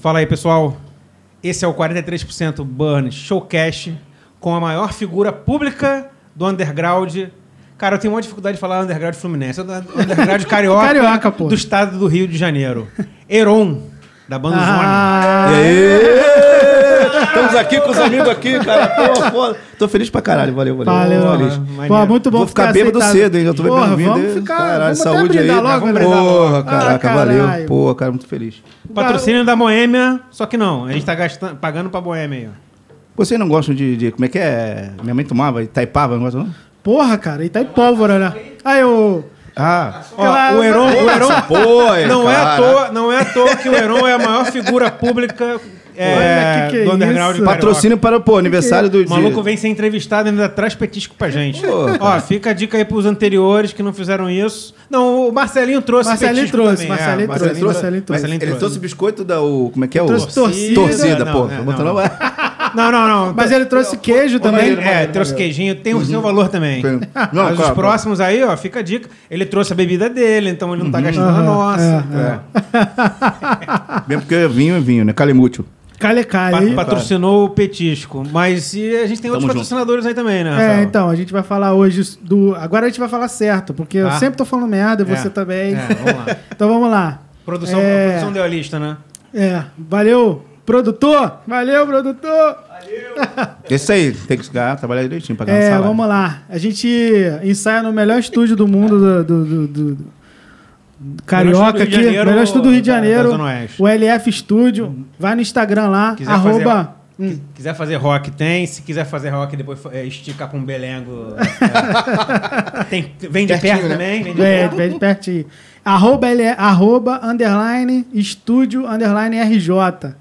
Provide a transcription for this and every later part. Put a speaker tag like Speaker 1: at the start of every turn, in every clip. Speaker 1: Fala aí, pessoal. Esse é o 43% Burn Showcast com a maior figura pública do underground. Cara, eu tenho uma dificuldade de falar underground fluminense. Eu sou do Underground carioca,
Speaker 2: Carioca, pô.
Speaker 1: do estado do Rio de Janeiro. Heron, da banda
Speaker 2: Ah,
Speaker 3: E aí? Estamos aqui com os amigos aqui, cara. Pô, pô. Tô feliz pra caralho. Valeu, valeu.
Speaker 2: Valeu,
Speaker 3: Valeu,
Speaker 2: Alex.
Speaker 3: Alex.
Speaker 2: Pô, muito bom
Speaker 3: Vou ficar
Speaker 2: ter
Speaker 3: bêbado
Speaker 2: aceitado.
Speaker 3: cedo, hein? Já tô bebendo
Speaker 2: Porra,
Speaker 3: vinho
Speaker 2: vamos
Speaker 3: dele.
Speaker 2: ficar,
Speaker 3: Caralho,
Speaker 2: vamos até
Speaker 3: saúde aí. tá
Speaker 2: brindar logo, né,
Speaker 3: Porra,
Speaker 2: brindar logo. Ah,
Speaker 3: caraca,
Speaker 2: caralho.
Speaker 3: valeu. Pô, cara, muito feliz.
Speaker 1: Swan. Patrocínio da Boêmia, só que não. A gente tá gastando, pagando pra Boêmia aí. ó.
Speaker 3: Vocês não gostam de, de- Como é que é? Minha mãe tomava Itaipava, não gosta não?
Speaker 2: Porra, cara, e tá em pólvora, né? Aí o.
Speaker 3: Ah.
Speaker 1: Ó, o Heron, o Heron
Speaker 3: Pô,
Speaker 1: não, é à
Speaker 3: cara.
Speaker 1: toa, não é à toa que o Heron é a maior figura pública é,
Speaker 2: Olha que que
Speaker 1: do
Speaker 2: é
Speaker 1: underground
Speaker 2: isso.
Speaker 1: carioca.
Speaker 3: Patrocínio para pô, aniversário do.
Speaker 1: O maluco vem ser entrevistado e ainda traz petisco pra gente.
Speaker 3: Pô,
Speaker 1: Ó, fica a dica aí pros anteriores que não fizeram isso. Não, o Marcelinho trouxe
Speaker 2: Marcelinho
Speaker 1: petisco
Speaker 2: trouxe,
Speaker 1: também,
Speaker 2: Marcelinho
Speaker 1: é,
Speaker 2: trouxe, Marcelinho
Speaker 3: Marcelinho
Speaker 2: trouxe.
Speaker 3: trouxe. Mas Ele trouxe biscoito da. O, como é que é? O,
Speaker 2: Trouxe torcida.
Speaker 3: Torcida,
Speaker 1: Não,
Speaker 3: pô.
Speaker 1: é,
Speaker 3: Tô botando
Speaker 1: não.
Speaker 3: lá.
Speaker 1: Não, não, não.
Speaker 2: Mas ele trouxe queijo também.
Speaker 1: também, é, trouxe queijinho, tem o seu valor também.
Speaker 3: Uhum. Tem. Não,
Speaker 1: Mas os
Speaker 3: claro,
Speaker 1: próximos aí, ó, fica a dica. Ele trouxe a bebida dele, então ele não tá
Speaker 3: Uhum.
Speaker 1: gastando a
Speaker 2: Aham, é,
Speaker 1: nossa.
Speaker 3: É. Bem porque vinho é vinho, né? Calimútil.
Speaker 2: Calha,
Speaker 1: Pa-
Speaker 2: calha.
Speaker 1: patrocinou o petisco. Mas e a gente tem outros
Speaker 3: junto.
Speaker 1: patrocinadores aí também, né?
Speaker 2: É,
Speaker 1: Rafael?
Speaker 2: então, a gente vai falar hoje do. Agora a gente vai falar certo, porque eu
Speaker 1: Tá.
Speaker 2: sempre tô falando merda, e você
Speaker 1: É.
Speaker 2: também.
Speaker 1: É, vamos lá.
Speaker 2: Então vamos lá.
Speaker 1: Produção,
Speaker 2: É,
Speaker 1: A produção deu a lista, né?
Speaker 2: É, valeu, produtor! Valeu, produtor!
Speaker 3: Esse aí, tem que ganhar, trabalhar direitinho pra ganhar
Speaker 2: É,
Speaker 3: um salário.
Speaker 2: vamos lá. A gente ensaia no melhor estúdio do mundo do, do- do- do- do- Carioca
Speaker 1: Melhor estúdio do Rio de
Speaker 2: aqui.
Speaker 1: Janeiro,
Speaker 2: melhor estúdio do Rio de
Speaker 1: da- da
Speaker 2: Janeiro.
Speaker 1: Zona Oeste.
Speaker 2: O LF Estúdio. Vai no Instagram lá,
Speaker 1: Quiser
Speaker 2: arroba. Hum.
Speaker 1: fazer- qui- quiser fazer rock, tem. Se quiser fazer rock, depois é, esticar pra um belengo. é. Tem- vem de perto também. Vem de
Speaker 2: É,
Speaker 1: perto.
Speaker 2: vem de pertinho. Arroba, L arroba underline estúdio underline RJ.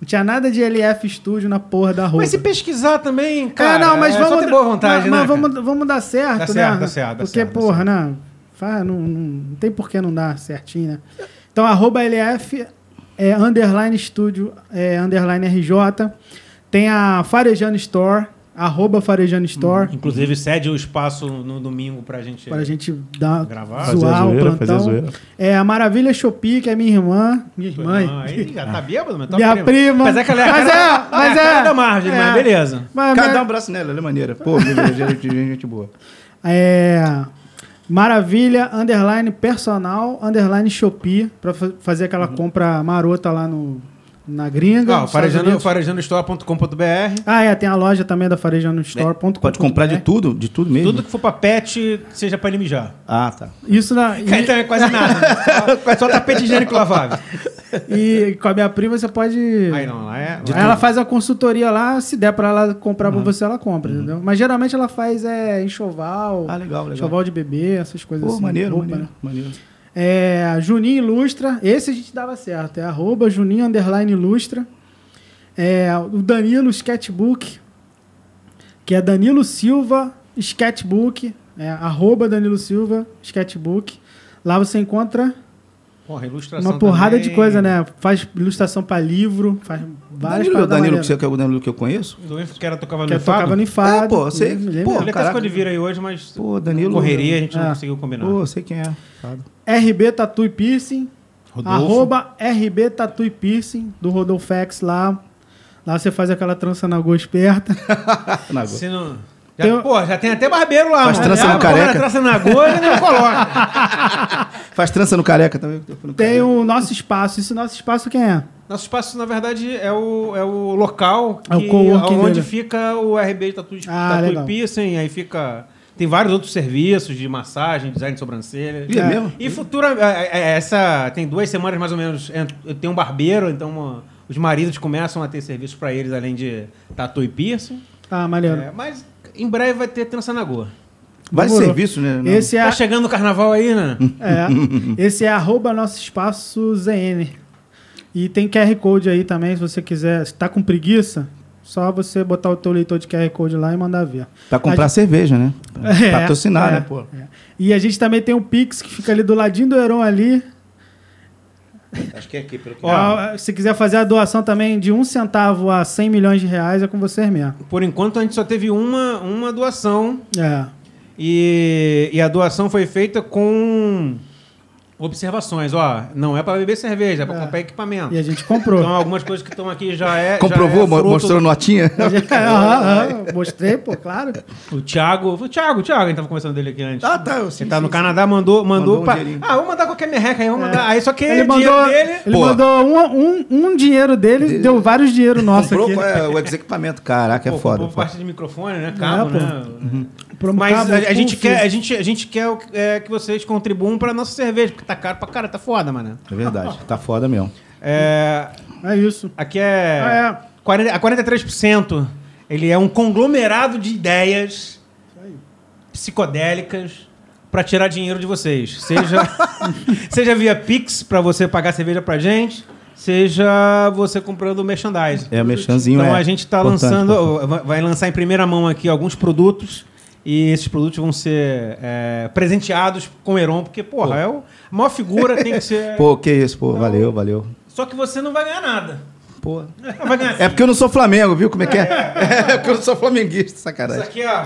Speaker 2: Não tinha nada de LF Estúdio na porra da roupa.
Speaker 1: Mas se pesquisar também,
Speaker 2: É,
Speaker 1: cara.
Speaker 2: não, mas
Speaker 1: é
Speaker 2: vamos.
Speaker 1: Só ter boa vontade,
Speaker 2: mas, mas
Speaker 1: né?
Speaker 2: vamos,
Speaker 1: cara?
Speaker 2: vamos dar certo,
Speaker 1: Dá
Speaker 2: né?
Speaker 1: certo, dá certo, dá
Speaker 2: Porque,
Speaker 1: certo, dá
Speaker 2: porra, né? Faz- não, não, não tem por que não dar certinho, né? Então, arroba LF, é, underline estúdio, é, underline RJ. Tem a Farejano Store, arroba Farejano
Speaker 1: Hum,
Speaker 2: Store,
Speaker 1: Inclusive, cede o espaço no domingo pra gente.
Speaker 2: para a gente dar,
Speaker 1: Gravar.
Speaker 2: zoar
Speaker 4: Fazer a zoeira,
Speaker 2: o plantão.
Speaker 4: fazer a zoeira.
Speaker 2: É a Maravilha Shopee, que é minha irmã. Minha
Speaker 1: Tua
Speaker 2: irmã.
Speaker 1: irmã aí já tá bêbado, mas tua
Speaker 2: Minha prima.
Speaker 1: Mas é que ela é a
Speaker 2: Mas
Speaker 1: cara-
Speaker 2: é, mas
Speaker 1: a cara
Speaker 2: é.
Speaker 1: da margem,
Speaker 2: É.
Speaker 1: mas beleza.
Speaker 2: Mas-
Speaker 3: Cara,
Speaker 2: mas-
Speaker 3: dá um abraço nela, ela é maneira. Pô, gente, gente, gente boa.
Speaker 2: É, Maravilha, underline personal, underline Shopee, pra fa- fazer aquela
Speaker 3: Uhum.
Speaker 2: compra marota lá no, na gringa.
Speaker 3: Ah,
Speaker 1: Ó,
Speaker 2: nos Estados
Speaker 1: farejando,
Speaker 2: Unidos.
Speaker 1: farejandoestore.com.br.
Speaker 2: Ah, é, tem a loja também da farejandostore.com.
Speaker 3: Né, Pode comprar de tudo, de tudo mesmo.
Speaker 1: Tudo que for pra pet, seja pra ele mijar.
Speaker 3: Ah, tá.
Speaker 2: Isso na,
Speaker 1: Cara, Então
Speaker 2: e,
Speaker 1: é quase nada. né? Só, só tapete higiênico lavável.
Speaker 2: e com a minha prima você pode.
Speaker 1: Aí não, lá é.
Speaker 2: ela faz a consultoria lá, se der pra ela comprar
Speaker 3: Uhum.
Speaker 2: pra você, ela compra, entendeu? Mas geralmente ela faz é, enxoval,
Speaker 3: Ah, legal, legal.
Speaker 2: enxoval de bebê, essas coisas
Speaker 3: Pô,
Speaker 2: assim.
Speaker 3: maneiro,
Speaker 2: roupa,
Speaker 3: maneiro,
Speaker 2: né?
Speaker 3: maneiro.
Speaker 2: É, Juninho Ilustra, esse a gente dava certo, é arroba Juninho underline Ilustra. É, o Danilo Sketchbook, que é Danilo Silva Sketchbook, é, arroba Danilo Silva Sketchbook. Lá você encontra
Speaker 1: Porra, ilustração.
Speaker 2: uma porrada
Speaker 1: também.
Speaker 2: de coisa, né? Faz ilustração para livro, faz várias
Speaker 3: Danilo,
Speaker 2: paradas
Speaker 3: Danilo,
Speaker 2: maneiras.
Speaker 3: que você, que é o Danilo que eu conheço?
Speaker 1: Do Info que era tocava no
Speaker 2: Que eu tocava no
Speaker 1: Ele
Speaker 2: Infado.
Speaker 3: É, pô, você-
Speaker 2: me lembro.
Speaker 3: pô,
Speaker 1: até
Speaker 3: Caraca.
Speaker 1: ficou de vir aí hoje, mas
Speaker 3: Pô, Danilo-
Speaker 1: correria a gente não
Speaker 2: Ah.
Speaker 1: conseguiu combinar.
Speaker 3: Pô, sei quem é. Sabe?
Speaker 2: RB Tatu e Piercing.
Speaker 1: Rodolfo.
Speaker 2: Arroba RB Tatu e Piercing, do Rodolfex lá. Lá você faz aquela trança na goa esperta.
Speaker 3: Na boa.
Speaker 1: Se não... já,
Speaker 2: Tem um- o-
Speaker 1: Pô, já tem até barbeiro lá, né?
Speaker 3: Faz trança
Speaker 1: Já
Speaker 3: no
Speaker 1: coloca
Speaker 3: careca.
Speaker 1: a Trança na goia, não coloca.
Speaker 3: Faz trança no careca também. Eu fui no
Speaker 2: Tem
Speaker 3: careca.
Speaker 2: o Nosso Espaço. Esse Nosso Espaço quem é?
Speaker 1: Nosso espaço, na verdade, é o, é o local
Speaker 2: É o coworking
Speaker 1: onde
Speaker 2: dele.
Speaker 1: fica o RB Tatu,
Speaker 2: Ah,
Speaker 1: Tatu
Speaker 2: legal.
Speaker 1: e Piercing, aí fica... Tem vários outros serviços de massagem, design de sobrancelha.
Speaker 3: Ih, é mesmo?
Speaker 1: E futura... é, é, é, Essa... Tem duas semanas, mais ou menos, ent- tem um barbeiro, então uma- os maridos começam a ter serviço pra eles, além de tatu e piercing.
Speaker 2: Ah, maneiro.
Speaker 1: É, mas em breve vai ter trança na goa.
Speaker 3: Vários
Speaker 2: Demorou.
Speaker 3: serviços, né? Não.
Speaker 2: um Esse é,
Speaker 1: Tá chegando o carnaval aí, né?
Speaker 2: é, esse é arroba Nosso Espaço ZN. E tem QR Code aí também, se você quiser. Se tá com preguiça, só você botar o teu leitor de QR Code lá e mandar ver.
Speaker 3: Pra comprar
Speaker 2: A
Speaker 3: cerveja, né? Pra
Speaker 2: É,
Speaker 3: patrocinar,
Speaker 2: é,
Speaker 3: né, pô?
Speaker 2: é. E a gente também tem o Pix, que fica ali do ladinho do Heron ali.
Speaker 3: Acho que é aqui, pelo que
Speaker 2: Ah, se quiser fazer a doação também de um centavo a 100 milhões de reais, é com vocês mesmo.
Speaker 1: Por enquanto, a gente só teve uma, uma doação
Speaker 2: É.
Speaker 1: E, e a doação foi feita com Observações, ó. Não é para beber cerveja, é para
Speaker 2: É.
Speaker 1: comprar equipamento.
Speaker 2: E a gente comprou.
Speaker 1: Então, algumas coisas que estão aqui já é. já
Speaker 3: Comprovou,
Speaker 1: é
Speaker 3: mo-
Speaker 1: fruto-
Speaker 3: mostrou notinha?
Speaker 2: A gente- Aham, aham, mostrei, pô, claro.
Speaker 1: O Thiago. O Thiago, o Thiago, a gente tava conversando dele aqui antes.
Speaker 3: Ah, tá. Eu sei,
Speaker 1: Ele tá
Speaker 3: sei,
Speaker 1: no
Speaker 3: sei.
Speaker 1: Canadá, mandou. mandou,
Speaker 3: Mandou um
Speaker 1: pra-
Speaker 3: dinheirinho.
Speaker 1: Ah, vamos mandar qualquer merreca aí, vamos
Speaker 2: É.
Speaker 1: mandar. Aí só que
Speaker 2: Ele
Speaker 1: o
Speaker 2: mandou,
Speaker 1: dinheiro dele.
Speaker 2: ele
Speaker 3: Pô.
Speaker 2: mandou um, um, um dinheiro dele, deu vários dinheiro nosso
Speaker 3: Comprou
Speaker 2: aqui. né?
Speaker 3: qual é, o equipamento. Caraca, é
Speaker 1: Pô,
Speaker 3: foda.
Speaker 1: comprou
Speaker 3: foda.
Speaker 1: parte de microfone, né? Cabo,
Speaker 2: É, pô.
Speaker 1: né?
Speaker 2: Compramos
Speaker 1: Mas
Speaker 2: um cabo,
Speaker 1: a, a gente
Speaker 2: puff.
Speaker 1: quer, a, gente, a gente quer o que- é, que vocês contribuam pra nossa cerveja, porque tá caro pra cara, tá foda, mano.
Speaker 3: É verdade. Tá foda mesmo.
Speaker 1: É,
Speaker 2: É isso.
Speaker 1: aqui é.
Speaker 2: Ah,
Speaker 1: 40 a 43% ele é um conglomerado de ideias psicodélicas pra tirar dinheiro de vocês. Seja, seja via Pix pra você pagar cerveja pra gente, seja você comprando merchandising.
Speaker 3: É, mexanzinho
Speaker 1: Então
Speaker 3: é
Speaker 1: a gente está
Speaker 3: importante,
Speaker 1: lançando, oh,
Speaker 3: pô.
Speaker 1: vai- vai lançar em primeira mão aqui alguns produtos e esses produtos vão ser é, presenteados com o Heron, porque, porra, é o, a maior figura tem que ser.
Speaker 3: Pô, que isso, pô. Valeu, valeu.
Speaker 1: Só que você não vai ganhar nada.
Speaker 3: Pô.
Speaker 1: Não vai ganhar
Speaker 3: É porque eu não sou Flamengo, viu como é que é? É porque eu não sou flamenguista,
Speaker 1: Isso
Speaker 3: sacanagem.
Speaker 1: aqui, ó.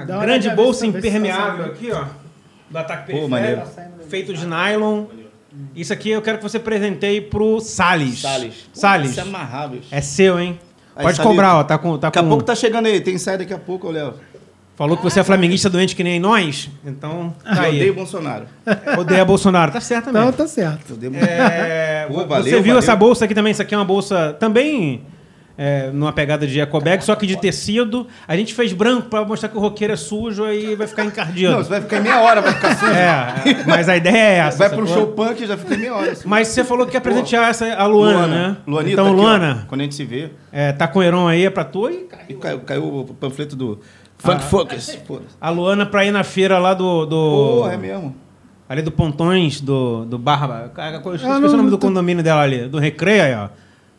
Speaker 1: A
Speaker 2: Dá uma
Speaker 1: grande
Speaker 2: olhada
Speaker 1: bolsa
Speaker 2: pra ver se tá
Speaker 1: impermeável
Speaker 2: saindo.
Speaker 1: aqui, ó. Do ataque
Speaker 3: Pô,
Speaker 1: perfeito. Feito de nylon. Isso aqui eu quero que você presenteie pro Salles.
Speaker 3: Salles.
Speaker 1: Salles.
Speaker 3: Isso é amarrável.
Speaker 1: É seu, hein?
Speaker 3: Aí,
Speaker 1: Pode
Speaker 3: Salito.
Speaker 1: cobrar, ó. Tá com, tá
Speaker 3: Daqui a
Speaker 1: com-
Speaker 3: pouco tá chegando aí. Tem saída daqui a pouco, ô Léo.
Speaker 1: Falou que você é flamenguista doente que nem nós. Então, tá
Speaker 3: Eu
Speaker 1: aí.
Speaker 3: odeio o Bolsonaro.
Speaker 1: Odeia Bolsonaro, tá certo
Speaker 2: Então
Speaker 1: mesmo.
Speaker 2: tá certo.
Speaker 3: Eu odeio o Bolsonaro.
Speaker 1: É,
Speaker 3: Pô,
Speaker 1: você
Speaker 3: valeu,
Speaker 1: viu
Speaker 3: valeu.
Speaker 1: essa bolsa aqui também? Isso aqui é uma bolsa também é, numa pegada de ecobag, só que de tecido. A gente fez branco pra mostrar que o roqueiro é sujo e vai ficar encardido.
Speaker 3: Não, você vai ficar em meia hora, vai ficar assim.
Speaker 1: É, mas a ideia é essa.
Speaker 3: Vai pro
Speaker 1: sacou?
Speaker 3: show punk e já fica em meia hora. assim.
Speaker 1: Mas você falou que ia presentear essa, a Luana, né?
Speaker 3: Luanita,
Speaker 1: então,
Speaker 3: aqui, ó.
Speaker 1: Luana,
Speaker 3: quando a gente se vê.
Speaker 1: é, tá com o Heron aí, é pra tu e
Speaker 3: E caiu, caiu o panfleto do
Speaker 1: Ah.
Speaker 3: Funk Focus. Pô,
Speaker 1: a Luana pra ir na feira lá do. do
Speaker 3: Porra, é mesmo.
Speaker 1: ali do Pontões, do, do Barba. Cara, Eu esqueci
Speaker 2: Ah,
Speaker 1: o
Speaker 2: não,
Speaker 1: nome do
Speaker 2: tu-
Speaker 1: condomínio dela ali, do Recreio aí, ó.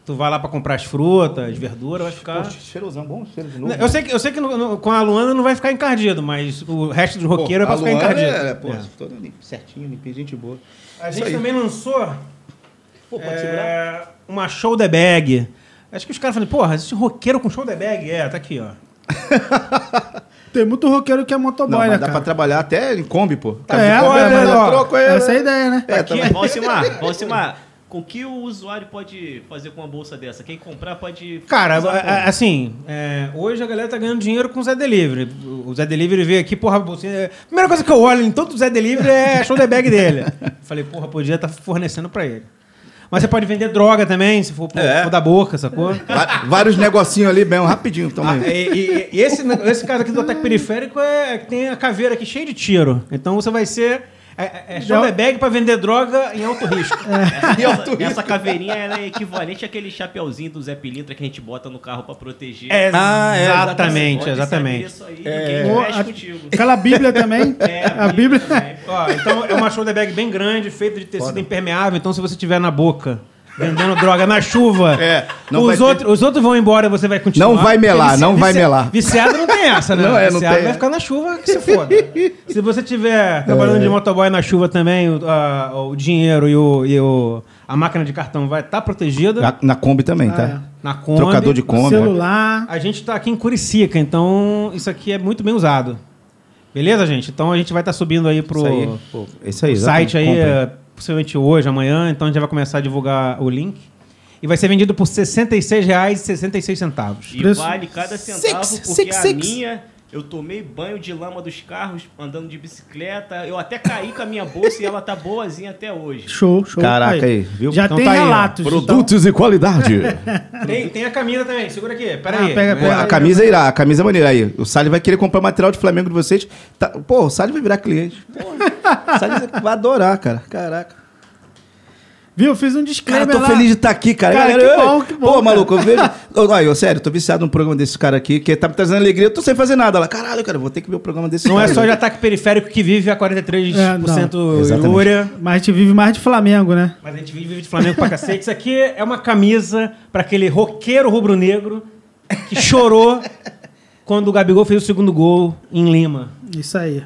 Speaker 1: Tu vai lá pra comprar as frutas, as verduras, vai ficar.
Speaker 3: Pô, cheirosão, bom cheiro de novo.
Speaker 1: Não, Eu sei que, eu sei que no- no- com a Luana não vai ficar encardido, mas o resto do
Speaker 3: Pô,
Speaker 1: roqueiro é pra
Speaker 3: a
Speaker 1: ficar
Speaker 3: Luana
Speaker 1: encardido.
Speaker 3: É, pô,
Speaker 1: É.
Speaker 3: toda limpa, certinho, limpinha, gente boa.
Speaker 1: A
Speaker 3: Isso
Speaker 1: gente
Speaker 3: aí.
Speaker 1: também lançou
Speaker 3: Pô, pode segurar?
Speaker 1: é, uma show the bag. Acho que os caras falam, porra, existe roqueiro com show the bag? É, tá aqui, ó.
Speaker 2: Tem muito roqueiro que é motoboy,
Speaker 3: Não, mas
Speaker 2: né,
Speaker 3: dá pra
Speaker 2: cara?
Speaker 3: trabalhar até em Kombi, pô.
Speaker 2: É,
Speaker 1: Olha,
Speaker 2: mas,
Speaker 1: ó,
Speaker 2: ó,
Speaker 3: troco aí,
Speaker 2: essa é
Speaker 3: né?
Speaker 2: a ideia, né?
Speaker 3: É,
Speaker 4: Tá Aqui,
Speaker 3: também.
Speaker 4: Valcimar, Valcimar, com que o usuário pode fazer com uma bolsa dessa? Quem comprar pode.
Speaker 1: Cara,
Speaker 4: usar
Speaker 1: a- a-
Speaker 4: como?
Speaker 1: assim, é, hoje a galera tá ganhando dinheiro com o Zé Delivery. O Zé Delivery veio aqui, porra, bolsinha. A primeira coisa que eu olho em todo o Zé Delivery é a show the bag dele. Falei, porra, podia estar fornecendo pra ele. Mas você pode vender droga também, se for pro,
Speaker 3: É.
Speaker 1: pro da boca, sacou?
Speaker 3: Va- Vários negocinhos ali, bem, um rapidinho
Speaker 1: Ah,
Speaker 2: é
Speaker 3: também.
Speaker 1: e, e- e esse, esse caso aqui do ataque periférico é que tem a caveira aqui cheia de tiro. Então você vai ser. É, é show
Speaker 2: Não.
Speaker 1: the bag pra vender droga em alto risco.
Speaker 3: E alto
Speaker 4: Essa,
Speaker 3: risco.
Speaker 4: essa caveirinha ela é equivalente àquele chapeuzinho do Zé Pilintra que a gente bota no carro pra proteger.
Speaker 3: Ah, é,
Speaker 1: exatamente,
Speaker 4: Pode saber
Speaker 1: exatamente. É.
Speaker 4: Isso aí, Quem
Speaker 2: Ou
Speaker 4: mexe
Speaker 2: a-
Speaker 4: contigo.
Speaker 2: Aquela Bíblia também.
Speaker 4: É,
Speaker 2: a Bíblia.
Speaker 4: também, pô.
Speaker 1: Ó, então é uma shoulder bag bem grande, feita de tecido impermeável. Então, se você tiver na boca, vendendo droga na chuva,
Speaker 3: É, não vai
Speaker 1: os,
Speaker 3: ter-
Speaker 1: outros, os outros vão embora e você vai continuar.
Speaker 3: Não vai melar,
Speaker 1: Porque
Speaker 3: não vai melar.
Speaker 1: Viciado não tem essa, né?
Speaker 3: Não é, não
Speaker 1: viciado
Speaker 3: tem.
Speaker 1: vai ficar na chuva que se foda. se você tiver trabalhando
Speaker 3: É,
Speaker 1: de motoboy na chuva também, o, a- o dinheiro e, o, e o- a máquina de cartão vai estar protegida.
Speaker 3: Na, na Kombi também, tá?
Speaker 2: Ah,
Speaker 1: Na Kombi.
Speaker 3: Trocador de Kombi. né?
Speaker 2: Celular.
Speaker 1: A gente tá aqui em Curicica, então isso aqui é muito bem usado. Beleza, gente? Então a gente vai estar subindo aí pro
Speaker 3: Isso aí. Pô, É isso aí,
Speaker 1: o
Speaker 3: exatamente,
Speaker 1: site aí,
Speaker 3: Kombi.
Speaker 1: é, possivelmente hoje, amanhã, então a gente vai começar a divulgar o link. E vai ser vendido por R$ 66,66.
Speaker 4: E
Speaker 2: Preço-
Speaker 4: vale cada centavo,
Speaker 3: Six,
Speaker 4: porque
Speaker 3: six,
Speaker 4: a
Speaker 3: six.
Speaker 4: minha, eu tomei banho de lama dos carros, andando de bicicleta. Eu até caí com a minha bolsa e ela tá boazinha até hoje.
Speaker 2: Show, show.
Speaker 3: Caraca aí, viu?
Speaker 2: Já
Speaker 1: Então
Speaker 2: tem
Speaker 1: tá aí, ó.
Speaker 2: relatos. então.
Speaker 3: Produtos e qualidade.
Speaker 1: Tem, tem a camisa também, segura aqui, pera
Speaker 2: Ah,
Speaker 1: aí.
Speaker 2: pega,
Speaker 3: Pô, a camisa irá, a camisa é maneira aí. O Salles vai querer comprar material de Flamengo de vocês. Tá- pô, o Salles vai virar cliente. Porra, o Salles vai adorar, cara. Caraca.
Speaker 2: Viu? Fiz um
Speaker 3: Cara,
Speaker 2: disclaimer
Speaker 3: eu Ah, tô
Speaker 2: lá.
Speaker 3: feliz de estar aqui, cara.
Speaker 2: Cara,
Speaker 3: Galera,
Speaker 2: que
Speaker 3: eu-
Speaker 2: bom, que bom,
Speaker 3: Pô,
Speaker 2: cara.
Speaker 3: maluco, eu vejo. Ó, Olha, eu sério, tô viciado num programa desse cara aqui, que tá me trazendo alegria. Eu tô sem fazer nada. Lá, caralho, cara, eu vou ter que ver o programa desse
Speaker 1: Não é
Speaker 3: cara.
Speaker 1: só de ataque periférico que vive a 43%
Speaker 3: É, não.
Speaker 1: Ilúria.
Speaker 2: Mas a gente vive mais de Flamengo, né?
Speaker 1: Mas a gente vive, vive de Flamengo pra cacete. Isso aqui é uma camisa pra aquele roqueiro rubro-negro que chorou quando o Gabigol fez o segundo gol em Lima.
Speaker 2: Isso aí.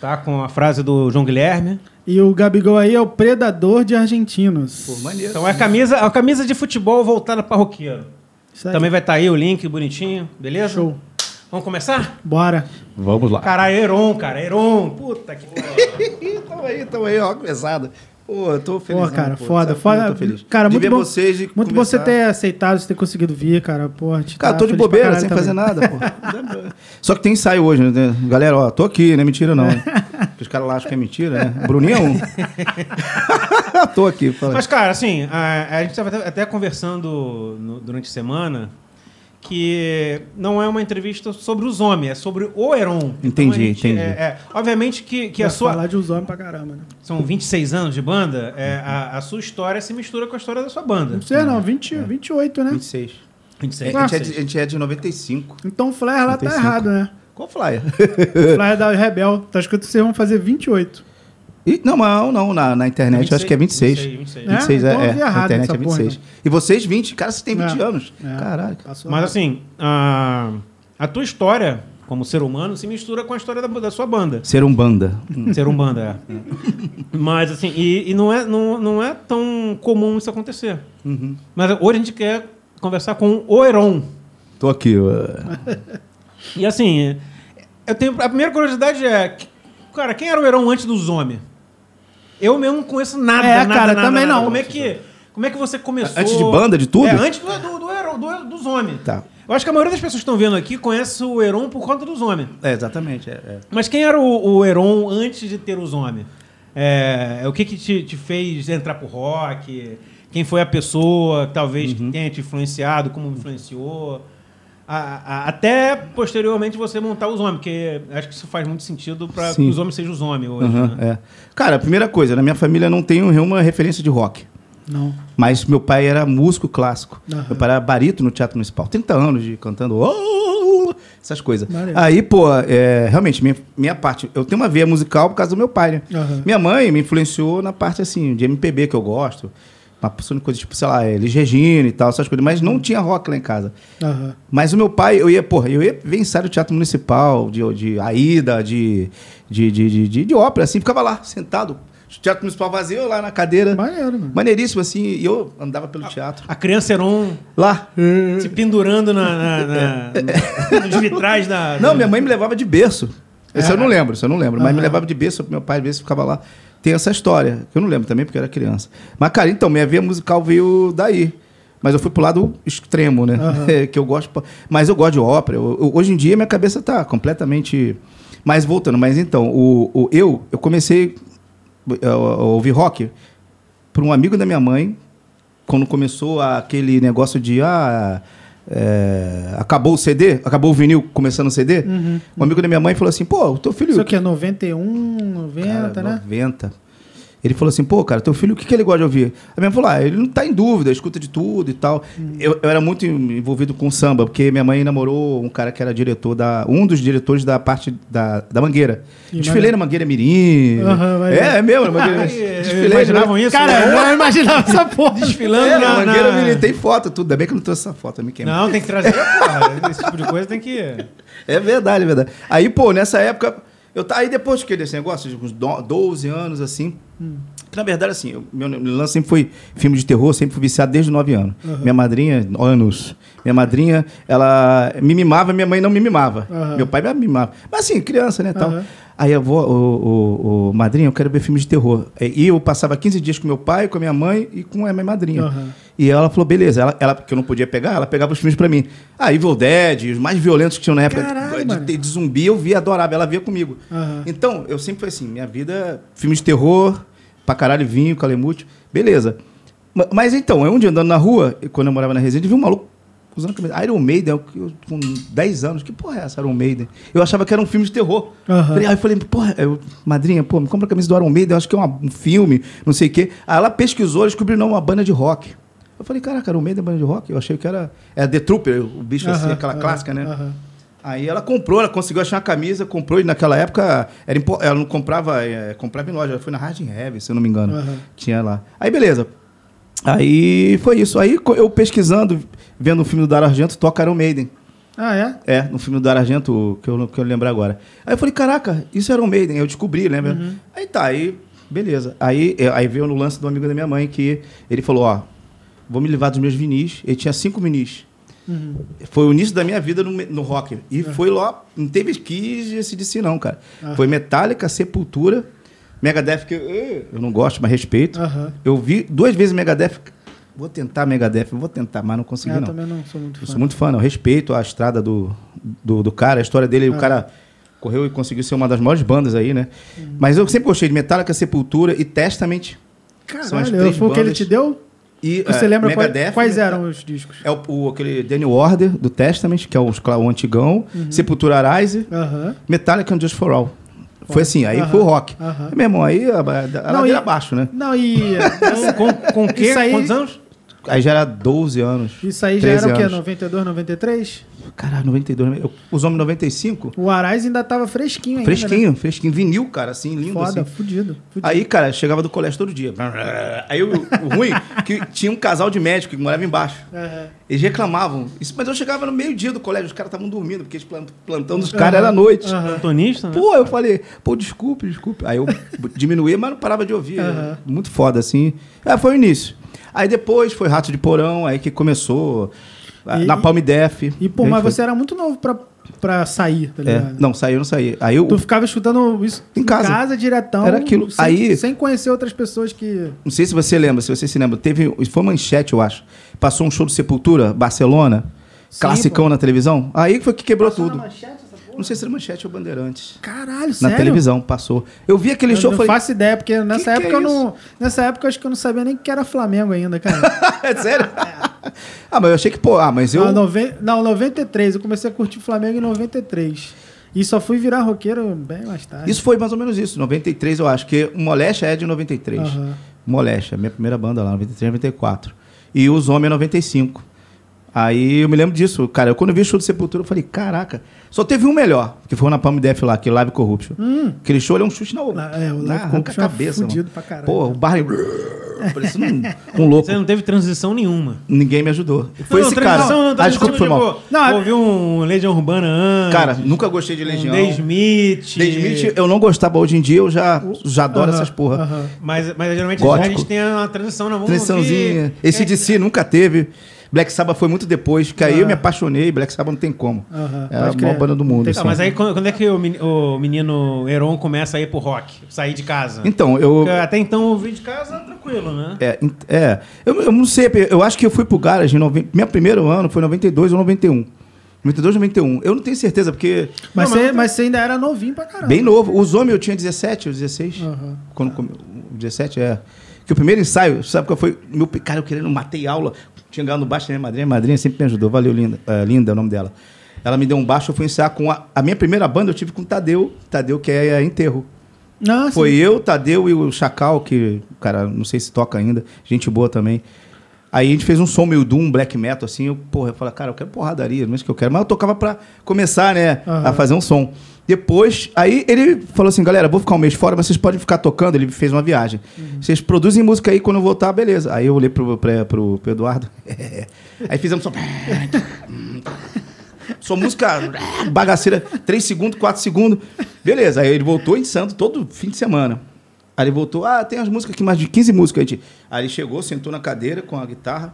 Speaker 1: Tá? Com a frase do João Guilherme.
Speaker 2: E o Gabigol aí é o predador de argentinos.
Speaker 3: Pô, maneiro.
Speaker 1: Então é a camisa, é a camisa de futebol voltada pra roqueiro.
Speaker 2: Isso Tá aí.
Speaker 1: Também vai estar aí o link bonitinho, beleza?
Speaker 2: Show.
Speaker 1: Vamos começar? é
Speaker 2: Bora.
Speaker 3: Vamos lá.
Speaker 1: Caralho, Heron, cara, Heron. Puta que.
Speaker 3: Ih, tamo aí, tamo aí, ó, pesada. né, Pô, eu tô feliz.
Speaker 2: Pô, cara, foda, foda.
Speaker 3: Tô feliz.
Speaker 2: Cara,
Speaker 3: de
Speaker 2: muito
Speaker 3: ver
Speaker 2: bom,
Speaker 3: vocês, de
Speaker 2: muito bom
Speaker 3: conversar.
Speaker 2: você ter aceitado, você ter conseguido vir, cara. Pô, a gente
Speaker 3: Cara,
Speaker 2: tá
Speaker 3: tô de
Speaker 2: feliz pra
Speaker 3: bobeira,
Speaker 2: caralho
Speaker 3: sem
Speaker 2: também.
Speaker 3: fazer nada, pô. Só que tem ensaio hoje, né? Galera, ó, tô aqui, não é mentira não. Porque os caras lá acham que é mentira, né? Bruninho é um. tô aqui, fala.
Speaker 1: Mas, cara, assim, a, a gente estava até, até conversando no- durante a semana que não é uma entrevista sobre os homens, é sobre o Heron.
Speaker 3: Entendi,
Speaker 1: a gente-
Speaker 3: entendi.
Speaker 1: é- é, obviamente que, que a
Speaker 2: Vai
Speaker 1: sua.
Speaker 2: falar de os homens pra caramba, né?
Speaker 1: São 26 anos de banda, é, a, a sua história se mistura com a história da sua banda.
Speaker 2: Não sei
Speaker 3: É.
Speaker 2: não, 20, 28, né?
Speaker 3: 26. A
Speaker 1: 26.
Speaker 3: gente, é de, a gente é de 95.
Speaker 2: Então o Flyer lá
Speaker 3: 35.
Speaker 2: tá errado, né?
Speaker 3: Qual flyer? É.
Speaker 2: O Flyer da Rebel. Tá escrito que vocês vão fazer 28.
Speaker 3: Ih, não, mas não, na, na internet eu acho que é 26.
Speaker 1: 26, 26.
Speaker 2: É?
Speaker 3: 26 é,
Speaker 2: Então eu
Speaker 3: é,
Speaker 2: vi
Speaker 3: na
Speaker 2: errado
Speaker 3: internet
Speaker 2: essa
Speaker 3: é 26.
Speaker 2: porra, então.
Speaker 3: E vocês 20, cara, você tem 20
Speaker 2: É.
Speaker 3: anos.
Speaker 2: É.
Speaker 3: Caralho.
Speaker 2: Passou
Speaker 1: Mas
Speaker 2: lá.
Speaker 1: assim, a, a tua história como ser humano se mistura com a história da, da sua banda.
Speaker 3: Ser um banda.
Speaker 1: Ser um banda, é. Mas assim, e, e não, é, não, não é tão comum isso acontecer.
Speaker 2: Uhum.
Speaker 1: Mas hoje a gente quer conversar com o Heron.
Speaker 3: Tô aqui. ó.
Speaker 1: E assim, eu tenho, a primeira curiosidade é, que- cara, quem era o Heron antes dos homens? Eu mesmo não conheço nada,
Speaker 2: É,
Speaker 1: nada,
Speaker 2: cara,
Speaker 1: nada,
Speaker 2: também
Speaker 1: nada.
Speaker 2: não.
Speaker 1: Como é que, como é que você começou?
Speaker 3: Antes de banda, de tudo?
Speaker 1: É, antes do, do, do Heron, do- dos homens.
Speaker 3: Tá.
Speaker 1: Eu acho que a maioria das pessoas que estão vendo aqui conhece o Heron por conta dos homens.
Speaker 3: É, exatamente. é, é.
Speaker 1: Mas quem era o, o Heron antes de ter os homens? É, o que que te, te fez entrar pro rock? Quem foi a pessoa que talvez
Speaker 3: Uhum.
Speaker 1: tenha te influenciado? Como influenciou? A- a- até posteriormente você montar os homens, porque acho que isso faz muito sentido para que
Speaker 3: Sim.
Speaker 1: os homens sejam os homens hoje.
Speaker 3: Aham,
Speaker 1: né?
Speaker 3: é. Cara, a primeira coisa, na minha família não tem nenhuma referência de rock.
Speaker 2: Não.
Speaker 3: Mas meu pai era músico clássico.
Speaker 2: Aham.
Speaker 3: Meu pai era barito no Teatro Municipal. 30 anos de cantando. "Oh", Essas coisas.
Speaker 2: Maneiro.
Speaker 3: Aí, pô, é, realmente, minha, minha parte. Eu tenho uma veia musical por causa do meu pai, né?
Speaker 2: Aham.
Speaker 3: Minha mãe me influenciou na parte, assim, de MPB que eu gosto. Uma porção de coisas, tipo, sei lá, Elis Regina e tal, essas coisas. Mas não tinha rock lá em casa.
Speaker 2: Aham.
Speaker 3: Mas o meu pai, eu ia, porra, eu ia ver ensaio do Teatro Municipal, de, de Aida, de, de, de, de, de- de ópera, assim, ficava lá, sentado. Teatro Municipal vazio, eu lá na cadeira.
Speaker 2: Maneiro, mano.
Speaker 3: Maneiríssimo, assim, e eu andava pelo teatro.
Speaker 1: A criança Heron
Speaker 3: Lá.
Speaker 1: se pendurando na, na- na- nos vitrais da.
Speaker 3: É. Não,
Speaker 1: da-
Speaker 3: minha mãe me levava de berço. Isso eu não lembro, isso eu não lembro. Mas me levava de berço, meu pai às vezes ficava lá. Tem essa história, que eu não lembro também, porque eu era criança. Mas, cara, então, minha veia musical veio daí. Mas eu fui pro lado extremo, né? que eu gosto. pra- Mas eu gosto de ópera. Eu- eu- hoje em dia, minha cabeça tá completamente. Mas voltando, mas então, o, o- eu, eu comecei eh, a, a ouvir rock por um amigo da minha mãe, quando começou aquele negócio de ah, é, acabou o CD, acabou o vinil começando o CD,
Speaker 2: Uhum,
Speaker 3: um amigo da minha mãe falou assim, pô, o teu filho.
Speaker 2: Isso aqui é 91, 90,
Speaker 3: Cara,
Speaker 2: né?
Speaker 3: 90. Ele falou assim, pô, cara, teu filho, o que, que ele gosta de ouvir? A minha mãe falou, ah, ele não tá em dúvida, escuta de tudo e tal.
Speaker 2: Uhum.
Speaker 3: Eu, eu era muito envolvido com samba, porque minha mãe namorou um cara que era diretor da. um dos diretores da parte da, da Mangueira.
Speaker 2: E
Speaker 3: Desfilei
Speaker 2: maneiro.
Speaker 3: na Mangueira Mirim.
Speaker 2: Aham, vai
Speaker 3: é, é mesmo, na Mangueira Mirim.
Speaker 1: Eles
Speaker 3: Desfilei na-
Speaker 1: imaginavam isso? né?
Speaker 2: Cara, eu não imaginava essa porra.
Speaker 1: desfilando
Speaker 3: é,
Speaker 1: na,
Speaker 3: na Mangueira
Speaker 2: né?
Speaker 1: na-
Speaker 3: Mirim. Tem foto, tudo. Ainda bem que eu não trouxe essa foto, eu me queimei.
Speaker 1: Não, tem que trazer. porra. Esse tipo de coisa tem que.
Speaker 3: É verdade, é verdade. Aí, pô, nessa época, eu tá aí depois que desse negócio, de uns do- 12 anos assim.
Speaker 2: Hum.
Speaker 3: Que, na verdade, assim, eu- meu lance sempre foi filme de terror, sempre fui viciado desde 9 anos. Minha madrinha, anos. Minha madrinha, ela me mimava, minha mãe não me mimava.
Speaker 2: Aham.
Speaker 3: Meu pai me mimava. Mas assim, criança, né? Tal.
Speaker 2: Aham.
Speaker 3: Aí eu vou, o, o, madrinha, eu quero ver filme de terror. É, E eu passava 15 dias com meu pai, com a minha mãe e com a minha madrinha.
Speaker 2: Aham.
Speaker 3: E ela falou, beleza, ela, ela, que eu não podia pegar, ela pegava os filmes pra mim. Ah, Evil Dead, os mais violentos que tinham na época
Speaker 2: Caralho,
Speaker 3: de-
Speaker 2: mano.
Speaker 3: de, de zumbi, eu via, adorava, ela via comigo.
Speaker 2: Aham.
Speaker 3: Então, eu sempre fui assim, minha vida, filme de terror, pra caralho, vinho, calemute, beleza. Ma- Mas então, eu um dia andando na rua, e quando eu morava na Resende, vi um maluco usando camisa. Iron Maiden, eu, eu com 10 anos, que porra é essa, Iron Maiden? Eu achava que era um filme de terror.
Speaker 2: Aham.
Speaker 3: Falei, Aí eu falei, porra, eu, madrinha, pô, me compra a camisa do Iron Maiden, eu acho que é uma- um filme, não sei o quê. Aí ela pesquisou, descobriu, não, uma banda de rock. Eu falei, caraca, Iron Maiden é banda de rock? Eu achei que era, era The Trooper, o bicho assim,
Speaker 2: Aham,
Speaker 3: aquela
Speaker 2: aham,
Speaker 3: clássica, né?
Speaker 2: aham.
Speaker 3: Aí ela comprou, ela conseguiu achar uma camisa, comprou, e naquela época era impo- ela não comprava, eh, comprava em loja, ela foi na Hard Heavy, se eu não me engano.
Speaker 2: Aham.
Speaker 3: Tinha lá. Aí beleza. Aí foi isso. Aí co- eu pesquisando, vendo o filme do Dario Argento, toca Iron Maiden.
Speaker 2: Ah, é?
Speaker 3: É, no filme do Dario Argento, que eu, que eu lembro agora. Aí eu falei, caraca, isso era um Maiden, eu descobri, lembra? Aí tá, aí, beleza. Aí, é, aí veio no lance do amigo da minha mãe, que ele falou, ó, vou me livrar dos meus vinis. Ele tinha cinco vinis.
Speaker 2: Uhum.
Speaker 3: Foi o início da minha vida no, me- no rock.
Speaker 2: É.
Speaker 3: E foi lá, não teve quis de se disse não, cara. Foi Metallica, Sepultura, Megadeth, que eu, eh, eu não gosto, mas respeito.
Speaker 2: Aham.
Speaker 3: Eu vi duas vezes Megadeth. Vou tentar Megadeth, vou tentar, mas não consegui,
Speaker 2: É, eu
Speaker 3: não.
Speaker 2: também não sou muito
Speaker 3: Eu
Speaker 2: fã.
Speaker 3: sou muito fã, não. Respeito a estrada do, do, do cara, a história dele.
Speaker 2: É.
Speaker 3: O cara correu e conseguiu ser uma das maiores bandas aí, né? Mas eu sempre gostei de Metallica, Sepultura e Testament. são as
Speaker 2: Caralho,
Speaker 3: três
Speaker 2: foi o que ele
Speaker 3: bandas.
Speaker 2: te deu?
Speaker 3: E,
Speaker 2: Você
Speaker 3: é,
Speaker 2: lembra quais,
Speaker 3: Megadeth,
Speaker 2: quais
Speaker 3: Metal-
Speaker 2: eram os discos?
Speaker 3: É o, o- aquele Daniel Order, do Testament, que é o, o antigão.
Speaker 2: Uhum.
Speaker 3: Sepultura Arise,
Speaker 2: Aham.
Speaker 3: Metallica and Just For All. Foi assim, aí
Speaker 2: Aham,
Speaker 3: foi o rock.
Speaker 2: aham.
Speaker 3: Meu irmão, aí a, a, a
Speaker 2: Não,
Speaker 3: ladeira
Speaker 2: e-
Speaker 3: abaixo, né?
Speaker 2: Não, e
Speaker 1: Com, com que?
Speaker 2: Isso aí-
Speaker 1: Quantos anos?
Speaker 3: Aí já era 12 anos.
Speaker 2: isso aí já
Speaker 3: 13
Speaker 2: era o quê?
Speaker 3: anos.
Speaker 2: 92, 93?
Speaker 3: Caralho, 92. Eu, os homens 95?
Speaker 2: O Arais ainda tava fresquinho ainda.
Speaker 3: Fresquinho, fresquinho. Vinil, cara, assim,
Speaker 2: Né?
Speaker 3: lindo
Speaker 2: Foda,
Speaker 3: assim.
Speaker 2: fudido. fudido.
Speaker 3: Aí, cara, chegava do colégio todo dia. Aí o, o ruim, que tinha um casal de médico que morava embaixo.
Speaker 2: Aham.
Speaker 3: Eles reclamavam. Isso, mas eu chegava no meio-dia do colégio, os caras estavam dormindo, porque eles plan- plantão dos caras era à noite.
Speaker 2: Aham.
Speaker 1: Tonista, né?
Speaker 3: Pô, eu falei, pô, desculpe, desculpe. Aí eu diminuí, mas não parava de ouvir.
Speaker 2: Aham.
Speaker 3: Muito foda, assim. É, foi o início. Aí depois foi Rato de Porão, aí que começou. a-
Speaker 2: E-
Speaker 3: na Palme Def.
Speaker 2: E, pô,
Speaker 3: Aí
Speaker 2: mas
Speaker 3: foi.
Speaker 2: você era muito novo pra, pra sair, tá
Speaker 3: É,
Speaker 2: ligado?
Speaker 3: não, saiu, não saí. Aí eu
Speaker 2: Tu ficava escutando isso
Speaker 3: Em casa.
Speaker 2: diretão.
Speaker 3: Era aquilo.
Speaker 2: Sem,
Speaker 3: Aí-
Speaker 2: sem conhecer outras pessoas que.
Speaker 3: não sei se você lembra, se você se lembra, teve. Foi manchete, eu acho. Passou um show do Sepultura, Barcelona,
Speaker 2: Sim,
Speaker 3: classicão
Speaker 2: pô.
Speaker 3: na televisão. Aí foi que quebrou tudo.
Speaker 2: Caralho,
Speaker 3: Não sei se era manchete ou bandeirantes.
Speaker 2: sério?
Speaker 3: Na televisão, passou. Eu vi aquele
Speaker 2: Eu
Speaker 3: show,
Speaker 2: não
Speaker 3: falei.
Speaker 2: faço ideia, porque nessa
Speaker 3: que
Speaker 2: época
Speaker 3: é
Speaker 2: eu não. Nessa época eu acho que eu não sabia nem que era Flamengo ainda, cara.
Speaker 3: é sério? ah, mas eu achei que, pô, ah, mas eu.
Speaker 2: Ah, noven- Não, 93. Eu comecei a curtir Flamengo em 93. E só fui virar roqueiro bem mais tarde.
Speaker 3: Isso foi mais ou menos isso, 93 eu acho, que o Moléstia é de 93.
Speaker 2: Aham.
Speaker 3: Moléstia, minha primeira banda lá, 93, 94. E os Homens é 95. Aí eu me lembro disso, cara. Eu, quando eu vi o show do Sepultura, eu falei, caraca, só teve um melhor, que foi o na Palm Def lá, que Live Corruption. Aquele show ele é um chute na
Speaker 2: Lá- Hum. é, o Live
Speaker 3: na- arranca
Speaker 2: Corruption é fudido
Speaker 3: mano.
Speaker 2: pra caralho. né?
Speaker 3: Pô, o Barry. Parecendo um, um louco.
Speaker 1: Você não teve transição nenhuma.
Speaker 3: Ninguém me ajudou. Foi
Speaker 1: não,
Speaker 3: esse
Speaker 1: transição,
Speaker 3: cara.
Speaker 1: Não,
Speaker 2: tá
Speaker 3: ah,
Speaker 1: transição,
Speaker 3: desculpa, foi mal.
Speaker 1: tipo,
Speaker 2: Não, é-
Speaker 1: ouvi um Legião Urbana antes.
Speaker 3: Cara, nunca gostei de
Speaker 1: um
Speaker 3: Legião.
Speaker 1: The Smith.
Speaker 3: The Smith, eu não gostava. Hoje em dia eu já, já adoro
Speaker 2: Aham,
Speaker 3: essas porra.
Speaker 2: aham.
Speaker 1: Mas, mas geralmente
Speaker 3: Gótico.
Speaker 1: a gente tem uma transição na mão. é
Speaker 3: Transiçãozinha. Esse de si nunca teve. Black Sabbath foi muito depois, que aí eu me apaixonei. Black Sabbath não tem como.
Speaker 2: Ah. Aham,
Speaker 3: é a
Speaker 2: pode
Speaker 3: maior
Speaker 2: crer.
Speaker 3: banda do mundo.
Speaker 2: Tem-
Speaker 3: assim.
Speaker 1: Tá, mas aí quando, quando é que o meni- o menino Heron começa a ir pro rock? Sair de casa?
Speaker 3: Então, eu.
Speaker 1: Porque até então eu vim de casa tranquilo, né?
Speaker 3: É, ent- é. eu, eu não sei, eu acho que eu fui pro Garage em noven... Meu primeiro ano foi 92 ou 91. 92 ou 91. Eu não tenho certeza, porque.
Speaker 2: Mas,
Speaker 3: Não,
Speaker 2: você, mas você ainda era novinho pra caramba.
Speaker 3: Bem novo. Os homens eu tinha 17 ou 16.
Speaker 2: Aham.
Speaker 3: Quando come- 17 é. Que o primeiro ensaio, sabe qual foi? Meu, pe- cara, eu querendo, matei aula. Tinha ganhado no baixo da minha madrinha, minha madrinha sempre me ajudou. Valeu, linda. É, linda é o nome dela. Ela me deu um baixo, eu fui ensaiar com a, a minha primeira banda, eu tive com o Tadeu. Tadeu, que é, é enterro.
Speaker 2: Não, assim,
Speaker 3: Foi
Speaker 2: Ah, sim.
Speaker 3: eu, Tadeu e o Chacal, que, cara, não sei se toca ainda, gente boa também. Aí a gente fez um som meio doom, black metal, assim. Eu, porra, eu falei, cara, eu quero porradaria, não é isso que eu quero. Mas eu tocava pra começar, né,
Speaker 2: Aham.
Speaker 3: a fazer um som. Depois, aí ele falou assim, galera, vou ficar um mês fora, mas vocês podem ficar tocando. Ele fez uma viagem.
Speaker 2: Uhum.
Speaker 3: Vocês produzem música aí, quando eu voltar, beleza. Aí eu olhei pro, pra- pro- pro Eduardo. aí fizemos um só... Sua música bagaceira, 3 segundos, 4 segundos. Beleza, aí ele voltou em Santo todo fim de semana. Aí ele voltou, ah, tem as músicas aqui, mais de 15 músicas. A gente... Aí ele chegou, sentou na cadeira com a guitarra.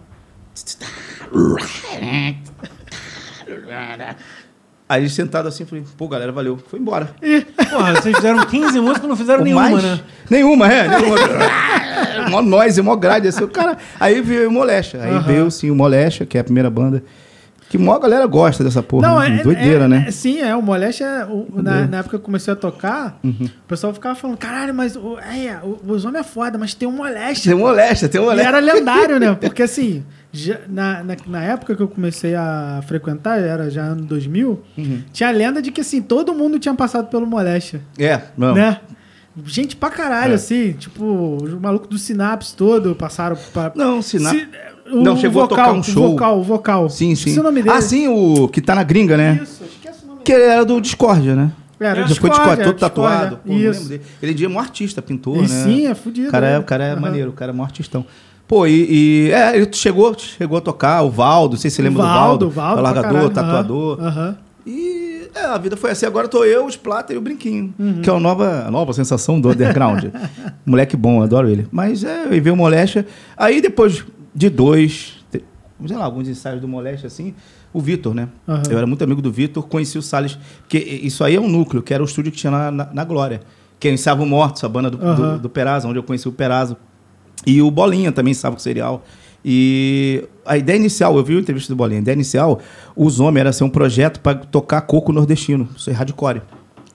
Speaker 3: Aí ele sentado assim, falei, pô, galera, valeu. Foi embora.
Speaker 1: Porra, vocês fizeram 15 músicas e não fizeram
Speaker 3: É. O
Speaker 1: nenhuma,
Speaker 3: mais-
Speaker 1: né?
Speaker 3: Nenhuma, é. Nenhuma. mó noise, mó grade. Assim, o cara... Aí veio o Moléstia. Aí veio, sim, o Moléstia, que é a primeira banda. Que mó galera gosta dessa porra.
Speaker 2: Não,
Speaker 3: né?
Speaker 2: é,
Speaker 3: Doideira,
Speaker 2: é-
Speaker 3: né?
Speaker 2: é- sim, é. O Moléstia, o- na, na época que eu comecei a tocar,
Speaker 3: Uhum.
Speaker 2: o pessoal ficava falando: caralho, mas o, é, o- os homens é foda, mas tem um Moléstia.
Speaker 3: Tem moléstia, tem
Speaker 2: E
Speaker 3: moléstia.
Speaker 2: era lendário, né? Porque assim, já- na, na, na época que eu comecei a frequentar, era já ano 2000,
Speaker 3: Uhum.
Speaker 2: tinha a lenda de que assim, todo mundo tinha passado pelo Moléstia,
Speaker 3: É, não.
Speaker 2: né? Gente pra
Speaker 3: É.
Speaker 2: caralho, assim, tipo, o maluco do Sinapse todo passaram pra.
Speaker 3: Não, Sinapse-
Speaker 2: Se- o
Speaker 3: Não, chegou a
Speaker 2: vocal,
Speaker 3: tocar um
Speaker 2: o
Speaker 3: show.
Speaker 2: vocal, o vocal.
Speaker 3: Sim, sim.
Speaker 2: Esqueci o nome dele.
Speaker 3: Ah, sim, o que tá na gringa, né?
Speaker 2: Isso, esquece o nome
Speaker 3: Que era do Discordia, né?
Speaker 2: Era
Speaker 3: Já foi
Speaker 2: Discord,
Speaker 3: Discordia,
Speaker 2: era
Speaker 3: todo tatuado.
Speaker 2: Discord,
Speaker 3: Pô, não
Speaker 2: Isso.
Speaker 3: lembro dele. Ele é um artista, pintor,
Speaker 2: E
Speaker 3: né?
Speaker 2: sim, é fudido,
Speaker 3: O cara
Speaker 2: né?
Speaker 3: é, o cara é
Speaker 2: Aham.
Speaker 3: maneiro, o cara é um artistão. Pô, e, e- é, ele chegou, chegou a tocar, o Valdo, não sei se você lembra do Valdo.
Speaker 2: Valdo pra
Speaker 3: Alargador,
Speaker 2: caralho.
Speaker 3: tatuador.
Speaker 2: Aham, aham.
Speaker 3: E é, a vida foi assim. Agora tô eu, os Plata e o Brinquinho, que é a nova, a nova sensação do underground. Moleque bom, adoro ele. Mas é, eu veio o Moléstia. Aí depois de dois, te- sei lá, alguns ensaios do Moléstia assim, o Vitor, né?
Speaker 2: Aham.
Speaker 3: Eu era muito amigo do Vitor, conheci o Salles, porque isso aí é um núcleo, que era o estúdio que tinha na, na, na Glória. que é o Ensaio Mortos, a banda do, do-
Speaker 2: Aham.
Speaker 3: do Perazzo, onde eu conheci o Perazzo. E o Bolinha também estava com cereal. E a ideia inicial, eu vi a entrevista do Bolinha, a ideia inicial, os homens era ser um projeto para tocar coco nordestino, isso é hardcore,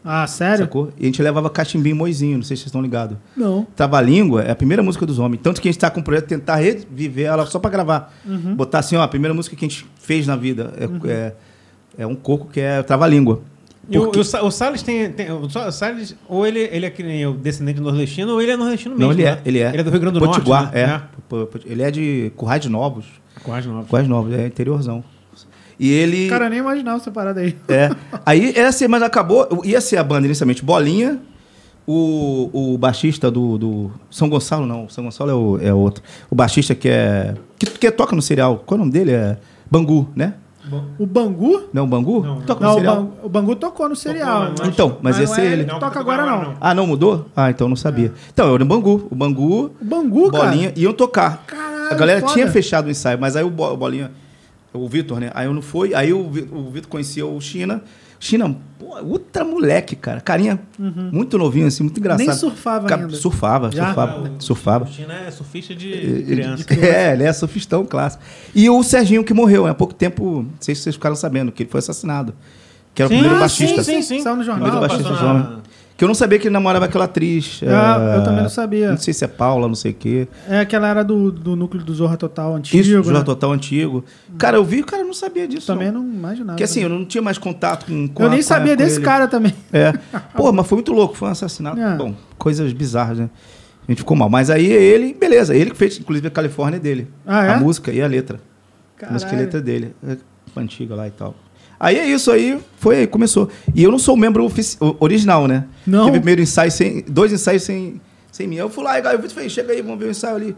Speaker 2: Ah, sério?
Speaker 3: sacou? E a gente levava cachimbim e moizinho, não sei se vocês estão ligados.
Speaker 2: Não.
Speaker 3: Tava a Língua é a primeira música dos homens. Tanto que a gente tá com um projeto de tentar reviver ela só pra gravar.
Speaker 1: Uhum.
Speaker 3: Botar assim, ó, a primeira música que a gente fez na vida é, é, é um coco que é Trava a Língua.
Speaker 1: E o, e o Sa- o Salles tem. tem- o Sa- o Salles, ou ele, ele é que nem o descendente nordestino, ou ele é nordestino mesmo.
Speaker 3: Não, ele
Speaker 1: né?
Speaker 3: é, ele é.
Speaker 1: Ele é do Rio Grande do
Speaker 3: Potiguar,
Speaker 1: Norte. né?
Speaker 3: é. Po- po- Ele é de Currais de Novos.
Speaker 1: É. Quase nove.
Speaker 3: Currais de Novos, é interiorzão. E ele...
Speaker 2: Cara, eu nem imaginava essa parada aí.
Speaker 3: É. Aí, era assim, mas acabou. Ia ser a banda inicialmente Bolinha, o, o baixista do, do. São Gonçalo, não. São Gonçalo é, o, é outro. O baixista que é. Que, que toca no cereal. Qual é o nome dele? É Bangu, né?
Speaker 2: O Bangu?
Speaker 3: Não, Bangu?
Speaker 1: Não,
Speaker 3: toca
Speaker 2: Não,
Speaker 3: no
Speaker 2: o,
Speaker 3: cereal.
Speaker 2: Ban- o Bangu tocou no serial.
Speaker 1: Tocou,
Speaker 2: né?
Speaker 1: mas-
Speaker 3: Então, mas,
Speaker 2: Mas
Speaker 3: esse
Speaker 2: não
Speaker 3: é
Speaker 2: é
Speaker 3: ele.
Speaker 2: ele.
Speaker 1: Não,
Speaker 2: Toca agora não.
Speaker 3: Ah, não mudou? Ah, então não
Speaker 2: É.
Speaker 3: sabia. Então, era o Bangu. O Bangu.
Speaker 2: O Bangu, cara.
Speaker 3: Bolinha iam tocar.
Speaker 2: Caralho,
Speaker 3: a galera
Speaker 2: foda.
Speaker 3: tinha fechado o ensaio, mas aí o, Bo- o Bolinha, o Vitor, né? Aí eu não fui, aí o, Vi- o Vitor conhecia o China. China, pô, ultra moleque, cara. Carinha muito novinho, assim, muito engraçado.
Speaker 2: Uhum. Nem surfava
Speaker 3: Ca-
Speaker 2: ainda.
Speaker 3: Surfava,
Speaker 2: Já? Ah,
Speaker 3: surfava, surfava.
Speaker 1: O China é surfista
Speaker 3: É,
Speaker 1: de
Speaker 3: é,
Speaker 1: criança.
Speaker 3: É, ele é surfistão clássico. E o Serginho que morreu, né? Há pouco tempo, não sei se vocês ficaram sabendo, que ele foi assassinado. Que era o
Speaker 1: Sim,
Speaker 3: primeiro
Speaker 1: ah,
Speaker 3: baixista.
Speaker 1: sim, sim.
Speaker 2: Saiu no jornal.
Speaker 3: Primeiro
Speaker 1: Ah,
Speaker 3: baixista
Speaker 1: passou na-
Speaker 3: jovem. Que eu não sabia que ele namorava aquela atriz.
Speaker 2: Ah,
Speaker 3: eh,
Speaker 2: eu também não sabia.
Speaker 3: Não sei se é Paula, não sei o quê.
Speaker 2: É aquela era do, do núcleo do Zorra Total antigo,
Speaker 3: Isso, Jornal
Speaker 2: né?
Speaker 3: Total antigo. Cara, eu vi, cara, eu não sabia disso.
Speaker 2: Também
Speaker 3: não.
Speaker 2: não imaginava.
Speaker 3: Porque assim, eu não tinha mais contato com. com
Speaker 2: eu
Speaker 3: a-
Speaker 2: nem
Speaker 3: com a-
Speaker 2: sabia
Speaker 3: com
Speaker 2: desse
Speaker 3: ele.
Speaker 2: cara também.
Speaker 3: É. Pô, mas foi muito louco, foi um assassinato.
Speaker 2: É.
Speaker 3: Bom, coisas bizarras, né? A gente ficou mal. Mas aí ele, beleza, ele que fez, inclusive, a Califórnia dele.
Speaker 2: Ah, é?
Speaker 3: A música e a letra. A música e
Speaker 2: Caralho.
Speaker 3: letra dele. É, Antiga lá e tal. Aí é isso, aí foi aí, começou. E eu não sou membro ofici- o- original, né?
Speaker 2: Não.
Speaker 3: Teve primeiro ensaio sem. Dois ensaios sem, sem mim. Eu fui lá, e aí o Vitor falei, chega aí, vamos ver o ensaio ali.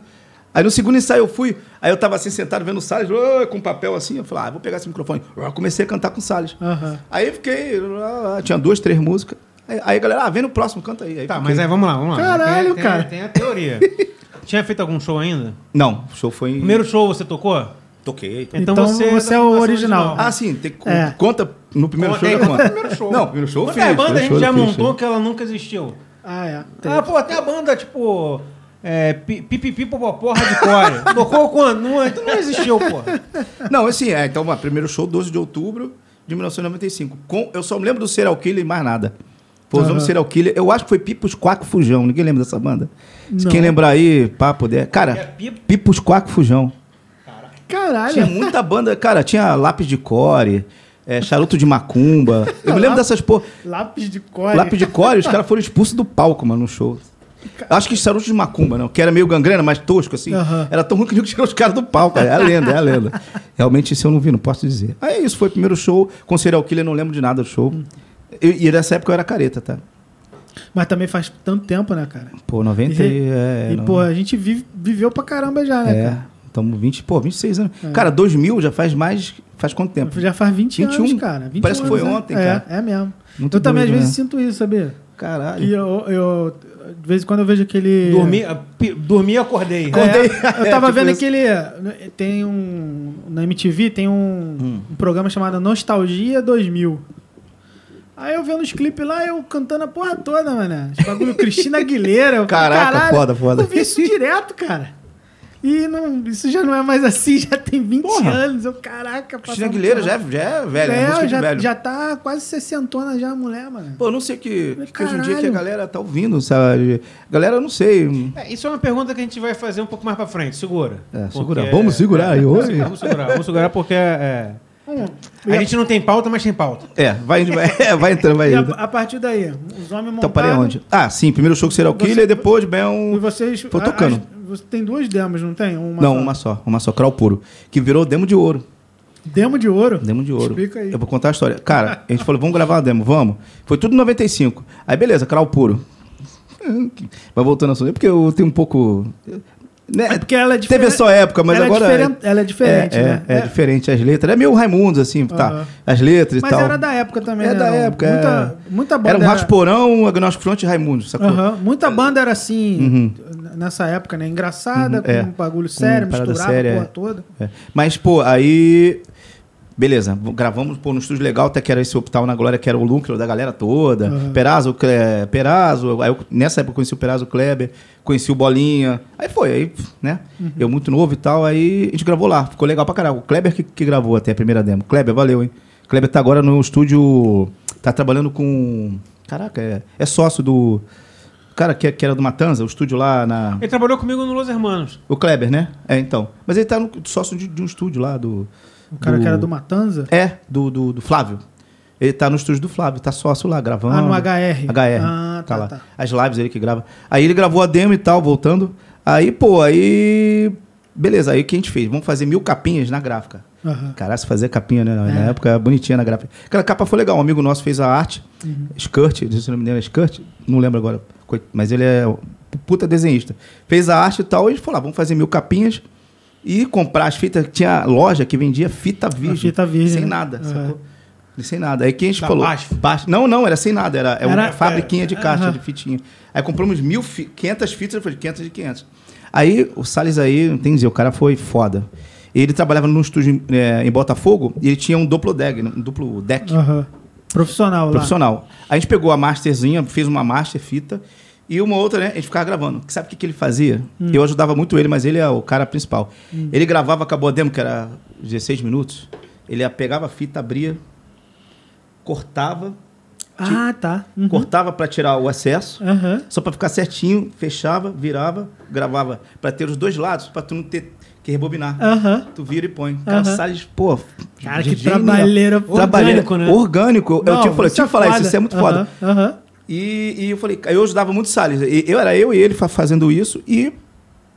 Speaker 3: Aí no segundo ensaio eu fui, aí eu tava assim sentado vendo o Salles, ô, com papel assim, eu falei, ah, vou pegar esse microfone. Eu comecei a cantar com o Salles.
Speaker 2: Aham.
Speaker 3: Aí eu fiquei. lá, lá, Tinha duas, três músicas. Aí, aí a galera, ah, vem no próximo, canta aí. aí
Speaker 1: Tá,
Speaker 3: fiquei-
Speaker 1: mas aí vamos lá, vamos lá.
Speaker 2: Caralho,
Speaker 1: Tem- tem-
Speaker 2: cara.
Speaker 1: Tem a teoria. Tinha feito algum show ainda?
Speaker 3: Não, o show foi em.
Speaker 1: Primeiro show você tocou?
Speaker 3: Toquei. toquei.
Speaker 2: Então você é o original.
Speaker 3: Ah, sim, tem que.
Speaker 2: É.
Speaker 3: Conta no primeiro
Speaker 1: Então. Conta aí,
Speaker 3: show da conta.
Speaker 1: primeiro show.
Speaker 3: Não, primeiro show eu
Speaker 1: Quando é a
Speaker 3: fiz,
Speaker 1: banda a
Speaker 3: primeiro
Speaker 1: gente
Speaker 3: show
Speaker 1: já
Speaker 3: eu fiz,
Speaker 1: montou que ela nunca existiu.
Speaker 2: Ah, é.
Speaker 1: Ah, pô, até a banda, tipo. É, pi- pipipi popopó hardcore. Tocou quando? Não, então não existiu, pô.
Speaker 3: Não, assim, é, então, ó, primeiro show, 12 de outubro de 1995. Com, eu só me lembro do Serial Killer e mais nada. Foi os
Speaker 2: Aham.
Speaker 3: homens Serial Killer. Eu acho que foi Pipos Quaco Fujão. Ninguém lembra dessa banda? Se
Speaker 2: Não.
Speaker 3: quem lembrar aí, pá, puder.
Speaker 1: É
Speaker 3: Cara,
Speaker 1: pipo-
Speaker 3: Pipos Quaco Fujão.
Speaker 2: Caralho.
Speaker 3: Tinha muita banda, cara, tinha lápis de core, é, charuto de macumba. Eu me lembro dessas porra.
Speaker 2: Lápis de cor.
Speaker 3: Lápis de core, os caras foram expulsos do palco, mano, no show. Acho que charuto de macumba, não, que era meio gangrena, mas tosco, assim.
Speaker 2: Aham.
Speaker 3: Era tão ruim que nem tirou os caras do palco. cara. É a lenda, é a lenda. Realmente, isso eu não vi, não posso dizer. Aí é isso foi o primeiro show com serial killer, não lembro de nada do show. E, e nessa época eu era careta, tá?
Speaker 2: Mas também faz tanto tempo, né, cara?
Speaker 3: Pô, 90 e. É,
Speaker 2: e,
Speaker 3: não-
Speaker 2: pô, a gente vive- viveu pra caramba já, né,
Speaker 3: é.
Speaker 2: cara? É.
Speaker 3: Estamos 20, pô, 26 anos. Cara, 2000 já faz mais. Faz quanto tempo?
Speaker 2: Já faz 20
Speaker 3: 21.
Speaker 2: anos, cara. 21
Speaker 3: Parece que
Speaker 2: anos,
Speaker 3: foi
Speaker 2: né?
Speaker 3: ontem,
Speaker 2: é,
Speaker 3: cara.
Speaker 2: É mesmo.
Speaker 3: Muito
Speaker 2: eu também às
Speaker 3: doido,
Speaker 2: vezes
Speaker 3: né?
Speaker 2: sinto isso, sabia?
Speaker 3: Caralho.
Speaker 2: Que eu, eu- De vez em quando eu vejo aquele.
Speaker 1: Dormi, ah, pi- dormi e acordei.
Speaker 2: É,
Speaker 3: Acordei.
Speaker 2: eu tava
Speaker 3: É, tipo
Speaker 2: vendo
Speaker 3: isso.
Speaker 2: aquele. Tem um. Na MTV tem um,
Speaker 3: Hum.
Speaker 2: um programa chamado Nostalgia 2000. Aí eu vendo os clipes lá, eu cantando a porra toda, mano. Os bagulho Cristina Aguilera. eu falei,
Speaker 3: Caraca,
Speaker 2: "Caralho,
Speaker 3: foda, foda."
Speaker 2: Eu vi isso direto, cara. E não- isso já não é mais assim, já tem 20
Speaker 3: Porra.
Speaker 2: anos. Eu, caraca,
Speaker 3: Cristina Aguilera já é, já é velha, é, música
Speaker 2: é,
Speaker 3: de
Speaker 2: já,
Speaker 3: velho.
Speaker 2: já tá quase sessentona já a mulher, mano.
Speaker 3: Pô, eu não sei que, que hoje em dia
Speaker 2: Caralho.
Speaker 3: que a galera tá ouvindo, sabe? Galera, eu não sei.
Speaker 1: É, isso é uma pergunta que a gente vai fazer um pouco mais pra frente. Segura.
Speaker 3: É,
Speaker 1: Porque- é,
Speaker 3: segurar. Vamos segurar aí hoje?
Speaker 1: Vamos segurar, vamos segurar porque é.
Speaker 2: Hum,
Speaker 1: A gente não tem pauta, mas tem pauta.
Speaker 3: É, vai, vai, é, vai entrando, vai
Speaker 2: E a,
Speaker 3: indo.
Speaker 2: a partir daí, os homens montaram...
Speaker 3: Então, parei onde? Ah, sim, primeiro show que será o
Speaker 2: Você-
Speaker 3: Killer, depois
Speaker 2: E
Speaker 3: Bel.
Speaker 2: vocês.
Speaker 3: Foi tocando.
Speaker 2: as- você tem duas demos, não tem? Uma
Speaker 3: Não, uma só, uma só, Crawl Puro. Que virou demo de ouro.
Speaker 2: Demo de ouro?
Speaker 3: Demo de ouro.
Speaker 2: Explica aí.
Speaker 3: Eu vou contar a história. Cara, a gente falou, vamos gravar uma demo, vamos. Foi tudo em 95. Aí, beleza, Crawl Puro. Vai voltando a assunto. É porque eu tenho um pouco. Né?
Speaker 2: É porque ela é
Speaker 3: Teve
Speaker 2: diferen-
Speaker 3: a sua época, mas
Speaker 2: ela é
Speaker 3: agora.
Speaker 2: diferen- ela é diferente,
Speaker 3: é,
Speaker 2: né?
Speaker 3: É,
Speaker 2: É.
Speaker 3: diferente as letras. É meio Raimundos, assim, tá?
Speaker 2: Aham.
Speaker 3: As letras
Speaker 2: Mas
Speaker 3: e tal.
Speaker 2: era da época também,
Speaker 3: É
Speaker 2: né?
Speaker 3: da
Speaker 2: Era
Speaker 3: época.
Speaker 2: Muita,
Speaker 3: é.
Speaker 2: muita banda.
Speaker 3: Era um Rasporão, Agnóstico Front e Raimundos, sacou? É.
Speaker 2: Aham, Muita banda era assim, n- nessa época, né? Engraçada,
Speaker 3: Uhum, é.
Speaker 2: com um bagulho
Speaker 3: Com
Speaker 2: sério,
Speaker 3: parada é.
Speaker 2: misturava
Speaker 3: séria,
Speaker 2: a porra
Speaker 3: é.
Speaker 2: toda.
Speaker 3: É. Mas, pô, aí Beleza, v- gravamos pô, no estúdio legal, até que era esse hospital na Glória, que era o lucro da galera toda. Perazzo, Cle- Perazzo, aí eu- nessa época eu conheci o Perazzo Kleber, conheci o Bolinha. Aí foi, aí, pf, né? Eu muito novo e tal, aí a gente gravou lá, ficou legal pra caralho. O Kleber que, que gravou até a primeira demo. Kleber, valeu, hein? Kleber tá agora no estúdio, tá trabalhando com. Caraca, é, é sócio do. Cara, que, que era do Matanza, o estúdio lá na.
Speaker 1: Ele trabalhou comigo no Los Hermanos.
Speaker 3: O Kleber, né? É, então. Mas ele tá no, sócio de, de um estúdio lá do.
Speaker 2: O cara que era do Matanza?
Speaker 3: É, do, do, do Flávio. Ele tá no estúdio do Flávio, tá sócio lá, gravando.
Speaker 2: Ah, no HR.
Speaker 3: HR.
Speaker 2: Ah,
Speaker 3: tá,
Speaker 2: tá,
Speaker 3: lá.
Speaker 2: tá.
Speaker 3: As lives ele que grava. Aí ele gravou a demo e tal, voltando. Aí, pô, aí. Beleza, aí o que a gente fez? Vamos fazer mil capinhas na gráfica.
Speaker 2: Aham. É.
Speaker 3: Caralho, se fazia capinha, né? Na época era bonitinha na gráfica. Aquela capa foi legal. Um amigo nosso fez a arte,
Speaker 2: Uhum.
Speaker 3: Skirt, se não me engano, é Skirt, não lembro agora, coi- mas ele é um puta desenhista. Fez a arte e tal, e a gente falou: ah, vamos fazer mil capinhas e comprar as fitas. Tinha loja que vendia fita virgem.
Speaker 2: fita virgem,
Speaker 3: Sem
Speaker 2: né?
Speaker 3: nada,
Speaker 2: É.
Speaker 3: sacou? Sem nada. Aí quem a gente
Speaker 1: Da
Speaker 3: falou.
Speaker 1: Basf.
Speaker 3: Basf. Não, não, era sem nada. Era, é um era uma
Speaker 2: Era-
Speaker 3: fabriquinha de caixa,
Speaker 2: Aham.
Speaker 3: de fitinha. Aí compramos mil, fi- 500 fitas, eu falei, 500 de 500. Aí o Salles aí, não tem que dizer, o cara foi foda. Ele trabalhava num estúdio é, em Botafogo e ele tinha um duplo deck, um duplo deck
Speaker 2: Aham. Profissional lá.
Speaker 3: profissional. A gente pegou a masterzinha, fez uma master fita e uma outra, né? A gente ficava gravando. Que Sabe o que, que ele fazia?
Speaker 2: Hum.
Speaker 3: Eu ajudava muito ele, mas ele é o cara principal. Ele gravava, acabou a demo, que era 16 minutos. Ele pegava a fita, abria, cortava,
Speaker 2: Ah, tá. Uhum.
Speaker 3: cortava para tirar o excesso.
Speaker 2: Aham.
Speaker 3: Só pra ficar certinho, fechava, virava, gravava. Pra ter os dois lados, pra tu não ter que rebobinar.
Speaker 2: Aham.
Speaker 3: Tu vira e põe. Cara,
Speaker 2: Ah. Aham.
Speaker 3: Salles, pô.
Speaker 2: Cara, que
Speaker 3: genial.
Speaker 2: trabalheira.
Speaker 3: Trabalheira-
Speaker 1: Orgânico, né?
Speaker 3: Orgânico. Eu- eu
Speaker 2: Não,
Speaker 3: tinha falei, eu tinha que falar isso,
Speaker 2: foda.
Speaker 3: isso é muito
Speaker 2: Aham,
Speaker 3: foda.
Speaker 2: Aham.
Speaker 3: E, e eu falei, eu ajudava muito o Salles. E- Eu era eu e ele fa- fazendo isso e.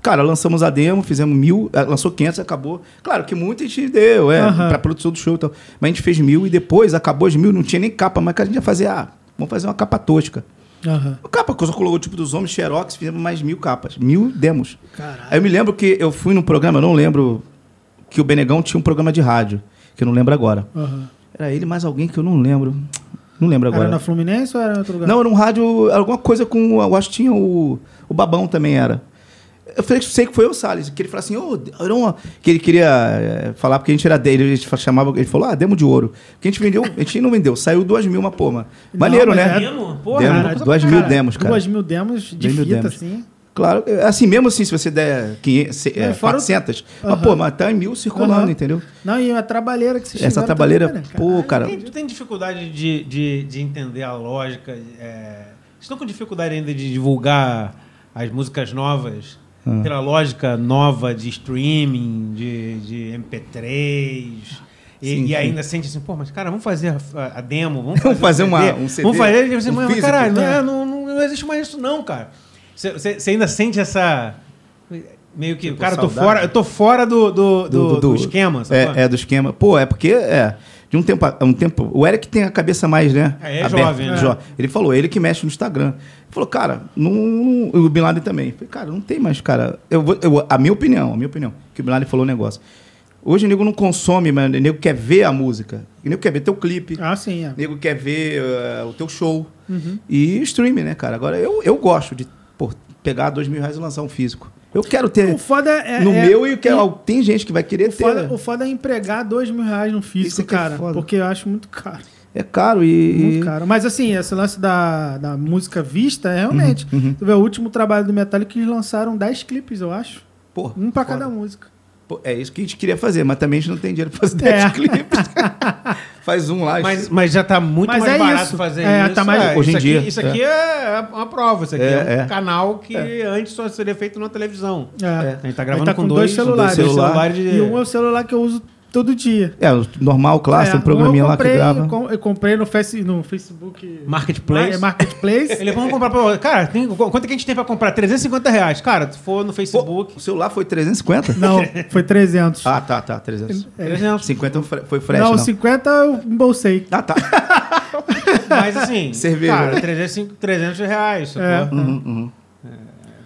Speaker 3: Cara, lançamos a demo, fizemos mil, eh, lançou 500, acabou. Claro que muita gente deu, é,
Speaker 2: Aham.
Speaker 3: pra produção do show e tal. Mas a gente fez mil e depois acabou as mil, não tinha nem capa, mas cara, a gente ia fazer, ah, vamos fazer uma capa tosca.
Speaker 2: Aham.
Speaker 3: Capa, que eu só colocou o tipo dos homens, Xerox, fizemos mais mil capas, mil demos.
Speaker 2: Caralho.
Speaker 3: Aí eu me lembro que eu fui num programa, eu não lembro, que o Benegão tinha um programa de rádio, que eu não lembro agora.
Speaker 2: Aham.
Speaker 3: Era ele mais alguém que eu não lembro. Não lembro agora.
Speaker 2: Era na Fluminense ou era em outro lugar?
Speaker 3: Não, era um rádio, era alguma coisa com. Eu acho que tinha o. O Babão também era. Eu falei, sei que foi o Salles, que ele falou assim, ô, Arão", que ele queria eh, falar, porque a gente era dele, ele fa- chamava, ele falou, ah, demo de ouro. Que a gente vendeu, a gente não vendeu, saiu duas mil uma porra. Maneiro,
Speaker 2: mas
Speaker 3: né?
Speaker 2: é-
Speaker 1: Demo?
Speaker 3: Porra, Demo,
Speaker 2: Cara,
Speaker 3: duas
Speaker 2: cara,
Speaker 3: mil demos, cara.
Speaker 2: Duas mil demos de
Speaker 3: Duas mil
Speaker 2: fita,
Speaker 3: demos.
Speaker 2: assim.
Speaker 3: Claro, é assim, mesmo assim, se você der 500, se- eh,
Speaker 2: Não, fora o-
Speaker 3: 400, mas,
Speaker 2: Aham.
Speaker 3: pô, mas tá em mil circulando,
Speaker 2: Aham.
Speaker 3: entendeu?
Speaker 2: Não, e a trabalheira que vocês
Speaker 3: Essa
Speaker 2: tiveram
Speaker 3: trabalheira,
Speaker 2: também, né, cara?
Speaker 3: pô, cara,
Speaker 1: Tem, tem dificuldade de, de, de entender a lógica. é, Estão com dificuldade ainda de divulgar as músicas novas
Speaker 3: Ah.
Speaker 1: pela lógica nova de streaming, de, de MP3. E,
Speaker 3: Sim,
Speaker 1: e
Speaker 3: sim.
Speaker 1: ainda sente assim, pô, mas cara, vamos fazer a, a demo, vamos
Speaker 3: Vamos
Speaker 1: fazer,
Speaker 3: fazer uma-
Speaker 1: CD,
Speaker 3: um CD,
Speaker 1: Vamos fazer, e você,
Speaker 3: um
Speaker 1: mas,
Speaker 3: físico.
Speaker 1: caralho, não, é-
Speaker 2: É.
Speaker 1: não, não, não existe mais isso não, cara. Você- Você você ainda sente essa... Meio que, cara, eu tô
Speaker 3: Tipo saudade.
Speaker 1: fora, eu tô fora do, do, do,
Speaker 3: do,
Speaker 1: do esquema, sacou?
Speaker 3: É, é, do esquema. Pô, é porque é. De um tempo, a- um tempo. O Eric tem a cabeça mais, né?
Speaker 1: É, é
Speaker 3: aberta,
Speaker 1: jovem, né?
Speaker 3: jo- Ele falou, ele que mexe no Instagram. Ele falou, cara, não. O Bin Laden também. Eu Falei, cara, não tem mais, cara. Eu vou, eu, a minha opinião, a minha opinião, que o Bin Laden falou um negócio. Hoje o nego não consome, mas o nego quer ver a música. O nego quer ver teu clipe.
Speaker 2: Ah, sim, é.
Speaker 3: O nego quer ver eh, o teu show.
Speaker 2: Uhum.
Speaker 3: E streaming, né, cara? Agora, eu, eu gosto de pô, pegar dois mil reais e lançar um físico. Eu quero ter
Speaker 2: O foda é...
Speaker 3: no
Speaker 2: é-
Speaker 3: meu e eu quero, tem gente que vai querer
Speaker 2: O
Speaker 3: ter. né?
Speaker 2: foda, o foda é empregar dois mil reais no
Speaker 3: Isso
Speaker 2: físico,
Speaker 3: que é
Speaker 2: cara.
Speaker 3: foda.
Speaker 2: porque eu acho muito caro.
Speaker 3: É caro e.
Speaker 2: Muito caro. Mas assim, esse lance da, da música vista, é realmente.
Speaker 3: Uhum,
Speaker 2: Tu vê o último trabalho do Metallica, eles lançaram 10 clipes, eu acho.
Speaker 3: Pô,
Speaker 2: Um pra
Speaker 3: foda.
Speaker 2: cada música.
Speaker 3: Pô, é isso que a gente queria fazer, mas também a gente não tem dinheiro pra fazer 10
Speaker 2: É.
Speaker 3: clipes. Faz um lá.
Speaker 1: Mas, mas já tá muito
Speaker 2: Mas
Speaker 1: mais
Speaker 2: é
Speaker 1: barato
Speaker 2: isso.
Speaker 1: fazer
Speaker 2: É,
Speaker 1: isso.
Speaker 2: tá mais-
Speaker 3: hoje em
Speaker 1: isso aqui,
Speaker 3: dia,
Speaker 1: Isso aqui é. uma prova. Isso aqui é,
Speaker 3: É,
Speaker 1: um
Speaker 3: é.
Speaker 1: canal que antes só seria feito na televisão.
Speaker 2: É.
Speaker 1: A gente tá
Speaker 2: Ele
Speaker 1: gravando
Speaker 2: tá
Speaker 1: com, dois,
Speaker 2: celulares.
Speaker 1: dois
Speaker 3: celular.
Speaker 1: celulares de-
Speaker 2: E um é o celular que eu uso todo dia.
Speaker 3: É, o normal, clássico,
Speaker 2: É,
Speaker 3: um programinha lá que
Speaker 2: comprei-
Speaker 3: grava.
Speaker 2: com- Eu comprei no, face, no Facebook
Speaker 1: Marketplace.
Speaker 2: É, Marketplace.
Speaker 1: Ele, vamos comprar pra... Cara, tem- quanto que a gente tem pra comprar? 350 reais. Cara, se for no
Speaker 3: Pô,
Speaker 1: Facebook...
Speaker 3: o celular foi 350?
Speaker 2: Não, foi 300.
Speaker 3: Ah, tá, tá, 300.
Speaker 1: 300.
Speaker 3: 50 é um fre- foi frete,
Speaker 2: não,
Speaker 3: não.
Speaker 2: 50 eu embolsei.
Speaker 3: Ah, tá.
Speaker 1: Mas assim,
Speaker 3: Cerveja.
Speaker 1: cara, 300, 300 reais. sacou?
Speaker 2: É.
Speaker 3: Uhum, uhum.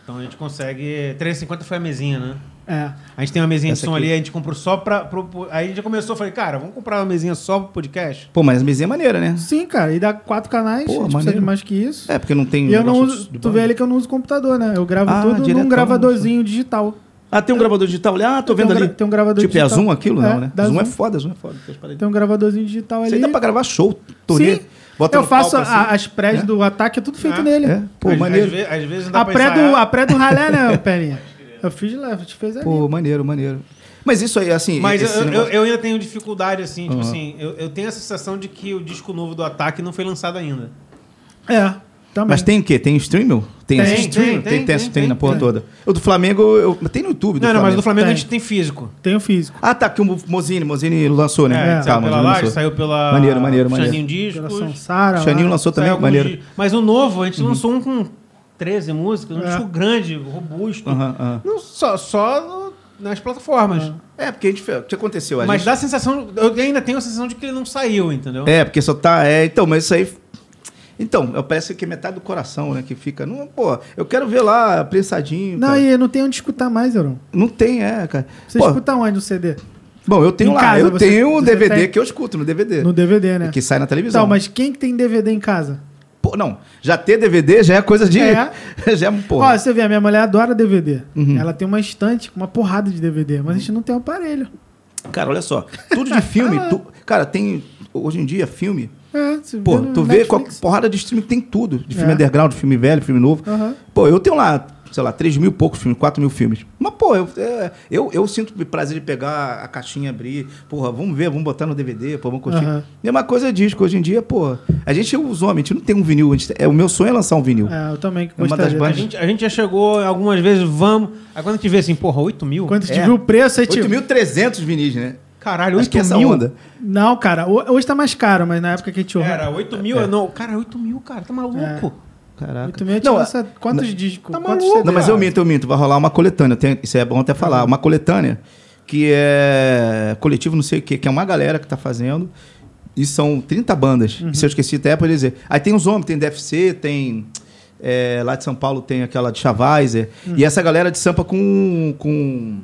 Speaker 1: Então a gente consegue... 350 foi a mesinha, né?
Speaker 2: É.
Speaker 1: A gente tem uma mesinha
Speaker 3: Essa
Speaker 1: de som
Speaker 3: aqui.
Speaker 1: ali, a gente comprou só pra... pro- pro- Aí a gente já começou, falei, cara, vamos comprar uma mesinha só pro podcast?
Speaker 3: Pô, mas a mesinha é maneira, né?
Speaker 2: Sim, cara. E dá quatro canais.
Speaker 3: Pô,
Speaker 2: a gente precisa
Speaker 3: maneiro.
Speaker 2: de mais que isso.
Speaker 3: É, porque não tem.
Speaker 2: E eu não
Speaker 3: negócio
Speaker 2: uso.
Speaker 3: de
Speaker 2: Tu
Speaker 3: banda.
Speaker 2: vê ali que eu não uso computador, né? Eu gravo
Speaker 3: Ah,
Speaker 2: tudo
Speaker 3: diretão,
Speaker 2: num gravadorzinho digital.
Speaker 3: Ah, tem um gravador digital ali? Ah, tô
Speaker 2: É. Tem um
Speaker 3: vendo
Speaker 2: gra-
Speaker 3: ali.
Speaker 2: tem um gravador
Speaker 3: tipo,
Speaker 2: digital.
Speaker 3: é Zoom aquilo?
Speaker 2: É,
Speaker 3: não, né?
Speaker 2: dá
Speaker 3: Zoom, é
Speaker 2: Zoom.
Speaker 3: foda, Zoom é foda. tem as paradas.
Speaker 2: Tem um gravadorzinho digital
Speaker 3: Isso
Speaker 2: ali.
Speaker 3: aí dá pra gravar show, turnê.
Speaker 2: Sim.
Speaker 3: Bota
Speaker 2: Eu
Speaker 3: no
Speaker 2: faço
Speaker 3: palco,
Speaker 2: a-
Speaker 3: assim.
Speaker 2: as prés do ataque, é tudo feito nele.
Speaker 3: É, pô,
Speaker 1: às,
Speaker 3: maneiro.
Speaker 1: Às ve- às vezes, não dá
Speaker 2: A
Speaker 1: pra
Speaker 2: pré, do,
Speaker 1: ensaiar.
Speaker 2: a pré do ralé, né, Pelinha? Eu fiz lá, a gente fez é ali.
Speaker 3: Pô, maneiro, maneiro. Mas isso aí, assim.
Speaker 1: Mas
Speaker 3: esse
Speaker 1: eu, eu-
Speaker 3: negócio-
Speaker 1: eu ainda tenho dificuldade, assim, tipo
Speaker 3: Uhum.
Speaker 1: assim, eu, eu tenho a sensação de que o disco novo do Ataque não foi lançado ainda.
Speaker 2: É, também.
Speaker 3: Mas tem o quê? Tem streaming? Tem,
Speaker 2: Tem,
Speaker 3: esse
Speaker 1: tem,
Speaker 3: streaming?
Speaker 1: tem,
Speaker 3: Tem, tem, tem,
Speaker 1: tem,
Speaker 3: na porra
Speaker 1: tem.
Speaker 3: toda. O do Flamengo, eu- tem no YouTube. Do
Speaker 1: não, não, mas
Speaker 3: Flamengo.
Speaker 1: o do Flamengo a
Speaker 2: Tem.
Speaker 1: gente tem físico.
Speaker 2: Tem o físico.
Speaker 3: Ah, tá, que o Mozini, Mozini lançou,
Speaker 1: É,
Speaker 3: né?
Speaker 2: É.
Speaker 1: saiu
Speaker 3: Tá,
Speaker 1: pela
Speaker 3: Mozini
Speaker 1: Laje,
Speaker 3: lançou.
Speaker 1: saiu pela
Speaker 3: Maneiro, maneiro, maneiro.
Speaker 1: Chaninho
Speaker 2: Pela
Speaker 1: Discos.
Speaker 2: Sara.
Speaker 3: Xaninho lançou
Speaker 1: Saiu
Speaker 3: também,
Speaker 1: alguns
Speaker 3: maneiro. Uhum.
Speaker 1: dias. Mas o novo, a gente lançou um com 13 músicas, um
Speaker 2: É.
Speaker 1: disco grande, robusto.
Speaker 3: Aham, aham.
Speaker 1: Não, só só no- nas plataformas.
Speaker 3: É, porque a gente, o que aconteceu? A
Speaker 1: Mas
Speaker 3: gente-
Speaker 1: dá a sensação, eu ainda tenho a sensação de que ele não saiu, entendeu?
Speaker 3: É, porque só tá. É, então, mas isso aí. Então, eu- parece que é metade do coração, né? Que fica. Não, pô, eu quero ver lá, prensadinho.
Speaker 2: Não,
Speaker 3: um, cara.
Speaker 2: e não tem onde escutar mais, Euron.
Speaker 3: Não tem, é, cara.
Speaker 2: Você
Speaker 3: Pô,
Speaker 2: escuta onde no CD?
Speaker 3: Bom, eu tenho
Speaker 2: Em
Speaker 3: lá.
Speaker 2: casa
Speaker 3: eu
Speaker 2: você-
Speaker 3: tenho um
Speaker 2: você
Speaker 3: DVD
Speaker 2: tem?
Speaker 3: que eu escuto no DVD.
Speaker 2: No DVD, né?
Speaker 3: Que sai na televisão.
Speaker 2: Então, mas quem que tem DVD em casa?
Speaker 3: Pô, não, já ter DVD já é coisa de.
Speaker 2: É.
Speaker 3: já é um
Speaker 2: Ó,
Speaker 3: porra. Uhum.
Speaker 2: você vê, a minha mulher adora DVD. Ela tem uma estante com uma porrada de DVD, mas a gente não tem um aparelho.
Speaker 3: Cara, olha só. Tudo de filme.
Speaker 2: Ah.
Speaker 3: tu- Cara, tem. Hoje em dia, filme.
Speaker 2: É, você
Speaker 3: Pô,
Speaker 2: no
Speaker 3: tu vê qual
Speaker 2: Netflix.
Speaker 3: porrada de streaming que tem tudo. De filme
Speaker 2: É.
Speaker 3: underground, filme velho, filme novo.
Speaker 2: Aham.
Speaker 3: Pô, eu tenho lá, sei lá, 3 mil e poucos filmes, 4 mil filmes. Mas, pô, eu, é, eu, eu sinto prazer de pegar a caixinha, abrir. Porra, vamos ver, vamos botar no DVD, pô, vamos curtir.
Speaker 2: Aham.
Speaker 3: Mesma coisa é disco. Hoje em dia, pô, a gente é os homens, a gente não tem um vinil. a gente tem- é, o meu sonho é lançar um vinil.
Speaker 2: É, eu também
Speaker 3: uma das
Speaker 2: gostaria.
Speaker 1: A
Speaker 3: bandas-
Speaker 1: gente, a gente já chegou algumas vezes, vamos. Aí quando a gente vê assim, porra, 8 mil?
Speaker 2: Quando a gente
Speaker 3: É.
Speaker 2: viu o preço, aí tipo...
Speaker 3: 8.300 vinis, né?
Speaker 1: Caralho, 8
Speaker 3: Acho que é essa
Speaker 1: mil?
Speaker 3: onda.
Speaker 2: Não, cara, ho- hoje tá mais caro, mas na época que a gente
Speaker 1: Era 8 mil?
Speaker 3: É.
Speaker 1: Não, cara, 8 mil, cara, tá maluco?
Speaker 2: É.
Speaker 3: Caraca.
Speaker 2: 8 mil, a gente
Speaker 3: Não,
Speaker 2: lança quantos discos?
Speaker 1: Tá
Speaker 2: quantos
Speaker 1: maluco,
Speaker 2: CDs?
Speaker 3: Não, mas eu minto, eu minto. Vai rolar uma coletânea. Tem- isso é bom até falar. Uma coletânea que é coletivo não sei o quê, que é uma galera que tá fazendo. E são 30 bandas.
Speaker 2: Uhum.
Speaker 3: Isso eu esqueci até pra dizer. Aí tem os homens, tem DFC, tem... é, lá de São Paulo tem aquela de Chavaizer.
Speaker 2: Hum.
Speaker 3: E essa galera de Sampa com... com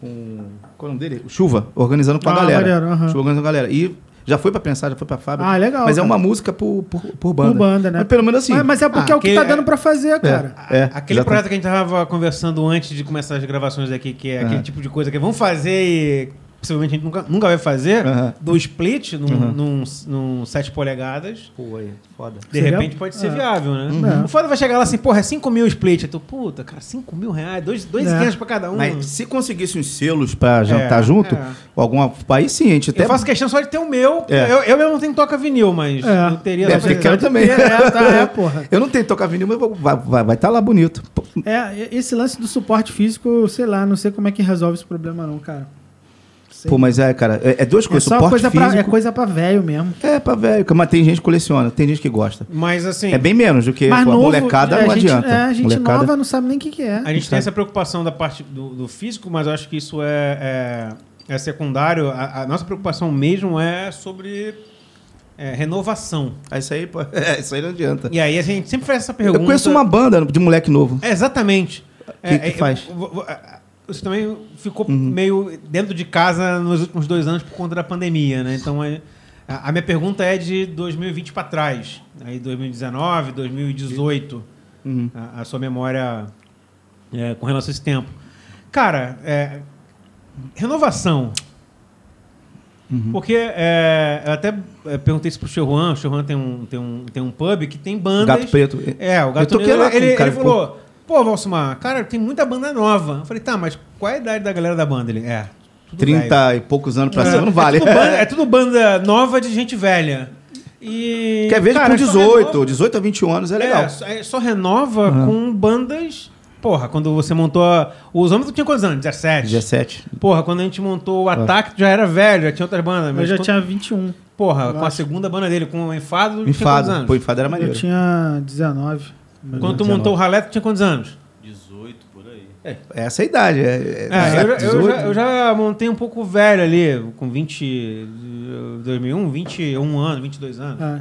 Speaker 3: com. Qual é o nome dele? O Chuva, organizando com a
Speaker 2: Ah,
Speaker 3: galera.
Speaker 2: maneiro, aham.
Speaker 3: Chuva organizando com a galera. E já foi pra pensar, já foi pra fábrica.
Speaker 2: Ah, legal,
Speaker 3: Mas é
Speaker 2: cara.
Speaker 3: uma música por, por, por banda.
Speaker 2: Por banda, né?
Speaker 3: Mas pelo menos assim.
Speaker 2: Mas, mas é porque
Speaker 1: Ah,
Speaker 2: é o que
Speaker 1: que-
Speaker 2: tá dando pra fazer, cara.
Speaker 1: A-
Speaker 3: É,
Speaker 1: aquele
Speaker 3: já tá-
Speaker 1: projeto que a gente tava conversando antes de começar as gravações aqui, que é aquele tipo de coisa que vamos fazer e possivelmente a gente nunca, nunca vai fazer,
Speaker 3: Aham.
Speaker 1: do split num, num, num 7 polegadas.
Speaker 3: Pô, aí, foda.
Speaker 1: De
Speaker 2: Seria-
Speaker 1: repente pode ser
Speaker 2: é.
Speaker 1: viável, né?
Speaker 2: Uhum.
Speaker 1: O foda vai chegar lá assim, porra, é 5 mil o split. Aí tu, puta, cara, 5 mil reais, 2,500
Speaker 2: É.
Speaker 1: pra cada um.
Speaker 3: Mas se conseguisse uns selos pra jantar
Speaker 1: É,
Speaker 3: junto,
Speaker 1: é.
Speaker 3: algum país sim, a gente até.
Speaker 1: Eu faço questão só de ter o meu.
Speaker 3: É.
Speaker 1: Eu, eu mesmo não tenho toca vinil, mas
Speaker 2: É.
Speaker 1: eu teria.
Speaker 3: É,
Speaker 1: só pra-
Speaker 3: porque quero também.
Speaker 2: É, tá, é, porra.
Speaker 3: Eu não tenho tocar vinil, mas vou- vai estar vai, tá lá bonito. Pô,
Speaker 2: É, e- esse lance do suporte físico, sei lá, não sei como é que resolve esse problema, não, cara. Sei.
Speaker 3: Pô, mas é, cara, é, é duas
Speaker 2: é
Speaker 3: coisas.
Speaker 2: só
Speaker 3: suporte
Speaker 2: coisa pra, é
Speaker 3: físico-
Speaker 2: coisa pra velho mesmo.
Speaker 3: É, pra velho, mas tem gente que coleciona, tem gente que gosta.
Speaker 1: Mas assim,
Speaker 3: É bem menos do que
Speaker 2: Mas
Speaker 3: pô, a
Speaker 2: novo,
Speaker 3: molecada
Speaker 2: é,
Speaker 3: não
Speaker 2: a gente,
Speaker 3: adianta.
Speaker 2: É, a gente
Speaker 3: molecada, Tá.
Speaker 2: nova não sabe nem o que, que é.
Speaker 1: a gente tem essa preocupação da parte do, do físico, mas eu acho que isso é, é, é secundário. A, a nossa preocupação mesmo é sobre é, renovação.
Speaker 3: Ah, Isso aí, pô, é, isso aí não adianta.
Speaker 1: E aí a gente sempre faz essa pergunta.
Speaker 3: Eu conheço uma banda de moleque novo.
Speaker 1: É, exatamente. É,
Speaker 3: que faz? Uhum.
Speaker 1: eu- eu- eu- eu- Você também ficou meio dentro de casa nos últimos dois anos por conta da pandemia, né? Então, é- a, a minha pergunta é de 2020 para trás. Aí 2019, 2018. A, a sua memória é, com relação a esse tempo. Cara, é, renovação.
Speaker 3: Uhum.
Speaker 1: Porque é, eu até é, perguntei isso pro Che Juan. O Che Juan tem um, tem, um, tem um pub que tem bandas...
Speaker 3: Gato Preto. eh,
Speaker 1: É, o
Speaker 3: Eu
Speaker 1: Gato
Speaker 3: toquei
Speaker 1: Negro,
Speaker 3: lá com
Speaker 1: ele,
Speaker 3: um cara
Speaker 1: ele
Speaker 3: de
Speaker 1: falou, pô, Valsumar, cara, tem muita banda nova. Eu falei, tá, mas qual é a idade da galera da banda? Ele, é, tudo
Speaker 3: 30
Speaker 1: velho.
Speaker 3: e poucos anos pra
Speaker 1: É,
Speaker 3: cima não vale.
Speaker 1: É tudo, banda, é tudo banda nova de gente velha. E,
Speaker 3: Quer ver Tipo
Speaker 1: cara, só
Speaker 3: com 18,
Speaker 1: renova-
Speaker 3: 18 a 21 anos é
Speaker 1: é,
Speaker 3: legal.
Speaker 1: só- é, só renova com bandas... Porra, quando você montou... a- Os homens, tu tinha quantos anos? 17?
Speaker 3: 17.
Speaker 1: Porra, quando a gente montou
Speaker 3: Ah.
Speaker 1: o Ataque, tu já era velho, já tinha outras bandas.
Speaker 2: Eu
Speaker 1: Mas
Speaker 2: já
Speaker 1: quando-
Speaker 2: tinha 21.
Speaker 1: Porra, com a
Speaker 2: acho.
Speaker 1: segunda banda dele, com o Enfado, tu tinha quantos
Speaker 3: Enfado.
Speaker 1: anos?
Speaker 3: Pô, enfado era maneiro.
Speaker 2: Eu tinha 19. mas-
Speaker 1: Quando tu montou o Ralé, tu tinha quantos anos?
Speaker 4: 18 por aí.
Speaker 3: É essa a idade. É, é,
Speaker 1: É, eu, já- eu
Speaker 3: 18.
Speaker 1: já, eu já montei um pouco velho ali, com 20. eh, 2001, 21 anos, 22 anos.
Speaker 2: É.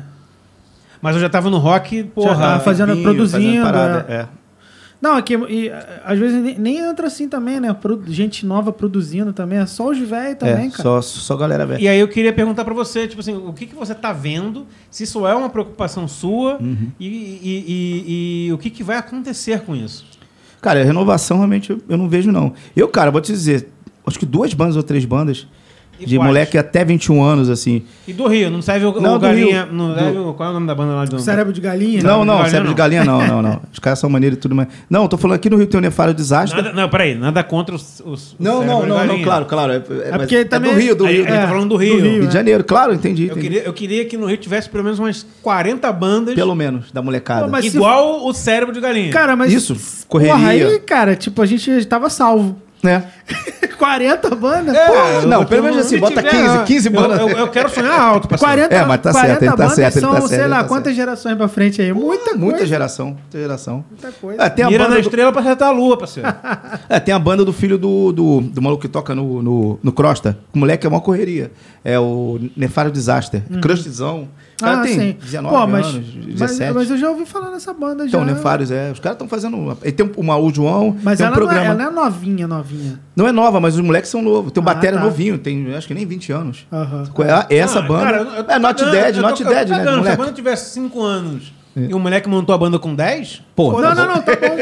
Speaker 1: Mas eu já tava no rock, porra.
Speaker 2: tava fazendo-
Speaker 3: Vinho,
Speaker 2: produzindo,
Speaker 1: né?
Speaker 3: parada, é.
Speaker 2: Não, é que e, a- às vezes nem, nem entra assim também, né? Pro- gente nova produzindo também. É só os velhos também,
Speaker 3: É,
Speaker 2: cara.
Speaker 3: Só, só galera velha.
Speaker 1: E aí eu queria perguntar pra você, tipo assim, o que, que você tá vendo, se isso é uma
Speaker 3: Uhum.
Speaker 1: preocupação sua e, e- e- e o que, que vai acontecer com isso?
Speaker 3: Cara, renovação realmente eu, eu não vejo, não. Eu, cara, vou te dizer, acho que duas bandas ou três bandas
Speaker 1: E
Speaker 3: de
Speaker 1: quais?
Speaker 3: moleque até 21 anos, assim.
Speaker 1: E do Rio, não serve o,
Speaker 3: Não,
Speaker 1: o
Speaker 3: do
Speaker 1: Galinha.
Speaker 3: Rio.
Speaker 1: Não serve o, qual é o nome da banda lá do.
Speaker 2: Cérebro de galinha?
Speaker 3: Não, não,
Speaker 1: galinha,
Speaker 3: cérebro de
Speaker 1: não.
Speaker 3: galinha não, não, não. Os caras são maneiros e tudo mais. Não, tô falando aqui no Rio tem o Nefário Desastre.
Speaker 1: Nada, não, peraí, nada contra os. os
Speaker 3: Não,
Speaker 1: o Cérebro
Speaker 3: não,
Speaker 1: de
Speaker 3: não, não,
Speaker 1: Galinha.
Speaker 3: claro, claro. É, é, mas
Speaker 2: porque
Speaker 3: é
Speaker 2: também-
Speaker 3: do Rio, do
Speaker 1: Aí-
Speaker 3: Rio.
Speaker 1: aí tá falando do Rio.
Speaker 2: do Rio.
Speaker 3: Rio de Janeiro, claro, entendi.
Speaker 1: Eu
Speaker 3: entendi.
Speaker 1: queria, eu queria que no Rio tivesse pelo menos umas 40 bandas
Speaker 3: Pelo menos, da molecada.
Speaker 2: Pô, mas- se-
Speaker 1: igual o Cérebro de Galinha.
Speaker 2: Cara, mas.
Speaker 3: Isso,
Speaker 2: Correria. Porra,
Speaker 3: correria.
Speaker 2: aí, cara, tipo, a gente tava salvo.
Speaker 3: né?
Speaker 2: 40 bandas?
Speaker 1: É,
Speaker 2: pô,
Speaker 1: eu-
Speaker 3: não,
Speaker 1: eu-
Speaker 3: pelo menos assim,
Speaker 1: se
Speaker 3: bota 15, 15
Speaker 1: eu-
Speaker 3: bandas.
Speaker 1: Eu, eu quero sonhar alto, parceiro.
Speaker 2: 40,
Speaker 3: É, mas tá
Speaker 2: 40
Speaker 3: certo, ele tá
Speaker 2: bandas
Speaker 3: certo, ele
Speaker 2: são,
Speaker 3: tá certo,
Speaker 2: sei
Speaker 3: ele
Speaker 2: lá,
Speaker 3: tá
Speaker 2: quantas gerações pra frente aí? Muita coisa.
Speaker 3: Muita geração, muita geração.
Speaker 2: Muita coisa.
Speaker 3: Ah, tem, a
Speaker 1: Mira na
Speaker 3: banda do,
Speaker 1: estrela pra acertar a lua, parceiro.
Speaker 3: é, tem a banda do filho do, do, do maluco que toca no, no, no Crosta. O moleque é uma correria. É o Nefário Disaster. Crushzão. O cara tem 19
Speaker 2: Uhum. Ah, Pô, mas,
Speaker 3: anos,
Speaker 2: mas-
Speaker 3: 17.
Speaker 2: Mas, eu já ouvi falar nessa banda
Speaker 3: então,
Speaker 2: já.
Speaker 3: Nefários, é. Os caras estão fazendo. uma- E tem um, uma, o João.
Speaker 2: Mas
Speaker 3: tem um
Speaker 2: ela, não é,
Speaker 3: programa.
Speaker 2: ela é novinha, novinha.
Speaker 3: Não é nova, mas os moleques são novos. Tem o
Speaker 2: Ah,
Speaker 3: Batera
Speaker 2: tá.
Speaker 3: novinho, tem acho que nem 20 anos.
Speaker 2: Aham.
Speaker 3: Qual é? É Essa
Speaker 1: Ah,
Speaker 3: banda.
Speaker 1: cara, eu- eu tô
Speaker 3: é Not
Speaker 1: cagando,
Speaker 3: Dead,
Speaker 1: eu tô-
Speaker 3: Not
Speaker 1: eu tô
Speaker 3: Dead, né?
Speaker 1: cagando. Se a
Speaker 3: moleque.
Speaker 1: banda tivesse 5 anos e o moleque montou a banda com 10, pô.
Speaker 2: não, não, não, tá bom,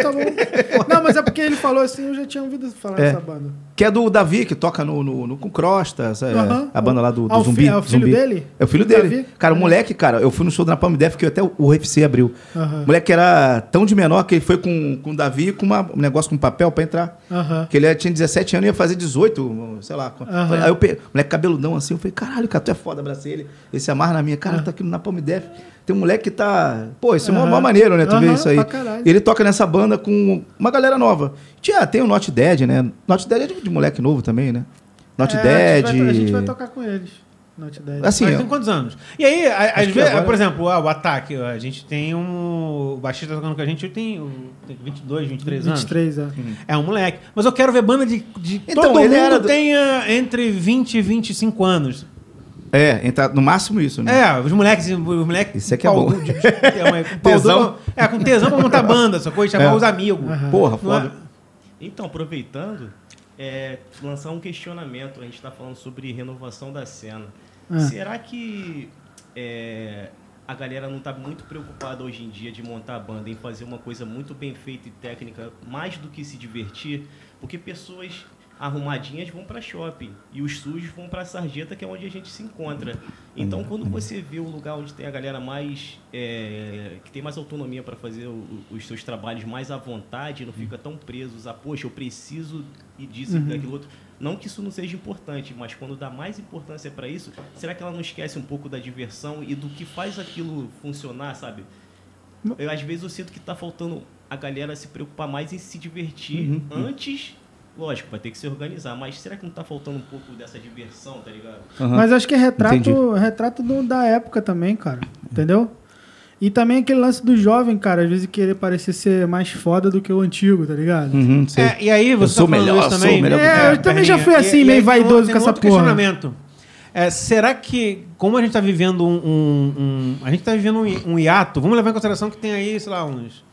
Speaker 2: tá bom. não, mas é porque ele falou assim, eu já tinha ouvido falar
Speaker 3: É.
Speaker 2: dessa banda.
Speaker 3: Que é do Davi, que toca no, no, no- com Crosta, essa-
Speaker 2: Aham.
Speaker 3: a banda lá do, do
Speaker 2: Ah, o fi-
Speaker 3: Zumbi.
Speaker 2: é o filho
Speaker 3: Zumbi.
Speaker 2: dele?
Speaker 3: É o filho
Speaker 2: Do
Speaker 3: dele.
Speaker 2: Davi?
Speaker 3: Cara, o moleque, cara, eu fui no show do Napalm Death, que até o o UFC abriu.
Speaker 2: Aham.
Speaker 3: O moleque era tão de menor que ele foi com, com o Davi com uma- um negócio com papel pra entrar.
Speaker 2: Aham.
Speaker 3: Que ele era- tinha 17 anos e ia fazer 18, sei lá. quando-
Speaker 2: Aham.
Speaker 3: Aí eu peguei, moleque cabeludão assim, eu falei, caralho, cara, tu é foda, abracei ele. Ele se amarra na minha, cara, tá aqui no Napalm Death. Tem um moleque que tá. Pô, isso é mó-
Speaker 2: Aham.
Speaker 3: mó maneiro, né? Tu vê
Speaker 2: Aham,
Speaker 3: isso aí.
Speaker 2: pra caralho.
Speaker 3: Ele toca nessa banda com uma galera nova. Tinha, tem o Not Dead, né? Not Dead é de, de moleque novo também, né? Not
Speaker 2: É,
Speaker 3: Dead.
Speaker 2: A gente, vai, a gente vai tocar com eles. Not Dead.
Speaker 3: Assim,
Speaker 1: Mas
Speaker 3: ó,
Speaker 1: tem quantos anos? E aí, a- às
Speaker 3: que
Speaker 1: vezes,
Speaker 3: agora-
Speaker 1: por exemplo, ah, o ataque, a gente tem um. O baixista tocando com a gente tem, um- tem 22, 23 anos.
Speaker 2: 23, é.
Speaker 3: Uhum.
Speaker 1: É um moleque. Mas eu quero ver banda de. de
Speaker 3: Então,
Speaker 1: todo
Speaker 3: ele
Speaker 1: mundo
Speaker 3: era do-
Speaker 1: tenha entre 20 e 25 anos.
Speaker 3: é, entra, no máximo isso, né?
Speaker 1: É, os moleques. Os moleques
Speaker 3: Isso é que é
Speaker 1: pau-
Speaker 3: bom.
Speaker 1: de- de- com pau
Speaker 3: Tesão.
Speaker 1: duro- É, com tesão pra montar banda, só coisa, chamar
Speaker 3: É.
Speaker 1: os amigos.
Speaker 3: Porra,
Speaker 1: Não é-
Speaker 3: foda.
Speaker 4: Então, aproveitando, é, lançar um questionamento. A gente está falando sobre renovação da cena.
Speaker 2: Ah.
Speaker 4: Será que é, a galera não está muito preocupada hoje em dia de montar a banda, em fazer uma coisa muito bem feita e técnica, mais do que se divertir? Porque pessoas arrumadinhas vão para shopping e os sujos vão para sarjeta, que é onde a gente se encontra. Então, quando você vê o lugar onde tem a galera mais é, que tem mais autonomia para fazer o- o- os seus trabalhos mais à vontade, não fica tão presos a poxa, eu preciso e disso e daquilo outro. Não que isso não seja importante, mas quando dá mais importância para isso, será que ela não esquece um pouco da diversão e do que faz aquilo funcionar, sabe? Eu, às vezes eu sinto que tá faltando a galera se preocupar mais em se divertir antes. Lógico, vai ter que se organizar, mas será que não tá faltando um pouco dessa diversão, tá ligado?
Speaker 3: Aham.
Speaker 2: Mas acho que é retrato,
Speaker 3: Entendi.
Speaker 2: retrato do- da época também, cara. Entendeu? E também aquele lance do jovem, cara, às vezes querer parecer ser mais foda do que o antigo, tá ligado?
Speaker 3: Uhum, sei.
Speaker 1: É, e aí você
Speaker 3: sou
Speaker 1: tá falando
Speaker 3: melhor,
Speaker 1: isso
Speaker 3: sou
Speaker 1: também.
Speaker 3: melhor
Speaker 2: que- É, eu também já fui
Speaker 1: Perninha.
Speaker 2: assim,
Speaker 1: E- e
Speaker 2: meio
Speaker 1: aí tem
Speaker 2: vaidoso
Speaker 1: outro-
Speaker 2: com
Speaker 1: tem
Speaker 2: essa
Speaker 1: outro
Speaker 2: porra.
Speaker 1: questionamento. É, será que, como a gente tá vivendo um, um- um- A gente tá vivendo um, hi- um hiato, vamos levar em consideração que tem aí, sei lá, uns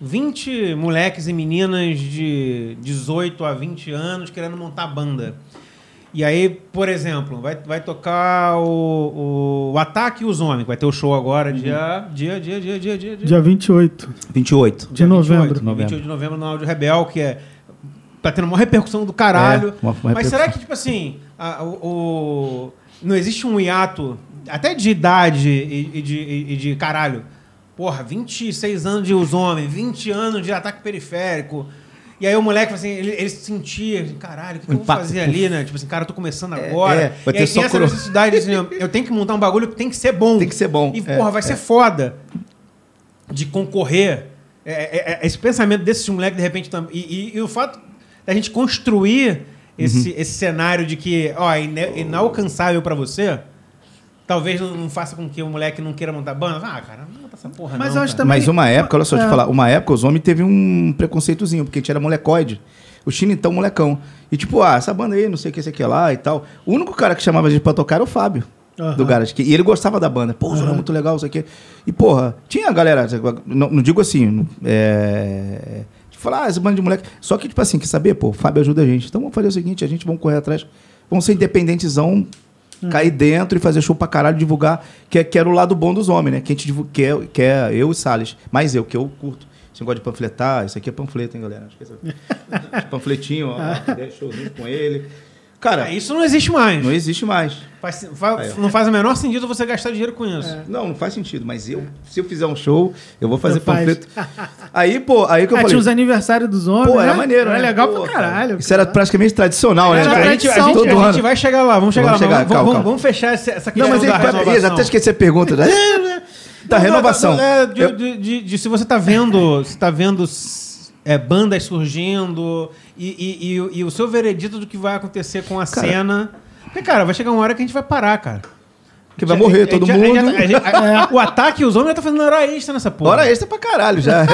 Speaker 1: 20 moleques e meninas de 18 a 20 anos querendo montar banda. E aí, por exemplo, vai, vai tocar o, o, o Ataque e os Homens. Vai ter o show agora, dia, dia, dia, dia, dia, dia, dia.
Speaker 2: Dia 28
Speaker 3: 28.
Speaker 2: de novembro.
Speaker 1: 28, 28 de novembro no Áudio Rebel, que é. Tá tendo uma repercussão do caralho.
Speaker 3: É, uma- uma
Speaker 1: Mas
Speaker 3: repercussão.
Speaker 1: será que, tipo assim, a- o, o- não existe um hiato, até de idade e, e de, e- e de caralho? Porra, 26 anos de os homens, 20 anos de ataque periférico. E aí o moleque, assim, ele, ele se sentia, assim, caralho, o que, que eu vou
Speaker 3: Impacto.
Speaker 1: fazer ali, né? Tipo assim, cara, eu tô começando agora.
Speaker 3: é, vai
Speaker 1: e
Speaker 3: ter
Speaker 1: aí
Speaker 3: só
Speaker 1: tem essa
Speaker 3: coro-
Speaker 1: necessidade, assim, ó, eu tenho que montar um bagulho que tem que ser bom.
Speaker 3: Tem que ser bom,
Speaker 1: E,
Speaker 3: é,
Speaker 1: porra, vai ser foda de concorrer. É, é, é, esse pensamento desses moleques, de repente, tam- e, e- e o fato da gente construir esse,
Speaker 3: Uhum.
Speaker 1: esse cenário de que, ó, é ina- inalcançável pra você, talvez não, não faça com que o moleque não queira montar banda. Ah, cara, não monta essa porra,
Speaker 2: Mas
Speaker 1: não.
Speaker 2: eu acho
Speaker 1: cara.
Speaker 2: também-
Speaker 3: Mas uma época, olha só,
Speaker 2: É.
Speaker 3: deixa eu te falar, uma época os homens teve um preconceitozinho, porque a gente era molecoide. O China, então, molecão. E tipo, ah, essa banda aí, não sei o que, esse aqui é lá e tal. O único cara que chamava a gente pra tocar era o Fábio.
Speaker 2: Aham.
Speaker 3: Do Garage. que- E ele gostava da banda. Pô, o Zorão é muito legal, isso aqui. E, porra, tinha a galera, não, não digo assim, é... De falar, ah, essa banda de moleque. Só que, tipo assim, quer saber? Pô, o Fábio ajuda a gente. Então vamos fazer o seguinte, a gente vamos correr atrás, vamos ser independentezão,
Speaker 1: Hum.
Speaker 3: cair dentro e fazer show pra caralho, divulgar, que, é- que era o lado bom dos homens, né? Que a gente divulga, que é, que é eu e Salles. Mas eu, que eu curto. Você gosta de panfletar? Isso aqui é panfleto, hein, galera? Não esqueça. Esse é panfletinho, ó. 10 showzinho com ele. Cara,
Speaker 1: Ah. É, Isso não existe mais.
Speaker 3: tá- não existe mais.
Speaker 1: Faz- fa-
Speaker 3: Aí, ó. É.
Speaker 1: não faz o menor sentido você gastar dinheiro com isso.
Speaker 3: Não, não faz sentido, mas eu, se eu fizer um show, eu vou fazer
Speaker 2: Não faz.
Speaker 3: panfleto. Aí, pô, aí que eu
Speaker 1: É,
Speaker 2: Ah,
Speaker 3: falei.
Speaker 2: tinha os aniversários dos homens.
Speaker 3: Pô,
Speaker 2: né?
Speaker 3: era maneiro,
Speaker 2: Era
Speaker 3: né?
Speaker 2: legal
Speaker 3: Pô,
Speaker 2: pra
Speaker 3: cara,
Speaker 2: caralho.
Speaker 3: Isso era praticamente tradicional, né?
Speaker 2: Era
Speaker 3: Cara,
Speaker 1: a, gente, a gente-
Speaker 3: todo
Speaker 1: a gente
Speaker 3: ano.
Speaker 1: vai chegar lá, vamos chegar
Speaker 3: Vamos
Speaker 1: lá. mas
Speaker 3: chegar,
Speaker 1: vamos,
Speaker 3: calma,
Speaker 1: vamos-
Speaker 3: calma.
Speaker 1: vamos fechar essa, essa
Speaker 3: Não,
Speaker 1: questão
Speaker 3: mas aí,
Speaker 1: da
Speaker 3: pera- Isa,
Speaker 1: renovação.
Speaker 3: até esqueci a pergunta. já. da
Speaker 1: Não,
Speaker 3: renovação.
Speaker 1: é, de,
Speaker 3: Eu-
Speaker 1: de- de- de se você tá vendo, se tá vendo s- é, bandas surgindo e, e- e- e o seu veredito do que vai acontecer com a
Speaker 3: Cara.
Speaker 1: cena. Porque, cara, vai chegar uma hora que a gente vai parar, cara.
Speaker 3: Que vai morrer
Speaker 1: A gente-
Speaker 3: todo
Speaker 1: a gente- a gente- tá,
Speaker 3: mundo.
Speaker 1: a gente- a- o ataque e os homens já tá fazendo hora extra nessa porra.
Speaker 3: Hora extra pra caralho já.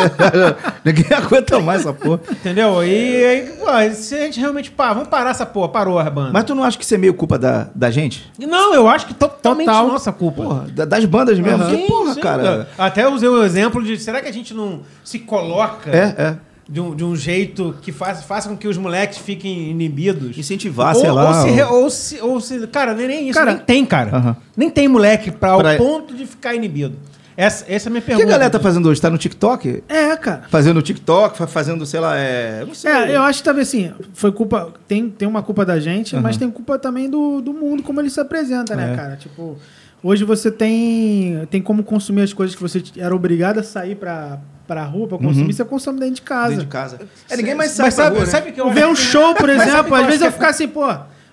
Speaker 3: Ninguém aguenta mais essa porra.
Speaker 1: Entendeu? E aí, ó, se a gente realmente pá, vamos parar essa porra, parou a banda.
Speaker 3: Mas tu não acha que isso é meio culpa da, da gente?
Speaker 1: Não, eu acho que totalmente
Speaker 2: Total.
Speaker 1: nossa culpa.
Speaker 3: Porra, da- das bandas mesmo?
Speaker 1: Sim,
Speaker 3: Que porra,
Speaker 1: sim,
Speaker 3: cara.
Speaker 1: Até usei o exemplo de será que a gente não se coloca
Speaker 3: É, é.
Speaker 1: de, um, de um jeito que faça, faça com que os moleques fiquem inibidos?
Speaker 3: Incentivar,
Speaker 1: ou,
Speaker 3: Ah, sei lá,
Speaker 1: Ou se,
Speaker 3: ou-
Speaker 1: re- ou se- ou se- Cara, nem, nem isso.
Speaker 2: Cara,
Speaker 1: nem tem, cara.
Speaker 3: Aham.
Speaker 1: Nem tem moleque pra,
Speaker 3: Pra-
Speaker 1: o ponto de ficar inibido. Essa, essa é a minha
Speaker 3: O
Speaker 1: pergunta.
Speaker 3: que a galera tá fazendo hoje? Tá no TikTok?
Speaker 2: É, cara.
Speaker 3: Fazendo TikTok, fa- fazendo, sei lá, é. Não sei.
Speaker 2: É, eu acho que também assim, foi culpa. Tem, tem uma culpa da gente,
Speaker 3: Aham.
Speaker 2: mas tem culpa também do, do mundo, como ele se apresenta, né, cara? Tipo, hoje você tem, tem como consumir as coisas que você era obrigado a sair pra, pra rua pra consumir, você consome dentro de casa.
Speaker 3: Dentro de casa. É, ninguém mais
Speaker 1: Mas
Speaker 3: sabe.
Speaker 1: sabe,
Speaker 3: agora, né?
Speaker 1: sabe que eu
Speaker 2: Eu ver um
Speaker 1: acho que-
Speaker 2: show, por
Speaker 1: Mas sabe
Speaker 2: exemplo,
Speaker 1: que
Speaker 2: às
Speaker 1: eu
Speaker 2: vezes
Speaker 1: acho
Speaker 2: eu ficar assim, pô.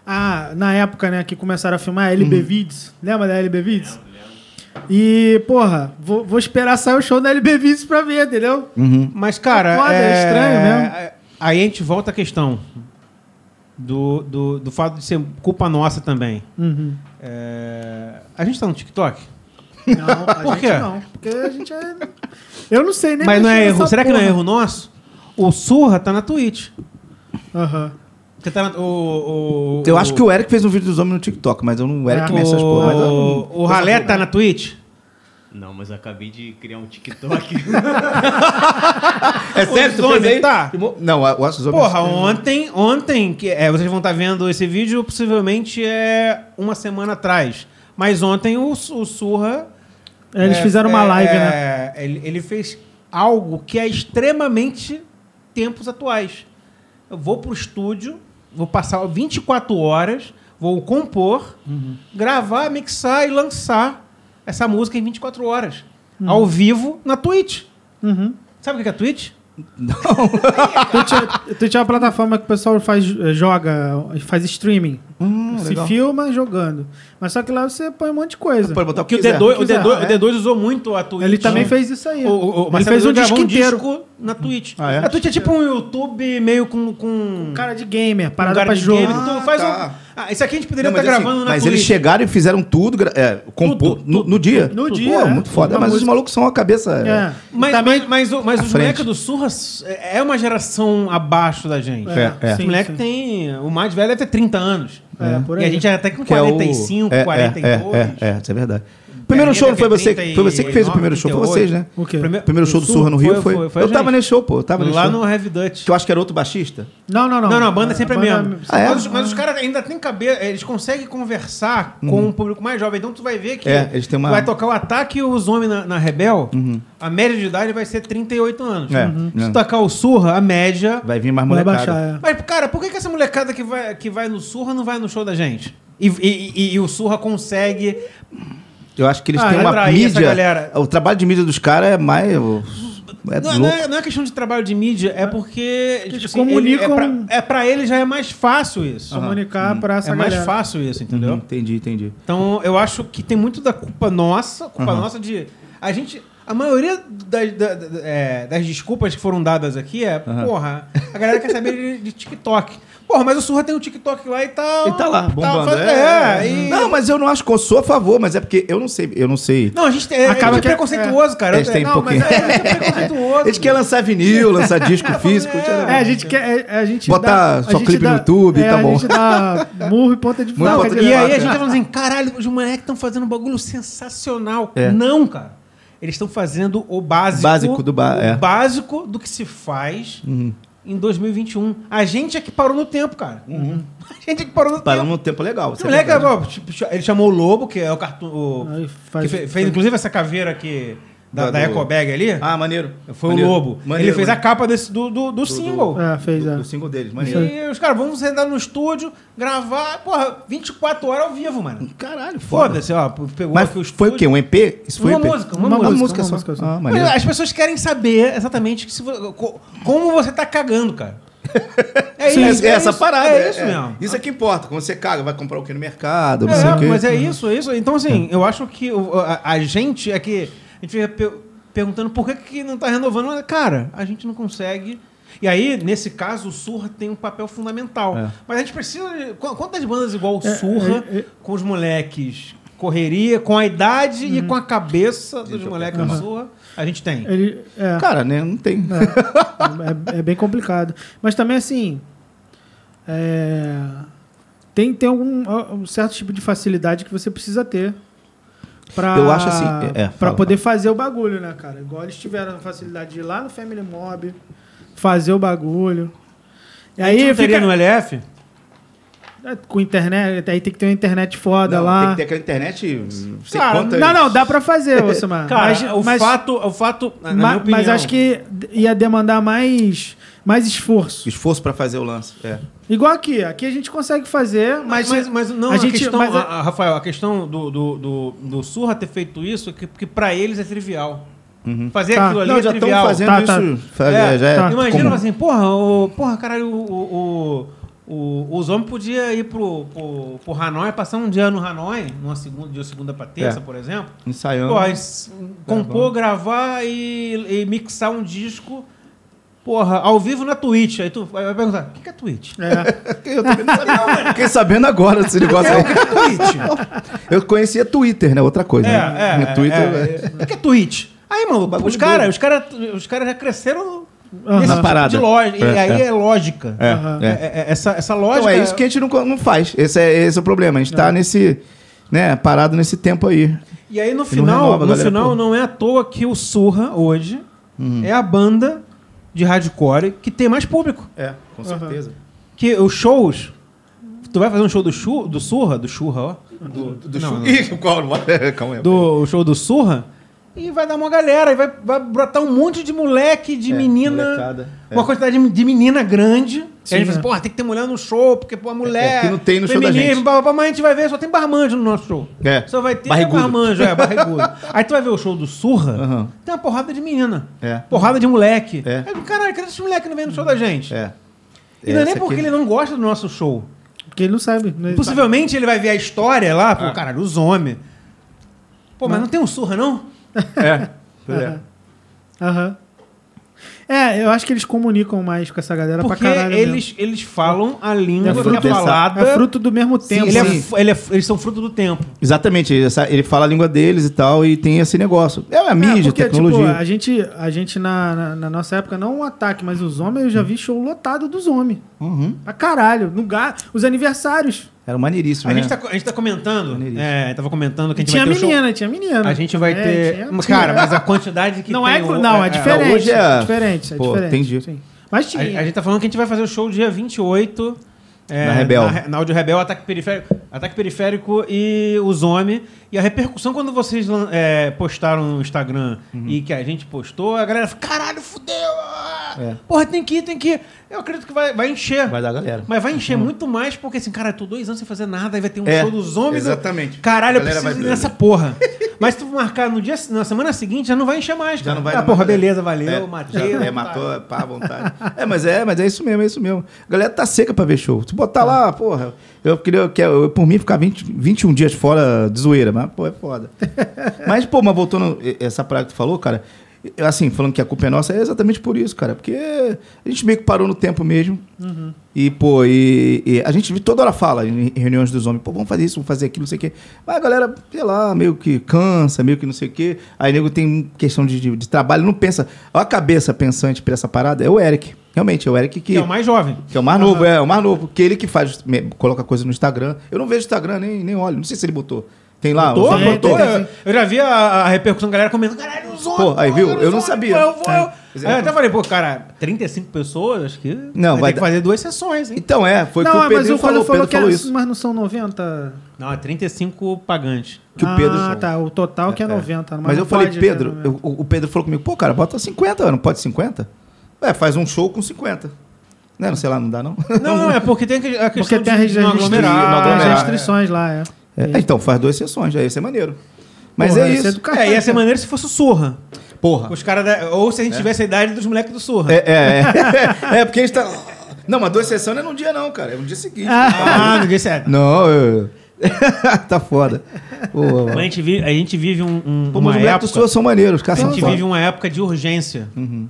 Speaker 2: Ah, na época, né, que começaram a filmar a LB Vids. Lembra da LB Vids? E, porra, vou, vou esperar sair o show da LB Vids pra ver, entendeu?
Speaker 1: Mas, cara.
Speaker 2: Foda, é estranho mesmo.
Speaker 1: Aí a gente volta à questão do, do, do fato de ser culpa nossa também.
Speaker 2: Uhum.
Speaker 1: É, A gente tá no TikTok?
Speaker 2: Não, a
Speaker 1: Por
Speaker 2: gente
Speaker 1: quê?
Speaker 2: não. Porque a gente é. Eu não sei, nem
Speaker 1: Mas não é
Speaker 2: mexer nessa
Speaker 1: erro. Será que não é
Speaker 2: porra.
Speaker 1: erro nosso? O Surra tá na Twitch.
Speaker 2: Aham.
Speaker 1: Você tá na, o, o-
Speaker 3: Eu acho que o Eric fez um vídeo dos homens no TikTok, mas eu não. O Eric
Speaker 2: Ah.
Speaker 3: mexe essas porra. mas eu não-
Speaker 1: O, o Ralé tá na Twitch?
Speaker 4: Não, mas eu acabei de criar um TikTok.
Speaker 3: É
Speaker 1: sério que tu fez aí?
Speaker 3: Tá. Não, eu acho os homens. é
Speaker 1: Porra, um ontem, ontem, que é, vocês vão estar vendo esse vídeo, possivelmente é uma semana atrás. Mas ontem o, Su- o Surra.
Speaker 2: Eles
Speaker 1: é,
Speaker 2: fizeram uma
Speaker 1: é,
Speaker 2: live, né?
Speaker 1: é, Ele, ele fez algo que é extremamente tempos atuais. Eu vou pro estúdio, vou passar 24 horas, vou compor, gravar, mixar e lançar essa música em 24 horas. Ao vivo na Twitch.
Speaker 2: Uhum.
Speaker 1: Sabe o que é Twitch?
Speaker 2: Twitch, é, Twitch é uma plataforma que o pessoal faz, eh, joga, faz streaming.
Speaker 3: Hum,
Speaker 2: Se
Speaker 3: legal.
Speaker 2: filma jogando. Mas só que lá você põe um monte de coisa.
Speaker 3: Pode botar o
Speaker 1: Porque
Speaker 3: que
Speaker 1: o
Speaker 3: quiser.
Speaker 1: D2, o,
Speaker 2: quiser,
Speaker 1: D2,
Speaker 2: é.
Speaker 1: o D2 usou muito a Twitch.
Speaker 2: Ele também
Speaker 1: né?
Speaker 2: fez isso aí.
Speaker 1: O, o, o
Speaker 2: ele
Speaker 1: Marcelo
Speaker 2: fez um
Speaker 1: Dudu gravou
Speaker 2: disco inteiro.
Speaker 1: disco na Twitch.
Speaker 3: Ah, é?
Speaker 1: A Twitch é tipo um YouTube meio com. com...
Speaker 2: um Cara de gamer, parada
Speaker 1: com um cara
Speaker 2: pra
Speaker 1: de
Speaker 2: jogo.
Speaker 1: game, então faz
Speaker 3: tá.
Speaker 1: um- Ah, isso aqui a gente poderia
Speaker 3: Não,
Speaker 1: estar
Speaker 3: mas assim,
Speaker 1: gravando na
Speaker 3: mas
Speaker 1: Twitch.
Speaker 3: eles chegaram e fizeram tudo, gra- é, compor, no, no dia.
Speaker 2: No
Speaker 3: Pô,
Speaker 2: dia, é.
Speaker 3: muito foda.
Speaker 2: Uma
Speaker 3: Mas os
Speaker 2: música.
Speaker 3: malucos são a cabeça.
Speaker 2: É.
Speaker 1: Mas,
Speaker 2: também...
Speaker 1: mas, mas, o- mas
Speaker 3: à
Speaker 1: os
Speaker 3: frente.
Speaker 1: moleques do Surras é é uma geração abaixo da gente.
Speaker 3: É, é.
Speaker 1: Os moleques tem. O mais velho deve ter 30 anos.
Speaker 2: É, por
Speaker 1: E a
Speaker 2: aí.
Speaker 1: gente já tá com
Speaker 3: que é o-
Speaker 1: 45,
Speaker 3: é, é,
Speaker 1: 42.
Speaker 3: É, é, é, isso é verdade. Primeiro show não foi você, que- foi você que fez o primeiro show, foi vocês, né?
Speaker 2: O quê?
Speaker 3: O primeiro show do Surra no Rio foi. eu tava nesse show, pô. Eu tava nesse
Speaker 1: Lá
Speaker 3: show.
Speaker 1: no Heavy Dutch.
Speaker 3: Que eu acho que era outro baixista.
Speaker 2: Não, não, não.
Speaker 1: Não, não, a banda sempre é
Speaker 2: banda-
Speaker 1: mesmo.
Speaker 3: Ah, é?
Speaker 1: Mas, os- mas os caras ainda têm cabeça, eles conseguem conversar com um público mais jovem. Então tu vai ver que
Speaker 3: Uhum. É, eles têm uma- Uhum.
Speaker 1: vai tocar o ataque e os homens na, na Rebel, a média de idade vai ser 38 anos.
Speaker 3: É,
Speaker 1: Uhum.
Speaker 3: é.
Speaker 1: Se tocar o Surra, a média...
Speaker 3: Vai vir mais
Speaker 2: Vai
Speaker 3: molecada.
Speaker 2: baixar, é.
Speaker 1: Mas, cara, por que, que essa molecada que vai, que vai no Surra não vai no show da gente? E, e- e- e o Surra consegue...
Speaker 3: Eu acho que eles
Speaker 1: Ah,
Speaker 3: têm
Speaker 1: vai
Speaker 3: uma
Speaker 1: atrair essa
Speaker 3: mídia.
Speaker 1: galera.
Speaker 3: O trabalho de mídia dos caras é mais. É
Speaker 1: não,
Speaker 3: louco.
Speaker 1: não é, não é questão de trabalho de mídia, é porque...
Speaker 2: Eles
Speaker 1: tipo ele-
Speaker 2: comunicam-
Speaker 1: é, pra, é pra ele já é mais fácil isso.
Speaker 2: Comunicar pra essa
Speaker 1: É mais
Speaker 2: galera.
Speaker 1: fácil isso, entendeu?
Speaker 3: Uhum, entendi, entendi.
Speaker 1: Então, eu acho que tem muito da culpa nossa, culpa nossa de. A gente. A maioria das, da- da- é, das desculpas que foram dadas aqui é, porra, a galera quer saber de, de TikTok. Porra, mas o Surra tem um TikTok lá e tá.
Speaker 3: Ele tá lá, bombando.
Speaker 1: faz-
Speaker 3: é,
Speaker 1: é, e-
Speaker 3: Não, mas eu não acho que eu sou a favor, mas é porque eu não sei, eu não sei.
Speaker 1: Não, a gente tem.
Speaker 2: Acaba
Speaker 1: Acaba é,
Speaker 2: que-
Speaker 1: preconceituoso, cara.
Speaker 3: Eles têm
Speaker 1: não,
Speaker 3: um pouquinho.
Speaker 1: mas é, a gente é preconceituoso.
Speaker 3: Eles querem lançar vinil, lançar disco físico.
Speaker 1: é.
Speaker 3: tchau.
Speaker 2: É, a gente quer. é, A gente
Speaker 3: Botar
Speaker 2: dá,
Speaker 3: só
Speaker 2: a gente
Speaker 3: clipe
Speaker 2: dá-
Speaker 3: no YouTube,
Speaker 2: é,
Speaker 3: tá
Speaker 2: A
Speaker 3: bom.
Speaker 2: gente dá murro e ponta de
Speaker 3: Murro e
Speaker 2: faca.
Speaker 3: ponta de
Speaker 1: E
Speaker 2: direto.
Speaker 1: aí a
Speaker 3: Exato,
Speaker 1: gente
Speaker 3: é.
Speaker 1: tá falando assim, caralho, os moleques estão fazendo um bagulho sensacional.
Speaker 3: É.
Speaker 1: Não, cara. Eles estão fazendo o básico.
Speaker 3: Básico do ba-
Speaker 1: o
Speaker 3: é. Uhum.
Speaker 1: básico do que se faz em 2021. A gente é que parou no tempo, cara.
Speaker 2: Uhum.
Speaker 1: A gente é que parou no
Speaker 3: Parou
Speaker 1: tempo.
Speaker 3: num tempo legal. isso
Speaker 1: Esse
Speaker 3: é
Speaker 1: moleque, tipo,
Speaker 3: verdade.
Speaker 1: ó, tipo, ele chamou o Lobo, que é o cartoon. o-
Speaker 2: Aí
Speaker 1: que
Speaker 2: faz-
Speaker 1: fe- fez inclusive essa caveira que. da, da
Speaker 3: do-
Speaker 1: Ecobag ali.
Speaker 3: Ah, maneiro.
Speaker 1: foi
Speaker 3: Maneiro.
Speaker 1: o Lobo.
Speaker 3: Maneiro,
Speaker 1: ele fez a
Speaker 3: maneiro.
Speaker 1: capa desse, do, do, do single.
Speaker 2: É, fez,
Speaker 3: do,
Speaker 2: é.
Speaker 3: do single deles, maneiro.
Speaker 1: E os caras, vamos sentar no estúdio, gravar, porra, 24 horas ao vivo, mano.
Speaker 3: Caralho, foda.
Speaker 1: Foda-se, ó. Pegou
Speaker 3: Mas
Speaker 1: aqui o
Speaker 3: foi o quê? Um EP? Isso foi
Speaker 1: Uma
Speaker 3: um EP?
Speaker 1: música, uma música,
Speaker 2: uma
Speaker 3: só.
Speaker 2: música só.
Speaker 3: Ah,
Speaker 1: Mas
Speaker 3: maneiro.
Speaker 1: as pessoas querem saber exatamente que se vo- co- como você tá cagando, cara. É
Speaker 3: Sim, é essa
Speaker 1: isso,
Speaker 3: parada.
Speaker 1: É isso mesmo.
Speaker 3: Isso é que importa. Quando você caga, vai comprar o que no mercado, não sei o
Speaker 1: É,
Speaker 3: quê.
Speaker 1: mas é isso, é isso. Então, assim, eu acho que o- a, a gente é que. A gente fica pe- perguntando por que, que não tá renovando. Mas, Cara, a gente não consegue. E aí, nesse caso, o Surra tem um papel fundamental.
Speaker 3: É.
Speaker 1: Mas a gente precisa. de- qu- Quantas bandas igual o
Speaker 2: É,
Speaker 1: Surra,
Speaker 2: é, é.
Speaker 1: com os moleques correria, com a idade e
Speaker 2: Uhum.
Speaker 1: com a cabeça dos moleques do Surra, a gente tem?
Speaker 2: Ele, é,
Speaker 3: Cara, né? Não tem.
Speaker 2: é, é bem complicado. Mas também, assim, é, tem, tem algum, um certo tipo de facilidade que você precisa ter pra,
Speaker 3: Eu acho assim, é, é,
Speaker 2: pra
Speaker 3: fala,
Speaker 2: poder fazer o bagulho, né, cara? Igual eles tiveram a facilidade de ir lá no Family Mob, fazer o bagulho. E
Speaker 1: A gente
Speaker 2: aí
Speaker 1: não teria
Speaker 2: fica
Speaker 1: no LF?
Speaker 2: é, com internet, aí tem que ter uma internet foda
Speaker 3: Não,
Speaker 2: lá.
Speaker 3: Tem que ter aquela internet. Você
Speaker 1: Cara,
Speaker 3: conta.
Speaker 2: Não, não, dá pra fazer, Osmar.
Speaker 1: Cara,
Speaker 2: mas,
Speaker 1: o
Speaker 2: mas,
Speaker 1: fato, o fato, na
Speaker 2: ma-
Speaker 1: minha opinião,
Speaker 2: mas acho que d- ia demandar mais, mais esforço.
Speaker 3: Esforço pra fazer o lance. É.
Speaker 2: Igual aqui, aqui a gente consegue fazer, mas,
Speaker 1: Mas, mas, mas não,
Speaker 2: a
Speaker 1: a,
Speaker 2: gente-
Speaker 1: questão,
Speaker 2: mas a-
Speaker 1: a- a- Rafael, a questão do, do, do, do Surra ter feito isso, é que, porque pra eles é trivial. Fazer
Speaker 2: Tá.
Speaker 1: aquilo ali
Speaker 3: Não,
Speaker 1: é
Speaker 3: já estão
Speaker 1: trivial.
Speaker 3: fazendo
Speaker 2: Tá, tá.
Speaker 3: isso. fa-
Speaker 1: É,
Speaker 3: Uhum. já é
Speaker 2: tá.
Speaker 1: Imagina
Speaker 3: comum.
Speaker 1: assim, porra, o, porra, caralho, o, o, o, os homens podiam ir pro, pro, pro Hanoi, passar um dia no Hanoi, numa segunda, de segunda pra terça,
Speaker 3: É. Então,
Speaker 1: por exemplo.
Speaker 3: Ensaiando.
Speaker 1: Porra, es- compor, gravar e, e mixar um disco, porra, ao vivo na Twitch. Aí tu vai vai perguntar, o que que é Twitch?
Speaker 2: É,
Speaker 3: Eu também não É sabia. Fiquei sabendo agora desse negócio aí. Eu conhecia Twitter, né? Outra coisa. né?
Speaker 1: É, é,
Speaker 3: Twitter.
Speaker 1: é, é. O que é Twitch? Aí, maluco,
Speaker 3: Bagulho
Speaker 1: os caras
Speaker 3: doido.
Speaker 1: os cara, os cara já cresceram
Speaker 2: Aham.
Speaker 1: nesse tipo
Speaker 3: Na
Speaker 1: de
Speaker 3: parada.
Speaker 1: lógica. E
Speaker 3: É,
Speaker 1: aí é,
Speaker 3: é.
Speaker 1: lógica.
Speaker 3: É,
Speaker 2: Aham.
Speaker 3: é.
Speaker 1: É- é- essa, essa lógica...
Speaker 3: Então é isso que a gente não, co- não faz. Esse é, esse é o problema. A gente tá nesse. Né, parado nesse tempo aí.
Speaker 1: E aí, no final,
Speaker 3: renova,
Speaker 1: no
Speaker 3: galera,
Speaker 1: final
Speaker 3: pô. Uhum.
Speaker 1: não é à toa que o Surra, hoje, é a banda de hardcore que tem mais público.
Speaker 3: É, com
Speaker 2: certeza.
Speaker 1: Que os shows... Tu vai fazer um show do, Chu- do Surra? Do Churra, ó.
Speaker 3: Do, do
Speaker 1: Não,
Speaker 3: chu-
Speaker 1: não.
Speaker 3: Ih, qual? É, Calma aí.
Speaker 1: do o show do Surra e vai dar uma galera, e vai, vai brotar um monte de moleque, de
Speaker 3: É,
Speaker 1: menina.
Speaker 3: molecada,
Speaker 1: Uma
Speaker 3: é.
Speaker 1: quantidade de- de menina grande. e a
Speaker 2: Sim,
Speaker 1: gente fala
Speaker 2: é.
Speaker 1: assim, porra, tem que ter mulher no show, porque, pô, a mulher.
Speaker 3: é que não tem no show da
Speaker 1: feminismo,
Speaker 3: gente.
Speaker 1: blá, blá, blá, mas a gente vai ver, só tem barmanjo no nosso show.
Speaker 3: É,
Speaker 1: Só vai ter
Speaker 3: barrigudo.
Speaker 1: barmanjo, é, barrigudo. Aí tu vai ver o show do Surra,
Speaker 3: Aham.
Speaker 1: tem uma porrada de menina.
Speaker 3: É.
Speaker 1: Porrada de moleque.
Speaker 3: É.
Speaker 1: Aí, caralho, cadê esses moleque que não vem no show da gente?
Speaker 3: É.
Speaker 1: E não é nem
Speaker 3: Essa
Speaker 1: porque
Speaker 3: aqui-
Speaker 1: ele não gosta do nosso show.
Speaker 2: porque ele não sabe. né?
Speaker 1: Possivelmente ele vai ver a história lá,
Speaker 3: É.
Speaker 1: pô, caralho, os homens. Pô, mas não tem um surra, não?
Speaker 3: É. pois é.
Speaker 2: Aham. É, eu acho que eles comunicam mais com essa galera
Speaker 1: Porque
Speaker 2: pra caralho. mesmo.
Speaker 1: eles, eles falam a língua
Speaker 2: É
Speaker 1: que
Speaker 2: fruto
Speaker 1: é falada.
Speaker 2: É fruto do mesmo
Speaker 1: Sim,
Speaker 2: tempo.
Speaker 1: ele é
Speaker 2: né?
Speaker 1: fu- ele é fu- eles são fruto do tempo.
Speaker 3: Exatamente, essa- ele fala a língua deles e tal, e tem esse negócio. É a mídia,
Speaker 2: É, porque,
Speaker 3: tecnologia.
Speaker 2: tipo, a gente, a gente na, na, na nossa época, não um ataque, mas os homens, eu já vi show lotado dos homens.
Speaker 3: Uhum.
Speaker 2: Pra caralho. No ga... Os aniversários.
Speaker 3: Era maneiríssimo,
Speaker 1: A,
Speaker 3: né?
Speaker 1: gente tá, co- a gente tá comentando.
Speaker 3: Maneiríssimo.
Speaker 1: É, tava comentando que a gente
Speaker 2: É. Tinha
Speaker 1: vai ter. o
Speaker 2: menina, tinha menina.
Speaker 1: show, a gente vai
Speaker 2: É,
Speaker 1: ter.
Speaker 2: tinha-
Speaker 1: Mas, Cara, mas a quantidade que
Speaker 2: não
Speaker 1: tem um
Speaker 2: é,
Speaker 1: o-
Speaker 2: não, é, diferente.
Speaker 3: hoje é-
Speaker 2: é diferente, é
Speaker 3: Pô,
Speaker 2: diferente.
Speaker 3: entendi.
Speaker 2: sim. Mas
Speaker 1: A,
Speaker 2: tinha.
Speaker 1: a gente tá falando que a gente vai fazer o show dia 28. é,
Speaker 3: Na Rebel.
Speaker 1: Na, Re- na Audio Rebel, Ataque Periférico, Ataque Periférico e o Zome. E a repercussão quando vocês lan- é, postaram no Instagram
Speaker 3: Uhum.
Speaker 1: e que a gente postou, a galera falou, caralho, fudeu! ah,
Speaker 3: É.
Speaker 1: Porra, tem que ir, tem que ir. Eu acredito que vai, vai encher.
Speaker 3: Vai dar galera.
Speaker 1: Mas vai encher muito mais, porque assim, cara, eu tô dois anos sem fazer nada, aí vai ter um
Speaker 3: É,
Speaker 1: show dos homens.
Speaker 3: exatamente.
Speaker 1: Caralho,
Speaker 3: A
Speaker 1: eu
Speaker 3: galera
Speaker 1: preciso ir
Speaker 3: vai-
Speaker 1: nessa porra. Mas se tu marcar no dia, na semana seguinte, já não vai encher mais, cara.
Speaker 3: Já não vai
Speaker 1: ah,
Speaker 3: dar
Speaker 1: porra,
Speaker 3: mais-
Speaker 1: beleza, valeu,
Speaker 3: É,
Speaker 1: matei. né, tá.
Speaker 3: já- é, matou, pá, à vontade. É, mas é, mas é isso mesmo, é isso mesmo. A galera tá seca pra ver show.
Speaker 1: Tá.
Speaker 3: Tu botar lá, porra, eu queria, eu, quero- eu, por mim, ficar 20, 21 dias fora de zoeira, mas, pô, é foda. É. mas, pô, mas voltando e- essa praga que tu falou, cara, eu, assim, falando que a culpa é nossa, é exatamente por isso, cara, porque a gente meio que parou no tempo mesmo. E, pô, e, e a gente toda hora fala em reuniões dos homens, pô, vamos fazer isso, vamos fazer aquilo, não sei o quê. Mas a galera, sei lá, meio que cansa, meio que não sei o quê. Aí nego tem questão de, de, de trabalho, não pensa. Ó, a cabeça pensante pra essa parada é o Eric. Realmente, é o Eric que.
Speaker 1: Que é o mais jovem.
Speaker 3: que é o mais novo, é, é o mais novo. Que ele que faz, me- coloca coisa no Instagram. Eu não vejo Instagram, nem, nem olho. Não sei se ele botou. é, Tem lá?
Speaker 1: Tô,
Speaker 3: Você
Speaker 2: Tem,
Speaker 1: botou,
Speaker 2: tem,
Speaker 1: eu-
Speaker 2: tem.
Speaker 1: Eu já vi a, a repercussão, a galera comentando, caralho, usou.
Speaker 3: Pô, aí viu? Eu não sabia.
Speaker 1: Eu, vou, eu.
Speaker 3: É.
Speaker 1: Aí eu até falei, pô, cara, 35 pessoas, acho que.
Speaker 3: Não, vai
Speaker 1: ter que
Speaker 3: dar-
Speaker 1: fazer duas sessões, hein?
Speaker 3: Então é, foi o que
Speaker 2: não,
Speaker 3: o
Speaker 2: mas
Speaker 3: Pedro
Speaker 2: o
Speaker 3: falou.
Speaker 2: Coelho falou
Speaker 3: O Pedro
Speaker 2: que
Speaker 3: falou
Speaker 2: era,
Speaker 3: isso.
Speaker 2: mas não são 90?
Speaker 1: Não, é 35 pagantes.
Speaker 3: Que o Pedro.
Speaker 2: Ah, tá. O total que é 90.
Speaker 3: Mas,
Speaker 2: Mas,
Speaker 3: eu
Speaker 2: não
Speaker 3: falei,
Speaker 2: pode, né,
Speaker 3: Pedro,
Speaker 2: no-
Speaker 3: eu- o o Pedro falou comigo, pô, cara, bota 50, não pode 50? É, faz um show com 50. Né, não sei lá, não dá não.
Speaker 1: Não, não, é porque tem a questão
Speaker 2: Porque tem a
Speaker 1: de não
Speaker 2: registri-
Speaker 1: aglomerar.
Speaker 3: não
Speaker 2: Tem
Speaker 3: aglomerar.
Speaker 2: as restrições lá, é.
Speaker 3: É, então, faz duas sessões, aí ia ser maneiro. Mas
Speaker 2: Porra,
Speaker 3: é
Speaker 2: ia
Speaker 3: isso.
Speaker 2: ser do caralho.
Speaker 1: É, ia ser maneiro se fosse o Surra.
Speaker 3: Porra.
Speaker 1: Os cara da- Ou se a gente tivesse a idade dos moleques do Surra.
Speaker 3: É, é, é. é, porque a gente tá. Não, mas duas sessões não é num dia, não, cara. É no dia seguinte.
Speaker 1: Ah, não disse é.
Speaker 3: Não, eu... tá foda. Pô,
Speaker 1: Mas A gente vive, a gente vive um, um,
Speaker 3: Pô, mas os
Speaker 1: uma
Speaker 3: moleques do
Speaker 1: época...
Speaker 3: Sul são
Speaker 1: Assim,
Speaker 3: maneiros,
Speaker 1: A
Speaker 3: cara.
Speaker 2: Então
Speaker 3: são
Speaker 1: gente
Speaker 3: foda.
Speaker 1: vive uma época de urgência.
Speaker 3: Uhum.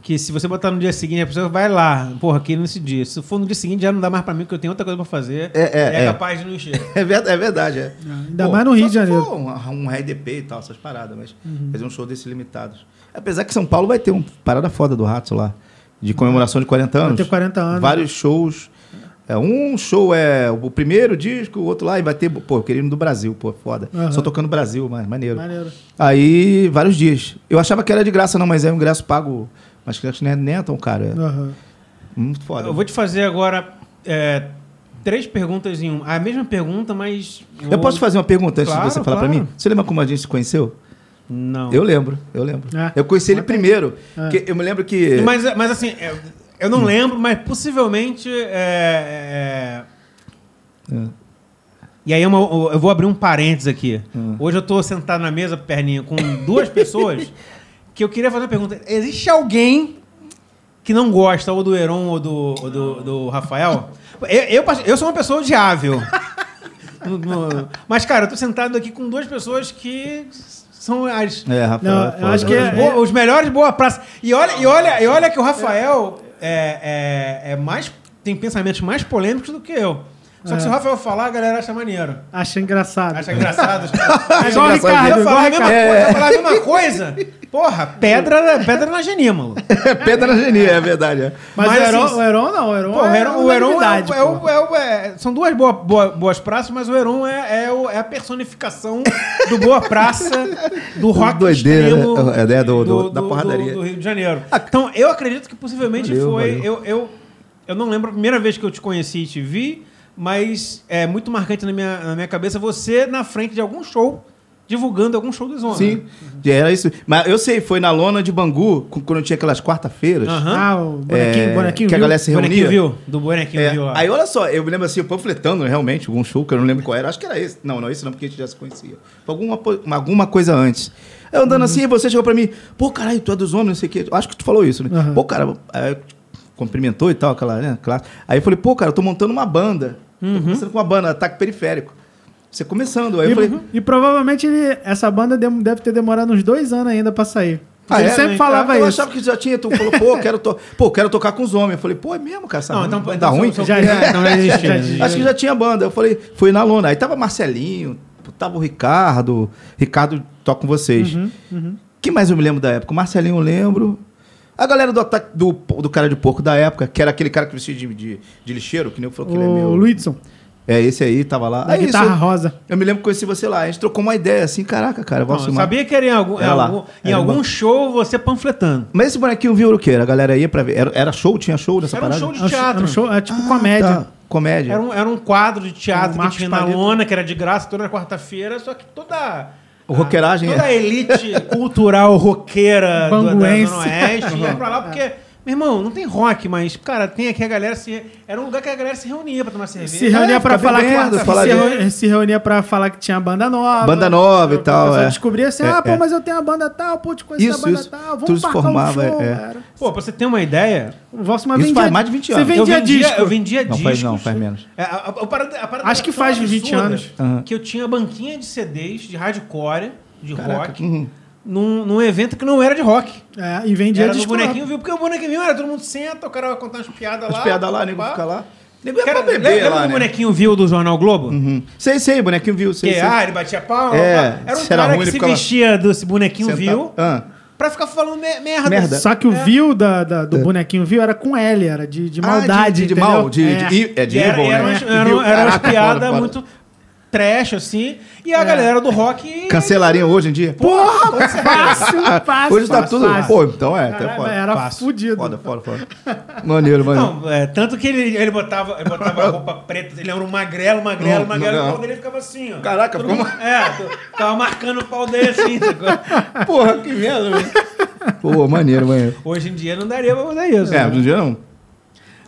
Speaker 1: Que se você botar no dia seguinte, a pessoa vai lá, porra, aqui nesse dia. Se for no dia seguinte, já não dá mais pra mim, porque eu tenho outra coisa pra fazer.
Speaker 3: É, é,
Speaker 1: e é,
Speaker 3: é.
Speaker 1: capaz de não encher.
Speaker 3: É verdade, é verdade, é.
Speaker 2: ainda mais no Rio
Speaker 3: só
Speaker 2: de
Speaker 3: se
Speaker 2: Janeiro. Uhum.
Speaker 3: for Um, um RDP e tal, essas paradas, mas fazer um show desses limitados. Apesar que São Paulo vai ter uma parada foda do Rato lá, de comemoração de 40 anos.
Speaker 2: ter 40 anos.
Speaker 3: Vários shows. É, um show é o primeiro disco, o outro lá, e vai ter, pô, eu queria ir no do Brasil, pô, foda.
Speaker 2: Aham.
Speaker 3: Só tocando Brasil, mas maneiro.
Speaker 2: Maneiro.
Speaker 3: Aí, vários dias. Eu achava que era de graça, não, mas é um ingresso pago. Mas que não é nem é tão caro. É
Speaker 2: Aham.
Speaker 3: muito foda.
Speaker 1: Eu vou te fazer agora é, três perguntas em uma. A mesma pergunta, mas.
Speaker 3: Eu posso fazer uma pergunta antes
Speaker 1: Claro,
Speaker 3: de você falar pra
Speaker 1: claro.
Speaker 3: mim? Você lembra como a gente se conheceu?
Speaker 1: Não.
Speaker 3: Eu lembro, eu lembro.
Speaker 2: É.
Speaker 3: Eu conheci ele primeiro.
Speaker 2: É.
Speaker 3: que eu me lembro que.
Speaker 1: Mas, mas assim, é, eu, não lembro, mas possivelmente. é, é-
Speaker 3: É.
Speaker 1: E aí é uma- eu vou abrir um parênteses aqui. Hoje eu tô sentado na mesa, perninha, com duas pessoas que eu queria fazer uma pergunta. Existe alguém que não gosta ou do Heron ou do, ou do, do Rafael? Eu, eu, pas- eu sou uma pessoa odiável. No- no- mas, cara, eu tô sentado aqui com duas pessoas que são as
Speaker 3: É, Rafael.
Speaker 2: Não,
Speaker 3: é
Speaker 2: eu
Speaker 3: foda.
Speaker 2: acho que
Speaker 1: os, boa- os melhores boa praça. E olha, e olha, e olha que o Rafael é, é, é mais, tem pensamentos mais polêmicos do que eu. Só que se o Rafael falar, a galera acha maneiro.
Speaker 2: Acha engraçado.
Speaker 1: Acha engraçado.
Speaker 2: É igual o
Speaker 1: Se eu
Speaker 2: Ricardo,
Speaker 1: falar
Speaker 2: igual
Speaker 1: a mesma
Speaker 2: o Ricardo.
Speaker 1: coisa, eu falar a mesma coisa, porra, pedra, pedra na genia, mano.
Speaker 3: É pedra na genia, é verdade. É.
Speaker 2: Mas,
Speaker 1: Mas,
Speaker 2: o, Heron,
Speaker 1: assim,
Speaker 2: o Heron não, o Heron
Speaker 1: Pô, o
Speaker 2: é
Speaker 1: Heron, o Heron é,
Speaker 2: unanimidade,
Speaker 1: o- é o-
Speaker 2: pô.
Speaker 1: é o- é- São duas boa, boa- boas praças, mas o Heron é, é o- é a personificação do boa praça, do rock
Speaker 3: doideira,
Speaker 1: extremo,
Speaker 3: né? É, né? Do- do- da porradaria. Ah,
Speaker 1: do Rio de Janeiro. Então, eu acredito que possivelmente
Speaker 3: Valeu,
Speaker 1: foi...
Speaker 3: valeu.
Speaker 1: Eu, eu, eu não lembro a primeira vez que eu te conheci e te vi, mas é muito marcante na minha, na minha cabeça você na frente de algum show, divulgando algum show do Zona.
Speaker 3: Sim, já era isso. Mas eu sei, foi na lona de Bangu, cu- quando tinha aquelas quarta-feiras.
Speaker 1: Aham.
Speaker 2: Ah, o
Speaker 3: é,
Speaker 2: bonequinho, bonequinho
Speaker 3: que a
Speaker 2: viu?
Speaker 3: galera se reunia.
Speaker 1: Bonequinho viu? Do Bonequinho
Speaker 3: É,
Speaker 1: viu. ó.
Speaker 3: Aí olha só, eu me lembro assim, eu panfletando realmente, algum show que eu não lembro qual era, acho que era esse. Não, não, esse não, porque a gente já se conhecia. Foi alguma, po- uma- alguma coisa antes. Eu
Speaker 2: Uhum.
Speaker 3: andando assim, você chegou pra mim, pô, caralho, tu é dos homens, não sei o quê. Eu Acho que tu falou isso, né?
Speaker 2: Aham.
Speaker 3: Pô, cara, aí cumprimentou e tal, aquela, né? Classe. Aí eu falei, pô, cara, eu tô montando uma banda. Tô começando com uma banda, ataque periférico. Você começando.
Speaker 2: Uhum.
Speaker 3: Aí
Speaker 2: E, uhum.
Speaker 3: eu falei,
Speaker 2: e provavelmente ele- essa banda dem- deve ter demorado uns dois anos ainda pra sair.
Speaker 3: Ah,
Speaker 2: ele
Speaker 3: é?
Speaker 2: sempre
Speaker 3: Eu
Speaker 2: falava
Speaker 3: Eu
Speaker 2: isso.
Speaker 3: achava que já tinha, tu falou, pô, quero, to pô, quero tocar com os homens. Eu falei, pô, é mesmo, cara, essa
Speaker 1: Não,
Speaker 3: banda
Speaker 1: então,
Speaker 3: tá
Speaker 1: então,
Speaker 3: ruim?
Speaker 1: seu- seu-
Speaker 2: Já-
Speaker 1: é, então não existe.
Speaker 2: já- já-
Speaker 3: Acho que já tinha banda. Eu falei, fui na lona. Aí tava Marcelinho, tava o Ricardo. Ricardo toca com vocês.
Speaker 1: Uhum,
Speaker 3: que mais eu me lembro da época? O Marcelinho eu lembro. A galera do ataque do, do cara de porco da época, que era aquele cara que vestia de, de, de lixeiro, que nem eu falou que ele é meu.
Speaker 2: O Luidson,
Speaker 3: É, esse aí tava lá.
Speaker 2: da
Speaker 3: Aí
Speaker 2: guitarra
Speaker 3: isso, é
Speaker 2: rosa.
Speaker 3: eu me lembro que conheci você lá. A gente trocou uma ideia assim, caraca, cara, eu vou
Speaker 1: Não, eu
Speaker 3: filmar.
Speaker 1: sabia que era em algum, em
Speaker 3: Era lá.
Speaker 1: algum- em
Speaker 3: Era
Speaker 1: algum
Speaker 3: lá.
Speaker 1: show você panfletando.
Speaker 3: Mas esse bonequinho viu o quê? A galera ia pra ver. Era, era show? Tinha show nessa
Speaker 1: Era um
Speaker 3: parada?
Speaker 1: show de
Speaker 2: É um-
Speaker 1: teatro.
Speaker 2: É, um show, é tipo
Speaker 3: Ah,
Speaker 2: comédia.
Speaker 3: tá. Comédia.
Speaker 1: Era um, era um quadro de teatro que
Speaker 2: Marcos
Speaker 1: tinha na
Speaker 2: Palito.
Speaker 1: lona, que era de graça toda quarta-feira, só que toda.
Speaker 3: O rockeragem,
Speaker 1: a- Toda a elite cultural roqueira do, da
Speaker 2: Banguense.
Speaker 1: Zona Oeste ia pra lá, porque. Meu irmão, não tem rock, mas, cara, tem aqui a galera se. Era um lugar que a galera se reunia pra tomar cerveja.
Speaker 2: Se reunia
Speaker 3: É,
Speaker 2: pra
Speaker 3: fica
Speaker 2: falar
Speaker 3: bebendo,
Speaker 2: que
Speaker 3: falar
Speaker 2: se,
Speaker 3: de-
Speaker 2: reu- se reunia para falar que tinha banda nova.
Speaker 3: Banda nova e tal,
Speaker 2: O pessoal
Speaker 3: é.
Speaker 2: descobria assim,
Speaker 3: É,
Speaker 2: ah, pô,
Speaker 3: é.
Speaker 2: mas eu tenho a banda tal, pô, te conheci
Speaker 3: Isso,
Speaker 2: a banda
Speaker 3: isso.
Speaker 2: tal,
Speaker 3: Tu
Speaker 2: vamos
Speaker 3: se
Speaker 2: marcar
Speaker 3: formava,
Speaker 2: um show,
Speaker 3: é.
Speaker 2: cara.
Speaker 1: Pô, pra você ter uma ideia,
Speaker 2: O Valsman
Speaker 3: Isso
Speaker 2: vendia-
Speaker 3: faz mais de 20
Speaker 2: Você
Speaker 3: anos.
Speaker 2: vendia
Speaker 1: eu vendia,
Speaker 2: disco.
Speaker 1: Eu vendia
Speaker 3: Não,
Speaker 1: discos.
Speaker 3: faz não, faz menos.
Speaker 1: É, a- a- a parada- a parada
Speaker 2: Acho que
Speaker 1: era tão
Speaker 2: faz 20
Speaker 1: absurda
Speaker 2: anos.
Speaker 3: Aham.
Speaker 1: Que eu tinha banquinha de CDs, de hardcore, de rock,
Speaker 3: uhum.
Speaker 1: num, num evento que não era de rock.
Speaker 2: É, e vendia
Speaker 3: um
Speaker 1: Era do
Speaker 2: disco.
Speaker 1: bonequinho viu, porque o bonequinho viu, era todo mundo senta, o cara vai contar umas piadas lá.
Speaker 3: As piadas lá,
Speaker 1: pá,
Speaker 3: nego
Speaker 1: pá.
Speaker 3: fica lá. Nego é
Speaker 1: Cara,
Speaker 3: pra beber
Speaker 1: lembra
Speaker 3: lá,
Speaker 1: do
Speaker 3: né?
Speaker 1: bonequinho viu do Jornal Globo?
Speaker 3: Uhum. Sei, sei, bonequinho viu,
Speaker 1: Que
Speaker 3: sei, sei.
Speaker 1: ah, ele batia pau.
Speaker 3: É,
Speaker 1: pá. era um
Speaker 3: se era
Speaker 1: cara
Speaker 3: ruim, ele
Speaker 1: que se
Speaker 3: ficava-
Speaker 1: vestia desse bonequinho
Speaker 3: Senta-
Speaker 1: viu
Speaker 3: Ah.
Speaker 1: pra ficar falando me- merda.
Speaker 3: Merda. É.
Speaker 2: Só que o viu da, da- do bonequinho viu era com L, era de, de
Speaker 3: Ah,
Speaker 2: maldade.
Speaker 3: de, de
Speaker 2: entendeu?
Speaker 3: mal, de,
Speaker 2: É.
Speaker 3: de, é. de
Speaker 1: E era,
Speaker 3: evil,
Speaker 1: era,
Speaker 3: né?
Speaker 1: umas- era,
Speaker 3: Viu?
Speaker 1: era umas
Speaker 3: Caraca,
Speaker 1: piadas
Speaker 3: foda, foda.
Speaker 1: muito. trash, assim, e
Speaker 2: É.
Speaker 1: a galera do rock.
Speaker 3: Cancelariam hoje em dia?
Speaker 2: Porra, fácil, fácil.
Speaker 3: hoje tá tudo.
Speaker 2: fácil.
Speaker 3: Pô, então é, até
Speaker 2: Caralho,
Speaker 3: foda.
Speaker 2: era
Speaker 3: Fácil.
Speaker 2: fudido.
Speaker 3: Foda, foda, foda. Maneiro, maneiro.
Speaker 1: Não, é, tanto que ele, ele botava, ele botava a roupa preta, ele era um magrelo, magrelo,
Speaker 3: Não,
Speaker 1: magrelo,
Speaker 3: não.
Speaker 1: e o pau dele ficava assim, ó.
Speaker 3: Caraca,
Speaker 1: Todo mundo- É, tu- tava marcando o pau dele assim. sacou?
Speaker 3: Porra, que merda, velho. Pô, maneiro, maneiro.
Speaker 1: Hoje em dia não daria pra fazer isso.
Speaker 3: É,
Speaker 1: né?
Speaker 3: hoje em dia não.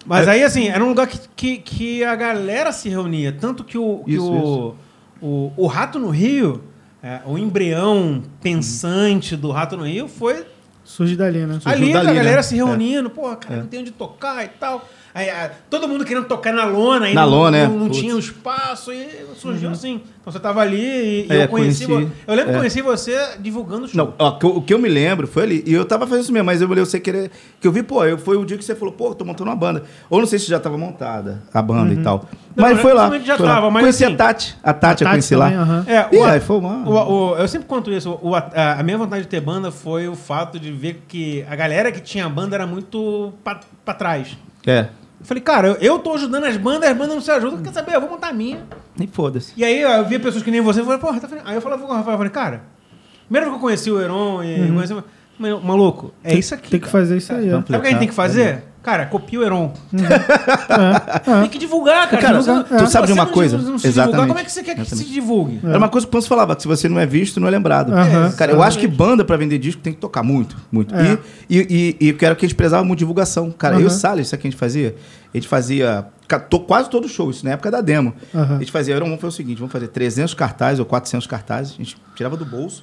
Speaker 1: Mas aí, assim, era um lugar que, que, que a galera se reunia. Tanto que o, que
Speaker 3: Isso,
Speaker 1: o,
Speaker 3: isso.
Speaker 1: o, o Rato no Rio, é, o embrião pensante do Rato no Rio, foi
Speaker 2: Surge dali, né?
Speaker 3: Surgiu
Speaker 1: ali,
Speaker 3: dali,
Speaker 1: a galera
Speaker 3: né? É.
Speaker 1: se reunindo. Pô, cara, não tem onde tocar e tal. Aí, ah, todo mundo querendo tocar na lona. aí
Speaker 3: Na
Speaker 1: não,
Speaker 3: lona,
Speaker 1: Não,
Speaker 3: é.
Speaker 1: não
Speaker 3: Putz. Uhum.
Speaker 1: tinha espaço e surgiu assim. Então você tava ali e, e
Speaker 3: É,
Speaker 1: eu conheci...
Speaker 3: conheci.
Speaker 1: vo- Eu lembro que
Speaker 3: É.
Speaker 1: conheci você divulgando o show.
Speaker 3: Não, ó, que eu- o que eu me lembro foi ali. E eu tava fazendo isso mesmo, mas eu olhei você querer. Que eu vi, pô, eu, foi o dia que você falou, pô, tô montando uma banda. Ou não sei se já tava montada a banda e tal. Mas
Speaker 1: né,
Speaker 3: foi lá.
Speaker 1: provavelmente já
Speaker 3: foi lá.
Speaker 1: tava, mas
Speaker 3: conheci
Speaker 1: assim-
Speaker 3: a Tati. A Tati,
Speaker 2: A
Speaker 3: eu conheci
Speaker 2: Tati também,
Speaker 3: lá.
Speaker 2: aham.
Speaker 1: É,
Speaker 3: Ih,
Speaker 1: o,
Speaker 3: aí foi uma-
Speaker 1: o- o- eu sempre conto isso. o- a, a minha vontade de ter banda foi o fato de ver que a galera que tinha banda era muito pra, pra trás.
Speaker 3: É.
Speaker 1: Eu falei, cara, eu, eu tô ajudando as bandas, as bandas não se ajudam, quer saber? Eu vou montar a minha.
Speaker 3: Nem foda-se.
Speaker 1: E aí ó, eu via pessoas que nem você, eu falei, porra, tá fazendo- Aí eu falava com o Rafael, eu falei, cara, primeiro que eu conheci o Heron e conheci. Mas, maluco, é isso aqui.
Speaker 2: Tem que
Speaker 1: cara.
Speaker 2: fazer isso aí, ó.
Speaker 1: Sabe o que a gente tem que fazer? Cara, copia o Heron. Tem que divulgar, cara.
Speaker 3: Cara,
Speaker 1: Se você não-
Speaker 3: tu
Speaker 1: se
Speaker 3: sabe de
Speaker 1: você
Speaker 3: uma
Speaker 1: não
Speaker 3: coisa?
Speaker 1: divulga- Não se divulgar,
Speaker 3: Exatamente.
Speaker 1: como é que você quer que se
Speaker 3: Exatamente.
Speaker 1: divulgue?
Speaker 3: Era uma coisa que o Pantos falava, que se você não é visto, não é lembrado.
Speaker 2: Aham.
Speaker 3: Cara, eu acho que banda pra vender disco tem que tocar muito, muito.
Speaker 2: É.
Speaker 3: E, e, e, e eu quero que eles prezavam muito divulgação. Cara, eu e o
Speaker 2: Aham.
Speaker 3: Salles, sabe o que a gente fazia? A gente fazia ca- to- quase todo show, isso na época da demo.
Speaker 2: Aham.
Speaker 3: A gente fazia, era um, foi o seguinte, vamos fazer 300 cartazes ou 400 cartazes, a gente tirava do bolso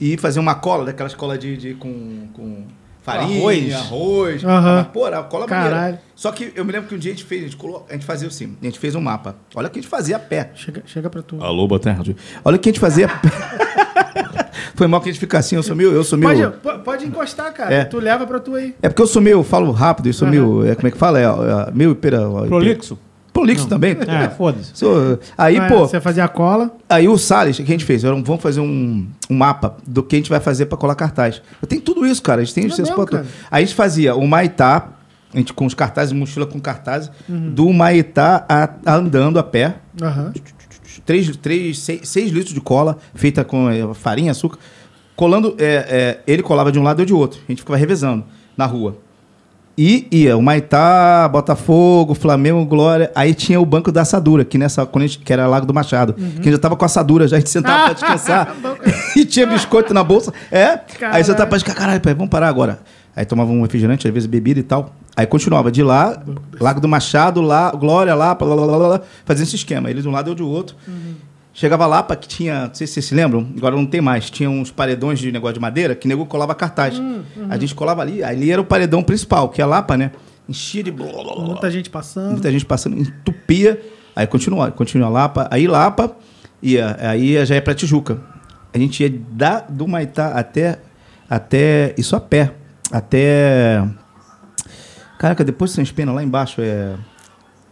Speaker 3: e fazia uma cola, daquelas colas de, de- com... com Farinha,
Speaker 1: Arroz.
Speaker 3: arroz.
Speaker 2: Aham.
Speaker 3: Mas, Pô, era uma cola
Speaker 2: Caralho.
Speaker 3: maneira. Só que eu me lembro que um dia a gente fez, a gente, colou, a gente fazia assim, a gente fez um mapa. Olha o que a gente fazia a pé.
Speaker 2: Chega, chega pra tu.
Speaker 3: Alô, boa tarde. Olha o que a gente fazia. Foi mal que a gente fica assim, eu sumiu, eu sumiu.
Speaker 2: Pode, po- pode encostar, cara.
Speaker 3: É.
Speaker 2: Tu leva pra tu aí.
Speaker 3: É porque eu sumiu, eu falo rápido, isso sumiu. É, como é que fala? É, é, meio pera,
Speaker 1: Prolixo?
Speaker 3: Prolixo também. né?
Speaker 1: É, foda-se.
Speaker 3: Sou- aí,
Speaker 2: Ah,
Speaker 3: pô,
Speaker 2: Você fazia a cola.
Speaker 3: aí o Salles, o que a gente fez? Era um- vamos fazer um, um mapa do que a gente vai fazer pra colar cartaz. Eu tenho tudo isso, cara. A gente tem
Speaker 2: É
Speaker 3: isso.
Speaker 2: mesmo, cara.
Speaker 3: Aí a gente fazia o Maitá, a gente com os cartazes, mochila com cartazes,
Speaker 2: Uhum.
Speaker 3: do Maitá a- a andando a pé.
Speaker 2: Aham.
Speaker 3: três, três, seis, seis litros de cola feita com eh, farinha, açúcar. Colando, é, é, ele colava de um lado e eu de outro. A gente ficava revezando na rua. E ia o Maitá, Botafogo, Flamengo, Glória. Aí tinha o banco da assadura, que nessa quando a gente, que era Lago do Machado. Que a gente já tava com a assadura, já a gente sentava pra descansar. e tinha biscoito na bolsa. É. Aí você tava pra descansar, caralho, pai, vamos parar agora. Aí tomava um refrigerante, às vezes bebida e tal. Aí continuava de lá, Lago do Machado, lá, Glória, lá, blá, blá, blá, blá, blá, fazendo esse esquema. Ele de um lado, eu de outro. Chegava lá, pra que tinha, não sei se vocês se lembram, agora não tem mais, tinha uns paredões de negócio de madeira que nego colava cartaz. A gente colava ali, ali era o paredão principal, que é a Lapa, né? Enchia de. blá, blá, blá, blá.
Speaker 2: Muita gente passando.
Speaker 3: Muita gente passando, entupia. Aí continua, continua Lapa. Aí Lapa, ia, aí já ia pra Tijuca. A gente ia da, do Maitá até, até. Isso a pé. Até. Caraca, depois de São Espena, lá embaixo é.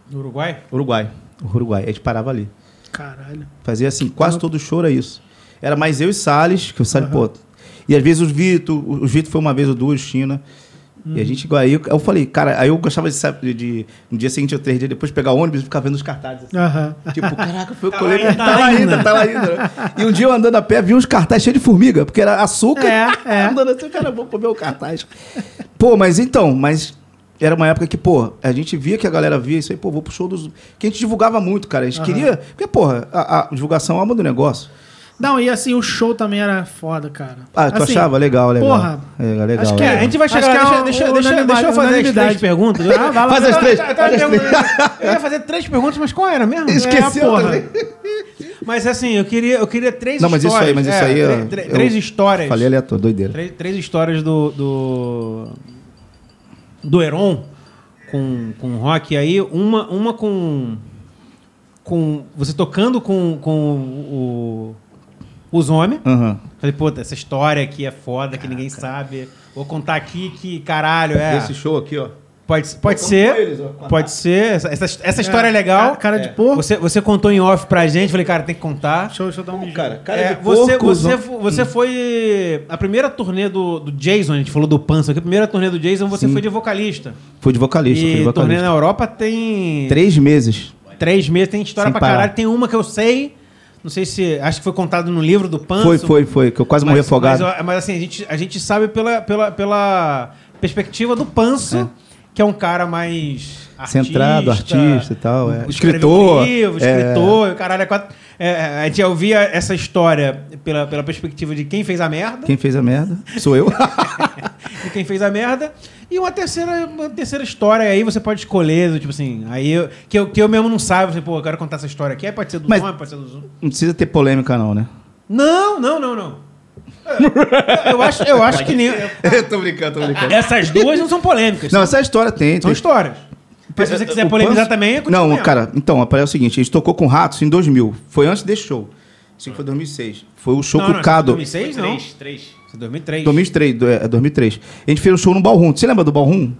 Speaker 1: Do Uruguai?
Speaker 3: Uruguai. Uruguai. A gente parava ali.
Speaker 2: Caralho.
Speaker 3: Fazia assim, quase todo show era isso. Era mais eu e Salles, que o Salles, pô. E às vezes os Vitor, os Vitor foi uma vez ou duas, China. E a gente, aí eu, eu falei, cara, aí eu gostava de, sabe, de, no dia seguinte ou três dias depois pegar ônibus e ficar vendo os cartazes. assim.
Speaker 2: Aham.
Speaker 3: Tipo, caraca, foi o
Speaker 1: Tá
Speaker 3: colher.
Speaker 1: lá ainda,
Speaker 3: Tá lá ainda, tá lá ainda. E um dia eu andando a pé, vi uns cartazes cheios de formiga, porque era açúcar.
Speaker 2: É, é.
Speaker 3: Andando assim, cara, vou comer o cartaz. Pô, mas então, mas era uma época que, pô, a gente via que a galera via isso aí, pô, vou pro show dos. Que a gente divulgava muito, cara. A gente queria. Porque, porra, a, a divulgação é a alma do negócio.
Speaker 2: Não, e assim, o show também era foda, cara.
Speaker 3: Ah, tu
Speaker 2: Assim,
Speaker 3: achava? Legal, legal.
Speaker 2: Porra.
Speaker 3: É, legal.
Speaker 2: Acho que
Speaker 1: É,
Speaker 3: legal.
Speaker 1: a gente vai
Speaker 2: Acho
Speaker 1: chegar
Speaker 2: que é
Speaker 1: lá.
Speaker 2: uma
Speaker 1: Deixa, deixa, deixa, deixa eu
Speaker 2: unanimidade,
Speaker 1: fazer as três
Speaker 2: unanimidade.
Speaker 1: perguntas. Ah, vai lá,
Speaker 3: Faz
Speaker 1: vai
Speaker 3: as
Speaker 1: lá.
Speaker 3: três,
Speaker 1: Eu tava
Speaker 3: faz as três.
Speaker 1: perguntando- Eu ia fazer três perguntas, mas qual era mesmo?
Speaker 3: Esqueceu
Speaker 2: É, porra.
Speaker 3: também.
Speaker 1: Mas assim, eu queria, eu queria três
Speaker 3: Não, mas isso
Speaker 1: histórias.
Speaker 3: aí, mas isso
Speaker 1: é,
Speaker 3: aí.
Speaker 1: tre-
Speaker 3: eu-
Speaker 1: tre-
Speaker 3: eu
Speaker 1: três histórias.
Speaker 3: Falei aleatório, doideira.
Speaker 1: Três, três histórias do. do. do Heron com, com rock. E aí, uma, uma com. com. Você tocando com, com o. os homens.
Speaker 3: Aham.
Speaker 1: Falei, pô, essa história aqui é foda, que ninguém sabe. Vou contar aqui que, caralho, é.
Speaker 3: Esse show aqui, ó.
Speaker 1: Pode, pode
Speaker 3: Vou
Speaker 1: ser.
Speaker 3: contar eles, ó.
Speaker 1: pode ser. Essa, essa, essa história é legal.
Speaker 2: Cara, cara de porco.
Speaker 1: Você, você contou em off pra gente. Falei, cara, tem que contar.
Speaker 2: Deixa eu, deixa eu dar um mijo.
Speaker 3: Cara, cara
Speaker 1: É,
Speaker 3: de
Speaker 1: você,
Speaker 3: porco, Hum.
Speaker 1: você,
Speaker 3: usou-
Speaker 1: fo- você foi. A primeira turnê do, do Jason, a gente falou do Pança aqui. A primeira turnê do Jason, você
Speaker 3: Sim.
Speaker 1: foi de vocalista.
Speaker 3: Foi de vocalista, foi
Speaker 1: e
Speaker 3: de
Speaker 1: turnê
Speaker 3: vocalista.
Speaker 1: na Europa tem.
Speaker 3: Três meses.
Speaker 1: Três meses, tem história
Speaker 3: Sem
Speaker 1: pra
Speaker 3: parar.
Speaker 1: caralho. Tem uma que eu sei, Não sei se. Acho que foi contado no livro do um Panso.
Speaker 3: Foi, foi, foi, que eu quase morri
Speaker 1: Mas-
Speaker 3: afogado.
Speaker 1: Mas, mas, assim, a gente, a gente sabe pela, pela, pela perspectiva do Panso, que é um cara mais. Artista,
Speaker 3: Centrado, artista e tal, é.
Speaker 1: escreveu
Speaker 3: Escritor,
Speaker 1: um livro,
Speaker 3: é.
Speaker 1: escritor, e caralho. é quatro- é, a gente já ouvia essa história pela, pela perspectiva de quem fez a merda
Speaker 3: Quem fez a merda? Sou eu.
Speaker 1: de quem fez a merda. E uma terceira, uma terceira história aí você pode escolher, do tipo assim, aí eu, que, eu, que eu mesmo não sabe, você, pô, eu quero contar essa história aqui. Aí pode ser do
Speaker 3: Mas-
Speaker 1: nome, pode ser do Zoom.
Speaker 3: Não precisa ter polêmica, não, né?
Speaker 1: Não, não, não, não. Eu- Eu acho, eu acho que nem.
Speaker 3: tô brincando, tô brincando.
Speaker 1: Essas duas não são polêmicas.
Speaker 3: Não, essa história tem.
Speaker 1: são
Speaker 3: tem.
Speaker 1: histórias. Mas se você Então, quiser
Speaker 3: O
Speaker 1: polemizar
Speaker 3: Panso-
Speaker 1: também, é contigo
Speaker 3: Não,
Speaker 1: mesmo.
Speaker 3: cara, então, rapaz, é o seguinte: a gente tocou com Ratos em 2000. Foi antes desse show. Isso aqui foi 2006. Foi o show
Speaker 1: Não,
Speaker 3: com
Speaker 1: não,
Speaker 3: o Cado.
Speaker 1: 2006 não.
Speaker 4: Três,
Speaker 1: Isso
Speaker 4: três.
Speaker 1: é 2003.
Speaker 3: 2003, do- é, 2003. A gente fez um show no Ballroom. Você lembra do Ballroom?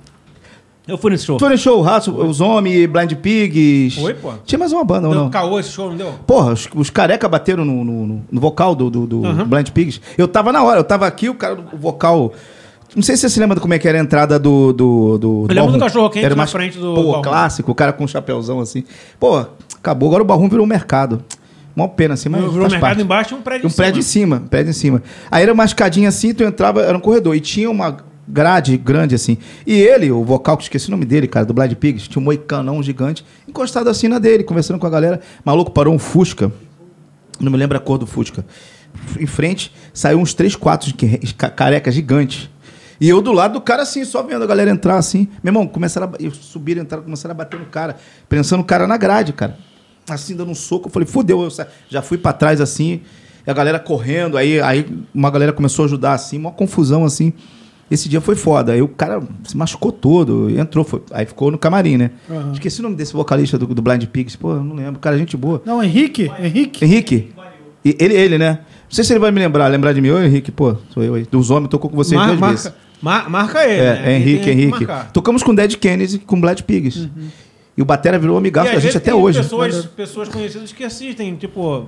Speaker 1: Eu fui nesse show.
Speaker 3: Foi no show, Ratos, Os Homens, Blind Pigs.
Speaker 1: Foi, pô.
Speaker 3: Tinha mais uma banda, ou
Speaker 1: Deu
Speaker 3: não?
Speaker 1: Então, caô esse show, não deu?
Speaker 3: Porra, os, os careca bateram no, no, no- no vocal do, do, do Blind Pigs. Eu tava na hora, eu tava aqui, o cara do vocal. Não sei se você se lembra de como é que era a entrada do. do, do
Speaker 1: Eu lembro do
Speaker 3: Ballroom.
Speaker 1: cachorro-quente
Speaker 3: Era
Speaker 1: na
Speaker 3: mais-
Speaker 1: frente do
Speaker 3: Pô,
Speaker 1: Ballroom.
Speaker 3: clássico, o cara com um chapéuzão assim. Pô, acabou. Agora o Barrum virou um mercado. Mó pena, assim, mas.
Speaker 1: Virou
Speaker 3: faz
Speaker 1: mercado
Speaker 3: parte.
Speaker 1: embaixo e um prédio
Speaker 3: Um prédio em cima, um prédio em cima. Aí era uma escadinha assim, tu entrava, era um corredor, e tinha uma grade grande assim. E ele, o vocal, que eu esqueci o nome dele, cara, do Blind Pigs, tinha um moicanão gigante, encostado assim na dele, conversando com a galera. Maluco, parou um Fusca, não me lembro a cor do Fusca. Em frente, saiu uns três, quatro que- ca- carecas gigantes. E eu do lado do cara, assim, só vendo a galera entrar assim. Meu irmão, começaram a, ba- eu subiram, entraram, começaram a bater no cara, pensando o cara na grade, cara. Assim, dando um soco, eu falei, fudeu, eu sa- já fui pra trás assim, e a galera correndo, aí, aí uma galera começou a ajudar, assim, uma confusão assim. Esse dia foi foda. Aí o cara se machucou todo, entrou, foi- aí ficou no camarim, né?
Speaker 2: Aham.
Speaker 3: Esqueci o nome desse vocalista do, do Blind Pigs, pô, eu não lembro. Cara, gente boa.
Speaker 2: Não, Henrique, Henrique.
Speaker 3: Henrique. E- Ele, ele, né? Não sei se ele vai me lembrar. Lembrar de mim, ô Henrique, pô, sou eu aí. Dos homens, tocou com vocês duas vezes.
Speaker 1: marca, mar- marca ele.
Speaker 3: É,
Speaker 1: né?
Speaker 3: é Henrique,
Speaker 1: Ele tem que
Speaker 3: Henrique.
Speaker 1: marcar.
Speaker 3: Tocamos com Dead Kennedy e com Black Pigs. E o Batera virou um amigaço
Speaker 1: E
Speaker 3: da
Speaker 1: às
Speaker 3: gente
Speaker 1: vezes
Speaker 3: até
Speaker 1: tem
Speaker 3: hoje.
Speaker 1: Pessoas, pessoas conhecidas que assistem, tipo.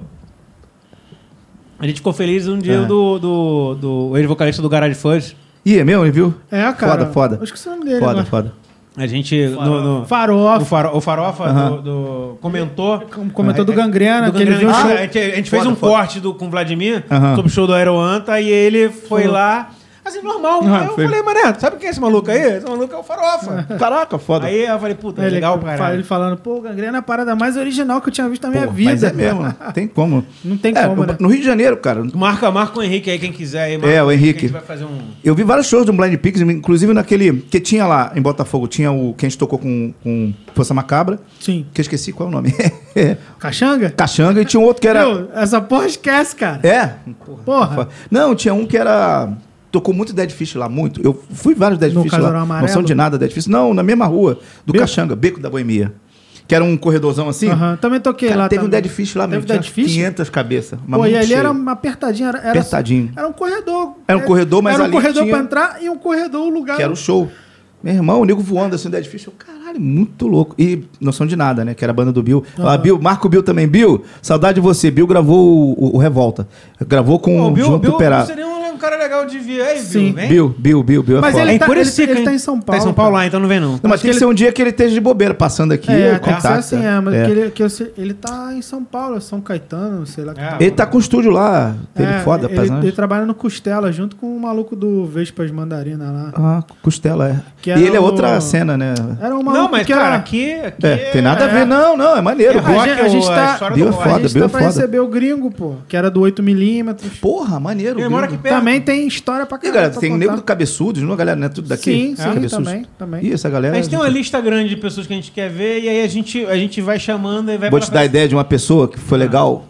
Speaker 1: A gente ficou feliz um dia
Speaker 3: É.
Speaker 1: do, do, do ex-vocalista do Garage Fuzz.
Speaker 3: Ih, é mesmo, ele viu?
Speaker 2: É, cara.
Speaker 3: Foda, foda.
Speaker 2: Eu esqueci o nome dele
Speaker 3: Foda,
Speaker 2: agora.
Speaker 3: foda.
Speaker 1: A gente. No, no- o,
Speaker 2: Farofa.
Speaker 1: Faro- o Farofa
Speaker 3: Aham.
Speaker 1: do- do- comentou.
Speaker 2: Como
Speaker 3: Ah,
Speaker 2: comentou
Speaker 3: é
Speaker 2: do
Speaker 1: Do
Speaker 2: Gangrena, que ele
Speaker 1: Gangrena.
Speaker 2: viu o
Speaker 1: Ah,
Speaker 2: show.
Speaker 1: a gente, a gente fez
Speaker 3: Foda,
Speaker 1: um
Speaker 3: foda.
Speaker 1: corte do, com o Vladimir
Speaker 3: Aham.
Speaker 1: sobre o show do Aeroanta e ele foi lá. Assim, normal.
Speaker 2: Ah,
Speaker 1: Aí eu
Speaker 2: foi.
Speaker 1: falei, mané, sabe quem é esse maluco aí? Esse maluco é o Farofa.
Speaker 3: Caraca, foda.
Speaker 1: Aí é eu falei, puta,
Speaker 2: É, Ele-
Speaker 1: legal, caralho.
Speaker 2: Ele falando, pô, Gangrena é a parada mais original que eu tinha visto na minha
Speaker 3: Pô,
Speaker 2: vida.
Speaker 3: Mas é mesmo, não tem como.
Speaker 2: Não tem
Speaker 3: É,
Speaker 2: como,
Speaker 3: no-
Speaker 2: né?
Speaker 3: No Rio de Janeiro, cara,
Speaker 1: Marca, marca o Henrique aí, quem quiser. aí, marca
Speaker 3: É, o
Speaker 1: que
Speaker 3: Henrique.
Speaker 1: A gente vai fazer um...
Speaker 3: Eu vi vários shows do Blind Pigs, inclusive naquele que tinha lá em Botafogo, tinha o que a gente tocou com, com Força Macabra,
Speaker 2: Sim.
Speaker 3: que eu esqueci qual é o nome.
Speaker 2: Caxanga?
Speaker 3: Caxanga, e tinha um outro que era.
Speaker 2: Meu, essa porra esquece, cara.
Speaker 3: É?
Speaker 2: Porra.
Speaker 3: Não, tinha um que era. Tocou muito Dead Fish lá, muito. Eu fui vários Dead
Speaker 2: No
Speaker 3: Fish
Speaker 2: Casarão
Speaker 3: lá. Não
Speaker 2: Amarelo?
Speaker 3: são de nada Dead Fish. Não, na mesma rua, do Caxanga, Beco da Boemia. Que era um corredorzão assim.
Speaker 2: Aham, Também toquei
Speaker 3: Cara,
Speaker 2: lá.
Speaker 3: teve um
Speaker 2: também.
Speaker 3: Dead Fish lá
Speaker 2: Teve
Speaker 3: mesmo. Tinha
Speaker 2: Dead Fish?
Speaker 3: 500 cabeças.
Speaker 2: Pô, e ali era uma apertadinha. Era, era,
Speaker 3: Apertadinho.
Speaker 2: Era um corredor.
Speaker 3: Era um corredor, mas
Speaker 2: Era um
Speaker 3: ali
Speaker 2: corredor
Speaker 3: tinha-
Speaker 2: pra entrar e um corredor, o lugar.
Speaker 3: que era o show. Meu irmão, o nego voando assim, o Dead Fish, eu, caralho, muito louco. E noção de nada, né? Que era a banda do Bill. Ah, Bill, Marco Bill também. Bill, saudade de você. Bill gravou o, o- o Revolta. Gravou com
Speaker 1: Pô,
Speaker 3: o
Speaker 1: o Bill,
Speaker 3: Um Junto
Speaker 1: Bill
Speaker 3: Perá.
Speaker 1: seria um, um cara legal de ver. Aí, Bill,
Speaker 2: Sim.
Speaker 1: vem.
Speaker 3: Bill, Bill, Bill, Bill é
Speaker 2: Mas
Speaker 3: foda.
Speaker 2: ele
Speaker 1: É em
Speaker 2: tá-
Speaker 1: Curicica,
Speaker 2: ele- ele
Speaker 1: hein?
Speaker 2: tá em São
Speaker 1: Tá em São
Speaker 2: Paulo,
Speaker 1: Paulo
Speaker 2: cara.
Speaker 1: lá, então não vem não.
Speaker 3: Não, mas tem que, ser um dia que ele esteja de bobeira passando aqui.
Speaker 2: É, tem
Speaker 3: eu
Speaker 2: que ser
Speaker 3: contacto.
Speaker 2: assim, é, mas
Speaker 3: É.
Speaker 2: Que ele, que eu sei- ele tá em São Paulo, São Caetano, sei lá. que
Speaker 1: É,
Speaker 2: tá.
Speaker 3: Ele tá com o estúdio lá, dele
Speaker 2: É,
Speaker 3: foda,
Speaker 2: ele,
Speaker 3: rapaz.
Speaker 2: ele
Speaker 3: né?
Speaker 2: trabalha no Costela, junto com o maluco do Vespas Mandarina lá.
Speaker 3: Ah, Costela, é.
Speaker 2: Que era
Speaker 3: e ele é
Speaker 2: o-
Speaker 3: outra cena, né?
Speaker 2: Era um maluco
Speaker 1: Não, mas
Speaker 2: que
Speaker 1: cara,
Speaker 2: era...
Speaker 1: aqui... aqui
Speaker 3: É, tem nada a ver. Não, não, é maneiro.
Speaker 1: É,
Speaker 3: pô.
Speaker 2: a,
Speaker 1: rock
Speaker 2: gente, a gente
Speaker 1: é o- a
Speaker 2: tá,
Speaker 1: história
Speaker 2: a
Speaker 1: do
Speaker 3: Bill é
Speaker 1: rock.
Speaker 3: foda,
Speaker 2: gente
Speaker 3: Bill é
Speaker 2: tá pra
Speaker 3: foda.
Speaker 2: receber o gringo, pô, que era do 8mm.
Speaker 3: Porra, maneiro.
Speaker 1: Ele
Speaker 3: Bill.
Speaker 1: mora aqui perto.
Speaker 2: Também tem história pra
Speaker 3: E
Speaker 2: caralho.
Speaker 3: galera,
Speaker 2: pra
Speaker 3: tem
Speaker 2: contar.
Speaker 3: nego do cabeçudo, não é galera, né? Tudo daqui.
Speaker 2: Sim,
Speaker 3: É,
Speaker 2: sim,
Speaker 3: Cabeçudos.
Speaker 2: também, também.
Speaker 3: Ih, essa galera. é
Speaker 1: A gente tem uma
Speaker 3: gente,
Speaker 1: lista grande de pessoas que a gente quer ver e aí a gente, a gente vai chamando e vai...
Speaker 3: Vou
Speaker 1: pra
Speaker 3: te dar a ideia de uma pessoa que foi legal.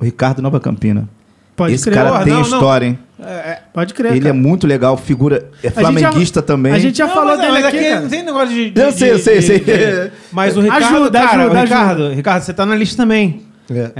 Speaker 3: O Ricardo Nova Campina.
Speaker 2: Ah. Hum. Pode
Speaker 3: Esse
Speaker 2: crer.
Speaker 3: cara
Speaker 1: Porra,
Speaker 3: tem
Speaker 1: não, não.
Speaker 3: história, hein?
Speaker 2: Pode crer,
Speaker 3: Ele é
Speaker 2: cara.
Speaker 3: muito legal, figura. É
Speaker 2: A gente já-
Speaker 3: flamenguista também.
Speaker 2: A gente já
Speaker 1: Não,
Speaker 2: falou
Speaker 1: mas é,
Speaker 2: dele
Speaker 1: mas
Speaker 2: aqui, cara.
Speaker 1: Não tem negócio de. de-
Speaker 3: Eu sei, eu
Speaker 1: de-
Speaker 3: sei, eu
Speaker 1: de-
Speaker 3: sei.
Speaker 1: de- Mas o Ricardo.
Speaker 2: Ajuda,
Speaker 1: cara,
Speaker 2: ajuda,
Speaker 1: o Ricardo, Ricardo, você tá na lista também.
Speaker 3: É.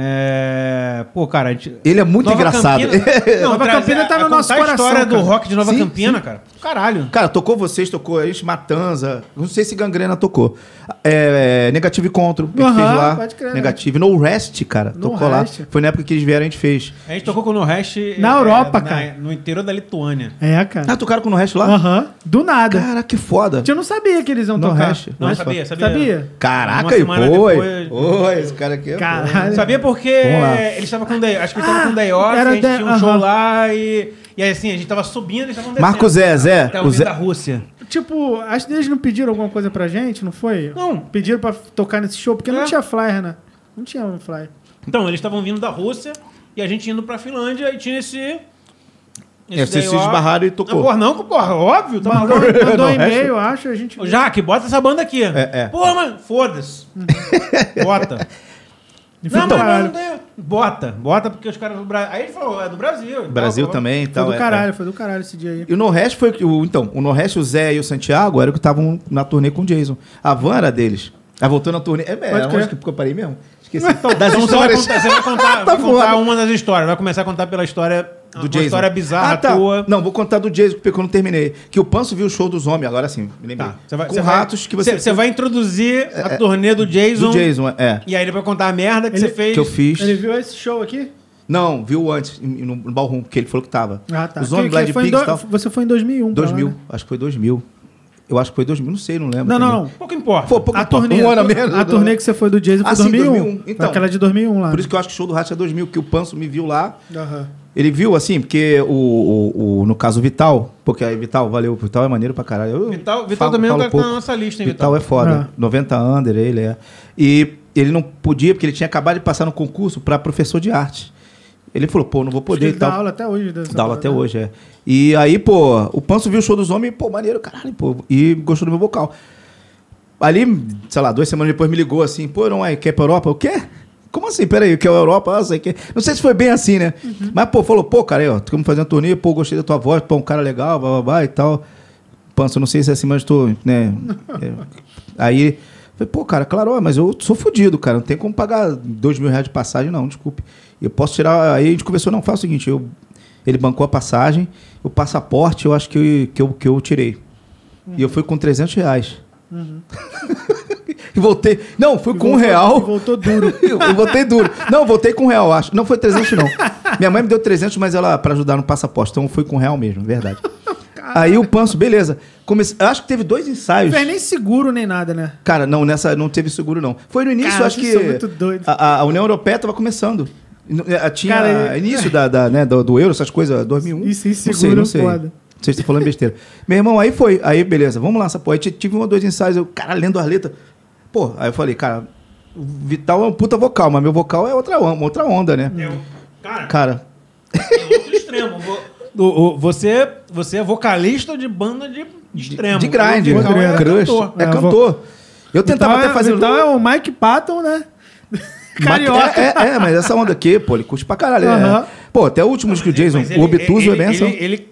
Speaker 1: É, Pô, cara. a gente-
Speaker 3: Ele é muito engraçado.
Speaker 1: Campina, não,
Speaker 2: Nova
Speaker 1: traz-
Speaker 2: Campina tá
Speaker 1: é-
Speaker 2: no
Speaker 1: é contar
Speaker 2: nosso
Speaker 1: a
Speaker 2: coração,
Speaker 1: história do
Speaker 2: cara.
Speaker 1: rock de Nova
Speaker 3: Sim,
Speaker 1: Campina, cara. Caralho.
Speaker 3: Cara, tocou vocês, tocou a gente, Matanza. Não sei se Gangrena tocou. É, é, Negativo e Contro, que
Speaker 2: Aham,
Speaker 3: fez lá.
Speaker 2: pode crer, né?
Speaker 3: Negativo. No Rest, cara,
Speaker 2: No
Speaker 3: tocou
Speaker 2: Rest.
Speaker 3: lá. Foi na época que eles vieram, a gente fez.
Speaker 1: A gente tocou com o No Rest.
Speaker 2: Na Europa, cara.
Speaker 1: No interior da Lituânia.
Speaker 2: É, cara.
Speaker 3: Ah, tocaram com o No Rest lá?
Speaker 2: Aham. Do nada.
Speaker 3: Cara, que foda.
Speaker 2: A gente não sabia que eles iam
Speaker 3: No
Speaker 2: tocar.
Speaker 3: Rest.
Speaker 1: Não,
Speaker 3: Olha
Speaker 1: sabia,
Speaker 2: Sabia?
Speaker 1: sabia.
Speaker 3: Caraca,
Speaker 1: Uma
Speaker 3: e
Speaker 1: semana
Speaker 3: foi.
Speaker 1: depois-
Speaker 3: Oi, esse cara aqui é
Speaker 2: Caralho. Ah,
Speaker 1: Sabia porque
Speaker 3: Vamos lá.
Speaker 1: eles estavam com day, acho que eles estavam com day off,
Speaker 2: era
Speaker 1: a gente
Speaker 2: day-
Speaker 1: tinha um
Speaker 2: aham.
Speaker 1: show lá e e aí, assim, a gente tava subindo, eles estavam descendo.
Speaker 3: Marco Zé, Zé.
Speaker 2: Tá
Speaker 1: Até
Speaker 3: o
Speaker 1: o
Speaker 3: Zé
Speaker 1: da Rússia.
Speaker 2: Tipo, acho que eles não pediram alguma coisa pra gente, não foi?
Speaker 1: Não.
Speaker 2: Pediram pra tocar nesse show, porque
Speaker 1: É.
Speaker 2: não tinha flyer, né? Não tinha um flyer.
Speaker 1: Então, eles estavam vindo da Rússia e a gente indo pra Finlândia e tinha esse.
Speaker 3: é, vocês
Speaker 1: day
Speaker 3: se
Speaker 1: off.
Speaker 3: esbarraram e
Speaker 1: Não,
Speaker 3: tocou.
Speaker 1: porra, não, porra, óbvio. Tá
Speaker 2: Mandou,
Speaker 1: maluco.
Speaker 2: mandou
Speaker 3: Não,
Speaker 2: um e-mail, acho, a gente.
Speaker 1: Ô, Jaque, bota essa banda aqui.
Speaker 3: É, é.
Speaker 1: Pô, mano, foda-se. bota.
Speaker 2: E foi
Speaker 1: Não,
Speaker 2: do
Speaker 1: mas não,
Speaker 2: caralho.
Speaker 1: não tem. Bota, bota, porque os caras do Brasil. Aí ele falou, é do Brasil. e
Speaker 3: Brasil
Speaker 1: tal,
Speaker 3: também e
Speaker 2: tá Foi
Speaker 3: tal.
Speaker 2: do
Speaker 3: é,
Speaker 2: caralho, foi do caralho esse dia aí.
Speaker 3: E o Norrest foi. O, então, o Norrest, o Zé e o Santiago eram que estavam na turnê com o Jason. A van era deles. Ela voltou na turnê. É, é
Speaker 2: Pode crer.
Speaker 3: onde que eu parei mesmo? Esqueci.
Speaker 1: Então,
Speaker 3: Das
Speaker 1: você vai
Speaker 3: histórias.
Speaker 1: contar, você vai contar, vai contar
Speaker 3: Tá voado.
Speaker 1: uma das histórias. Vai começar a contar pela história.
Speaker 3: Do
Speaker 1: uma
Speaker 3: Jason.
Speaker 1: história bizarra
Speaker 3: ah, tá.
Speaker 1: tua.
Speaker 3: Não, vou contar do Jason, porque eu não terminei. Que o Panso viu o show dos homens, agora sim, me lembrei.
Speaker 1: Tá. Você vai,
Speaker 3: com
Speaker 1: você vai-
Speaker 3: ratos que você. É,
Speaker 1: Você um- vai introduzir a turnê do Jason.
Speaker 3: Do Jason, é.
Speaker 1: E aí ele vai contar a merda que
Speaker 2: Ele-
Speaker 1: você fez.
Speaker 3: Que eu fiz.
Speaker 2: Ele viu esse show aqui?
Speaker 3: Não, viu antes, em- no, no Ballroom, que ele falou que tava.
Speaker 1: Ah, tá.
Speaker 3: Os homens
Speaker 2: Ah, tá. Que-
Speaker 3: lá
Speaker 2: que
Speaker 3: de
Speaker 2: foi em
Speaker 3: Pigs e
Speaker 2: do-
Speaker 3: tal.
Speaker 2: Você foi em 2001. pra lá,
Speaker 3: 2000,
Speaker 2: né?
Speaker 3: acho que foi 2000. Eu acho que foi 2000, não sei, não lembro.
Speaker 2: Não, não,
Speaker 3: também.
Speaker 2: não.
Speaker 1: Pouco importa.
Speaker 3: Pô, pouco
Speaker 2: A né?
Speaker 3: importa,
Speaker 2: turnê,
Speaker 3: um ano a menos.
Speaker 2: a turnê que você foi do Jason foi
Speaker 3: Ah, sim,
Speaker 2: 2001.
Speaker 3: 2001,
Speaker 2: Foi
Speaker 3: então.
Speaker 2: Aquela de 2001 lá. né?
Speaker 3: Por isso que eu acho que o show do Ratos é 2000, que o Panso me viu lá.
Speaker 2: Aham.
Speaker 3: Ele viu assim, porque o, o- o- no caso o Vital, porque aí Vital, valeu, o Vital é maneiro pra caralho. Eu
Speaker 1: Vital, Vital
Speaker 3: falo-
Speaker 1: também é um
Speaker 3: falo
Speaker 1: cara que tá na
Speaker 3: pouco.
Speaker 1: nossa lista, hein, Vital?
Speaker 3: Vital é foda. 90 under, ele é. E ele não podia, porque ele tinha acabado de passar no concurso pra professor de arte. Ele falou, pô, não vou
Speaker 2: Acho que
Speaker 3: poder e
Speaker 2: ele dá
Speaker 3: tal.
Speaker 2: aula até hoje. dessa
Speaker 3: Dá aula
Speaker 2: parada.
Speaker 3: até hoje, é. E aí, pô, o Panso viu o show dos homens, pô, maneiro, caralho, pô, e gostou do meu vocal. Ali, sei lá, duas semanas depois me ligou assim, pô, não é, quer ir pra Europa? O quê? Como assim? Peraí, quer ir pra Europa? Ah, sei que. Não sei se foi bem assim, né? Mas, pô, falou, pô, cara, aí, ó, estamos fazendo turnê, pô, gostei da tua voz, pô, um cara legal, blá, blá, blá e tal. Panso, não sei se é assim, mas tô, né? é. Aí, falei, pô, cara, claro, ó, mas eu sou fudido, cara, não tem como pagar dois mil reais de passagem, não, desculpe. Eu posso tirar, aí a gente conversou, não, faz o seguinte, eu ele bancou a passagem, o passaporte eu acho que eu, que eu, que eu tirei. E eu fui com 300 reais. e voltei. Não, fui
Speaker 2: E
Speaker 3: com um
Speaker 2: voltou-
Speaker 3: real.
Speaker 2: e voltou duro.
Speaker 3: eu eu voltei duro. Não, voltei com um real, acho. Não foi 300, não. Minha mãe me deu 300, mas ela, para ajudar no passaporte. Então foi com um real mesmo, verdade. Aí o panço, beleza. Comece... eu Acho que teve dois
Speaker 2: Não
Speaker 3: ensaios.
Speaker 2: fez nem seguro nem nada, né?
Speaker 3: Cara, não, nessa não teve seguro, não. Foi no início,
Speaker 2: Cara,
Speaker 3: acho
Speaker 2: vocês
Speaker 3: que.
Speaker 2: são muito doidos.
Speaker 3: A, a União Europeia estava começando. N- eh, Tinha
Speaker 2: Cara, e-
Speaker 3: início da, da, né, do, do euro, essas coisas, 2001.
Speaker 2: Isso, isso,
Speaker 3: não sei,
Speaker 2: seguro
Speaker 3: não
Speaker 2: é
Speaker 3: sei.
Speaker 2: foda.
Speaker 3: Vocês estão falando besteira. Meu irmão, aí foi. Aí, beleza, vamos lá, essa porra. Aí t- tive um ou dois ensaios, eu, cara, lendo as letras. Pô, aí eu falei, cara, o Vital é um puta vocal, mas meu vocal é outra, on- outra onda, né?
Speaker 1: É um- Cara,
Speaker 3: Cara,
Speaker 1: é outro extremo. Vo- o- o- você, você é vocalista de banda de extremo.
Speaker 3: de grind,
Speaker 1: O vocal
Speaker 2: Rodrigo,
Speaker 3: é
Speaker 1: é
Speaker 3: crush.
Speaker 1: cantor.
Speaker 3: É,
Speaker 2: É, vo-
Speaker 3: cantor. Eu tentava
Speaker 2: então,
Speaker 3: até fazer. um-
Speaker 2: É, então é o Mike Patton, né? Carioca.
Speaker 3: Mas- É, é, é, mas essa onda aqui, pô, ele curte pra caralho. é.
Speaker 2: Aham.
Speaker 3: Pô, até o último que o Jason,
Speaker 1: Mas ele-
Speaker 3: o Obtuso
Speaker 1: ele-
Speaker 3: é benção.
Speaker 1: Ele, ele-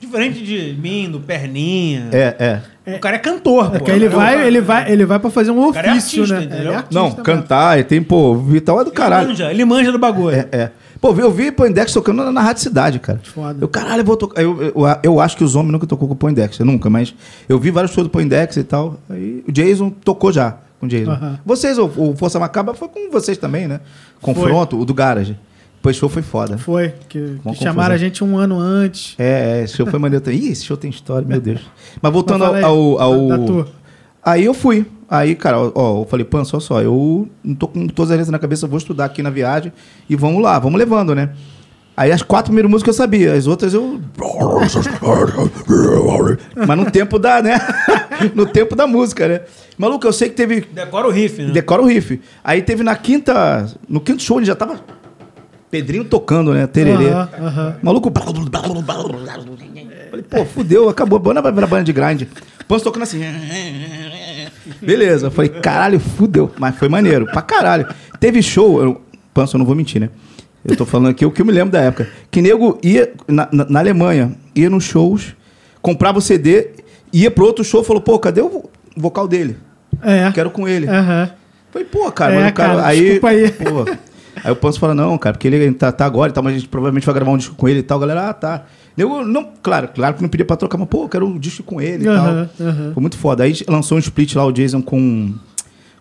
Speaker 1: diferente de mim, do Perninha,
Speaker 3: É, é.
Speaker 1: o cara é cantor. pô.
Speaker 2: É que ele
Speaker 1: O cara é um-
Speaker 2: vai, ele vai, ele vai pra fazer um
Speaker 1: cara é
Speaker 2: ofício,
Speaker 1: artista,
Speaker 2: né?
Speaker 1: entendeu?
Speaker 2: Ele é artista,
Speaker 3: Não,
Speaker 2: mano.
Speaker 3: cantar, e tem, pô, o Vital é do
Speaker 1: Ele
Speaker 3: caralho.
Speaker 1: manja, ele manja do bagulho.
Speaker 3: É, é. Pô, eu vi o Poindex tocando na, na Rádio Cidade, cara.
Speaker 2: Foda.
Speaker 3: Eu, caralho, eu vou tocar. Eu, eu, eu acho que os homens nunca tocou com o Poindex, nunca, mas eu vi vários shows do Poindex e tal. Aí o Jason tocou já com o Jason.
Speaker 2: Aham.
Speaker 3: Vocês, o, o Força Macabra foi com vocês também, né? Confronto, o do Garage. Pois show foi foda.
Speaker 2: Foi, que,
Speaker 3: Uma
Speaker 2: que chamaram
Speaker 3: confusão.
Speaker 2: a gente um ano antes.
Speaker 3: É, é, esse show foi maneiro também. Ih, esse show tem história, meu Deus. Mas voltando
Speaker 2: Mas fala aí,
Speaker 3: ao. ao, ao-
Speaker 2: da- da tua.
Speaker 3: Aí eu fui. Aí, cara, ó, ó, eu falei, Pan, só só, eu não tô com todas as letras na cabeça, eu vou estudar aqui na viagem e vamos lá, vamos levando, né? Aí as quatro primeiras músicas eu sabia, as outras eu. Mas no tempo da, né? no tempo da música, né? Maluco, eu sei que teve
Speaker 1: Decora o riff, né?
Speaker 3: decora o riff. Aí teve na quinta. No quinto show ele já tava. Pedrinho tocando, né? Tererê.
Speaker 2: Aham, aham.
Speaker 3: Maluco. Falei, pô, fudeu, acabou. Banda vai virar banda de grind. Panso tocando assim. Beleza. Eu Falei, caralho, fudeu. Mas foi maneiro, pra caralho. Teve show. Eu, Panso, eu não vou mentir, né? Eu tô falando aqui o que eu me lembro da época. Que nego ia na, na- na Alemanha, ia nos shows, comprava o CD, ia pro outro show, falou, pô, cadê o vo- vocal dele?
Speaker 2: É.
Speaker 3: Quero com ele.
Speaker 2: Aham.
Speaker 3: Falei, pô, cara,
Speaker 2: É,
Speaker 3: mas o cara,
Speaker 2: cara,
Speaker 3: aí,
Speaker 2: desculpa aí.
Speaker 3: Pô, aí o Panso fala, não, cara, porque ele tá, tá agora e tal, mas a gente provavelmente vai gravar um disco com ele e tal. A galera, ah, tá. Eu, não, claro, claro que não pedia pra trocar, mas, pô, eu quero um disco com ele
Speaker 2: Aham,
Speaker 3: e tal.
Speaker 2: aham.
Speaker 3: Foi muito foda. Aí a gente lançou um split lá, o Jason com,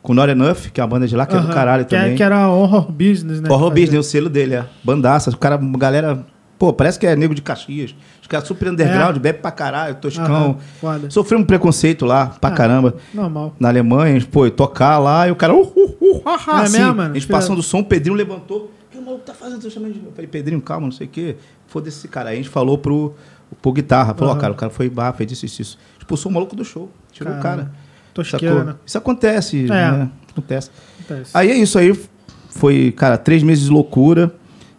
Speaker 3: com Not Enough, que é uma banda de lá, que é do
Speaker 2: aham.
Speaker 3: caralho
Speaker 2: que, é-
Speaker 3: também.
Speaker 2: Que era horror business, né?
Speaker 3: Horror
Speaker 2: que fazia.
Speaker 3: Business, o selo dele, é. Bandaça. O cara, uma galera Pô, parece que é nego de Caxias. Os caras super underground, bebe pra caralho, toscão.
Speaker 2: É. Aham, foda.
Speaker 3: Sofri um preconceito lá, pra
Speaker 2: Ah.
Speaker 3: caramba.
Speaker 2: Normal.
Speaker 3: Na Alemanha, pô, eu tocar lá e o cara. Uh, uh, uh, ha, ha,
Speaker 2: Não é
Speaker 3: assim,
Speaker 2: mesmo, mano?
Speaker 3: a gente
Speaker 2: Filha-
Speaker 3: passando o som, o Pedrinho levantou. O que o maluco tá fazendo? Eu chamei de- Eu falei, Pedrinho, calma, não sei o quê. Foda-se esse cara. Aí a gente falou pro, pro guitarra. Falou, ó, cara, o cara foi bar, fez isso, isso, isso. Expulsou o maluco do show. Tirou o
Speaker 2: Caramba.
Speaker 3: cara.
Speaker 2: Tosqueira,
Speaker 3: Sacou?
Speaker 2: né?
Speaker 3: Isso acontece, né? Acontece.
Speaker 2: Acontece.
Speaker 3: Aí é isso aí. Foi, cara, três meses de loucura.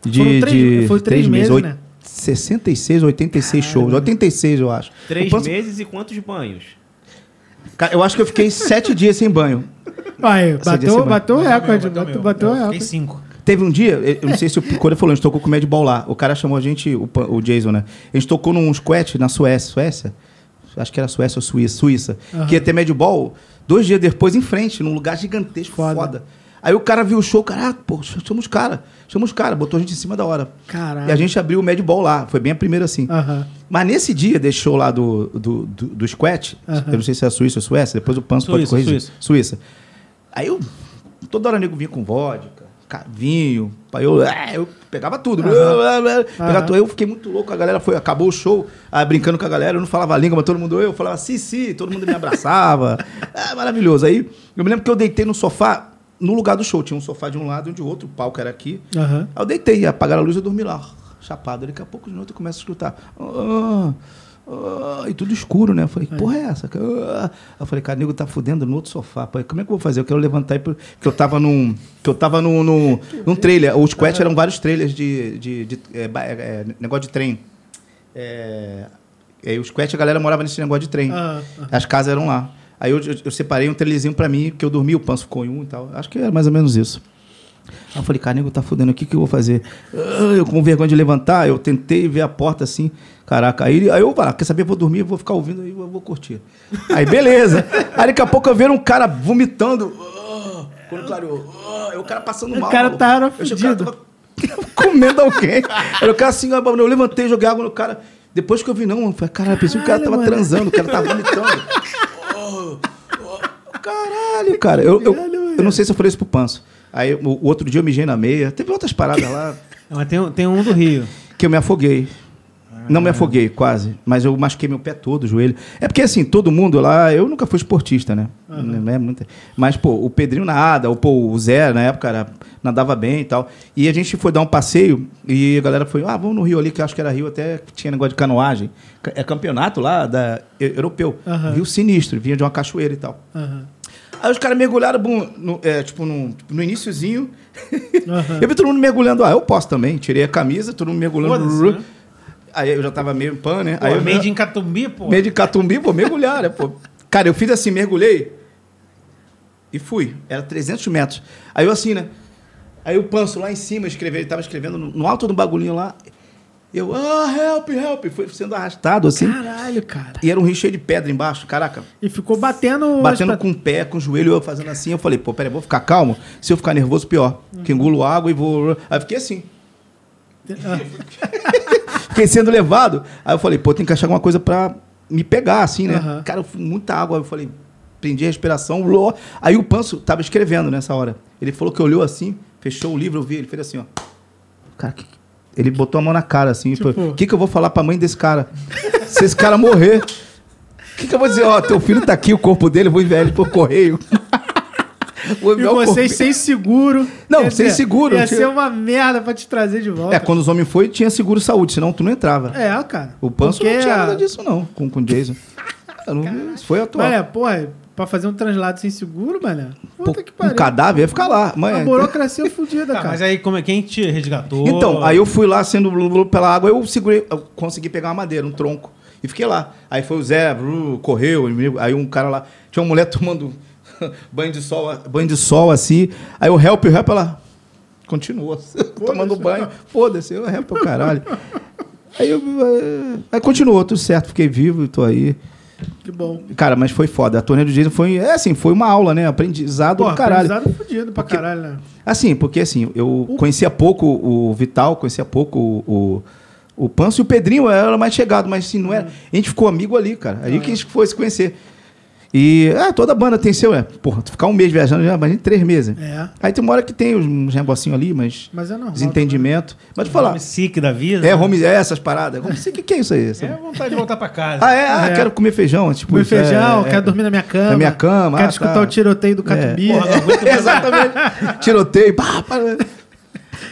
Speaker 3: De,
Speaker 2: Foram três-
Speaker 3: de
Speaker 2: foi três meses,
Speaker 3: oit-
Speaker 2: né?
Speaker 3: 66, 86 shows. 86, eu acho.
Speaker 4: Três
Speaker 3: eu, penso-
Speaker 4: meses e quantos banhos?
Speaker 3: Cara, eu acho que eu fiquei sete dias sem banho.
Speaker 2: Aí,
Speaker 3: Ah, Essa dia
Speaker 2: bateu,
Speaker 3: é você
Speaker 2: bateu o
Speaker 1: Bateu
Speaker 2: recorde.
Speaker 1: meu,
Speaker 2: Bateu,
Speaker 1: meu.
Speaker 2: bateu o
Speaker 1: Eu Fiquei
Speaker 2: recorde.
Speaker 1: cinco.
Speaker 3: Teve um dia, eu- eu não sei se o Picolha falou, a gente tocou com o Mad Ball lá. O cara chamou a gente, o, Pan- o Jason, né? A gente tocou num squat na Suécia. Suécia? Acho que era Suécia ou Suíça. Suíça. Que ia ter Mad Ball dois dias depois em frente, num lugar gigantesco,
Speaker 2: Foda.
Speaker 3: foda. Aí o cara viu o show, caraca, pô, chama os caras, chama os caras, botou a gente em cima da hora.
Speaker 2: Caralho.
Speaker 3: E a gente abriu o Mad Ball lá, foi bem a primeira assim.
Speaker 2: Aham.
Speaker 3: Mas nesse dia, deixou lá do, do, do, do Squat,
Speaker 2: Aham.
Speaker 3: eu não sei se é Suíça ou Suécia, depois o Panso pode
Speaker 1: Suíça,
Speaker 3: corrigir.
Speaker 1: Suíça.
Speaker 3: Suíça. Aí eu, toda hora o nego vinha com vodka, ca- vinho, aí eu, ah, eu pegava tudo. blá, blá, blá, pegava
Speaker 2: Aham.
Speaker 3: tudo. Aí eu fiquei muito louco, a galera foi, acabou o show, ah, brincando com a galera, eu não falava a língua, mas todo mundo, eu falava sim, sim, todo mundo me abraçava. ah, maravilhoso. Aí eu me lembro que eu deitei no sofá, no lugar do show, tinha um sofá de um lado e um de outro, o palco era aqui.
Speaker 2: Aham.
Speaker 3: Aí eu deitei, apagaram a luz e eu dormi lá, chapado. Daqui a pouco de noite eu começo a escutar. "Ah, ah", e tudo escuro, né? Eu falei, que porra é essa? Ah. Eu falei, cara, o nego tá fudendo no outro sofá. Pai, como é que eu vou fazer? Eu quero levantar e. pro- Que eu tava num. Que eu tava num, num, num trailer. Os quets eram vários trailers de. de, de, é, ba- é, é, negócio de trem. É, é, os quets a galera morava nesse negócio de trem.
Speaker 2: Ah,
Speaker 3: As casas eram lá. Aí eu, eu- eu separei um trailerzinho pra mim, que eu dormi, o panço ficou em um e tal. Acho que era mais ou menos isso. Aí eu falei, cara, nego, tá fudendo, o que, que eu vou fazer? Ah, Eu com vergonha de levantar, eu tentei ver a porta assim, caraca. Aí, aí eu falei, "Ah, quer saber, vou dormir, vou ficar ouvindo, aí eu vou curtir. Aí, beleza. Aí daqui a pouco eu vejo um cara vomitando. Ah, Quando clareou, ah, aí o cara passando mal.
Speaker 2: O cara
Speaker 3: maluco.
Speaker 2: tava
Speaker 3: Eu achei que o cara
Speaker 2: fudido.
Speaker 3: tava comendo alguém. Era o cara assim, ó, eu levantei, joguei água no cara. Depois que eu vi, não, eu falei, caralho, eu pensei que o cara
Speaker 2: Caralho,
Speaker 3: tava
Speaker 2: mano.
Speaker 3: transando, o cara tava vomitando. Caralho, cara. Eu, eu, eu não sei se eu falei isso pro Panso. Aí o, o outro dia eu mijei na meia. Teve outras paradas lá
Speaker 1: Mas tem, um- tem um do Rio.
Speaker 3: que eu me afoguei. Não me afoguei, quase. Mas eu machuquei meu pé todo, o joelho. É porque, assim, todo mundo lá... Eu nunca fui esportista, né? Não é muita... Mas, pô, o Pedrinho nada. O, pô, o Zé, na época, era- nadava bem e tal. E a gente foi dar um passeio e a galera foi... Ah, vamos no Rio ali, que eu acho que era Rio. Até tinha negócio de canoagem. Ca- É campeonato lá, da, eu- europeu.
Speaker 2: Aham.
Speaker 3: Rio sinistro. Vinha de uma cachoeira e tal.
Speaker 2: aham.
Speaker 3: Aí os caras mergulharam, bum, no, é, tipo, num- tipo, no iniciozinho.
Speaker 2: Aham.
Speaker 3: Eu vi todo mundo mergulhando. Ah, eu posso também. Tirei a camisa, todo mundo
Speaker 1: Foda-se,
Speaker 3: mergulhando.
Speaker 1: né?
Speaker 3: Aí eu já tava meio em pan, né?
Speaker 1: Pô,
Speaker 3: Aí eu, "Ah,
Speaker 1: made in Catumbi, pô.
Speaker 3: meio de catumbi, vou mergulhar, né, pô? Cara, eu fiz assim, mergulhei e fui. Era 300 metros. Aí eu assim, né? Aí o panço lá em cima, escreveu, ele tava escrevendo no, no alto do bagulhinho lá. Eu, ah, help, help. Fui sendo arrastado assim.
Speaker 2: Caralho, cara.
Speaker 3: E era um rio cheio de pedra embaixo. Caraca,
Speaker 2: E ficou batendo. as
Speaker 3: batendo
Speaker 2: pa-
Speaker 3: com o pé, com o joelho, eu fazendo assim. Eu falei, pô, peraí, vou ficar calmo. Se eu ficar nervoso, pior. Que engulo água e vou. Aí eu fiquei assim. fiquei sendo levado. Aí eu falei, pô, tem que achar alguma coisa pra me pegar, assim, né?
Speaker 2: Aham.
Speaker 3: Cara, eu fui muita água. Eu falei, prendi a respiração. Lô. Aí o Panso tava escrevendo nessa hora. Ele falou que olhou assim, fechou o livro, eu vi, ele fez assim, ó. Cara, que- ele botou a mão na cara assim. e
Speaker 2: Tipo-
Speaker 3: falou, O que, que eu vou falar pra mãe desse cara? Se esse cara morrer. O que, que eu vou dizer? Ó, teu filho tá aqui, o corpo dele, eu vou enviar ele por correio. Vou
Speaker 2: E
Speaker 3: enviar o
Speaker 2: vocês
Speaker 3: corpo-
Speaker 2: sem seguro.
Speaker 3: Não,
Speaker 2: Quer
Speaker 3: sem
Speaker 2: dizer,
Speaker 3: seguro,
Speaker 2: Ia
Speaker 3: tinha-
Speaker 2: ser uma merda pra te trazer de volta.
Speaker 3: É, quando os homens foi, tinha seguro saúde, senão tu não entrava.
Speaker 2: É, cara.
Speaker 3: O Panso
Speaker 2: Porque
Speaker 3: não tinha
Speaker 2: a-
Speaker 3: nada disso, não, com com o Jason. Eu não- Isso foi atual.
Speaker 2: Mas é, porra, pra fazer um translado sem seguro, mano.
Speaker 3: Pô,
Speaker 2: Puta que
Speaker 3: um
Speaker 2: pariu.
Speaker 3: cadáver ia ficar lá.
Speaker 2: A
Speaker 3: Mãe,
Speaker 2: burocracia é fudida,
Speaker 1: Tá,
Speaker 2: cara.
Speaker 1: mas aí como é, quem te resgatou?
Speaker 3: Então, aí eu fui lá sendo blu, blu, pela água, eu segurei, eu consegui pegar uma madeira, um tronco. E fiquei lá. Aí foi o Zé, blu, correu, inimigo, aí um cara lá. Tinha uma mulher tomando banho de sol, banho de sol assim. Aí o help, o help, ela continuou tomando banho. Foda-se, eu help o caralho. Aí, eu, eh, aí continuou, tudo certo, fiquei vivo, tô aí.
Speaker 2: Que bom.
Speaker 3: Cara, mas foi foda. A turnê do Jason foi, é assim, foi uma aula, né? Aprendizado
Speaker 2: Pô,
Speaker 3: do caralho.
Speaker 2: aprendizado fudido pra caralho, né?
Speaker 3: Assim, porque assim, eu conhecia pouco o Vital, conhecia pouco o, o, o Panso
Speaker 2: Uhum.
Speaker 3: e o Pedrinho era mais chegado, mas assim, não era. A gente ficou amigo ali, cara. Aí que a gente foi se conhecer. E ah, toda banda tem seu, né? Porra, tu ficar um mês viajando já, imagina três meses.
Speaker 2: É.
Speaker 3: Aí tem uma hora que tem uns rembocinhos ali, mas.
Speaker 2: Mas é normal. É
Speaker 3: Desentendimento. Mas te falar.
Speaker 1: Fala. Sick da vida.
Speaker 2: né?
Speaker 3: É, home, é essas paradas. Home, o que, que é isso aí?
Speaker 1: É vontade de voltar pra casa.
Speaker 3: Ah, é? Ah,
Speaker 2: É.
Speaker 3: quero comer feijão. Tipo,
Speaker 2: Comer feijão,
Speaker 3: é, é,
Speaker 2: quero dormir na minha cama.
Speaker 3: Na minha cama,
Speaker 2: Quero
Speaker 3: ah,
Speaker 2: escutar
Speaker 3: tá.
Speaker 2: o tiroteio do Catumbi.
Speaker 1: Porra, não aguento mais.
Speaker 3: Exatamente. Tiroteio. pá, né? pá.
Speaker 1: Tu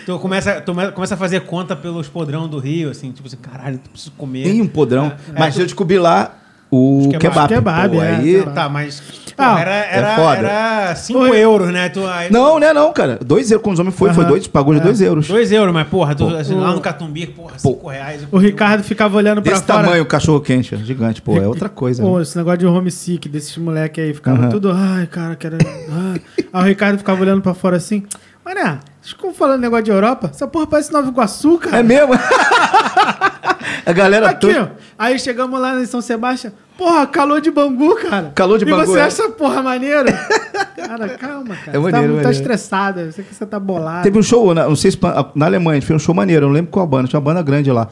Speaker 1: Então, começa, tu me- começa a fazer conta pelos podrão do Rio, assim, tipo assim, caralho, tu preciso comer.
Speaker 3: Tem um
Speaker 2: é.
Speaker 3: podrão. Mas eu descobri lá o
Speaker 1: Os kebab.
Speaker 3: kebab.
Speaker 2: Kebab,
Speaker 3: Pô,
Speaker 2: é,
Speaker 3: aí-
Speaker 2: kebab.
Speaker 1: Tá, mas.
Speaker 2: Ah,
Speaker 1: pô, era,
Speaker 3: é
Speaker 1: era,
Speaker 3: foda.
Speaker 1: era 5
Speaker 2: Oi.
Speaker 1: euros, né? Tu, aí,
Speaker 3: Não, né, não, cara. Dois euros, quando os homens foi, foi
Speaker 2: Aham. É.
Speaker 3: dois, pagou de dois euros.
Speaker 1: 2 euros, mas porra, tu, assim,
Speaker 2: o-
Speaker 1: lá no Catumbi, porra, 5 reais.
Speaker 2: O Ricardo ficava olhando pra
Speaker 3: Desse
Speaker 2: fora.
Speaker 3: tamanho, o cachorro quente, ó, gigante, pô, é outra coisa.
Speaker 2: Pô,
Speaker 3: né?
Speaker 2: esse negócio de home sick desses moleque aí, ficava
Speaker 3: Aham.
Speaker 2: tudo, ai, cara, quero. ai." Aí o Ricardo ficava olhando pra fora assim. Mas né, vocês ficam falando negócio de Europa? Essa porra parece Nova Iguaçu, cara.
Speaker 3: É mesmo? A galera
Speaker 2: Aqui,
Speaker 3: toda.
Speaker 2: ó. Aí chegamos lá em São Sebastião. Porra, calor de bangu, cara.
Speaker 3: Calor de
Speaker 2: e
Speaker 3: bangu,
Speaker 2: você
Speaker 3: é.
Speaker 2: acha essa porra maneira? cara, calma, cara. você
Speaker 3: É
Speaker 2: tá,
Speaker 3: maneiro,
Speaker 2: muito- tá
Speaker 3: maneiro.
Speaker 2: estressada. Eu sei que você tá bolado.
Speaker 3: Teve um show, na- não sei se pa- na Alemanha, foi um show maneiro, eu não lembro qual banda, tinha uma banda grande lá,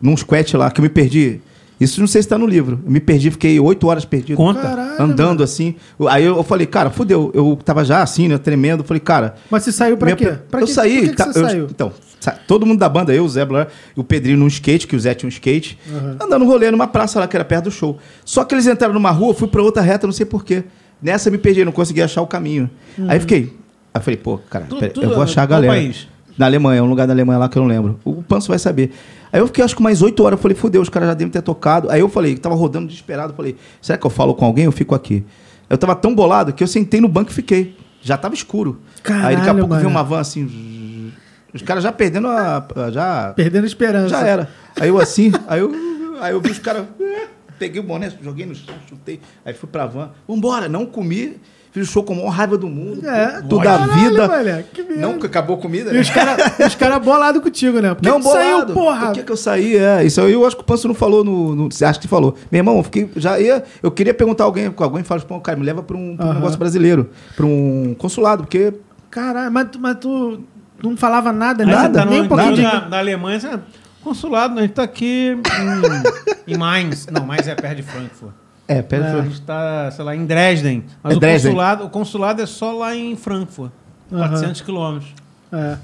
Speaker 3: num squat lá, que eu me perdi. Isso não sei se tá no livro. Eu me perdi, fiquei oito horas perdido.
Speaker 1: Conta.
Speaker 2: Caralho,
Speaker 3: andando assim. Aí eu eu falei, cara, fudeu. Eu tava já assim, né, tremendo. Eu Falei, cara,
Speaker 2: Mas você saiu pra
Speaker 3: Minha
Speaker 2: quê?
Speaker 3: pre-
Speaker 2: Pra
Speaker 3: eu
Speaker 2: que-
Speaker 3: saí.
Speaker 2: Por que, que
Speaker 3: tá,
Speaker 2: você
Speaker 3: eu-
Speaker 2: saiu?
Speaker 3: Então, sa- todo mundo da banda, eu, o Zé, blá, blá, e o Pedrinho num skate, que o Zé tinha um skate, andando rolê numa praça lá que era perto do show. Só que eles entraram numa rua, eu fui pra outra reta, não sei porquê. Nessa eu me perdi, não consegui achar o caminho.
Speaker 2: Uhum.
Speaker 3: Aí fiquei. Aí eu falei, pô, cara,
Speaker 1: Tu-
Speaker 3: pera-
Speaker 1: tu-
Speaker 2: é
Speaker 3: eu vou achar a
Speaker 1: qual
Speaker 3: galera.
Speaker 1: país?
Speaker 3: Na Alemanha, um lugar da Alemanha lá que eu não lembro. O Panso vai saber. Aí eu fiquei acho que mais oito horas, eu falei, fudeu, os caras já devem ter tocado. Aí eu falei, tava rodando desesperado, eu falei, será que eu falo com alguém? Eu fico aqui. Eu tava tão bolado que eu sentei no banco e fiquei. Já tava escuro. Aí daqui a
Speaker 2: Caralho,
Speaker 3: pouco
Speaker 2: mano.
Speaker 3: veio uma van assim. zzz, Os caras já perdendo a. a- Já,
Speaker 2: Perdendo a esperança.
Speaker 3: já era. Aí eu assim, aí eu, aí eu vi os caras. eh, Peguei o boné, joguei no chão, chutei. Aí fui pra van. Vambora, não comi. Fiz o show com a maior raiva do mundo.
Speaker 2: É.
Speaker 3: Tudo da
Speaker 2: Caralho,
Speaker 3: vida.
Speaker 2: moleque, que merda.
Speaker 3: não que acabou a comida.
Speaker 2: E
Speaker 3: né?
Speaker 2: os caras os cara bolados contigo, né? Por que
Speaker 3: não,
Speaker 2: que
Speaker 3: bolado.
Speaker 2: saiu, porra?
Speaker 3: Por que, que eu saí? É, isso aí eu acho que o Panso não falou no. no você acha que falou? Meu irmão, eu fiquei, já ia. Eu queria perguntar a alguém, com alguém fala, pô, cara, me leva pra um, pra um
Speaker 2: Aham.
Speaker 3: negócio brasileiro, pra um consulado, porque.
Speaker 2: Caralho, mas, tu- mas tu não falava nada,
Speaker 1: Aí
Speaker 2: nem,
Speaker 1: você
Speaker 3: nada,
Speaker 1: tá no-
Speaker 2: nem um pouquinho de...
Speaker 1: na, na Alemanha, você, ah, consulado, né? a gente tá aqui hum, em Mainz. Não, Mainz é perto de Frankfurt.
Speaker 3: É, pera.
Speaker 1: A gente tá, sei lá, em Dresden. Mas
Speaker 3: É
Speaker 1: o,
Speaker 3: Dresden.
Speaker 1: Consulado, o consulado é só lá em Frankfurt.
Speaker 2: Aham.
Speaker 1: 400 quilômetros.
Speaker 2: É.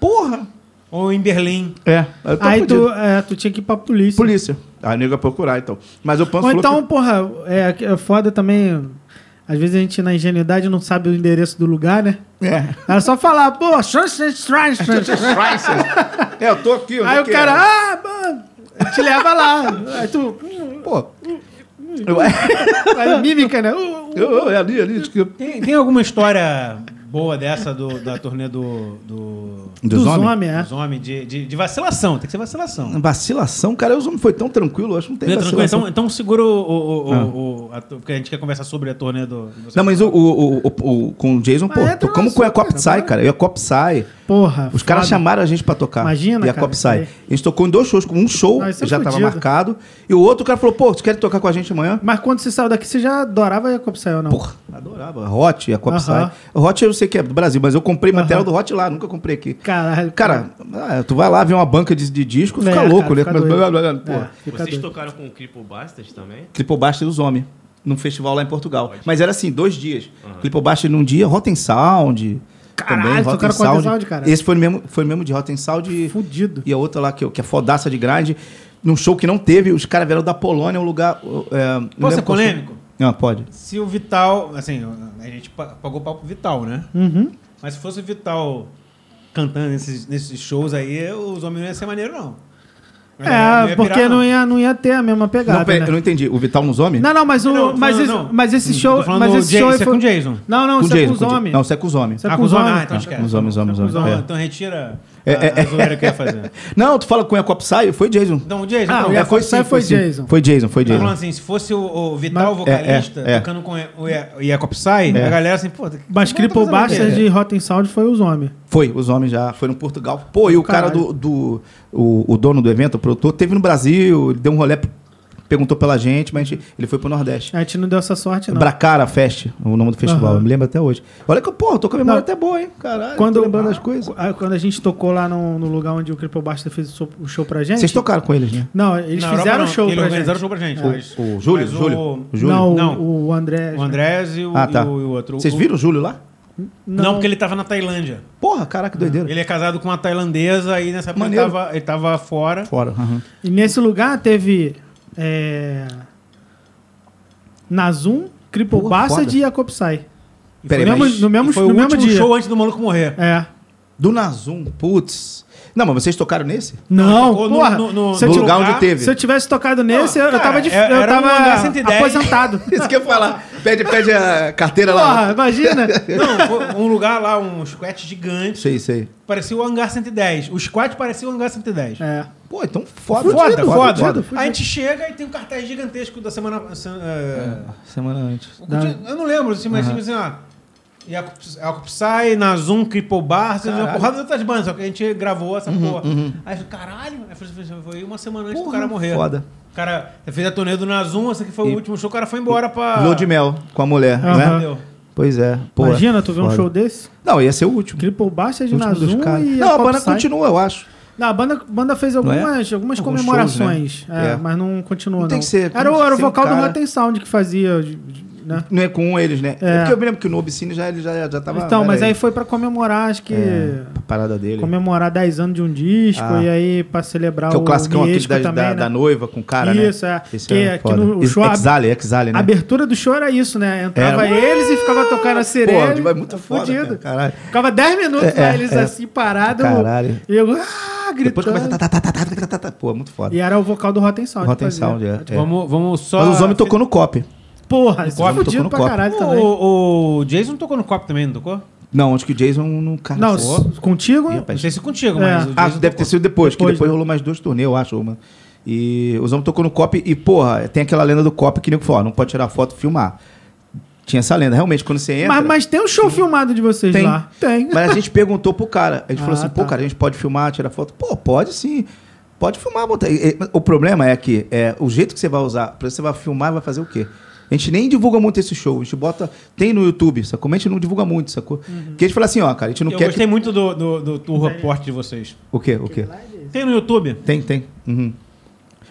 Speaker 3: Porra!
Speaker 1: Ou em Berlim.
Speaker 3: É, eu tô
Speaker 2: Aí
Speaker 3: fudido.
Speaker 2: tu, é, tu tinha que ir pra polícia.
Speaker 3: Polícia. A nega ia procurar, então. Mas o Panso
Speaker 2: Ou
Speaker 3: falou.
Speaker 2: então,
Speaker 3: que-
Speaker 2: porra, é, é foda também... Às vezes a gente, na ingenuidade, não sabe o endereço do lugar, né?
Speaker 3: É.
Speaker 2: Era só falar, pô, Schwanstein,
Speaker 3: é, eu tô aqui. onde
Speaker 2: Aí
Speaker 3: é
Speaker 2: o
Speaker 3: que
Speaker 2: cara,
Speaker 3: é?
Speaker 2: ah, mano, te leva lá. Aí tu,
Speaker 3: Pô. Eu, é,
Speaker 2: aí mímica, né? Uh, uh.
Speaker 3: eu, eu, é ali, ali. acho que-
Speaker 1: Tem, tem alguma história boa dessa do- da turnê do. do...
Speaker 3: Dos homens?
Speaker 2: homens, é.
Speaker 1: dos homens, de, de, de vacilação, tem que ser vacilação.
Speaker 3: Vacilação, cara, os homens foi tão tranquilo, eu acho que não tem
Speaker 1: Não é tranquilo?
Speaker 3: vacilação.
Speaker 1: Então, então segura o. o-
Speaker 2: Ah.
Speaker 1: o- o- o- a tu- porque a gente quer conversar sobre a turnê do. do-
Speaker 3: Não, mas o, o- o- o- o- com o Jason,
Speaker 2: Mas
Speaker 3: pô,
Speaker 2: entra no
Speaker 3: tocamos com a
Speaker 2: assunto,
Speaker 3: Cop Psy,
Speaker 2: agora.
Speaker 3: é, cara. Eu e a Cop Psy.
Speaker 2: Porra.
Speaker 3: Os caras
Speaker 2: foda.
Speaker 3: chamaram a gente pra tocar.
Speaker 2: Imagina,
Speaker 3: E a
Speaker 2: cara,
Speaker 3: Cop
Speaker 2: isso aí.
Speaker 3: Psy. A gente tocou em dois shows. Um show
Speaker 2: Não, isso é
Speaker 3: já tava
Speaker 2: fudido.
Speaker 3: marcado. E o outro, o cara falou, pô, vocês querem tocar com a gente amanhã?
Speaker 2: Mas quando você saiu daqui, você já adorava Jacob Sayo, não?
Speaker 3: Porra, adorava. Hot, e a Cop
Speaker 2: Aham.
Speaker 3: Psy. Hot eu sei que é do Brasil, mas eu comprei
Speaker 2: Aham.
Speaker 3: material do Hot lá, nunca comprei aqui.
Speaker 2: Caralho.
Speaker 3: Cara, ah, tu vai lá ver uma banca de, de disco,
Speaker 2: É,
Speaker 3: fica
Speaker 2: cara,
Speaker 3: louco, né?
Speaker 2: fica
Speaker 3: Começa-
Speaker 2: doido.
Speaker 3: blá, blá, blá,
Speaker 2: É,
Speaker 3: Porra.
Speaker 2: fica
Speaker 4: Vocês
Speaker 2: doido.
Speaker 4: tocaram com o Cripple Bastards também?
Speaker 3: Clipobasta dos Homens, num festival lá em Portugal. Mas era assim, dois dias. Clipobasta num dia, Rotten Sound.
Speaker 2: Caralho,
Speaker 3: também,
Speaker 2: tocaram
Speaker 3: Rotten
Speaker 2: com Rotten Sound, cara.
Speaker 3: Esse foi o mesmo, foi o mesmo de Rotten Sound e,
Speaker 2: Fudido.
Speaker 3: e a outra lá, que, que é fodaça de grande. Num show que não teve, os caras vieram da Polônia, um lugar... É, não
Speaker 1: Posso ser
Speaker 3: lembro qual show.
Speaker 1: polêmico?
Speaker 3: Não, pode.
Speaker 1: Se o Vital. Assim, a gente pa- pagou pau pro Vital, né?
Speaker 2: Uhum.
Speaker 1: Mas se fosse o Vital cantando nesses, nesses shows aí, os homens não iam ser maneiro, não.
Speaker 2: É, porque não. ia, não ia ter a mesma pegada,
Speaker 3: não, pera-
Speaker 2: né?
Speaker 3: Eu não entendi. O Vital nos Homens?
Speaker 2: Não, não, mas, o,
Speaker 1: Não, não,
Speaker 2: mas,
Speaker 1: não,
Speaker 2: esse,
Speaker 1: não.
Speaker 2: mas esse
Speaker 1: Tô
Speaker 2: show.
Speaker 1: falando
Speaker 2: Mas
Speaker 1: do
Speaker 2: esse
Speaker 1: Ja-
Speaker 2: show
Speaker 1: isso é
Speaker 2: foi-
Speaker 1: com o Jason.
Speaker 2: Não, não,
Speaker 3: Com
Speaker 2: isso é com
Speaker 3: Jason,
Speaker 2: os
Speaker 3: com Jason.
Speaker 2: homens.
Speaker 3: Não, isso é com os homens.
Speaker 2: Isso é
Speaker 1: Ah,
Speaker 2: com os homens.
Speaker 1: então
Speaker 2: cara.
Speaker 1: esquece.
Speaker 3: Os homens, homens, homens.
Speaker 1: Então,
Speaker 3: é.
Speaker 1: então retira a,
Speaker 3: É, é,
Speaker 1: a zoeira que eu ia fazer.
Speaker 3: Não, tu fala com o Ecop Sai, foi Jason.
Speaker 1: Então, Jason,
Speaker 2: Ah,
Speaker 1: então,
Speaker 2: o
Speaker 3: É,
Speaker 2: Jacob
Speaker 3: sim,
Speaker 2: Sai foi
Speaker 3: sim.
Speaker 2: Jason.
Speaker 3: Foi Jason, foi
Speaker 1: Tá
Speaker 3: Jason.
Speaker 1: falando assim, se fosse o, o Vital vocalista
Speaker 3: é, é.
Speaker 1: tocando com o Ia- o Iacob Sai,
Speaker 3: É.
Speaker 1: a galera assim, pô...
Speaker 2: Mas Cripple Bastard de Rotten Sound foi os homens.
Speaker 3: Foi, os homens já foram em Portugal. Pô, e o cara
Speaker 2: Caralho.
Speaker 3: do. do o, o dono do evento, o produtor, teve no Brasil, ele deu um rolê p- perguntou pela gente, mas a gente- ele foi pro Nordeste.
Speaker 2: A gente não deu essa sorte, não.
Speaker 3: Bracara Fest, o nome do festival.
Speaker 2: Aham.
Speaker 3: Eu me lembro até hoje. Olha que, eu- pô, eu tô com a memória
Speaker 2: Não.
Speaker 3: até boa, hein? Caralho,
Speaker 2: Quando,
Speaker 3: tô lembrando das coisas.
Speaker 2: Ah, Quando a gente tocou lá no, no lugar onde o Cripple Basta fez o so- o show pra gente.
Speaker 3: Vocês tocaram com eles, né?
Speaker 2: Não, eles
Speaker 1: Na Europa,
Speaker 2: fizeram
Speaker 1: não.
Speaker 2: o show
Speaker 1: Eles
Speaker 2: pra
Speaker 1: organizaram
Speaker 2: gente. É.
Speaker 1: o show pra gente. mas-
Speaker 3: O Júlio,
Speaker 1: mas o-
Speaker 3: Júlio. o Júlio.
Speaker 2: Não, o-
Speaker 1: Não.
Speaker 2: o André.
Speaker 1: O Andrés e o,
Speaker 3: Ah, tá.
Speaker 1: e o- e o outro. um.
Speaker 3: Vocês
Speaker 1: O-
Speaker 3: viram o Júlio lá?
Speaker 1: Não, porque ele tava na Tailândia.
Speaker 3: Porra, caraca, doideira.
Speaker 1: Ele é casado com uma tailandesa e nessa época ele
Speaker 3: Maneiro.
Speaker 1: tava, ele tava fora.
Speaker 3: Fora. aham.
Speaker 2: E nesse lugar teve é, Nazum, Cripple
Speaker 3: Porra,
Speaker 2: Bastard
Speaker 3: foda.
Speaker 2: e a Copsai.
Speaker 1: E
Speaker 3: Peraí,
Speaker 1: foi-
Speaker 2: no mesmo- no mesmo-
Speaker 1: e foi
Speaker 2: no
Speaker 1: o
Speaker 2: mesmo
Speaker 1: último
Speaker 2: dia.
Speaker 1: show antes do maluco morrer.
Speaker 2: É.
Speaker 3: Do Nazum, putz. Não, mas vocês tocaram nesse?
Speaker 2: Não,
Speaker 1: tocou no-
Speaker 2: porra.
Speaker 1: no- no-
Speaker 2: se,
Speaker 3: no
Speaker 2: eu
Speaker 3: lugar
Speaker 2: tivesse-
Speaker 3: onde teve.
Speaker 2: se eu tivesse tocado nesse, eu- eu,
Speaker 1: cara,
Speaker 2: tava, de,
Speaker 1: era-
Speaker 2: eu
Speaker 1: era um lugar
Speaker 2: tava
Speaker 1: 110.
Speaker 2: aposentado.
Speaker 3: Isso que eu ia falar. Pede, pede a carteira lá.
Speaker 2: Porra, imagina.
Speaker 1: Não, foi um lugar lá, um squat gigante.
Speaker 3: Sei, sei.
Speaker 1: Parecia o Hangar 110. O squat parecia o Hangar 110.
Speaker 2: É.
Speaker 3: Pô, então foda.
Speaker 1: Foda, foda,
Speaker 3: fudido,
Speaker 1: foda.
Speaker 3: fudido.
Speaker 1: A gente chega e tem um cartaz gigantesco da semana. se- é,
Speaker 3: Semana antes.
Speaker 1: o que tinha- Eu não lembro, assim, mas assim, ó. E a Copsai, na Zoom, Cripple Bar, você uma porrada de outras bandas, só que a gente gravou essa porra. Aí eu falei, caralho, aí foi- foi uma semana antes do
Speaker 3: Uhum, Porra,
Speaker 1: cara morrer.
Speaker 3: foda.
Speaker 1: O cara fez a turnê do Nazum, esse que foi o
Speaker 3: E-
Speaker 1: último show, o cara foi embora pra.
Speaker 3: Lua de mel com a mulher,
Speaker 2: Ah. Aham.
Speaker 3: né?
Speaker 1: Entendeu?
Speaker 3: Pois é. pô,
Speaker 2: imagina, tu vê um
Speaker 3: foda.
Speaker 2: show desse.
Speaker 3: Não, ia ser o último.
Speaker 2: Cripple Bastard,
Speaker 3: O último
Speaker 2: Nazum
Speaker 3: dos caras.
Speaker 2: e
Speaker 3: Não, a banda
Speaker 2: Copsai.
Speaker 3: continua, eu acho.
Speaker 2: Não, a banda, banda fez
Speaker 3: é?
Speaker 2: algumas, algumas
Speaker 3: Alguns
Speaker 2: comemorações,
Speaker 3: shows, né?
Speaker 2: é,
Speaker 3: É.
Speaker 2: mas não continuou, não.
Speaker 3: Não tem que ser-
Speaker 2: era,
Speaker 3: tem
Speaker 2: o,
Speaker 3: que
Speaker 2: era o
Speaker 3: ser um
Speaker 2: vocal do
Speaker 3: cara-
Speaker 2: Rotten Sound que fazia, de- de- né?
Speaker 3: Não é com eles, né?
Speaker 2: É.
Speaker 3: É. Porque eu me lembro que no Obscene já, ele já, já tava...
Speaker 2: então,
Speaker 3: era
Speaker 2: mas é aí
Speaker 3: ele.
Speaker 2: foi pra comemorar, acho que...
Speaker 3: A parada dele.
Speaker 2: Comemorar 10 anos de um disco
Speaker 3: Ah.
Speaker 2: e aí pra celebrar
Speaker 3: Que é o classicão aquele
Speaker 2: Miesco
Speaker 3: da,
Speaker 2: também,
Speaker 3: da,
Speaker 2: né?
Speaker 3: da noiva com o cara, né?
Speaker 2: Isso, é. Que- que no
Speaker 3: Ex-
Speaker 2: show-
Speaker 3: Exale, exale,
Speaker 2: A
Speaker 3: né?
Speaker 2: abertura do show era isso, né? Entrava
Speaker 3: Era.
Speaker 2: eles e ficava tocando a sereia.
Speaker 3: Pô, é muito foda, cara, caralho.
Speaker 2: Ficava 10 minutos
Speaker 3: É,
Speaker 2: lá,
Speaker 3: é,
Speaker 2: eles
Speaker 3: é.
Speaker 2: assim, parados.
Speaker 3: Caralho.
Speaker 2: E eu, ah, gritando.
Speaker 3: Depois começa... Tá, tá, tá, tá, tá, tá, tá, tá. Pô, é muito foda.
Speaker 2: E era o vocal do Rotten Sound. que
Speaker 3: Rotten
Speaker 2: fazia.
Speaker 3: Sound, é. é.
Speaker 1: Vamos, vamos só.
Speaker 3: Mas os homens tocou no cop.
Speaker 2: Porra, isso é
Speaker 3: copo, tocou
Speaker 2: fudido
Speaker 3: no
Speaker 2: pra
Speaker 3: copo.
Speaker 2: caralho também.
Speaker 1: O, o Jason tocou no copo também, não tocou?
Speaker 3: Não, acho que o Jason não... Cara,
Speaker 2: Não,
Speaker 3: pô.
Speaker 2: s- contigo?
Speaker 3: Ih,
Speaker 1: Não
Speaker 3: rapaz.
Speaker 1: sei se contigo,
Speaker 2: É.
Speaker 1: mas. o
Speaker 3: Ah,
Speaker 1: Jason
Speaker 3: deve ter
Speaker 1: tocou.
Speaker 3: sido depois, que
Speaker 2: Depois,
Speaker 3: depois
Speaker 2: né?
Speaker 3: rolou mais duas turnê, eu acho, uma. E os homens tocou no cop e, porra, tem aquela lenda do cop que nego falou, ó, não pode tirar foto e filmar. Tinha essa lenda. Realmente, quando você entra...
Speaker 2: mas, mas tem um show filmado de vocês
Speaker 3: Tem.
Speaker 2: lá. Tem.
Speaker 3: Mas a gente perguntou pro cara. A gente falou
Speaker 2: Ah,
Speaker 3: assim, pô,
Speaker 2: tá.
Speaker 3: cara, a gente pode filmar, tirar foto? Pô, pode sim. Pode filmar, botar. E- e- O problema é que é, o jeito que você vai usar, pra você vai filmar, vai fazer o quê? A gente nem divulga muito esse show. A gente bota. Tem no YouTube, sacou? Mas a gente não divulga muito, sacou? Porque a gente fala assim, ó, cara, a gente não
Speaker 1: Eu
Speaker 3: quer.
Speaker 1: gostei
Speaker 3: Que...
Speaker 1: muito do, do, do tour report de vocês.
Speaker 3: O quê? O quê?
Speaker 1: Tem né? no YouTube
Speaker 3: Tem, tem. Uhum.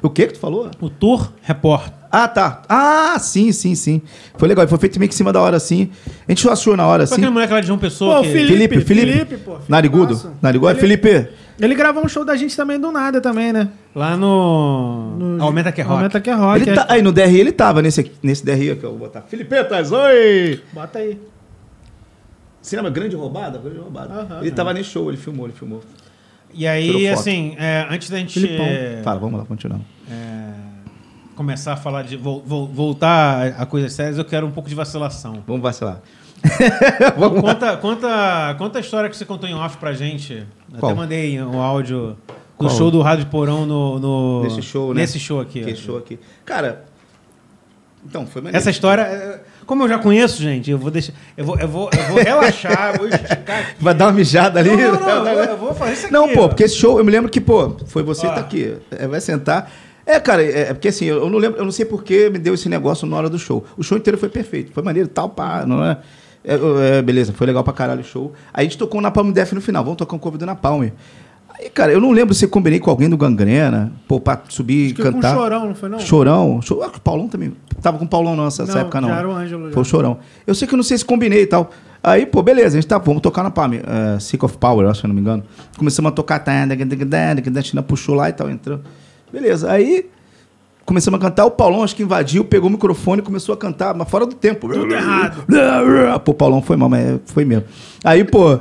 Speaker 3: O que que tu falou?
Speaker 1: o tour report.
Speaker 3: Ah, tá. Ah, sim, sim, sim. Foi legal. E Foi feito meio que em cima da hora, assim. A gente só achou na hora,
Speaker 1: Foi
Speaker 3: assim.
Speaker 1: aquele moleque lá de João Pessoa.
Speaker 2: Pô, o
Speaker 1: que-
Speaker 2: Felipe,
Speaker 3: Felipe, Felipe.
Speaker 2: Felipe, pô. Felipe
Speaker 3: Narigudo.
Speaker 2: Massa.
Speaker 3: Narigudo. Olha, Felipe.
Speaker 2: Ele gravou um show da gente também do nada também, né?
Speaker 1: Lá no. Aumenta que é rock.
Speaker 2: Aumenta que é rock.
Speaker 3: Ele
Speaker 2: é.
Speaker 3: tá, aí no DR ele tava, nesse, aqui- nesse DR aqui, ó, eu vou botar. Filipetas, oi!
Speaker 2: Bota aí.
Speaker 3: Você lembra? Grande roubada? Grande roubada.
Speaker 2: Aham.
Speaker 3: ele tava nesse show, ele filmou, ele filmou.
Speaker 1: E
Speaker 3: Tirou
Speaker 1: aí,
Speaker 3: foto.
Speaker 1: assim, é, antes da gente
Speaker 2: Filipão.
Speaker 1: é,
Speaker 3: Fala, vamos lá, continuamos.
Speaker 1: é, começar a falar de. vol- vol- voltar a coisas sérias, eu quero um pouco de vacilação.
Speaker 3: Vamos vacilar. vamos lá.
Speaker 1: Conta, conta, conta a história que você contou em off pra gente.
Speaker 3: Qual?
Speaker 1: Até mandei um áudio do
Speaker 3: Qual?
Speaker 1: show do Rádio Porão no, no.
Speaker 3: Nesse show, né?
Speaker 1: Nesse show aqui.
Speaker 3: Que
Speaker 1: ó.
Speaker 3: show aqui. Cara, então, foi maneiro.
Speaker 1: Essa história. é, Como eu já conheço, gente, eu vou deixar. Eu vou, eu vou, eu vou relaxar, eu vou esticar aqui.
Speaker 3: Vai dar uma mijada ali?
Speaker 1: Não, não, não, eu, vou, eu vou fazer isso aqui.
Speaker 3: Não, pô,
Speaker 1: ó.
Speaker 3: porque esse show, eu me lembro que, pô, foi você
Speaker 2: Ah.
Speaker 1: Ó.
Speaker 3: que tá aqui. É, vai sentar. É, cara, é, é porque assim, eu eu não lembro, eu não sei por que me deu esse negócio na hora do show. O show inteiro foi perfeito, foi maneiro, tal, pá, não é? É, é, beleza, foi legal pra caralho o show. Aí a gente tocou na Palm Def no final, vamos tocar um cover do Napalm. Aí, cara, eu não lembro se eu combinei com alguém do Gangrena, pô, pra subir e
Speaker 2: Acho que com
Speaker 3: cantar.
Speaker 2: Chorão, não foi não?
Speaker 3: Chorão. Cho- Ah, o Paulão também. Tava com o Paulão não nessa nessa
Speaker 2: Não,
Speaker 3: época, não.
Speaker 2: já era o Ângelo, já.
Speaker 3: Foi o Chorão. Eu sei que eu não sei se combinei e tal. Aí, pô, beleza, a gente tá, vamos tocar na Palme. eh, Sick of Power, eu acho, se eu não me engano. Começamos a tocar. tá, A China puxou lá e tal, entrou. Beleza, aí começamos a cantar. O Paulão, acho que invadiu, pegou o microfone e começou a cantar, mas fora do tempo. Tudo errado. Pô, o Paulão foi mal, mas foi mesmo. Aí, pô,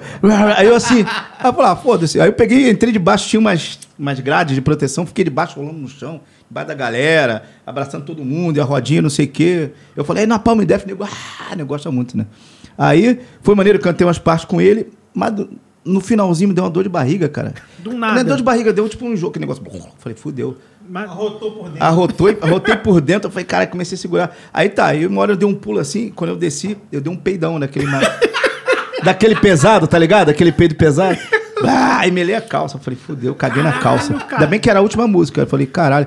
Speaker 3: aí eu assim, aí eu falei, ah, foda-se. Aí eu peguei, entrei debaixo, tinha umas, umas grades de proteção, fiquei debaixo, rolando no chão, debaixo da galera, abraçando todo mundo, e a rodinha, não sei o quê. Eu falei, aí na Palma e Def, nego, ah, nego gosta muito, né? Aí, foi maneiro, cantei umas partes com ele, mas do- no finalzinho me deu uma dor de barriga, cara.
Speaker 2: Do nada.
Speaker 3: Não é dor de barriga, deu tipo um jogo, que negócio. Falei, fudeu.
Speaker 2: Mas-
Speaker 1: Arrotou por dentro.
Speaker 3: Arrotou, arrotei por dentro, eu falei, cara, comecei a segurar. Aí tá, aí uma hora eu dei um pulo assim, quando eu desci, eu dei um peidão daquele ma- daquele pesado, tá ligado? Aquele peido pesado. Ah, e melei a calça. Eu falei, fudeu, caguei na calça.
Speaker 2: cara.
Speaker 3: Ainda bem que era a última música. Eu falei, caralho.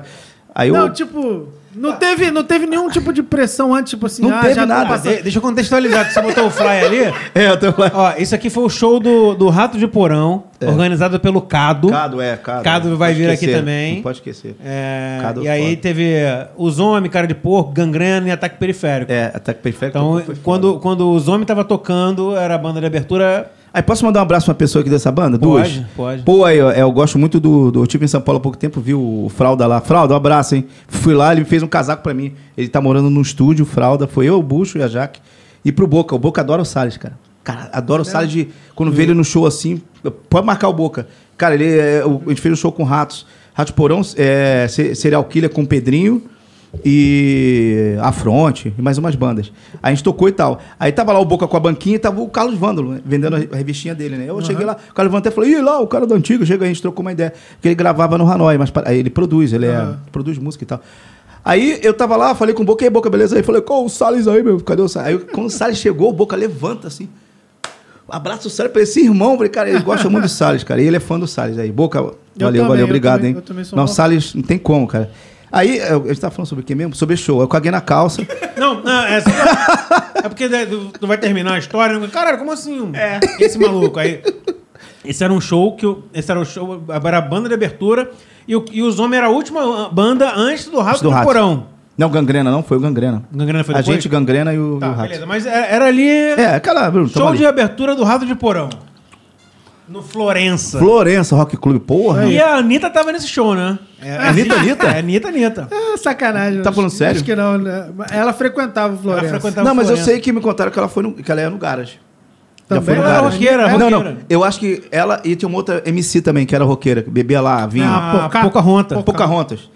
Speaker 3: Aí eu.
Speaker 2: Não, tipo, Não teve, não teve nenhum tipo de pressão antes, tipo assim,
Speaker 3: Não
Speaker 2: ah,
Speaker 3: teve
Speaker 2: já tá
Speaker 3: nada.
Speaker 2: passando.
Speaker 1: De- deixa eu contextualizar, que você botou o fly ali.
Speaker 3: É, eu tô lá.
Speaker 1: Ó, isso aqui foi o show do, do Rato de Porão, organizado pelo Cado.
Speaker 3: É. Cado, é, Cado.
Speaker 1: Cado
Speaker 3: Não
Speaker 1: vai
Speaker 3: pode
Speaker 1: vir
Speaker 3: esquecer,
Speaker 1: aqui também.
Speaker 3: Não pode esquecer.
Speaker 1: É,
Speaker 3: Cado
Speaker 1: e aí
Speaker 3: foda.
Speaker 1: teve os homens, cara de porco, gangrena e ataque periférico.
Speaker 3: É, ataque perfeito.
Speaker 1: Então,
Speaker 3: foi foda.
Speaker 1: quando, quando os homens tava tocando, era a banda de abertura.
Speaker 3: Aí posso mandar um abraço pra uma pessoa aqui dessa banda?
Speaker 1: Pode,
Speaker 3: Duas?
Speaker 1: pode.
Speaker 3: Pô, aí, ó, é, eu gosto muito do. do eu estive em São Paulo há pouco tempo, vi o Fralda lá. Fralda, um abraço, hein? Fui lá, ele me fez um casaco pra mim. Ele tá morando num estúdio, Fralda. Foi eu, o Bucho e a Jaque. E pro Boca. O Boca adora o Salles, cara. Cara, adora
Speaker 1: É.
Speaker 3: o Salles de. Quando vê ele no show assim. Pode marcar o Boca. Cara, ele, é, o- a gente fez um show com Ratos. Ratos Porão, é, se- Serial Killer com o Pedrinho e a Fronte e mais umas bandas. Aí a gente tocou e tal. Aí tava lá o Boca com a banquinha e tava o Carlos Vândalo né, vendendo a re- a revistinha dele, né? Eu cheguei lá, o Carlos Vândalo até falou: "Ih, lá o cara do antigo, chega aí, a gente trocou uma ideia, porque ele gravava no Hanoi, mas para- aí ele produz, ele é- produz música e tal. Aí eu tava lá, falei com o Boca, e aí, Boca, beleza? Aí falei: "Qual o Salles aí, meu? Cadê o Salles?" Aí quando o Salles chegou, o Boca levanta assim, Abraço o Salles pra esse irmão. Falei, cara, ele gosta muito do Salles, cara. E ele é fã do Salles aí. Boca, valeu,
Speaker 2: também,
Speaker 3: valeu,
Speaker 2: eu
Speaker 3: obrigado,
Speaker 2: também-
Speaker 3: hein?
Speaker 2: eu também sou
Speaker 3: não,
Speaker 2: mó fã.
Speaker 3: Salles, não tem como, cara. Aí, eu- a gente tava falando sobre o quê mesmo? Sobre show. Eu caguei na calça.
Speaker 1: Não, não, é só pra- É porque né, tu tu vai terminar a história. né? Caralho, como assim? um- Esse maluco. Aí. Esse era um show que. eu- Esse era o show. Era a banda de abertura. E, o- e os homens era a última ah, banda antes do Rato
Speaker 3: do
Speaker 1: do,
Speaker 3: Rato.
Speaker 1: Porão.
Speaker 3: Não, gangrena não, foi o gangrena.
Speaker 1: Gangrena foi
Speaker 3: a
Speaker 1: depois?
Speaker 3: gente, gangrena e o, e
Speaker 1: Tá,
Speaker 3: o rato.
Speaker 1: beleza. Mas era, era ali.
Speaker 3: É, cara, Bruno, tamo
Speaker 1: show
Speaker 3: ali.
Speaker 1: de abertura do Rato de Porão. No Florença.
Speaker 3: Florença Rock Club, porra.
Speaker 1: E a Anitta tava nesse show, né? É,
Speaker 3: Anitta, Anitta?
Speaker 1: É, Anitta, Anitta.
Speaker 2: Ah, sacanagem.
Speaker 3: Tá
Speaker 2: acho-
Speaker 3: falando sério?
Speaker 2: Acho que não, né? Ela frequentava o Florença.
Speaker 1: Ela frequentava
Speaker 3: Não, mas eu
Speaker 1: Florença.
Speaker 3: sei que me contaram que ela foi no, que ela é no Garage. Já
Speaker 2: Também
Speaker 3: foi no
Speaker 1: ela era
Speaker 3: Garage.
Speaker 1: roqueira,
Speaker 3: Não, não.
Speaker 1: roqueira.
Speaker 3: Eu acho que ela e tinha uma outra MC também que era roqueira, que bebia lá vinho.
Speaker 2: Ah,
Speaker 1: Ah,
Speaker 2: Poca-
Speaker 1: Pocahontas.
Speaker 2: Poca-
Speaker 3: Pocahontas.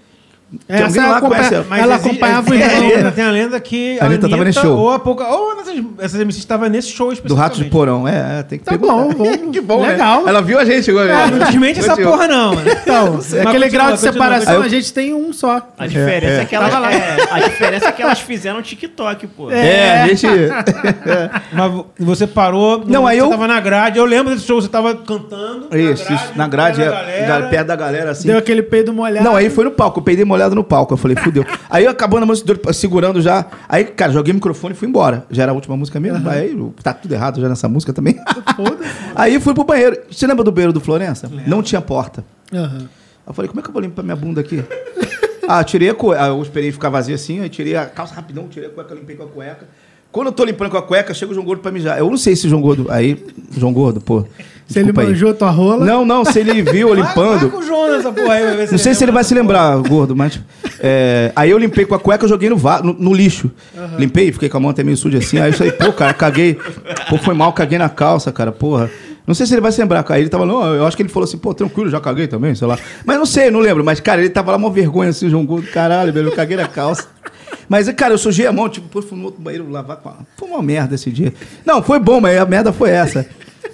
Speaker 2: Essa ela acompanha-
Speaker 1: Mas
Speaker 2: Ela
Speaker 1: existe-
Speaker 2: acompanhava o
Speaker 1: é,
Speaker 2: irmão,
Speaker 1: ainda
Speaker 2: né?
Speaker 1: Tem a lenda que
Speaker 3: A Anitta tava nesse show.
Speaker 1: ou a Poca, ou nessas, essas MCs estavam nesse show
Speaker 3: Do
Speaker 1: especificamente.
Speaker 3: rato de porão. É, é, tem que
Speaker 2: Tá bom,
Speaker 1: É
Speaker 2: vamos.
Speaker 3: que bom, né?
Speaker 2: Legal.
Speaker 3: Ela é viu a gente agora.
Speaker 1: Ah,
Speaker 3: né?
Speaker 1: não desmente essa
Speaker 3: Continua.
Speaker 1: porra não. né?
Speaker 2: Então,
Speaker 1: Mas continua,
Speaker 2: aquele grau de
Speaker 1: continua,
Speaker 2: separação
Speaker 3: continua.
Speaker 2: a gente tem um só.
Speaker 4: A diferença é, que elas, é, a diferença é que elas fizeram TikTok, pô.
Speaker 3: É, a gente...
Speaker 1: continua. Mas vo- você parou,
Speaker 3: Não, aí
Speaker 1: você
Speaker 3: eu-
Speaker 1: tava na grade, eu lembro desse show, você tava cantando.
Speaker 3: isso, isso. Na grade,
Speaker 1: perto da
Speaker 3: é,
Speaker 1: galera.
Speaker 3: perto da galera, assim.
Speaker 2: Deu aquele peido molhado.
Speaker 3: Não, é- aí foi no palco. Eu peidei molhado no palco. Eu falei, fudeu. aí eu acabando a música, segurando já. Aí, cara, joguei o microfone e fui embora. Já era a última música mesmo. Aí tá tudo errado já nessa música também. aí fui pro banheiro. Você lembra do banheiro do Florença? Não tinha porta.
Speaker 2: Aham.
Speaker 3: Eu falei, como é que eu vou limpar minha bunda aqui? ah, tirei a cueca. Eu esperei ficar vazio assim, aí tirei a calça rapidão, tirei a cueca, limpei com a cueca. Quando eu tô limpando com a cueca, chega o João Gordo pra mijar. Eu não sei se o João Gordo. Aí, João Gordo, pô.
Speaker 2: Se ele
Speaker 3: desculpa aí.
Speaker 2: manjou tua rola.
Speaker 3: Não, não, se ele viu eu
Speaker 1: Vai- vai
Speaker 3: limpando.
Speaker 1: com o João nessa porra aí, vai ver
Speaker 3: Não sei se ele vai se lembrar, gordo, mas. é, aí eu limpei com a cueca, eu joguei no, va- no, no lixo. Limpei, fiquei com a mão até meio suja assim. Aí eu falei, pô, cara, caguei. Pô, foi mal, caguei na calça, cara, porra. Não sei se ele vai se lembrar, cara. Ele tava, não, eu acho que ele falou assim, pô, tranquilo, já caguei também, sei lá. Mas não sei, não lembro. Mas, cara, ele tava lá, uma vergonha assim, João Gordo, caralho, velho, eu caguei na calça. Mas, cara, eu sujei a mão, tipo, pô, fui no outro banheiro lavar com a... Foi uma merda esse dia. Não, foi bom, mas a merda foi essa.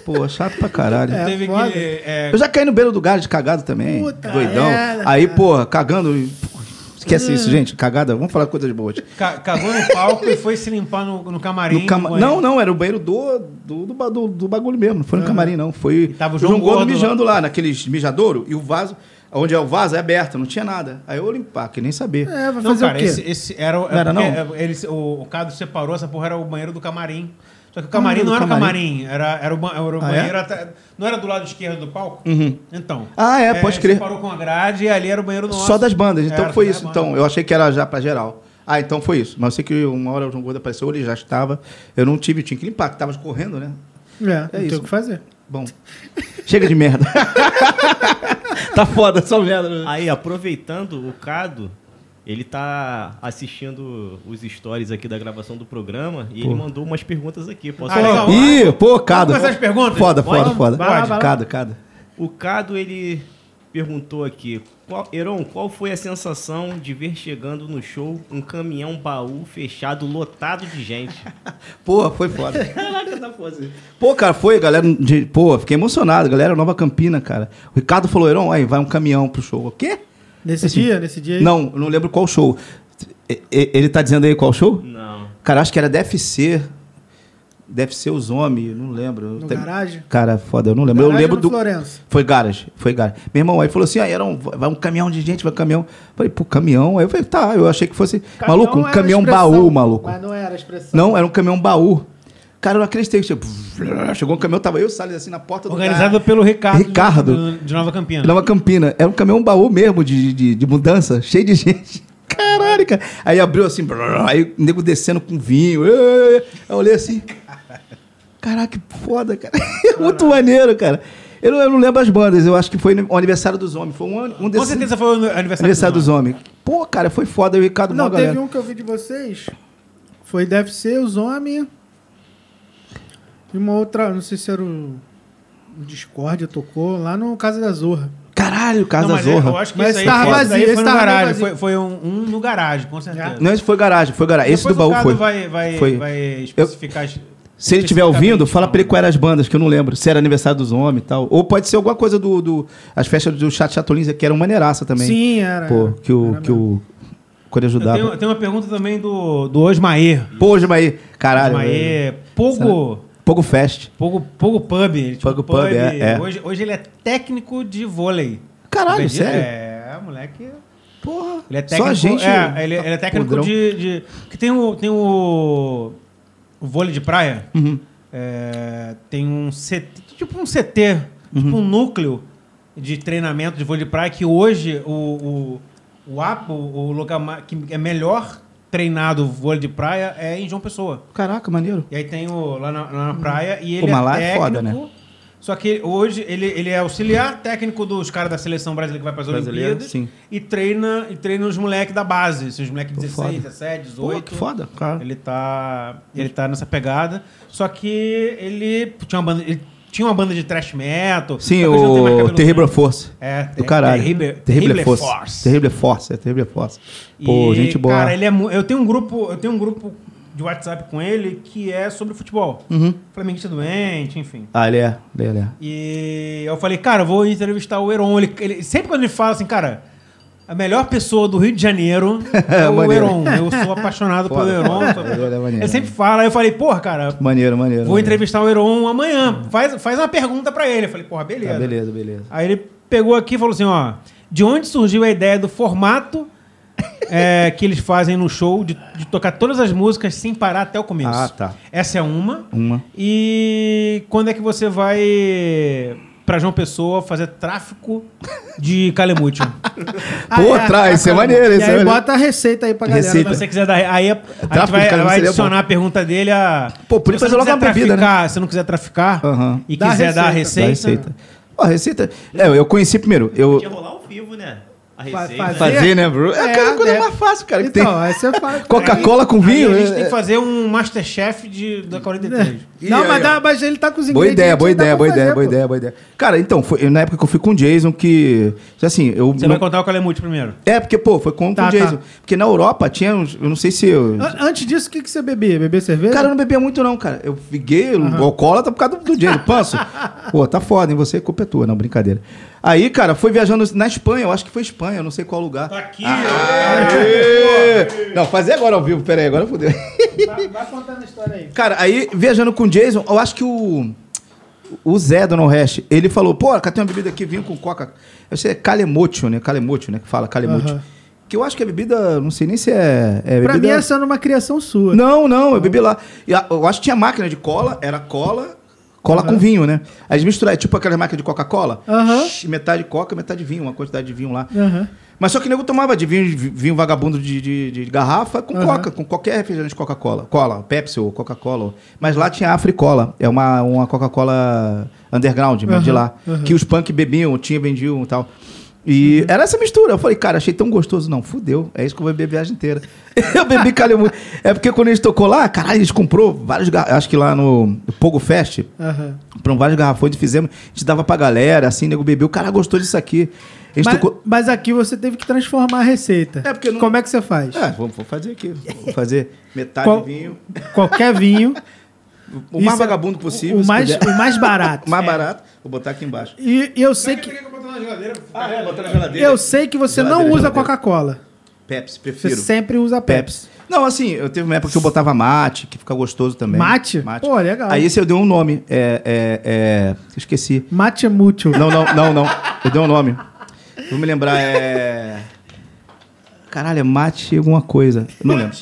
Speaker 3: Pô, chato pra caralho.
Speaker 2: É,
Speaker 1: Teve
Speaker 2: foda.
Speaker 1: que, é,
Speaker 3: Eu já caí no beiro do galho de cagado também.
Speaker 2: Puta
Speaker 3: doidão.
Speaker 2: merda, Ah.
Speaker 3: Aí, porra, cagando. e- pô, Esquece isso, gente. Cagada, vamos falar coisas boas.
Speaker 1: ca- cagou no palco e foi se limpar no, no camarim.
Speaker 3: No cama...
Speaker 1: no banheiro.
Speaker 3: Não, não, era o banheiro do, do, do, ba- do- do bagulho mesmo. Não foi
Speaker 2: Ah.
Speaker 3: no camarim, não. Foi
Speaker 1: tava o
Speaker 3: o
Speaker 1: João
Speaker 3: João Gordo
Speaker 1: Gordo lá.
Speaker 3: mijando lá, naqueles mijadouro, e o vaso. Onde é o vaso é aberto, não tinha nada. Aí eu limpar, que nem saber.
Speaker 2: É, vai
Speaker 1: Não,
Speaker 2: fazer
Speaker 1: cara,
Speaker 2: o quê?
Speaker 1: esse, esse era, o- é
Speaker 3: era,
Speaker 1: porque,
Speaker 3: não?
Speaker 1: é, Ele, se- o, o Cado separou, essa porra era o banheiro do camarim. Só que o camarim
Speaker 3: Ah,
Speaker 1: não
Speaker 3: do
Speaker 1: era o
Speaker 3: camarim.
Speaker 1: camarim, era, era o, ba- era o
Speaker 3: Ah, é?
Speaker 1: banheiro. atrás- não era do lado esquerdo do palco? Então.
Speaker 3: Ah, é, pode crer.
Speaker 1: Separou com a grade e ali era o banheiro nosso.
Speaker 3: Só das bandas, então
Speaker 1: Era,
Speaker 3: foi
Speaker 1: só
Speaker 3: isso.
Speaker 1: da banda.
Speaker 3: Então, eu achei que era já pra geral. Ah, então foi isso. Mas eu sei que uma hora o João Gordo apareceu, ele já estava. Eu não tive, tinha que limpar, que tava correndo, né?
Speaker 2: É,
Speaker 3: É
Speaker 2: não tem
Speaker 3: isso.
Speaker 2: o que fazer.
Speaker 3: Bom. Chega de merda. tá foda, só merda. né?
Speaker 4: Aí, aproveitando o Cado, ele tá assistindo os stories aqui da gravação do programa e ele mandou umas perguntas aqui. Posso
Speaker 1: Ah,
Speaker 4: ler?
Speaker 1: legal.
Speaker 3: Ih, pô, cada.
Speaker 1: Vamos começar as perguntas?
Speaker 3: Foda,
Speaker 1: Pode?
Speaker 3: foda, foda.
Speaker 2: Vai lá, vai lá.
Speaker 3: Cada, cada.
Speaker 4: O Cado, ele perguntou aqui, qual, Heron, qual foi a sensação de ver chegando no show um caminhão baú fechado, lotado de gente?
Speaker 3: Porra, foi foda. Pô, cara, foi, galera. de- pô, fiquei emocionado, galera. Nova Campina, cara. O Ricardo falou, Heron, aí vai um caminhão pro show. O quê?
Speaker 2: Nesse dia, nesse dia aí.
Speaker 3: Não, eu não lembro qual show. E- e- Ele tá dizendo aí qual show?
Speaker 4: Não.
Speaker 3: Cara, acho que era DFC. Deve ser os homens, não lembro.
Speaker 2: No
Speaker 3: Tem-
Speaker 2: garagem?
Speaker 3: Cara, foda, eu não lembro.
Speaker 2: Garagem
Speaker 3: eu lembro
Speaker 2: no
Speaker 3: do.
Speaker 2: Florença.
Speaker 3: Foi garage, foi garage. Meu irmão aí falou assim: ah, era um, vai um caminhão de gente, vai um caminhão. Falei, pô, caminhão. Aí eu falei, tá, eu achei que fosse. maluco, um
Speaker 2: era
Speaker 3: caminhão
Speaker 2: expressão,
Speaker 3: baú, maluco.
Speaker 2: Mas assim. não era a expressão.
Speaker 3: Não, era um caminhão baú. Cara, eu não acreditei. Tipo, chegou um caminhão, tava eu e o Salles assim na porta do
Speaker 1: Organizado pelo Ricardo.
Speaker 3: Ricardo.
Speaker 1: De, de Nova Campina.
Speaker 3: Nova Campina. Era um caminhão baú mesmo de, de, de mudança, cheio de gente. Caralho, cara. Aí abriu assim, brrr, aí o nego descendo com vinho. ê, ê, ê. Aí eu olhei assim. Caraca, que foda, cara. É muito maneiro, cara. Eu não, eu não lembro as bandas, eu acho que foi no- o aniversário dos homens. Foi um, an- um
Speaker 1: Com
Speaker 3: desses
Speaker 1: certeza foi o aniversário,
Speaker 3: aniversário
Speaker 1: do
Speaker 3: dos homens. Pô, cara, foi foda. Eu e o Ricardo,
Speaker 2: Não,
Speaker 3: mó
Speaker 2: teve
Speaker 3: galera.
Speaker 2: um que eu vi de vocês. Foi Deve Ser Os Homens. E uma outra, não sei se era o, o Discord, tocou lá no Casa da Zorra.
Speaker 3: Caralho, Casa
Speaker 1: Não, mas
Speaker 3: Zorra.
Speaker 1: Eu acho que
Speaker 2: Mas
Speaker 1: isso aí,
Speaker 2: tava
Speaker 1: foi- isso
Speaker 2: vazio,
Speaker 1: aí
Speaker 2: esse
Speaker 1: foi no
Speaker 2: tava bem
Speaker 1: garagem.
Speaker 2: vazio.
Speaker 1: Foi, foi um, um no garagem, com certeza.
Speaker 3: Não, esse foi garagem, foi garagem. Esse do
Speaker 1: Depois o
Speaker 3: baú
Speaker 1: Ricardo
Speaker 3: foi.
Speaker 1: Vai, vai,
Speaker 3: Foi.
Speaker 1: vai especificar. as-
Speaker 3: Se ele estiver ouvindo, fala pra ele quais eram as bandas, que eu não lembro. Se era aniversário dos homens e tal. Ou pode ser alguma coisa do. do as festas do Chat Chatolins, que eram maneiraça também.
Speaker 2: Sim, era.
Speaker 3: Pô,
Speaker 2: era.
Speaker 3: que o.
Speaker 2: Era
Speaker 3: Que o quando
Speaker 1: Eu
Speaker 3: ajudava.
Speaker 1: tenho, tenho uma pergunta também do, do Osmaer.
Speaker 3: Pô, Osmaí. Caralho. velho.
Speaker 1: Osmaer, Pogo,
Speaker 3: Pogo Fest.
Speaker 1: Pogo, Pogo Pub. ele tinha
Speaker 3: Pogo
Speaker 1: um
Speaker 3: Pub, é, é.
Speaker 1: Hoje, hoje ele é técnico de vôlei.
Speaker 3: Caralho,
Speaker 1: Acredita?
Speaker 3: sério?
Speaker 1: É, moleque.
Speaker 3: Porra.
Speaker 1: Ele é técnico,
Speaker 3: Só a gente. tá
Speaker 1: é, ele, ele é técnico
Speaker 3: podrão.
Speaker 1: de, de- Que tem o. Tem o, o vôlei de praia.
Speaker 3: Uhum.
Speaker 1: É, tem um CT, tipo um CT,
Speaker 3: Uhum.
Speaker 1: tipo um núcleo de treinamento de vôlei de praia que hoje o, o, o app, o, o lugar ma- que é melhor treinado o vôlei de praia é em João Pessoa.
Speaker 3: Caraca, maneiro.
Speaker 1: E aí tem o lá na, lá na praia e ele
Speaker 3: Pô, mas
Speaker 1: é
Speaker 3: lá é
Speaker 1: técnico.
Speaker 3: foda,
Speaker 1: Só que hoje ele, ele é auxiliar técnico dos caras da seleção brasileira que vai para as
Speaker 3: Brasileira,
Speaker 1: Olimpíadas
Speaker 3: sim.
Speaker 1: e treina e treina os moleques da base, esses moleques
Speaker 3: Pô,
Speaker 1: 16,
Speaker 3: foda.
Speaker 1: 17, 18.
Speaker 3: Pô, que foda. Cara.
Speaker 1: Ele tá, ele tá nessa pegada. Só que ele tinha uma banda, ele tinha uma banda de thrash metal.
Speaker 3: Sim,
Speaker 1: só que hoje não tem mais
Speaker 3: o
Speaker 1: cabelo
Speaker 3: Terrible
Speaker 1: branco.
Speaker 3: Force.
Speaker 1: É,
Speaker 3: Do caralho.
Speaker 1: Terrible,
Speaker 3: Terrible Force.
Speaker 1: Force.
Speaker 3: Terrible Force. É Terrible Force. Pô,
Speaker 1: E,
Speaker 3: gente boa.
Speaker 1: Cara, ele é mu- eu tenho um grupo, eu tenho um grupo de WhatsApp com ele que é sobre futebol.
Speaker 3: Uhum.
Speaker 1: Flamenguista doente, enfim.
Speaker 3: Ah, ele é. Ele é, ele é.
Speaker 1: E eu falei, cara, eu vou entrevistar o Heron. Ele, ele- sempre quando ele fala assim, cara, a melhor pessoa do Rio de Janeiro é o
Speaker 3: Maneiro.
Speaker 1: Heron. Eu sou apaixonado pelo
Speaker 3: Foda,
Speaker 1: Heron.
Speaker 3: foda.
Speaker 1: sou-
Speaker 3: Ele é maneiro.
Speaker 1: Ele sempre fala, aí eu falei, porra, cara,
Speaker 3: Maneiro, maneiro.
Speaker 1: vou
Speaker 3: maneiro.
Speaker 1: entrevistar o Heron amanhã. Faz, faz uma pergunta pra ele. Eu falei, porra, beleza.
Speaker 3: Tá, beleza, beleza.
Speaker 1: Aí ele pegou aqui e falou assim, ó, de onde surgiu a ideia do formato é, que eles fazem no show de, de tocar todas as músicas sem parar até o começo?
Speaker 3: Ah, tá.
Speaker 1: Essa é uma.
Speaker 3: Uma.
Speaker 1: E quando é que você vai pra João Pessoa fazer tráfico de Calemute?
Speaker 3: Pô,
Speaker 2: Ah, é,
Speaker 3: traz, isso é
Speaker 2: bacana.
Speaker 3: maneiro,
Speaker 2: E
Speaker 3: isso é
Speaker 2: aí
Speaker 3: maneiro.
Speaker 2: bota a receita aí pra galera. né?
Speaker 3: Receita.
Speaker 1: Se você quiser dar. Aí é, a, a gente
Speaker 3: Tráfico de
Speaker 1: vai,
Speaker 3: Calemute
Speaker 1: vai
Speaker 3: seria
Speaker 1: adicionar
Speaker 3: bom.
Speaker 1: a pergunta dele a.
Speaker 3: Pô, podia
Speaker 1: se você
Speaker 3: fazer logo
Speaker 1: quiser
Speaker 3: uma bebida, né?
Speaker 1: traficar- Se não quiser traficar
Speaker 3: Aham.
Speaker 1: e
Speaker 2: Dá
Speaker 1: quiser dar a
Speaker 2: receita. né?
Speaker 1: receita.
Speaker 3: Da receita. Ó, a receita. É, eu conheci primeiro. Eu
Speaker 4: Podia rolar ao vivo, né? A
Speaker 2: Fa-
Speaker 4: receita.
Speaker 2: fazer.
Speaker 1: um
Speaker 3: fazer, né, bro? É,
Speaker 2: É,
Speaker 3: cara, a coisa
Speaker 2: né?
Speaker 3: mais fácil, cara. que
Speaker 2: Então,
Speaker 3: tem
Speaker 2: aí você fala.
Speaker 3: Coca-Cola com vinho.
Speaker 1: Aí a gente tem
Speaker 3: é-
Speaker 1: que fazer um Masterchef de, da 43.
Speaker 3: E
Speaker 2: Não,
Speaker 3: aí,
Speaker 2: mas,
Speaker 3: ó.
Speaker 2: dá, mas ele tá com os
Speaker 3: Boa ideia, boa
Speaker 2: ingredientes, dá
Speaker 3: ideia,
Speaker 2: pra
Speaker 3: boa ideia,
Speaker 2: fazer,
Speaker 3: boa
Speaker 2: pô.
Speaker 3: ideia, boa ideia. Cara, então, foi na época que eu fui com o Jason que. Assim, eu.
Speaker 1: Você
Speaker 3: não-
Speaker 1: vai contar o Calemute primeiro.
Speaker 3: É, porque, pô, foi com, com
Speaker 2: Tá, Ah,
Speaker 3: o Jason.
Speaker 2: tá.
Speaker 3: Porque na Europa tinha uns. Eu não sei se. Eu...
Speaker 2: An- Antes disso, o que, que você bebia? Bebia cerveja?
Speaker 3: Cara, eu não bebia muito, não, cara. Eu fiquei alcoólatra por causa do, do Jason. Panso. Pô, tá foda, hein? Você, culpa é tua, não, brincadeira. Aí, cara, fui viajando na Espanha, eu acho que foi Espanha, eu não sei qual lugar.
Speaker 1: Tá aqui,
Speaker 3: Aê! Não, fazer agora ao vivo, peraí, agora fodeu.
Speaker 2: vai, vai contando a história aí.
Speaker 3: Cara, aí viajando com o Jason, eu acho que o. O Zé do Noreste, ele falou, pô, cara, tem uma bebida aqui, vinho com coca. Eu sei, é calemocho, né? Calemocho, né? Que fala calemocho.
Speaker 2: Aham.
Speaker 3: Que eu acho que é bebida, não sei nem se é. é
Speaker 2: Pra mim,
Speaker 3: bebida-
Speaker 2: essa era uma criação sua.
Speaker 3: Não, não, eu bebi lá. E a- Eu acho que tinha máquina de cola, era cola, cola com vinho, né? Aí eles misturaram, é tipo aquela máquina de Coca-Cola.
Speaker 2: Aham.
Speaker 3: Shhh, Metade coca, metade vinho, uma quantidade de vinho lá.
Speaker 2: Aham.
Speaker 3: Mas só que o nego tomava de vinho, de vinho vagabundo de, de- de garrafa com
Speaker 2: Aham.
Speaker 3: coca, com qualquer refrigerante de Coca-Cola. Cola, Pepsi ou Coca-Cola. Mas lá tinha a Africola, é uma, uma Coca-Cola underground, mesmo de
Speaker 2: Aham, Uhum.
Speaker 3: lá. Que os punk bebiam, tinha, vendiam e tal. E era essa mistura. Eu falei, cara, achei tão gostoso. Não, fudeu. É isso que eu vou beber a viagem inteira. eu bebi calhemu. É porque quando eles tocou lá, caralho, eles comprou vários... gar- Acho que lá no Pogo Fest,
Speaker 2: Aham.
Speaker 3: compramos vários garrafões e fizemos. A gente dava pra galera, assim, o nego bebeu. Cara, gostou disso aqui. A gente
Speaker 2: Mas,
Speaker 3: tocou...
Speaker 2: mas aqui você teve que transformar a receita.
Speaker 3: É, porque não-
Speaker 2: Como é que você faz?
Speaker 3: É, vou, vou fazer aqui. Vou fazer metade
Speaker 2: Qual-
Speaker 3: vinho.
Speaker 2: Qualquer vinho.
Speaker 3: O
Speaker 2: Isso
Speaker 3: mais
Speaker 2: é-
Speaker 3: vagabundo possível.
Speaker 2: O,
Speaker 3: se
Speaker 2: mais, É.
Speaker 3: puder.
Speaker 2: o mais barato.
Speaker 3: O mais barato, vou botar aqui embaixo.
Speaker 2: E, e eu sei que,
Speaker 3: Ah, é, botar na geladeira.
Speaker 2: eu sei que você
Speaker 3: Geladeira,
Speaker 2: não usa
Speaker 3: geladeira.
Speaker 2: Coca-Cola.
Speaker 3: Pepsi,
Speaker 2: Você
Speaker 3: prefiro.
Speaker 2: sempre usa Pepsi.
Speaker 3: Não, assim, eu teve uma época que eu botava mate, que fica gostoso também.
Speaker 2: Mate? Pô, é. legal.
Speaker 3: Aí esse eu dei um nome. É, é, é... Esqueci.
Speaker 2: Mate é mútil.
Speaker 3: Não, não, não, não. Eu dei um nome. Vou me lembrar, é. Caralho, é mate alguma coisa. Eu não lembro.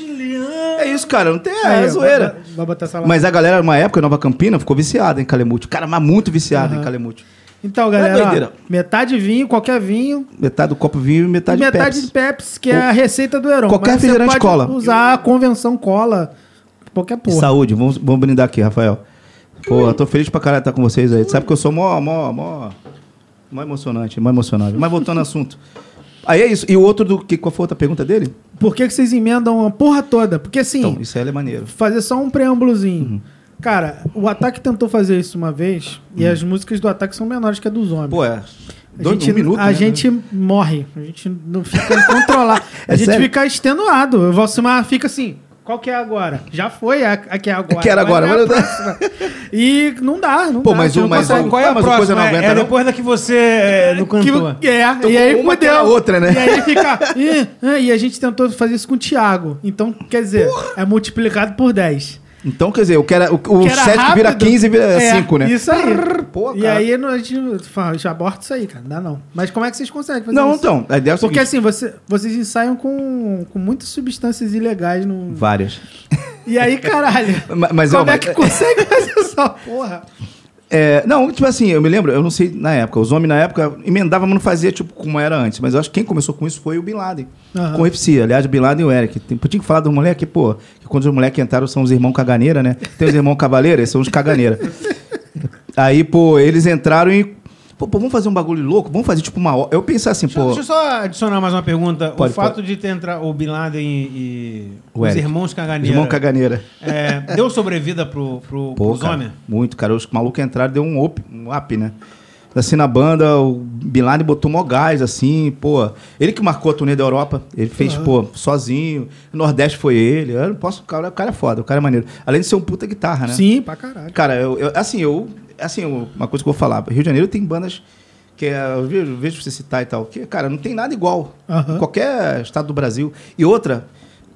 Speaker 3: É isso, cara. Não tem. É,
Speaker 2: Aí, ó,
Speaker 3: zoeira.
Speaker 2: vai- Vai botar essa lá.
Speaker 3: Mas a galera, uma época, Nova Campina, ficou viciada em Calemute. Cara, mas muito viciada em Calemute.
Speaker 2: Então,
Speaker 3: É
Speaker 2: galera,
Speaker 3: doideira.
Speaker 2: ó, metade vinho, qualquer vinho.
Speaker 3: Metade do copo vinho e metade,
Speaker 2: e metade
Speaker 3: Pepsi.
Speaker 2: de Pepsi, que é a receita do Heron.
Speaker 3: Qualquer
Speaker 2: Mas você
Speaker 3: refrigerante
Speaker 2: pode
Speaker 3: cola.
Speaker 2: usar a convenção cola, qualquer porra.
Speaker 3: Saúde, vamos, vamos brindar aqui, Rafael. Pô, eu tô feliz pra caralho estar com vocês aí. Tu Sabe que eu sou mó, mó, mó, mó emocionante, mó emocionável. Mas voltando ao assunto. Aí é isso. E o outro do que qual foi a outra pergunta dele?
Speaker 2: Por que, que vocês emendam a porra toda? Porque assim,
Speaker 3: Então, isso Uhum. aí é maneiro.
Speaker 2: fazer só um preâmbulozinho. Cara, o Ataque tentou fazer isso uma vez e as músicas do Ataque são menores que a dos homens.
Speaker 3: Uhum. Pô, é.
Speaker 2: a
Speaker 3: Dois,
Speaker 2: gente,
Speaker 3: um minuto,
Speaker 2: a
Speaker 3: né?
Speaker 2: gente morre, a gente não fica controlado.
Speaker 3: É
Speaker 2: a gente
Speaker 3: sério?
Speaker 2: fica extenuado. O Valsimar fica assim. Qual que é agora? Já foi a, a que é agora.
Speaker 3: Que era agora,
Speaker 2: é a próxima. E não dá, não
Speaker 3: Pô,
Speaker 2: dá.
Speaker 3: mas
Speaker 2: você
Speaker 3: o-
Speaker 2: não
Speaker 3: mas
Speaker 2: consegue.
Speaker 3: o-
Speaker 1: Qual é a
Speaker 3: mas o
Speaker 1: próxima?
Speaker 3: coisa né? não aguenta,
Speaker 1: é
Speaker 3: não?
Speaker 1: depois da que você é, não cantou.
Speaker 2: Que, é,
Speaker 3: Então,
Speaker 2: e aí
Speaker 3: uma
Speaker 2: fudeu.
Speaker 3: pela outra, né?
Speaker 2: E aí fica. "Ih, ah", e a gente tentou fazer isso com o Thiago. Então, quer dizer, é multiplicado por 10.
Speaker 3: Então, quer dizer, eu quero, o, o
Speaker 2: Que era
Speaker 3: set que vira
Speaker 2: rápido.
Speaker 3: 15 vira
Speaker 2: É,
Speaker 3: 5, né?
Speaker 2: Isso aí.
Speaker 3: Pô,
Speaker 2: e
Speaker 3: cara.
Speaker 2: aí não, a gente fala, já aborta isso aí, cara. Não dá não. Mas como é que vocês conseguem fazer
Speaker 3: Não,
Speaker 2: isso?
Speaker 3: então. A ideia é o
Speaker 2: Porque
Speaker 3: seguinte,
Speaker 2: assim, você- vocês ensaiam com, com muitas substâncias ilegais no.
Speaker 3: Várias.
Speaker 2: E aí, caralho.
Speaker 3: Ma- mas, ó,
Speaker 2: como é
Speaker 3: mas-
Speaker 2: que consegue fazer essa porra?
Speaker 3: É, não, tipo assim, eu me lembro, eu não sei na época, os homens na época emendavam, mas não fazia tipo como era antes, mas eu acho que quem começou com isso foi o Bin Laden,
Speaker 2: Aham.
Speaker 3: com o UFC, aliás, o Bin Laden e o Eric. Tem, eu tinha que falar dos moleques, pô, que quando os moleques entraram são os irmãos caganeira, né? Tem os irmãos cavaleira, eles são os caganeira. Aí, pô, eles entraram e, pô, pô, vamos fazer um bagulho louco, vamos fazer tipo uma hora. Eu pensei assim,
Speaker 1: Deixa,
Speaker 3: pô,
Speaker 1: deixa eu um só adicionar mais uma pergunta.
Speaker 3: Pode,
Speaker 1: o fato de ter entrado o Bin Laden e, e
Speaker 3: O
Speaker 1: os
Speaker 3: Eric.
Speaker 1: irmãos Caganeira
Speaker 3: irmão caganeira.
Speaker 1: é, deu sobrevida pro, pro,
Speaker 3: Pô,
Speaker 1: pros
Speaker 3: cara,
Speaker 1: homens?
Speaker 3: muito, cara. Os malucos entraram, deu um up, um up, né? Assim, na banda, o Bin Laden botou mó gás, assim, pô. Ele que marcou a turnê da Europa. Ele fez, pô, sozinho. O Nordeste foi ele. Eu não posso... O cara, o cara é foda, o cara é maneiro. Além de ser um puta guitarra, né?
Speaker 2: Sim, pra caralho.
Speaker 3: Cara, eu, eu- assim, eu... Assim, eu- uma coisa que eu vou falar. Rio de Janeiro tem bandas que é, eu vejo, eu vejo você citar e tal. Que, cara, não tem nada igual.
Speaker 2: Aham.
Speaker 3: Em qualquer estado do Brasil. E outra,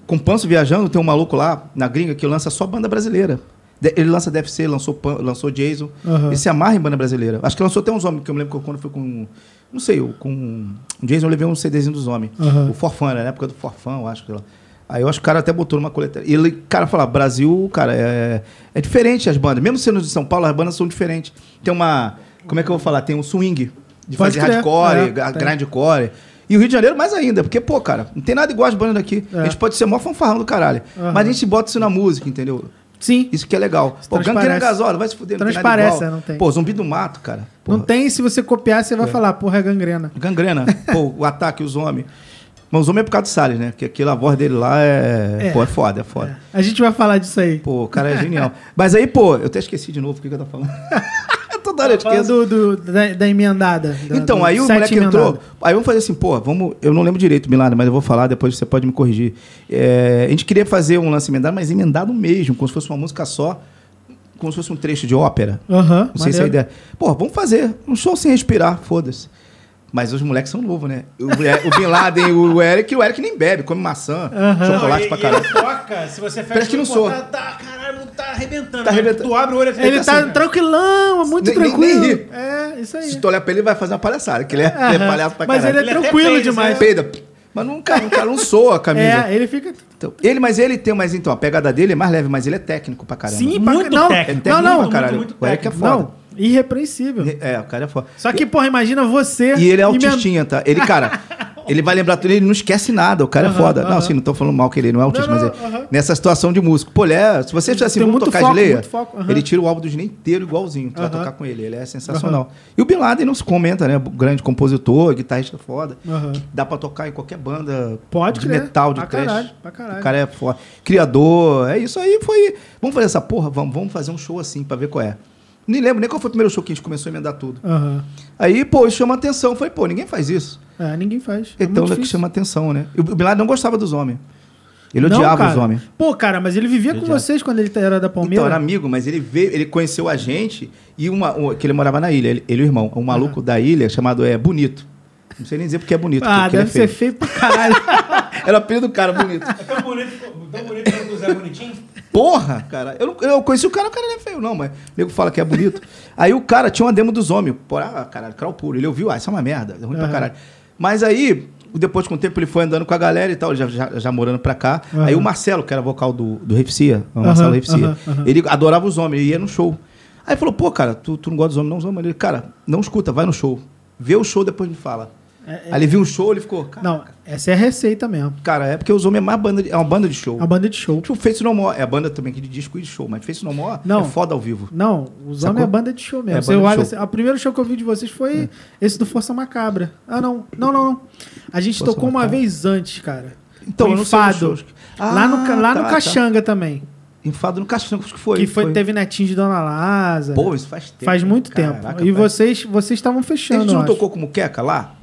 Speaker 3: com Panso viajando, tem um maluco lá na gringa que lança só banda brasileira. De- Ele lança DFC, lançou, Pan- lançou Jason.
Speaker 2: Aham.
Speaker 3: Ele se amarra em banda brasileira. Acho que lançou até uns homens, que eu me lembro que eu, quando foi com. Não sei, eu, com o Jason eu levei um CDzinho dos homens.
Speaker 2: Aham.
Speaker 3: O Forfã, era na época do Forfã, eu acho. sei lá. Aí eu acho que o cara até botou numa coleta. E ele, cara, fala, Brasil, cara, é, é diferente as bandas. Mesmo sendo de São Paulo, as bandas são diferentes. Tem uma. Como é que eu vou falar? Tem um swing. De
Speaker 2: Pode
Speaker 3: fazer
Speaker 2: crer.
Speaker 3: hardcore,
Speaker 2: É,
Speaker 3: gra-
Speaker 2: tem.
Speaker 3: grindcore. E o Rio de Janeiro mais ainda, porque, pô, cara, não tem nada igual as bandas daqui.
Speaker 2: É.
Speaker 3: A gente pode ser mó fanfarrão do caralho.
Speaker 2: Aham.
Speaker 3: Mas a gente bota isso na música, entendeu?
Speaker 2: Sim.
Speaker 3: Isso que é legal. Pô,
Speaker 2: transparece.
Speaker 3: Gangrena Gasola, vai se fuder. tem nada
Speaker 2: Transparece,
Speaker 3: igual.
Speaker 2: é, não tem.
Speaker 3: Pô, Zumbi do Mato, cara.
Speaker 2: Não
Speaker 3: Porra.
Speaker 2: tem, se você copiar, você vai falar, porra, é gangrena.
Speaker 3: Gangrena. Pô, o ataque, os homens. Mas os homens é por causa do Salles, né? Porque aquilo, a voz dele lá é...
Speaker 2: É.
Speaker 3: Pô, é foda, é foda.
Speaker 2: A gente vai falar disso aí.
Speaker 3: Pô, o cara é genial. Mas aí, pô, eu até esqueci de novo o que, que eu tô falando. Toda hora eu
Speaker 2: Fala
Speaker 3: esqueço.
Speaker 2: É do, do- da, da emendada. da-
Speaker 3: Então,
Speaker 2: do
Speaker 3: aí o
Speaker 2: sete
Speaker 3: moleque
Speaker 2: emendada.
Speaker 3: entrou. Aí vamos fazer assim, pô, vamos. Eu não lembro direito, Milana, mas eu vou falar, depois você pode me corrigir. É, a gente queria fazer um lance emendado, mas emendado mesmo, como se fosse uma música só, como se fosse um trecho de ópera.
Speaker 2: Aham.
Speaker 3: Não sei se é a
Speaker 2: maneiro.
Speaker 3: ideia. Pô, vamos fazer um show sem respirar, foda-se. Mas os moleques são novos, né? O, é, o Bin Laden, o Eric, o Eric nem bebe, come maçã,
Speaker 2: Aham.
Speaker 3: chocolate Tá pra caralho.
Speaker 1: toca, se você fecha
Speaker 3: Parece que
Speaker 1: o
Speaker 3: não
Speaker 1: portão,
Speaker 3: soa.
Speaker 1: Tá, caralho, tá arrebentando.
Speaker 3: Tá
Speaker 1: né?
Speaker 3: arrebentando.
Speaker 1: Tu abre o olho assim,
Speaker 2: Ele
Speaker 1: assim,
Speaker 2: tá
Speaker 1: cara.
Speaker 2: tranquilão, é muito
Speaker 3: Nem- nem-
Speaker 2: tranquilo.
Speaker 3: nem ri.
Speaker 2: É, isso aí.
Speaker 3: Se tu olhar pra ele, vai fazer uma palhaçada, que ele é,
Speaker 2: Aham.
Speaker 3: ele é palhaço pra
Speaker 2: Mas
Speaker 3: caralho.
Speaker 2: ele é
Speaker 1: Ele até
Speaker 2: tranquilo
Speaker 1: fez,
Speaker 2: demais.
Speaker 3: Peida. Mas não, cara, o cara não soa a camisa.
Speaker 2: É, ele fica.
Speaker 3: Então, ele, mas ele tem, mas então, a pegada dele é mais leve, mas ele é técnico pra caramba. é
Speaker 2: Sim,
Speaker 1: Muito
Speaker 2: pra... não,
Speaker 1: técnico.
Speaker 2: Não, não,
Speaker 3: pra caralho.
Speaker 1: muito, muito
Speaker 3: o Eric é
Speaker 2: não,
Speaker 3: foda.
Speaker 2: irrepreensível.
Speaker 3: É, o cara é foda.
Speaker 2: Só que, porra, imagina você.
Speaker 3: E ele é
Speaker 2: emend-
Speaker 3: autistinha, tá? Ele, cara, ele vai lembrar tudo, ele não esquece nada, o cara é
Speaker 2: Aham,
Speaker 3: foda. Não,
Speaker 2: aham.
Speaker 3: assim, não tô falando mal que ele não é autista,
Speaker 2: Não,
Speaker 3: mas
Speaker 2: não,
Speaker 3: é,
Speaker 2: aham.
Speaker 3: nessa situação de músico. Pô, ele é, se você achar assim,
Speaker 2: Tem
Speaker 3: vamos
Speaker 2: muito
Speaker 3: tocar
Speaker 2: foco,
Speaker 3: de leia,
Speaker 2: muito foco, aham.
Speaker 3: ele tira o álbum do Disney inteiro igualzinho, tu vai
Speaker 2: Aham.
Speaker 3: tocar com ele, ele é sensacional. E o Bin Laden não se comenta, né? Grande compositor, guitarrista foda.
Speaker 2: Aham.
Speaker 3: Dá pra tocar em qualquer banda
Speaker 2: Pode
Speaker 3: de
Speaker 2: crer.
Speaker 3: metal, de
Speaker 2: Pra
Speaker 3: trash.
Speaker 2: caralho, pra caralho.
Speaker 3: O cara é foda. Criador, é isso aí, foi. Vamos fazer essa porra, vamos, vamos fazer um show assim pra ver qual é. Nem lembro nem qual foi o primeiro show que a gente começou a emendar tudo.
Speaker 2: Aham.
Speaker 3: Aí, pô, isso chama atenção. Eu Falei, pô, ninguém faz isso.
Speaker 2: É, ninguém faz. É muito
Speaker 3: Então é que
Speaker 2: difícil.
Speaker 3: chama atenção, né? E o Bin Laden não gostava dos homens. Ele
Speaker 2: Não,
Speaker 3: odiava
Speaker 2: cara. é-
Speaker 3: os homens.
Speaker 2: Pô, cara, mas ele vivia com vocês quando ele era da Palmeiras.
Speaker 3: Então, era amigo, mas ele veio, ele conheceu a gente e uma, um- que ele morava na ilha, ele, ele e o irmão. Um maluco da ilha chamado é Bonito. Não sei nem dizer porque é bonito.
Speaker 2: ah,
Speaker 3: porque, porque ele
Speaker 2: deve ser feio pra caralho.
Speaker 3: é feio. Era o apelido do cara, bonito.
Speaker 1: É tão bonito, tão bonito quanto o Zé Bonitinho?
Speaker 3: Porra, cara. Eu, não- eu conheci o cara, o cara não é feio, não, mas o nego fala que é bonito. Aí o cara tinha uma demo dos homens. Porra, ah, caralho, crau puro. Ele ouviu, ah, isso é uma merda, é ruim pra
Speaker 2: Aham.
Speaker 3: caralho. Mas aí, depois com o tempo, ele foi andando com a galera e tal, já, já, já morando pra cá.
Speaker 2: Aham.
Speaker 3: Aí o Marcelo, que era vocal do, do Refcia, o
Speaker 2: Aham,
Speaker 3: Marcelo Refcia,
Speaker 2: aham, aham.
Speaker 3: ele adorava os homens, ele ia no show. Aí falou, pô, cara, tu, tu não gosta dos homens, não, os homens. Ele, cara, não escuta, vai no show. Vê o show, depois me fala.
Speaker 2: É, é-
Speaker 3: Aí ele viu um show, ele ficou, cara,
Speaker 2: Não, essa é a receita mesmo.
Speaker 3: cara é porque os homens é mais banda de- é uma banda de show.
Speaker 2: É uma banda de show.
Speaker 3: Tipo, Face No More. É a banda também aqui de disco e de show, mas Face No More
Speaker 2: Não.
Speaker 3: é foda ao vivo.
Speaker 2: Não, os
Speaker 3: Sacou?
Speaker 2: homens é banda de show mesmo.
Speaker 3: É,
Speaker 2: Você
Speaker 3: banda de
Speaker 2: olha,
Speaker 3: show. É.
Speaker 2: assim, o primeiro show que eu vi de vocês foi esse do Força Macabra. Ah, não. Não, não, não. A gente
Speaker 3: Força
Speaker 2: tocou uma
Speaker 3: Macabra.
Speaker 2: vez antes, cara.
Speaker 3: Então,
Speaker 2: Com
Speaker 3: eu não sei dos
Speaker 2: Enfado.
Speaker 3: shows. Ah,
Speaker 2: lá no, ca- lá
Speaker 3: tá,
Speaker 2: no
Speaker 3: tá.
Speaker 2: Caxanga também.
Speaker 3: Enfado no Caixão, acho que foi.
Speaker 2: que foi, teve netinho de Dona Laza.
Speaker 3: Pô, isso faz tempo. né?
Speaker 2: faz muito
Speaker 3: Caraca,
Speaker 2: tempo. E
Speaker 3: faz-
Speaker 2: vocês vocês estavam
Speaker 3: A
Speaker 2: fechando.
Speaker 3: gente
Speaker 2: eu
Speaker 3: não
Speaker 2: acho.
Speaker 3: tocou como queca lá?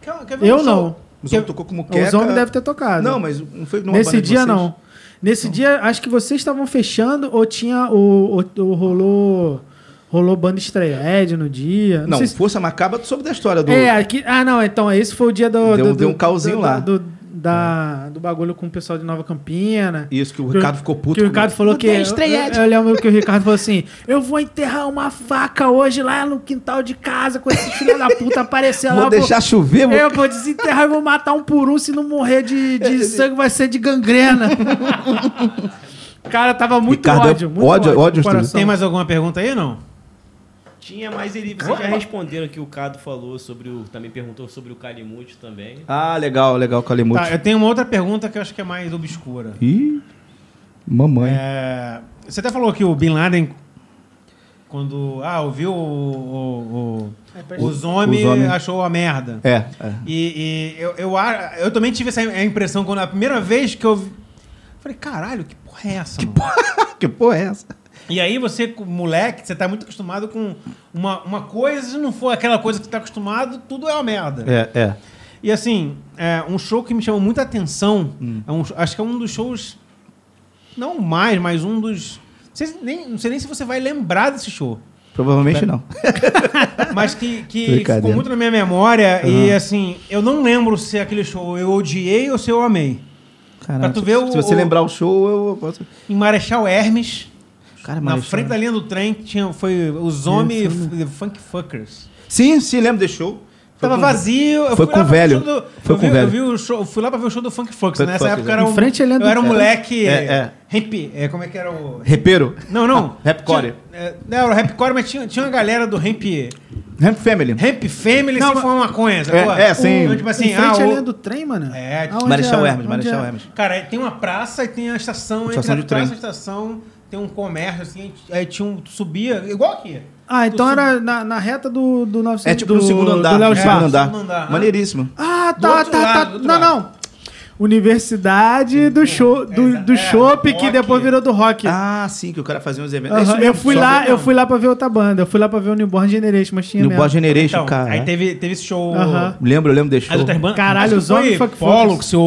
Speaker 1: Quer- quer ver um
Speaker 2: Eu
Speaker 1: show?
Speaker 2: não.
Speaker 3: Os
Speaker 1: Que-
Speaker 3: homens tocou como queca.
Speaker 2: Os homens devem ter tocado.
Speaker 3: Não, mas não foi numa
Speaker 2: Nesse
Speaker 3: banda de
Speaker 2: dia
Speaker 3: vocês?
Speaker 2: não. Nesse dia, acho que vocês estavam fechando ou tinha o, o- o rolou rolou banda estreia Ed no dia.
Speaker 3: Não,
Speaker 2: Não, sei se-
Speaker 3: Força Macabra, tu soube da história do...
Speaker 2: É, aqui, ah não, então esse foi o dia do
Speaker 3: Deu-
Speaker 2: do,
Speaker 3: deu um
Speaker 2: do-
Speaker 3: cauzinho
Speaker 2: do-
Speaker 3: lá. É.
Speaker 2: do, da- do bagulho com o pessoal de Nova Campina.
Speaker 3: Isso, que o Ricardo ficou puto.
Speaker 2: Que o
Speaker 3: com-
Speaker 2: Ricardo falou que. Eu,
Speaker 3: Odeio estreia,
Speaker 2: eu- eu lembro que o Ricardo falou assim: Eu vou enterrar uma faca hoje lá no quintal de casa com esse filho da puta aparecer lá.
Speaker 3: Vou
Speaker 2: eu
Speaker 3: deixar chover, mano.
Speaker 2: eu vou desenterrar e vou matar um por um. Se não morrer de, de sangue, vai ser de gangrena. Cara, tava muito
Speaker 1: é
Speaker 3: Ricardo,
Speaker 2: ódio. Muito
Speaker 3: ódio-
Speaker 2: ódio,
Speaker 3: ódio
Speaker 2: no coração.
Speaker 1: Tem mais alguma pergunta aí, não?
Speaker 4: Tinha, mas ele, vocês já responderam que o Cado falou sobre o. Também perguntou sobre o Calimute também.
Speaker 3: Ah, legal, legal, Calimuto.
Speaker 1: Tá, eu tenho uma outra pergunta que eu acho que é mais obscura.
Speaker 3: Ih, mamãe.
Speaker 1: É, você até falou que o Bin Laden, quando ah, ouviu o, o, o, os homens,
Speaker 3: Os homens.
Speaker 1: achou a merda.
Speaker 3: É, é.
Speaker 1: E, e eu, eu, a- eu também tive essa impressão quando a primeira vez que eu. vi- Falei, caralho, que porra é essa, mano?
Speaker 3: que porra é essa?
Speaker 1: E aí você, com moleque, você tá muito acostumado com uma, uma coisa, se não for aquela coisa que você tá acostumado, tudo é uma merda.
Speaker 3: É, é.
Speaker 1: E assim, é, um show que me chamou muita atenção,
Speaker 3: Hum.
Speaker 1: é um- acho que é um dos shows, não mais, mas um dos... não sei nem- não sei nem se você vai lembrar desse show,
Speaker 3: Provavelmente não.
Speaker 1: mas que, que
Speaker 3: Brincadeira.
Speaker 1: ficou muito na minha memória e
Speaker 3: Aham.
Speaker 1: assim, eu não lembro se aquele show eu odiei ou se eu amei.
Speaker 3: Caraca,
Speaker 1: tu ver o-
Speaker 3: se você
Speaker 1: o-
Speaker 3: lembrar o show, eu posso...
Speaker 1: Em Marechal Hermes,
Speaker 3: Cara,
Speaker 1: na
Speaker 3: Marechal-
Speaker 1: frente da linha do trem, que tinha, foi os homens f- funk fuckers.
Speaker 3: Sim, sim, lembro desse show. Foi
Speaker 1: Tava
Speaker 3: com-
Speaker 1: vazio. eu
Speaker 3: foi
Speaker 1: fui
Speaker 3: com
Speaker 1: lá pra
Speaker 3: o
Speaker 1: ver
Speaker 3: velho.
Speaker 1: o show do-
Speaker 3: Foi
Speaker 1: eu
Speaker 3: com
Speaker 1: vi,
Speaker 3: o velho.
Speaker 1: Eu vi o show, eu fui lá pra ver o show do Funk Flux.
Speaker 3: Funk
Speaker 1: Nessa
Speaker 3: Flux,
Speaker 1: época
Speaker 3: é.
Speaker 1: era
Speaker 2: Em
Speaker 1: um,
Speaker 2: frente ele é
Speaker 1: eu
Speaker 2: do-
Speaker 1: era um
Speaker 2: é.
Speaker 1: moleque.
Speaker 3: É, é.
Speaker 1: Hip, é, como é que era o.
Speaker 3: Repeiro.
Speaker 1: Não, não.
Speaker 3: Rapcore.
Speaker 1: Tinha- É, não, era o rapcore, mas tinha, tinha uma galera do Ramp.
Speaker 3: Ramp Family.
Speaker 1: Ramp Family
Speaker 2: Não,
Speaker 1: sem
Speaker 2: mas-
Speaker 1: fumar maconha. sacou?
Speaker 3: é, sim.
Speaker 1: Então, tipo assim,
Speaker 2: em frente
Speaker 1: ah,
Speaker 2: à
Speaker 1: o-
Speaker 2: linha do trem, mano.
Speaker 1: É,
Speaker 2: Aonde é?
Speaker 3: Marechal
Speaker 2: era?
Speaker 3: Hermes,
Speaker 2: Onde
Speaker 3: Marechal
Speaker 2: era?
Speaker 3: Hermes.
Speaker 1: Cara, tem uma praça e tem a estação.
Speaker 3: Estação
Speaker 1: entre
Speaker 3: de
Speaker 1: a praça
Speaker 3: trem.
Speaker 1: e a estação tem um comércio, assim. Aí tinha um. Tu subia, igual aqui.
Speaker 2: Ah,
Speaker 1: Tu
Speaker 2: então
Speaker 1: sub-
Speaker 2: era na, na reta do, do 900
Speaker 3: É tipo
Speaker 2: do,
Speaker 3: no segundo andar.
Speaker 2: do Léo
Speaker 3: no
Speaker 2: Schwartz.
Speaker 3: segundo andar.
Speaker 1: Segundo andar,
Speaker 3: Maneiríssimo.
Speaker 2: Ah,
Speaker 1: Do
Speaker 2: tá,
Speaker 1: outro
Speaker 2: tá,
Speaker 1: lado,
Speaker 2: tá.
Speaker 1: do outro
Speaker 2: Não,
Speaker 1: lado.
Speaker 2: não. Universidade do show, do, do
Speaker 1: é,
Speaker 2: chopp que
Speaker 1: rock.
Speaker 2: depois virou do rock.
Speaker 3: Ah, sim, que o cara fazia uns eventos.
Speaker 2: Aham,
Speaker 3: É isso mesmo,
Speaker 2: eu fui
Speaker 3: só
Speaker 2: lá,
Speaker 3: ver-
Speaker 2: eu fui lá pra ver outra banda. Eu fui lá pra ver o Newborn Generation, mas tinha
Speaker 3: No
Speaker 2: mesmo.
Speaker 3: Boa Generation,
Speaker 1: Então,
Speaker 3: cara. né?
Speaker 1: aí teve, teve esse show.
Speaker 2: Aham.
Speaker 3: Lembro, eu lembro desse
Speaker 1: As
Speaker 3: show.
Speaker 1: outras bandas.
Speaker 2: Caralho,
Speaker 1: acho que
Speaker 2: os homens
Speaker 1: foi
Speaker 2: fuck
Speaker 1: Pollux, o.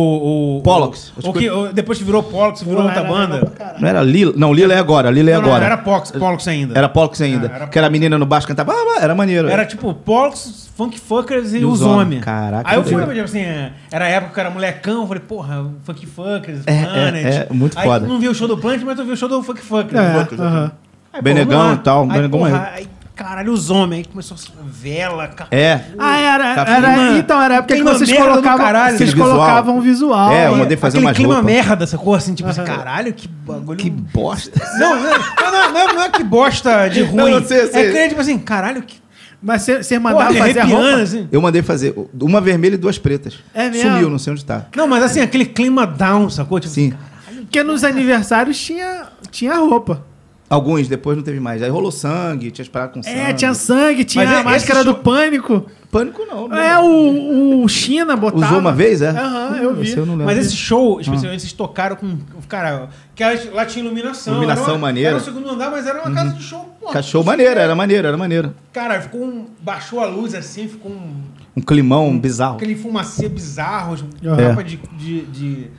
Speaker 1: o
Speaker 3: Pollux.
Speaker 1: O, o que, o- depois que virou Pollux, virou
Speaker 2: Pô,
Speaker 1: outra
Speaker 2: era
Speaker 1: banda.
Speaker 2: legal pra caralho.
Speaker 3: Não era Lila? Não, Lila é agora. Lila é
Speaker 1: Não, não,
Speaker 3: agora.
Speaker 1: era Pollux, Pollux ainda.
Speaker 3: Era Pollux ainda.
Speaker 1: Ah, era
Speaker 3: que era a menina no baixo cantava. Ah, era maneiro.
Speaker 1: Era tipo Pollux, Funk Fuckers e,
Speaker 3: E
Speaker 1: os
Speaker 3: os homens.
Speaker 1: homens.
Speaker 3: Caraca,
Speaker 1: Aí eu fui,
Speaker 3: doido.
Speaker 1: tipo assim, é, era a época que eu era molecão, eu falei, porra, Funk Fuckers,
Speaker 3: É, é,
Speaker 1: Planet.
Speaker 3: é, muito
Speaker 1: aí
Speaker 3: foda.
Speaker 1: tu não viu o show do Planet, mas tu viu o show do Funk Fuckers.
Speaker 2: É,
Speaker 1: Aí,
Speaker 2: aham.
Speaker 1: porra,
Speaker 3: Benegão
Speaker 1: vamos lá.
Speaker 3: e tal,
Speaker 1: Aí,
Speaker 3: Benegão
Speaker 1: porra,
Speaker 3: é.
Speaker 1: aí, caralho, os homens. Aí começou assim, vela, cara.
Speaker 3: É.
Speaker 2: Ah, era,
Speaker 3: Tá
Speaker 2: era-
Speaker 1: filmando.
Speaker 2: então era a época que
Speaker 1: Clima
Speaker 2: vocês
Speaker 1: merda do
Speaker 2: colocavam,
Speaker 1: caralho.
Speaker 2: vocês
Speaker 3: Visual.
Speaker 2: colocavam o visual.
Speaker 3: É, eu
Speaker 2: né?
Speaker 3: mandei fazer
Speaker 1: Aquele
Speaker 3: umas
Speaker 1: clima
Speaker 3: roupas.
Speaker 1: merda, sacou? Assim, tipo assim, caralho, que bagulho.
Speaker 3: Que bosta.
Speaker 1: Não, não, não, não, é- não é que bosta de ruim.
Speaker 3: Não, não sei, eu sei.
Speaker 1: É que ele, tipo assim, caralho, que
Speaker 2: Mas você- você
Speaker 1: porra,
Speaker 2: mandava
Speaker 1: ele
Speaker 2: fazer a
Speaker 1: arrepiando,
Speaker 2: roupa.
Speaker 1: assim.
Speaker 3: Eu mandei fazer uma vermelha e duas pretas.
Speaker 2: É mesmo?
Speaker 3: Sumiu, não sei onde tá.
Speaker 1: Não, mas assim, aquele clima down, sacou? Tipo,
Speaker 3: Sim.
Speaker 2: Porque nos aniversários tinha, tinha roupa.
Speaker 3: Alguns, depois não teve mais. Aí rolou sangue, tinha as paradas com sangue.
Speaker 2: É, tinha sangue, tinha
Speaker 1: Mas é-
Speaker 2: a máscara
Speaker 1: esse
Speaker 2: do pânico.
Speaker 3: Pânico não, né?
Speaker 2: É, o, o China botava.
Speaker 3: Usou uma vez, é?
Speaker 2: Aham, eu vi.
Speaker 3: Esse eu não lembro.
Speaker 1: Mas esse show,
Speaker 3: Ah.
Speaker 1: especialmente, vocês tocaram com. Cara, que era- tipo, lá tinha iluminação.
Speaker 3: Iluminação
Speaker 1: era uma-
Speaker 3: maneira.
Speaker 1: Era o segundo andar, mas era uma casa de show. porra.
Speaker 3: Cara, show maneiro, era maneiro, era maneiro.
Speaker 1: Cara, ficou um. Baixou a luz assim, ficou um.
Speaker 3: Um climão bizarro.
Speaker 1: Aquele fumacê bizarro, tipo,
Speaker 2: Aham.
Speaker 1: capa de. de, de-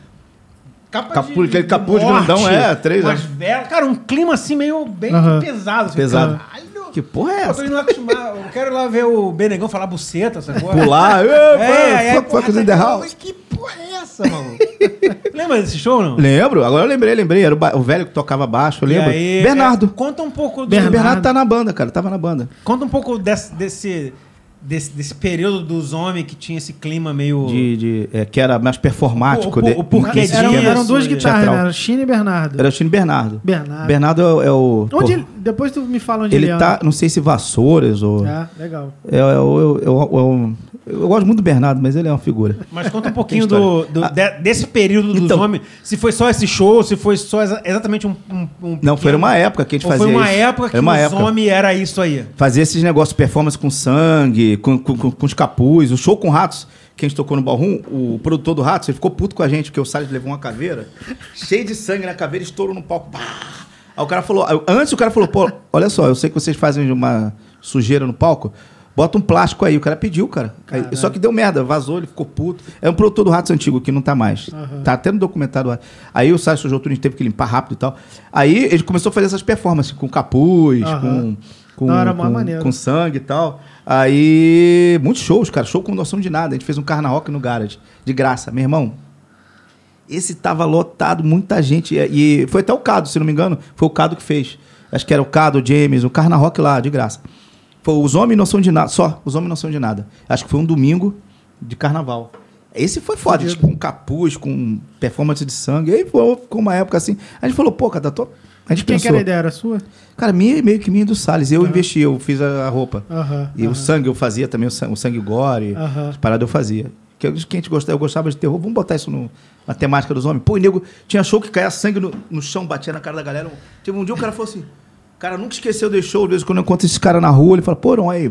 Speaker 1: Capa
Speaker 3: Capuz, aquele capuz grandão, é, três,
Speaker 1: umas
Speaker 3: é.
Speaker 1: velas. Cara, um clima assim meio bem
Speaker 2: Aham.
Speaker 1: pesado. assim,
Speaker 3: Pesado.
Speaker 1: Caralho.
Speaker 3: Que porra é
Speaker 1: Eu tô
Speaker 3: essa?
Speaker 1: indo lá acostumar. Eu quero ir lá ver o Benegão falar buceta, sacou?
Speaker 3: Pular,
Speaker 1: É, é,
Speaker 3: é, fuck,
Speaker 1: porra,
Speaker 3: fuck is in the
Speaker 1: tá-
Speaker 3: house.
Speaker 1: Mas que porra é essa? Nossa, maluco. Lembra desse show, não?
Speaker 3: Lembro, agora eu lembrei, lembrei. Era o, ba- o velho que tocava baixo, eu
Speaker 1: E
Speaker 3: lembro.
Speaker 1: aí,
Speaker 3: Bernardo.
Speaker 1: é, conta um pouco do,
Speaker 3: O
Speaker 2: Bernardo.
Speaker 3: Bernardo tá na banda, cara. Tava na banda.
Speaker 1: conta um pouco desse, desse, desse, desse período dos homens que tinha esse clima meio.
Speaker 3: De, de- é, que era mais performático.
Speaker 1: O- o-
Speaker 3: de-
Speaker 1: o porquê
Speaker 3: desse
Speaker 2: eram,
Speaker 1: disso,
Speaker 3: gênero.
Speaker 2: eram duas
Speaker 1: ele-
Speaker 2: guitarras,
Speaker 3: Teatral.
Speaker 2: né? Era China e Bernardo.
Speaker 3: Era o Chino Bernardo.
Speaker 2: Bernardo.
Speaker 3: Bernardo é o- é o.
Speaker 2: Onde
Speaker 3: pô,
Speaker 2: ele, depois tu me fala onde
Speaker 3: ele
Speaker 2: ele anda.
Speaker 3: tá, não sei se Vassouras ou.
Speaker 2: Ah, legal.
Speaker 3: É, é o- eu, eu, eu- eu- eu gosto muito do Bernardo, mas ele é uma figura.
Speaker 1: Mas conta um pouquinho
Speaker 3: Tem Ah.
Speaker 1: do, do- de- desse período dos
Speaker 3: Então.
Speaker 1: homens. Se foi só esse show, se foi só exa- exatamente um. um, um
Speaker 3: Não, foi
Speaker 1: pequeno-
Speaker 3: uma época que a gente
Speaker 1: Ou
Speaker 3: fazia
Speaker 1: foi uma
Speaker 3: isso.
Speaker 1: época que
Speaker 3: Era uma
Speaker 1: os
Speaker 3: época.
Speaker 1: homens era isso aí.
Speaker 3: Fazia esses negócios, performance com sangue, com, com, com- com os capuz, o show com ratos, que a gente tocou no Balrum, o produtor do Ratos, ele ficou puto com a gente, porque o Salles levou uma caveira, cheio de sangue na caveira, estourou no palco. Bah! Aí o cara falou, aí- antes o cara falou, pô, olha só, eu sei que vocês fazem uma sujeira no palco, bota um plástico aí. O cara pediu, cara. Aí- só que deu merda, vazou, ele ficou puto. É um produtor do Ratos antigo, que não tá mais. Tá até no documentário lá. Aí o Salles sujou tudo, a gente teve que limpar rápido e tal. Aí ele começou a fazer essas performances com capuz,
Speaker 2: Aham.
Speaker 3: com com,
Speaker 2: Da hora, mó
Speaker 3: com,
Speaker 2: maneiro.
Speaker 3: com sangue e tal. Aí, muitos shows, cara. Show com noção de nada. A gente fez um carnaval no garage, de graça. Meu irmão, esse tava lotado, muita gente. E, e foi até o Cado, se não me engano. Foi o Cado que fez. Acho que era o Cado, o James, o Carna Rock lá, de graça. Foi os homens noção de nada. Só, os homens noção de nada. Acho que foi um domingo de carnaval. Esse foi foda, tipo, com capuz, com performance de sangue. Aí pô, ficou uma época assim. A gente falou, pô, cara, tô... a gente
Speaker 2: Quem que
Speaker 3: pensou.
Speaker 2: era a ideia? Era sua?
Speaker 3: Cara, minha, meio que minha e do Salles. Eu investi, eu fiz a, a roupa.
Speaker 2: Aham. Ah,
Speaker 3: E o
Speaker 2: aham.
Speaker 3: sangue eu fazia também, o sangue, o sangue gore,
Speaker 2: Aham.
Speaker 3: as paradas eu fazia. Que eu, que a gente gostava, eu gostava de terror. Vamos botar isso no, na temática dos homens. Pô, e nego, tinha show que caía sangue no, no chão, batia na cara da galera. Teve um dia o cara falou assim, o cara nunca esqueceu desse show. De vez em quando eu encontro esse cara na rua, ele fala, pô, não, aí,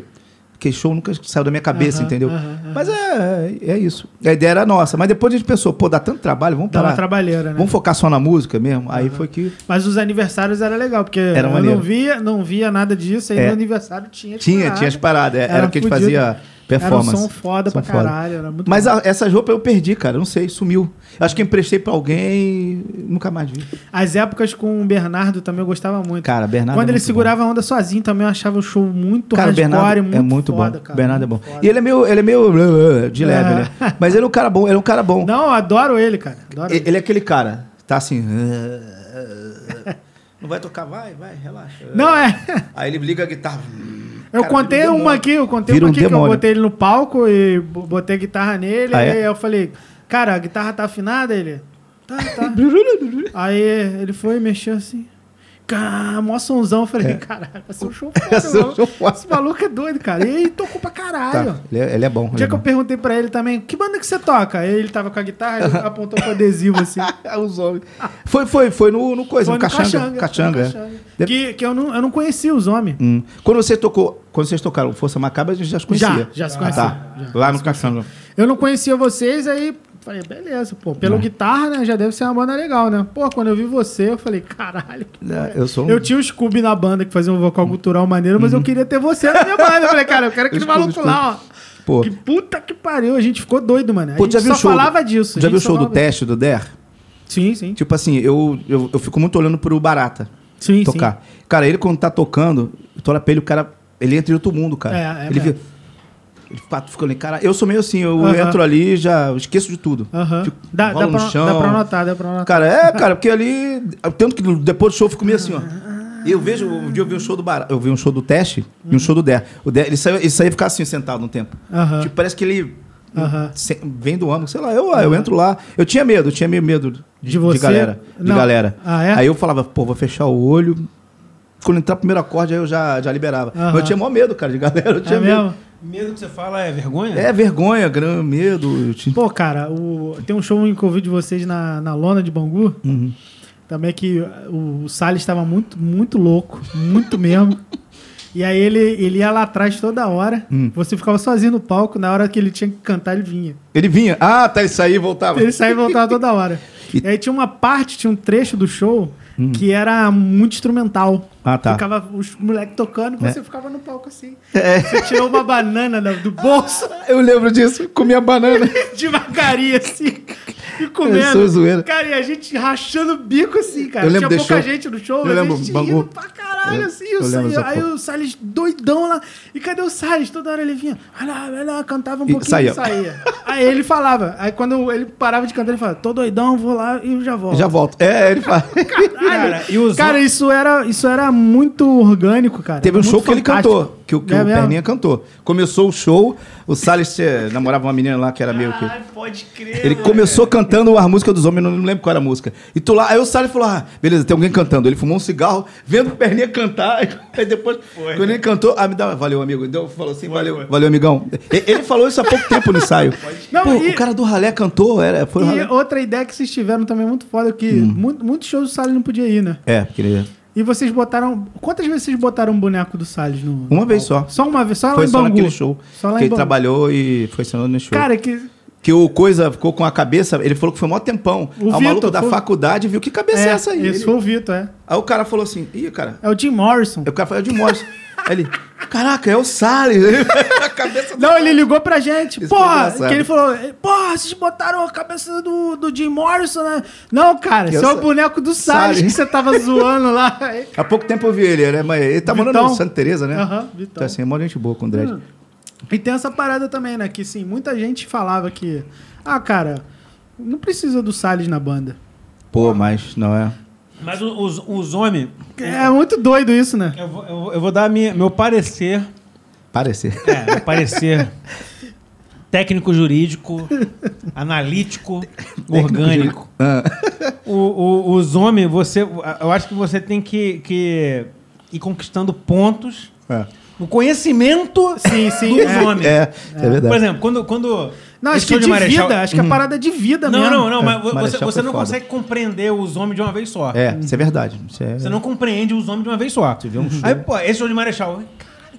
Speaker 3: que show nunca saiu da minha cabeça,
Speaker 2: Aham,
Speaker 3: entendeu?
Speaker 2: aham, aham.
Speaker 3: Mas é, é isso. A ideia era nossa. Mas depois a gente pensou, pô, dá tanto trabalho, vamos
Speaker 2: Dá uma
Speaker 3: parar.
Speaker 2: trabalheira, né?
Speaker 3: Vamos focar só na múca mesmo? Aí foi que...
Speaker 2: Mas os aniversários era legal, porque eu
Speaker 3: maneiro.
Speaker 2: não via, não via nada disso, aí
Speaker 3: É.
Speaker 2: no aniversário tinha
Speaker 3: Tinha, tinha as paradas. é, Era,
Speaker 2: Era
Speaker 3: o que a gente
Speaker 2: fudido.
Speaker 3: fazia performance.
Speaker 2: Era um som foda pra caralho, era muito
Speaker 3: Mas
Speaker 2: bom.
Speaker 3: a- essas roupas eu perdi, cara. Não sei, sumiu. Acho que emprestei pra alguém e nunca mais vi.
Speaker 2: As épocas com o Bernardo também eu gostava muito.
Speaker 3: Cara, Bernardo.
Speaker 2: Quando
Speaker 3: é
Speaker 2: ele
Speaker 3: muito
Speaker 2: segurava a onda sozinho também eu achava o show muito
Speaker 3: bom. Cara, o
Speaker 2: hardcore
Speaker 3: Bernardo
Speaker 2: e
Speaker 3: é muito
Speaker 2: foda,
Speaker 3: bom.
Speaker 2: cara.
Speaker 3: Bernardo é bom.
Speaker 2: Muito foda.
Speaker 3: E ele é meio, ele é meio de leve,
Speaker 2: É.
Speaker 3: né? Mas ele é um cara bom, ele é um cara bom.
Speaker 2: Não, eu adoro ele, cara. Adoro
Speaker 3: E-
Speaker 2: ele.
Speaker 3: Ele é aquele cara, tá assim. Não vai tocar, vai, vai, relaxa.
Speaker 2: Não, é.
Speaker 3: Aí ele liga a guitarra.
Speaker 2: Eu
Speaker 3: Cara,
Speaker 2: contei
Speaker 3: vira um
Speaker 2: uma
Speaker 3: demônio.
Speaker 2: aqui, eu contei
Speaker 3: Vira
Speaker 2: uma
Speaker 3: um
Speaker 2: aqui que eu
Speaker 3: demônio.
Speaker 2: botei ele no palco e bo- botei a guitarra nele,
Speaker 3: Ah,
Speaker 2: aí
Speaker 3: é?
Speaker 2: eu falei, cara, a guitarra tá afinada? Ele, tá, tá. aí ele foi, mexeu assim. Cara, mó sonzão. Eu falei, caralho, vai ser um show foda,
Speaker 3: É. Vai ser um
Speaker 2: mano.
Speaker 3: show foda.
Speaker 2: Esse maluco é doido, cara. E ele tocou pra
Speaker 3: Tá,
Speaker 2: caralho.
Speaker 3: ele, é, ele é bom.
Speaker 2: O
Speaker 3: ele é
Speaker 2: dia que eu perguntei pra ele também, que banda que você toca? Aí ele tava com a guitarra, ele apontou com adesivo assim.
Speaker 3: Os homens. Foi, foi, foi no, no coisa,
Speaker 2: Foi
Speaker 3: no um Caxanga. Caxanga,
Speaker 2: foi no
Speaker 3: é.
Speaker 2: Caxanga.
Speaker 3: Deve-
Speaker 2: Que, que eu, não, eu não conhecia os homens.
Speaker 3: Hum. Quando você tocou, quando vocês tocaram Força Macabra, a gente já se conhecia.
Speaker 2: Já, já se conhecia.
Speaker 3: Tá.
Speaker 2: Já.
Speaker 3: Lá no Caxanga.
Speaker 2: Eu não conhecia vocês, aí falei, beleza, pô. Pelo guitarra, né? Já deve ser uma banda legal, né? Pô, quando eu vi você, eu falei, caralho. que
Speaker 3: É, Eu sou um...
Speaker 2: Eu tinha o Scooby na banda que fazia um vocal cultural maneiro,
Speaker 3: Uhum.
Speaker 2: mas eu queria ter você na minha banda. Eu falei, cara, eu quero aquele
Speaker 3: Scooby,
Speaker 2: maluco lá, ó.
Speaker 3: Pô.
Speaker 2: Que puta que pariu, a gente ficou doido, mano. A
Speaker 3: Pô,
Speaker 2: gente
Speaker 3: já viu
Speaker 2: só
Speaker 3: o show?
Speaker 2: falava disso. a
Speaker 3: Já
Speaker 2: gente
Speaker 3: viu o
Speaker 2: só
Speaker 3: show do
Speaker 2: falava-
Speaker 3: teste do Der?
Speaker 2: Sim, sim.
Speaker 3: Tipo assim, eu, eu, eu fico muito olhando pro Barata
Speaker 2: Sim,
Speaker 3: tocar. Cara, ele quando tá tocando, tu olha pra ele, o cara. Ele entra em outro mundo, cara.
Speaker 2: É, é
Speaker 3: ele
Speaker 2: mesmo.
Speaker 3: fica. Ele fica- fica ali, cara. Eu sou meio assim, eu
Speaker 2: Aham.
Speaker 3: entro ali e já esqueço de tudo.
Speaker 2: sim. Aham.
Speaker 3: Fico-
Speaker 2: Dá, dá,
Speaker 3: rolo
Speaker 2: pra,
Speaker 3: Tipo, no chão.
Speaker 2: dá pra anotar, dá pra anotar.
Speaker 3: Cara, é, cara, porque ali. Tanto que depois do show eu fico meio assim, ó. E eu vejo, um dia eu vi um show do Bar... eu vi um show do Teste e um show do Der. O Der, ele saiu, ele saiu ficar assim sentado um tempo.
Speaker 2: Aham.
Speaker 3: Tipo, parece que ele
Speaker 2: Aham.
Speaker 3: se- vem do âmago, sei lá, eu, eu entro lá. Eu tinha medo, eu tinha meio medo de,
Speaker 2: De você?
Speaker 3: galera. De
Speaker 2: Não.
Speaker 3: galera.
Speaker 2: Ah, é?
Speaker 3: Aí eu falava, pô, vou fechar o olho. Quando entrar o primeiro acorde, aí eu já, já liberava.
Speaker 2: Aham.
Speaker 3: Mas eu tinha maior medo, cara, de galera. Eu tinha
Speaker 2: É
Speaker 3: medo.
Speaker 2: mesmo?
Speaker 1: Medo que você fala é vergonha?
Speaker 3: É vergonha, gran, medo. eu tinha-
Speaker 2: Pô, cara, o- tem um show que eu vi de vocês na, na lona de Bangu.
Speaker 3: Uhum.
Speaker 2: Também que o, o Salles estava muito, muito louco, muito mesmo. E aí ele, ele ia lá atrás toda hora.
Speaker 3: Hum.
Speaker 2: Você ficava sozinho no palco, na hora que ele tinha que cantar, ele vinha.
Speaker 3: Ele vinha. Ah, tá, ele saía e voltava.
Speaker 2: Ele saía e voltava toda hora.
Speaker 3: E-
Speaker 2: E aí tinha uma parte, tinha um trecho do show que era muito instrumental.
Speaker 3: Hum. Ah, tá. É.
Speaker 2: Ficava os moleques tocando e você ficava no palco assim. Você tirou uma banana do do bolso.
Speaker 3: Eu lembro disso, comia banana.
Speaker 2: devagarinho assim. e comendo.
Speaker 3: Eu sou zoeira.
Speaker 2: Cara, e a gente rachando o bico assim, cara.
Speaker 3: Eu lembro
Speaker 2: Tinha
Speaker 3: desse
Speaker 2: pouca
Speaker 3: show.
Speaker 2: gente no show,
Speaker 3: Eu
Speaker 2: mas
Speaker 3: lembro,
Speaker 2: a gente
Speaker 3: Bangu.
Speaker 2: rindo pra caralho,
Speaker 3: Eu-
Speaker 2: assim.
Speaker 3: eu
Speaker 2: o Sa-
Speaker 3: lembro dessa
Speaker 2: aí
Speaker 3: porra.
Speaker 2: o Salles doidão lá. E cadê o Salles? Toda hora ele vinha. Olha lá, olha lá, cantava um
Speaker 3: E
Speaker 2: pouquinho e
Speaker 3: saía.
Speaker 2: saía. Aí ele falava. Aí quando ele parava de cantar, ele falava, tô doidão, vou lá e já volto.
Speaker 3: Já volto. É, ele fala.
Speaker 1: Cara, e os
Speaker 2: Cara, isso era, isso era muito orgânico, cara.
Speaker 3: Teve um
Speaker 2: Muito
Speaker 3: show que ele
Speaker 2: fantástico.
Speaker 3: cantou, que, o- que
Speaker 2: É
Speaker 3: o
Speaker 2: mesmo?
Speaker 3: Perninha cantou. Começou o show, o Salles eh, namorava uma menina lá que era meio que.
Speaker 4: Ai, pode crer.
Speaker 3: Ele
Speaker 4: mano.
Speaker 3: começou cantando as músicas dos homens, eu não lembro qual era a música. E tu lá, aí o Salles falou: ah, beleza, tem alguém cantando. Ele fumou um cigarro, vendo o Perninha cantar. Aí depois,
Speaker 4: Foi.
Speaker 3: quando ele cantou, ah, me dá, valeu, amigo. Então falou assim: valeu,
Speaker 4: foi.
Speaker 3: valeu, amigão. E- Ele falou isso há pouco tempo no ensaio.
Speaker 2: Não,
Speaker 3: Pô,
Speaker 2: e-
Speaker 3: o cara do ralé cantou, era, foi o
Speaker 2: E
Speaker 3: ralé.
Speaker 2: outra ideia que vocês tiveram também muito foda, que
Speaker 3: Hum.
Speaker 2: mu- muitos shows do Salles não podia ir, né?
Speaker 3: É, porque ele-
Speaker 2: E vocês botaram. Quantas vezes vocês botaram um boneco do Salles no.
Speaker 3: Uma vez só.
Speaker 2: Só uma vez, só lá
Speaker 3: Foi
Speaker 2: em
Speaker 3: só
Speaker 2: Bangu.
Speaker 3: naquele show.
Speaker 2: Só lá
Speaker 3: que
Speaker 2: em
Speaker 3: ele
Speaker 2: Bangu.
Speaker 3: trabalhou e foi ensinando no show.
Speaker 2: Cara, que.
Speaker 3: Que o Coisa ficou com a cabeça, ele falou que foi mó tempão.
Speaker 2: O
Speaker 3: aí o maluco
Speaker 2: Vitor,
Speaker 3: da
Speaker 2: foi-
Speaker 3: faculdade viu que cabeça é,
Speaker 2: É,
Speaker 3: essa aí.
Speaker 2: Esse
Speaker 3: Ele-
Speaker 2: foi o Vitor, é.
Speaker 3: Aí o cara falou assim, ih, cara.
Speaker 2: É o Jim Morrison.
Speaker 3: Aí o cara falou, é de Morris. aí ele, caraca, é o Salles. a cabeça do-
Speaker 2: Não, ele ligou pra gente.
Speaker 3: Isso foi
Speaker 2: porra,
Speaker 3: engraçado.
Speaker 2: que ele falou: Porra, vocês botaram a cabeça do, do Jim Morrison, né? Não, cara,
Speaker 3: Que
Speaker 2: isso
Speaker 3: eu
Speaker 2: é o
Speaker 3: sa-
Speaker 2: boneco do Salles
Speaker 3: Salles.
Speaker 2: que você tava zoando lá.
Speaker 3: Há pouco tempo eu vi ele, ele, é- mas ele tá morando
Speaker 2: Vitão.
Speaker 3: em Santa Teresa, né?
Speaker 2: Aham,
Speaker 3: Então
Speaker 2: Vitão.
Speaker 3: assim, é mó gente boa com o Dredd.
Speaker 2: E tem essa parada também, né? Que sim, muita gente falava que. Ah, cara, não precisa do Salles na banda.
Speaker 3: Pô, mas não é.
Speaker 1: Mas o- os, os homens.
Speaker 2: É muito doido isso, né?
Speaker 1: Eu vou, eu vou- eu vou dar minha- meu parecer.
Speaker 3: Parecer.
Speaker 1: É, meu parecer. Técnico-jurídico, analítico, orgânico.
Speaker 3: Ah,
Speaker 1: O, o- os homens, você. Eu acho que você tem que, que ir conquistando pontos
Speaker 3: ah.
Speaker 1: no conhecimento
Speaker 2: Sim, sim,
Speaker 1: dos
Speaker 2: é.
Speaker 1: homens.
Speaker 3: É, isso é
Speaker 1: Por
Speaker 3: verdade.
Speaker 1: exemplo, quando. quando
Speaker 2: Não, acho
Speaker 1: esse
Speaker 2: que
Speaker 1: show
Speaker 2: de vida, acho que a parada é de vida
Speaker 1: Uhum. Hum. Não,
Speaker 2: mesmo.
Speaker 1: não, não,
Speaker 3: É,
Speaker 1: mas você,
Speaker 3: Marechal
Speaker 1: você
Speaker 3: foi
Speaker 1: não
Speaker 3: foda.
Speaker 1: consegue compreender os homens de uma vez só.
Speaker 3: É, isso é verdade. Isso é...
Speaker 1: Você não compreende os homens de uma vez só.
Speaker 3: um
Speaker 1: Aí, pô, esse show de Marechal. Caralho,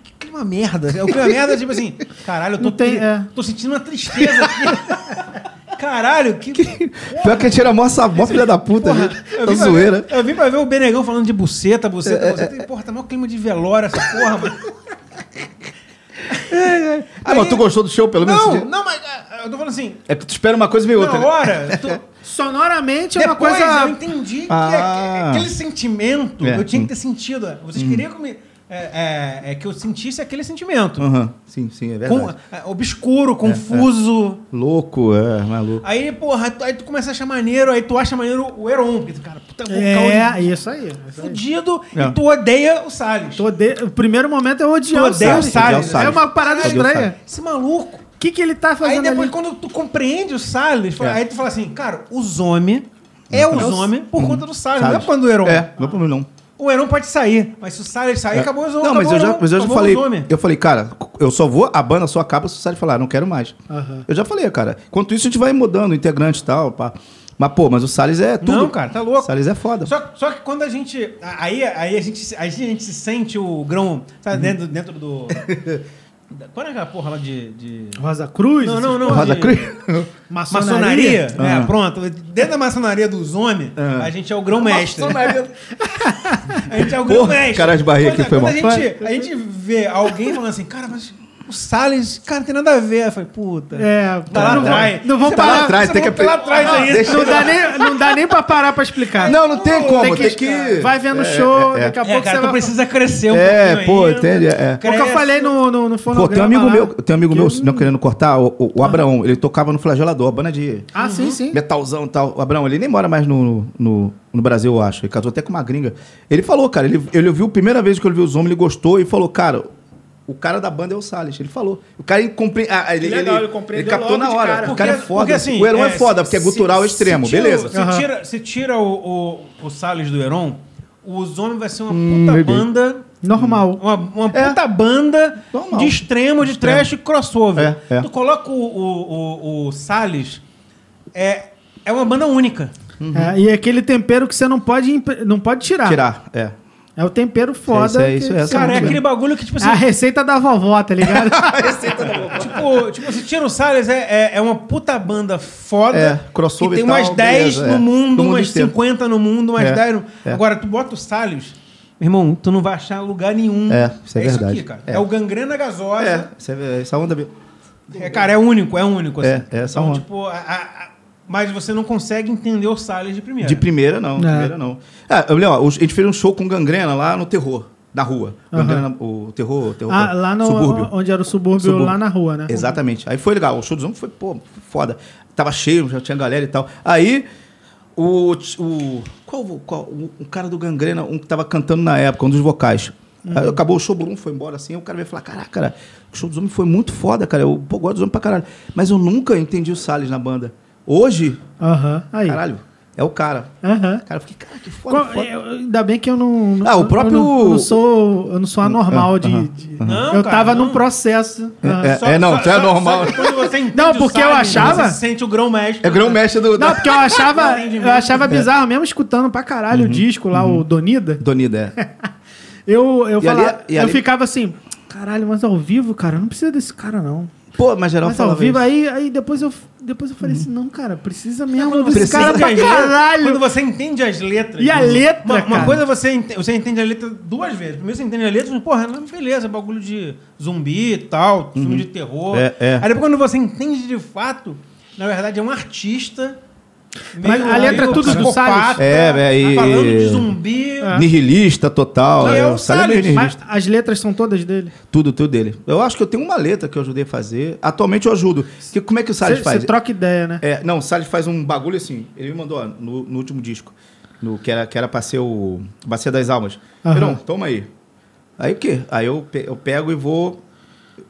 Speaker 1: que clima merda. É o clima merda, tipo assim, caralho, eu tô,
Speaker 2: Não tem,
Speaker 1: tri-
Speaker 2: é.
Speaker 1: tô sentindo uma tristeza aqui. caralho, que.
Speaker 3: Pior que a tira mó, sa- mó filha da puta,
Speaker 1: porra,
Speaker 3: gente.
Speaker 1: eu
Speaker 3: Tá
Speaker 1: vim pra
Speaker 3: zoeira. É,
Speaker 1: ver- Eu vim pra ver o Benegão falando de buceta, buceta, buceta. E, porra, tá mó clima de velório essa porra, mano.
Speaker 3: Ah, mas tu gostou do show, pelo menos?
Speaker 1: Não,
Speaker 3: esse dia?
Speaker 1: não, mas ah, eu tô falando assim,
Speaker 3: É que tu espera uma coisa e vem outra.
Speaker 1: na
Speaker 3: né?
Speaker 1: hora, eu tô-
Speaker 2: Sonoramente é uma
Speaker 1: Depois
Speaker 2: coisa.
Speaker 1: eu entendi que
Speaker 3: Ah.
Speaker 1: aque- aquele sentimento
Speaker 3: É. Hum.
Speaker 1: eu tinha que ter sentido. Vocês queriam que, me- é, é, é que eu sentisse aquele sentimento.
Speaker 3: Aham, Sim, sim, é
Speaker 1: Com-
Speaker 3: verdade.
Speaker 1: é, obscuro, confuso.
Speaker 3: Louco, é, maluco.
Speaker 1: Aí, porra, tu- aí tu começa a achar maneiro, aí tu acha maneiro o Heron, que tu, cara, puta vocal
Speaker 2: É, isso aí. isso aí.
Speaker 1: fudido
Speaker 3: É.
Speaker 1: e tu odeia o Salles.
Speaker 2: Tô de- O primeiro momento eu odiei
Speaker 1: Tu
Speaker 2: o
Speaker 1: odeia o
Speaker 2: Salles.
Speaker 1: Salles.
Speaker 2: É uma parada
Speaker 3: Odeia o
Speaker 2: estranha.
Speaker 3: Salles.
Speaker 1: Esse maluco.
Speaker 2: O que, que ele tá
Speaker 1: Aí
Speaker 2: fazendo
Speaker 1: depois,
Speaker 2: ali?
Speaker 1: quando tu compreende o Salles, fa-
Speaker 3: É.
Speaker 1: aí tu fala assim, cara, os homens é os homens por conta do Salles, não é
Speaker 3: Uhum. Salles.
Speaker 1: por conta do Heron.
Speaker 3: É, não é problema não.
Speaker 1: O Heron pode sair, mas se o Salles sair,
Speaker 3: É.
Speaker 1: acabou os
Speaker 3: Não,
Speaker 1: acabou
Speaker 3: mas eu
Speaker 1: o
Speaker 3: já,
Speaker 1: Heron,
Speaker 3: mas eu já
Speaker 1: acabou
Speaker 3: falei,
Speaker 1: os homens.
Speaker 3: eu falei, cara, eu só vou, a banda só acaba se o Salles falar, não quero mais.
Speaker 2: Aham.
Speaker 3: Eu já falei, cara. Enquanto isso, a gente vai mudando, integrante e tal, pá. Mas, pô, mas o Salles é tudo.
Speaker 1: Não, cara, tá louco.
Speaker 3: O Salles é foda.
Speaker 1: Só, só que quando a gente. a- Aí, aí, a gente, se- aí a gente se sente o grão. Sabe,
Speaker 3: Uhum.
Speaker 1: dentro, dentro do. da- Qual é aquela porra lá de. de-
Speaker 2: Rosa Cruz?
Speaker 1: Não, não,
Speaker 2: essas
Speaker 1: não.
Speaker 2: porra.
Speaker 3: Rosa
Speaker 1: de-
Speaker 3: Cruz. Ah.
Speaker 1: Maçonaria?
Speaker 2: Maçonaria?
Speaker 1: É,
Speaker 3: Aham.
Speaker 1: pronto. Dentro da maçonaria dos homens,
Speaker 3: Aham.
Speaker 1: a gente é o grão-mestre. A gente é o
Speaker 3: Porra,
Speaker 1: grão-mestre.
Speaker 3: cara de barriga aqui, foi
Speaker 1: quando
Speaker 3: mal.
Speaker 1: A gente, a gente vê alguém falando assim, cara, mas o Salles, cara, não tem nada a ver. Eu falei, puta.
Speaker 2: É,
Speaker 1: Tá lá,
Speaker 2: não,
Speaker 1: vai.
Speaker 2: não vão
Speaker 1: Você
Speaker 2: parar
Speaker 1: vai-
Speaker 3: atrás,
Speaker 1: você
Speaker 3: tem
Speaker 1: vai
Speaker 3: que
Speaker 1: lá
Speaker 3: apre-
Speaker 1: atrás é
Speaker 3: Ah,
Speaker 1: ainda.
Speaker 3: deixa-
Speaker 2: Não dá, nem, não dá nem pra parar pra explicar.
Speaker 3: Não, não tem como,
Speaker 2: tem que-
Speaker 3: tem que.
Speaker 2: Vai vendo o
Speaker 3: É,
Speaker 2: show,
Speaker 3: é, é.
Speaker 2: daqui a
Speaker 1: É,
Speaker 2: pouco
Speaker 1: cara,
Speaker 2: você
Speaker 1: tu
Speaker 2: vai...
Speaker 1: precisa crescer um
Speaker 3: É,
Speaker 1: pouquinho né?
Speaker 3: pô,
Speaker 1: ainda.
Speaker 3: entende? É.
Speaker 2: O que eu
Speaker 1: Cresce.
Speaker 2: falei né? no, no, no
Speaker 3: Pô,
Speaker 2: fonograma
Speaker 3: tem um amigo
Speaker 2: lá.
Speaker 3: meu, tem um amigo meu, não querendo cortar, o, o-
Speaker 1: Ah.
Speaker 3: o Abraão, ele tocava no flagelador, a banda de
Speaker 2: Ah, sim, sim.
Speaker 3: metalzão e tal. O Abraão, ele nem mora mais no, no, no Brasil, eu acho. Ele casou até com uma gringa. Ele falou, cara, ele, ele ouviu a primeira vez que eu ouvi os homens, ele gostou e falou, cara, o cara da banda é o Salles. Ele falou. O cara compreende. ele,
Speaker 2: Legal,
Speaker 3: ele,
Speaker 2: ele compreendeu
Speaker 3: ele captou
Speaker 2: logo
Speaker 3: na
Speaker 2: de
Speaker 3: hora.
Speaker 2: cara.
Speaker 3: O cara é
Speaker 1: Porque-
Speaker 3: foda.
Speaker 1: porque, assim,
Speaker 3: o Heron é,
Speaker 1: é,
Speaker 3: foda, porque é
Speaker 1: se- assim,
Speaker 3: gutural extremo,
Speaker 1: Se tira o-
Speaker 3: beleza.
Speaker 1: Se tira, se tira o, o, o Salles do Heron, os homens vai ser uma puta banda.
Speaker 2: Normal.
Speaker 1: Uma, uma
Speaker 3: Hum, É.
Speaker 1: puta banda
Speaker 3: Normal.
Speaker 1: de extremo, de
Speaker 3: Extremo.
Speaker 1: trash e crossover.
Speaker 3: É, é.
Speaker 1: Tu coloca o, o, o, o Salles, é, é uma banda única.
Speaker 2: É, e aquele tempero que você não pode, imp- não pode tirar.
Speaker 3: Tirar, é.
Speaker 2: É o tempero foda.
Speaker 3: Isso é-
Speaker 2: que-
Speaker 3: isso é essa
Speaker 1: Cara, é
Speaker 3: muito
Speaker 1: aquele bagulho que, tipo
Speaker 2: A
Speaker 1: assim,
Speaker 2: receita da vovó, tá ligado?
Speaker 1: tipo, tipo, se tira o Salles, é, é, é uma puta banda foda.
Speaker 3: É, crossover
Speaker 1: que tem
Speaker 3: e tal,
Speaker 1: umas 10
Speaker 3: beleza,
Speaker 1: no
Speaker 3: é.
Speaker 1: mundo,
Speaker 3: Do mundo
Speaker 1: umas
Speaker 3: inteiro.
Speaker 1: 50 no mundo, umas
Speaker 3: É,
Speaker 1: 10 no...
Speaker 3: é.
Speaker 1: Agora, tu bota o Salles, meu irmão, tu não vai achar lugar nenhum.
Speaker 3: É, isso é verdade.
Speaker 1: aqui, cara. É.
Speaker 3: É.
Speaker 1: o gangrena
Speaker 3: É,
Speaker 1: gasosa.
Speaker 3: você vê, essa onda.
Speaker 1: É. cara, é único, é único.
Speaker 3: É, é essa
Speaker 1: então,
Speaker 3: onda.
Speaker 1: tipo, a- a- a- Mas você não consegue entender o Salles de primeira.
Speaker 3: De primeira, não. de
Speaker 2: É.
Speaker 3: primeira, não. Ah, eu me lembro, ó, a gente fez um show com gangrena lá no terror, na rua.
Speaker 2: Aham.
Speaker 3: Gangrena, o terror, o terror.
Speaker 2: Ah, lá no,
Speaker 3: subúrbio.
Speaker 2: onde era o subúrbio,
Speaker 3: Subúrbio.
Speaker 2: lá na rua, né?
Speaker 3: Exatamente. Aí foi legal. O showzão foi, pô, foda. Tava cheio, já tinha galera e tal. Aí, o. o qual, o- qual o, o cara do Gangrena, um que tava cantando na época, um dos vocais.
Speaker 2: Uhum.
Speaker 3: Aí acabou o show, Bruno foi embora assim. Aí o cara veio falar: Caraca, cara, o show dos homens foi muito foda, cara. Eu pô, gosto dos homens pra caralho. Mas eu nunca entendi o Salles na banda. Hoje,
Speaker 2: Aham, aí.
Speaker 3: caralho, é o cara.
Speaker 2: Aham.
Speaker 3: Cara, eu fiquei, cara, que foda.
Speaker 2: Qual- é-
Speaker 3: foda.
Speaker 2: eu- ainda bem que eu não. não-
Speaker 3: Ah, o
Speaker 2: eu
Speaker 3: próprio- Ah,
Speaker 2: não- Eu não sou, eu não sou anormal de.
Speaker 3: aham,
Speaker 2: de-
Speaker 1: Não,
Speaker 2: eu
Speaker 1: cara,
Speaker 2: tava
Speaker 1: não.
Speaker 2: num processo. aham.
Speaker 3: É, é, não, isso é normal.
Speaker 1: que quando você entende
Speaker 2: Não,
Speaker 1: o
Speaker 2: porque eu
Speaker 1: Salles,
Speaker 2: achava-
Speaker 1: Você se sente o né? grão-mestre.
Speaker 3: É o grão-mestre do.
Speaker 2: Não,
Speaker 3: Da...
Speaker 2: porque eu achava, eu achava
Speaker 3: é.
Speaker 2: bizarro, mesmo escutando pra caralho
Speaker 3: Uhum.
Speaker 2: o disco lá, o Donida,
Speaker 3: Donida, é.
Speaker 2: eu, eu,
Speaker 3: E ali-
Speaker 2: falava,
Speaker 3: e
Speaker 2: eu
Speaker 3: ali-
Speaker 2: ficava assim, caralho, mas ao vivo, cara, não precisa desse cara, não.
Speaker 3: Pô, mas geral
Speaker 2: Mas ao
Speaker 3: falava
Speaker 2: vivo,
Speaker 3: isso.
Speaker 2: aí, aí depois, eu, depois eu falei assim, não, cara, precisa mesmo
Speaker 1: Quando
Speaker 2: desse
Speaker 1: você
Speaker 2: cara pra
Speaker 1: entende as letras- Quando
Speaker 2: caralho.
Speaker 1: você entende as letras.
Speaker 2: E a letra,
Speaker 1: Uma, uma
Speaker 2: cara?
Speaker 1: coisa é você entende, você entende a letra duas vezes. Primeiro você entende a letra, mas, porra, não, beleza, bagulho de zumbi e tal,
Speaker 2: Uhum.
Speaker 1: filme de terror.
Speaker 3: É, é.
Speaker 1: Aí depois quando você entende de fato, na verdade é um artista.
Speaker 2: Mas a letra é tudo do
Speaker 1: psicopata, tá
Speaker 2: Salles?
Speaker 3: É, é, e-
Speaker 1: Falando de zumbi.
Speaker 2: é-
Speaker 3: Nihilista total.
Speaker 1: Que é o
Speaker 3: o Salles meio
Speaker 1: Salles,
Speaker 2: Mas
Speaker 3: nihilista.
Speaker 2: as letras são todas dele.
Speaker 3: Tudo, tudo dele. Eu acho que eu tenho uma letra que eu ajudei a fazer. Atualmente eu ajudo. Que, como é que o Salles faz?
Speaker 2: Você troca ideia, né?
Speaker 3: É, não, o Salles faz um bagulho assim. Ele me mandou ó, no, no último disco. No, que, era, que era pra ser o Bacia das Almas.
Speaker 2: Aham.
Speaker 3: Não, toma aí. Aí o quê? Aí eu, pe- eu pego e vou...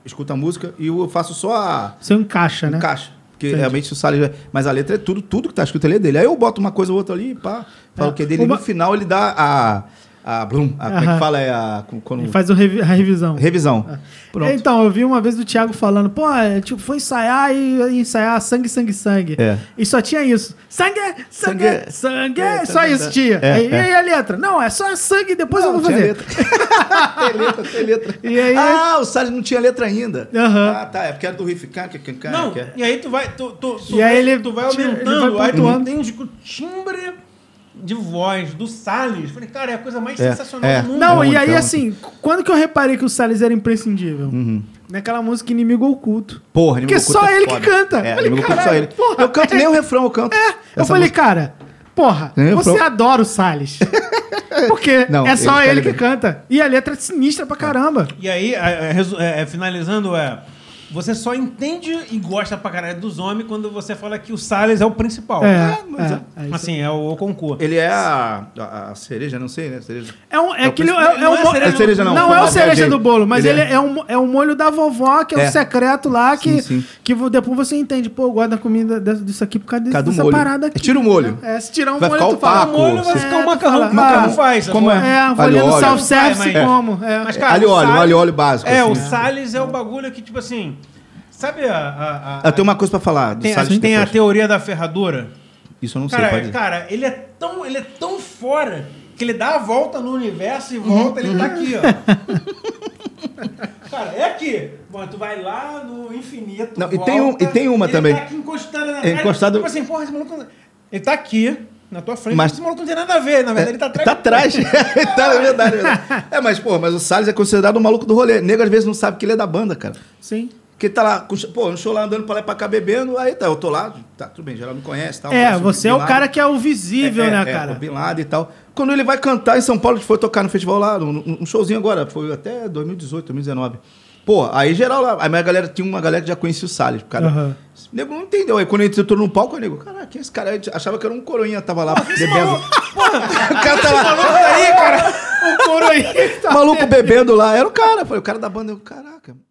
Speaker 3: Escuto a música e eu faço só a...
Speaker 2: Você encaixa, né?
Speaker 3: Encaixa. Porque realmente o Salles... Mas a letra é tudo, tudo que tá escrito ali é dele. Aí eu boto uma coisa ou outra ali, pá, falo
Speaker 2: É.
Speaker 3: que é dele. E
Speaker 2: Uma-
Speaker 3: No final ele dá a... A, blum, a como é
Speaker 2: Aham.
Speaker 3: que fala? É a, quando,
Speaker 2: Ele faz o revi- a revisão.
Speaker 3: Revisão. Pronto.
Speaker 2: Então, eu vi uma vez o Thiago falando, pô, é, tipo, foi ensaiar e e ensaiar sangue, sangue, sangue.
Speaker 3: É.
Speaker 2: E só tinha isso. Sangue, sangue,
Speaker 3: Sangue.
Speaker 2: sangue.
Speaker 3: É,
Speaker 2: só
Speaker 3: tá,
Speaker 2: isso
Speaker 3: tá.
Speaker 2: tinha.
Speaker 3: É,
Speaker 2: Aí, e,
Speaker 3: é.
Speaker 2: aí a letra? Não, é só sangue, depois eu
Speaker 3: Não,
Speaker 2: vou
Speaker 3: tinha
Speaker 2: fazer.
Speaker 3: letra. tem letra, tem letra.
Speaker 2: E aí-
Speaker 3: Ah, o Salles não tinha letra ainda.
Speaker 2: Aham.
Speaker 3: Ah, tá. É porque era do riff. cá, cá, cá, cá,
Speaker 1: Não,
Speaker 3: cá.
Speaker 1: e aí tu vai. Tu, tu, tu
Speaker 2: E
Speaker 1: vai,
Speaker 2: aí ele
Speaker 1: tu vai
Speaker 2: tira- ele
Speaker 1: aumentando,
Speaker 2: vai
Speaker 1: aí tu
Speaker 2: pontuando.
Speaker 1: entende que o timbre de voz do Salles. Falei, cara, é a coisa mais
Speaker 3: É,
Speaker 1: sensacional
Speaker 3: é.
Speaker 1: do mundo.
Speaker 2: Não,
Speaker 3: Não,
Speaker 2: e aí
Speaker 3: então.
Speaker 2: assim, quando que eu reparei que o Salles era imprescindível? Naquela música Inimigo Oculto.
Speaker 3: Porra,
Speaker 2: Porque
Speaker 3: Uhum. Inimigo Oculto
Speaker 2: só
Speaker 3: é
Speaker 2: ele
Speaker 3: foda.
Speaker 2: que canta.
Speaker 3: É,
Speaker 2: Eu falei,
Speaker 3: Inimigo Oculto só
Speaker 2: "Caralho,
Speaker 3: ele.
Speaker 2: porra,
Speaker 3: eu canto
Speaker 2: é-
Speaker 3: nem o refrão, eu canto.
Speaker 2: É, eu
Speaker 3: Essa
Speaker 2: falei,
Speaker 3: música-
Speaker 2: cara, porra,
Speaker 3: Nem
Speaker 2: você
Speaker 3: pro-
Speaker 2: adora o Salles. Porque
Speaker 3: Não,
Speaker 2: é só
Speaker 3: ele tá
Speaker 2: ele que
Speaker 3: ligado.
Speaker 2: canta. E a letra é sinistra pra caramba.
Speaker 1: E aí, é, é, resu- é, é, finalizando, é. Você só entende e gosta pra caralho dos homens quando você fala que o Salles é o principal.
Speaker 2: É,
Speaker 3: mas
Speaker 2: é,
Speaker 3: é-
Speaker 2: é isso.
Speaker 1: Assim, é o, o concurso.
Speaker 3: Ele é a, a, a cereja, não sei, né? Cereja.
Speaker 2: É, um, é,
Speaker 3: o
Speaker 2: aquele. É,
Speaker 1: principal-
Speaker 2: é
Speaker 1: não
Speaker 2: um
Speaker 1: é
Speaker 2: mo-
Speaker 1: cereja,
Speaker 2: é-
Speaker 3: cereja,
Speaker 2: não,
Speaker 3: não.
Speaker 2: é o
Speaker 3: Foi mal,
Speaker 2: cereja
Speaker 3: viajei.
Speaker 2: do bolo, mas ele,
Speaker 3: Ele
Speaker 2: é, um, é um molho da vovó, que é, o
Speaker 3: É.
Speaker 2: secreto lá, que,
Speaker 3: Sim, sim.
Speaker 2: que vo- depois você entende. Pô, eu guardo a comida dessa- disso aqui por causa desse-
Speaker 3: Por causa do
Speaker 2: dessa
Speaker 3: molho.
Speaker 2: parada aqui.
Speaker 3: É, tira o molho.
Speaker 2: É, se tirar um
Speaker 3: Vai
Speaker 2: molho,
Speaker 3: ficar
Speaker 2: tu fala.
Speaker 3: opaco.
Speaker 1: molho vai
Speaker 3: Você-
Speaker 1: ficar um
Speaker 2: tu
Speaker 1: macarrão.
Speaker 2: fala,
Speaker 1: que macarrão
Speaker 2: ah,
Speaker 1: faz.
Speaker 3: como
Speaker 1: sacou?
Speaker 2: É, vou
Speaker 3: Alho
Speaker 2: ali no
Speaker 3: óleo.
Speaker 2: self-service
Speaker 1: É.
Speaker 2: como. É.
Speaker 1: Mas,
Speaker 3: Alho
Speaker 1: o
Speaker 3: óleo,
Speaker 1: Salles-
Speaker 3: alho óleo básico,
Speaker 1: É,
Speaker 3: assim,
Speaker 1: o
Speaker 3: né?
Speaker 1: Salles é o bagulho que, tipo assim. Sabe a. a- a-
Speaker 3: Eu tenho Ah, uma coisa pra falar do
Speaker 1: tem, a,
Speaker 3: Salles
Speaker 1: tem a
Speaker 3: depois.
Speaker 1: teoria da ferradura?
Speaker 3: Isso eu não sei,
Speaker 1: Cara,
Speaker 3: pode dizer.
Speaker 1: cara, ele é tão, ele é tão fora que ele dá a volta no universo e volta,
Speaker 3: Uhum.
Speaker 1: ele tá aqui, ó. cara, é aqui. Bom, tu vai lá no infinito.
Speaker 3: Não, e tem um- e tem uma
Speaker 1: ele
Speaker 3: também.
Speaker 1: Tá aqui encostado na
Speaker 3: É,
Speaker 1: cara,
Speaker 3: encostado-
Speaker 1: Tipo assim, porra, esse maluco. Ele tá aqui, na tua frente, mas
Speaker 3: Mas-
Speaker 1: esse maluco não tem nada a ver. Na verdade, ele tá atrás.
Speaker 3: Tá atrás. tá, é verdade, é verdade. É, mas, pô, mas o Salles é considerado o maluco do rolê. Nego às vezes não sabe que ele é da banda, cara.
Speaker 2: Sim.
Speaker 3: Porque ele tá lá, com- pô, no show lá andando pra lá e pra cá bebendo, aí tá, eu tô lá, tá, tudo bem, geral me conhece, tal.
Speaker 2: É,
Speaker 3: conhece o
Speaker 2: você é
Speaker 3: Bin
Speaker 2: o
Speaker 3: Laden.
Speaker 2: cara que é o visível,
Speaker 3: É,
Speaker 2: né,
Speaker 3: é,
Speaker 2: cara?
Speaker 3: O Bin Laden e tal. Quando ele vai cantar em São Paulo, a gente foi tocar no festival lá, um, um showzinho agora, foi até 2018, 2019. Pô, aí geral lá, a minha galera, tinha uma galera que já conhecia o Salles, cara.
Speaker 2: Aham.
Speaker 3: Esse nego não entendeu. Aí quando a gente entrou no palco, eu nego, caraca, quem é esse cara? A gente achava que era um coroinha, tava lá bebendo. o cara tá lá,
Speaker 2: Aí, cara, o coroinha.
Speaker 3: maluco bebendo lá. Era o cara, foi o cara da banda, eu, caraca.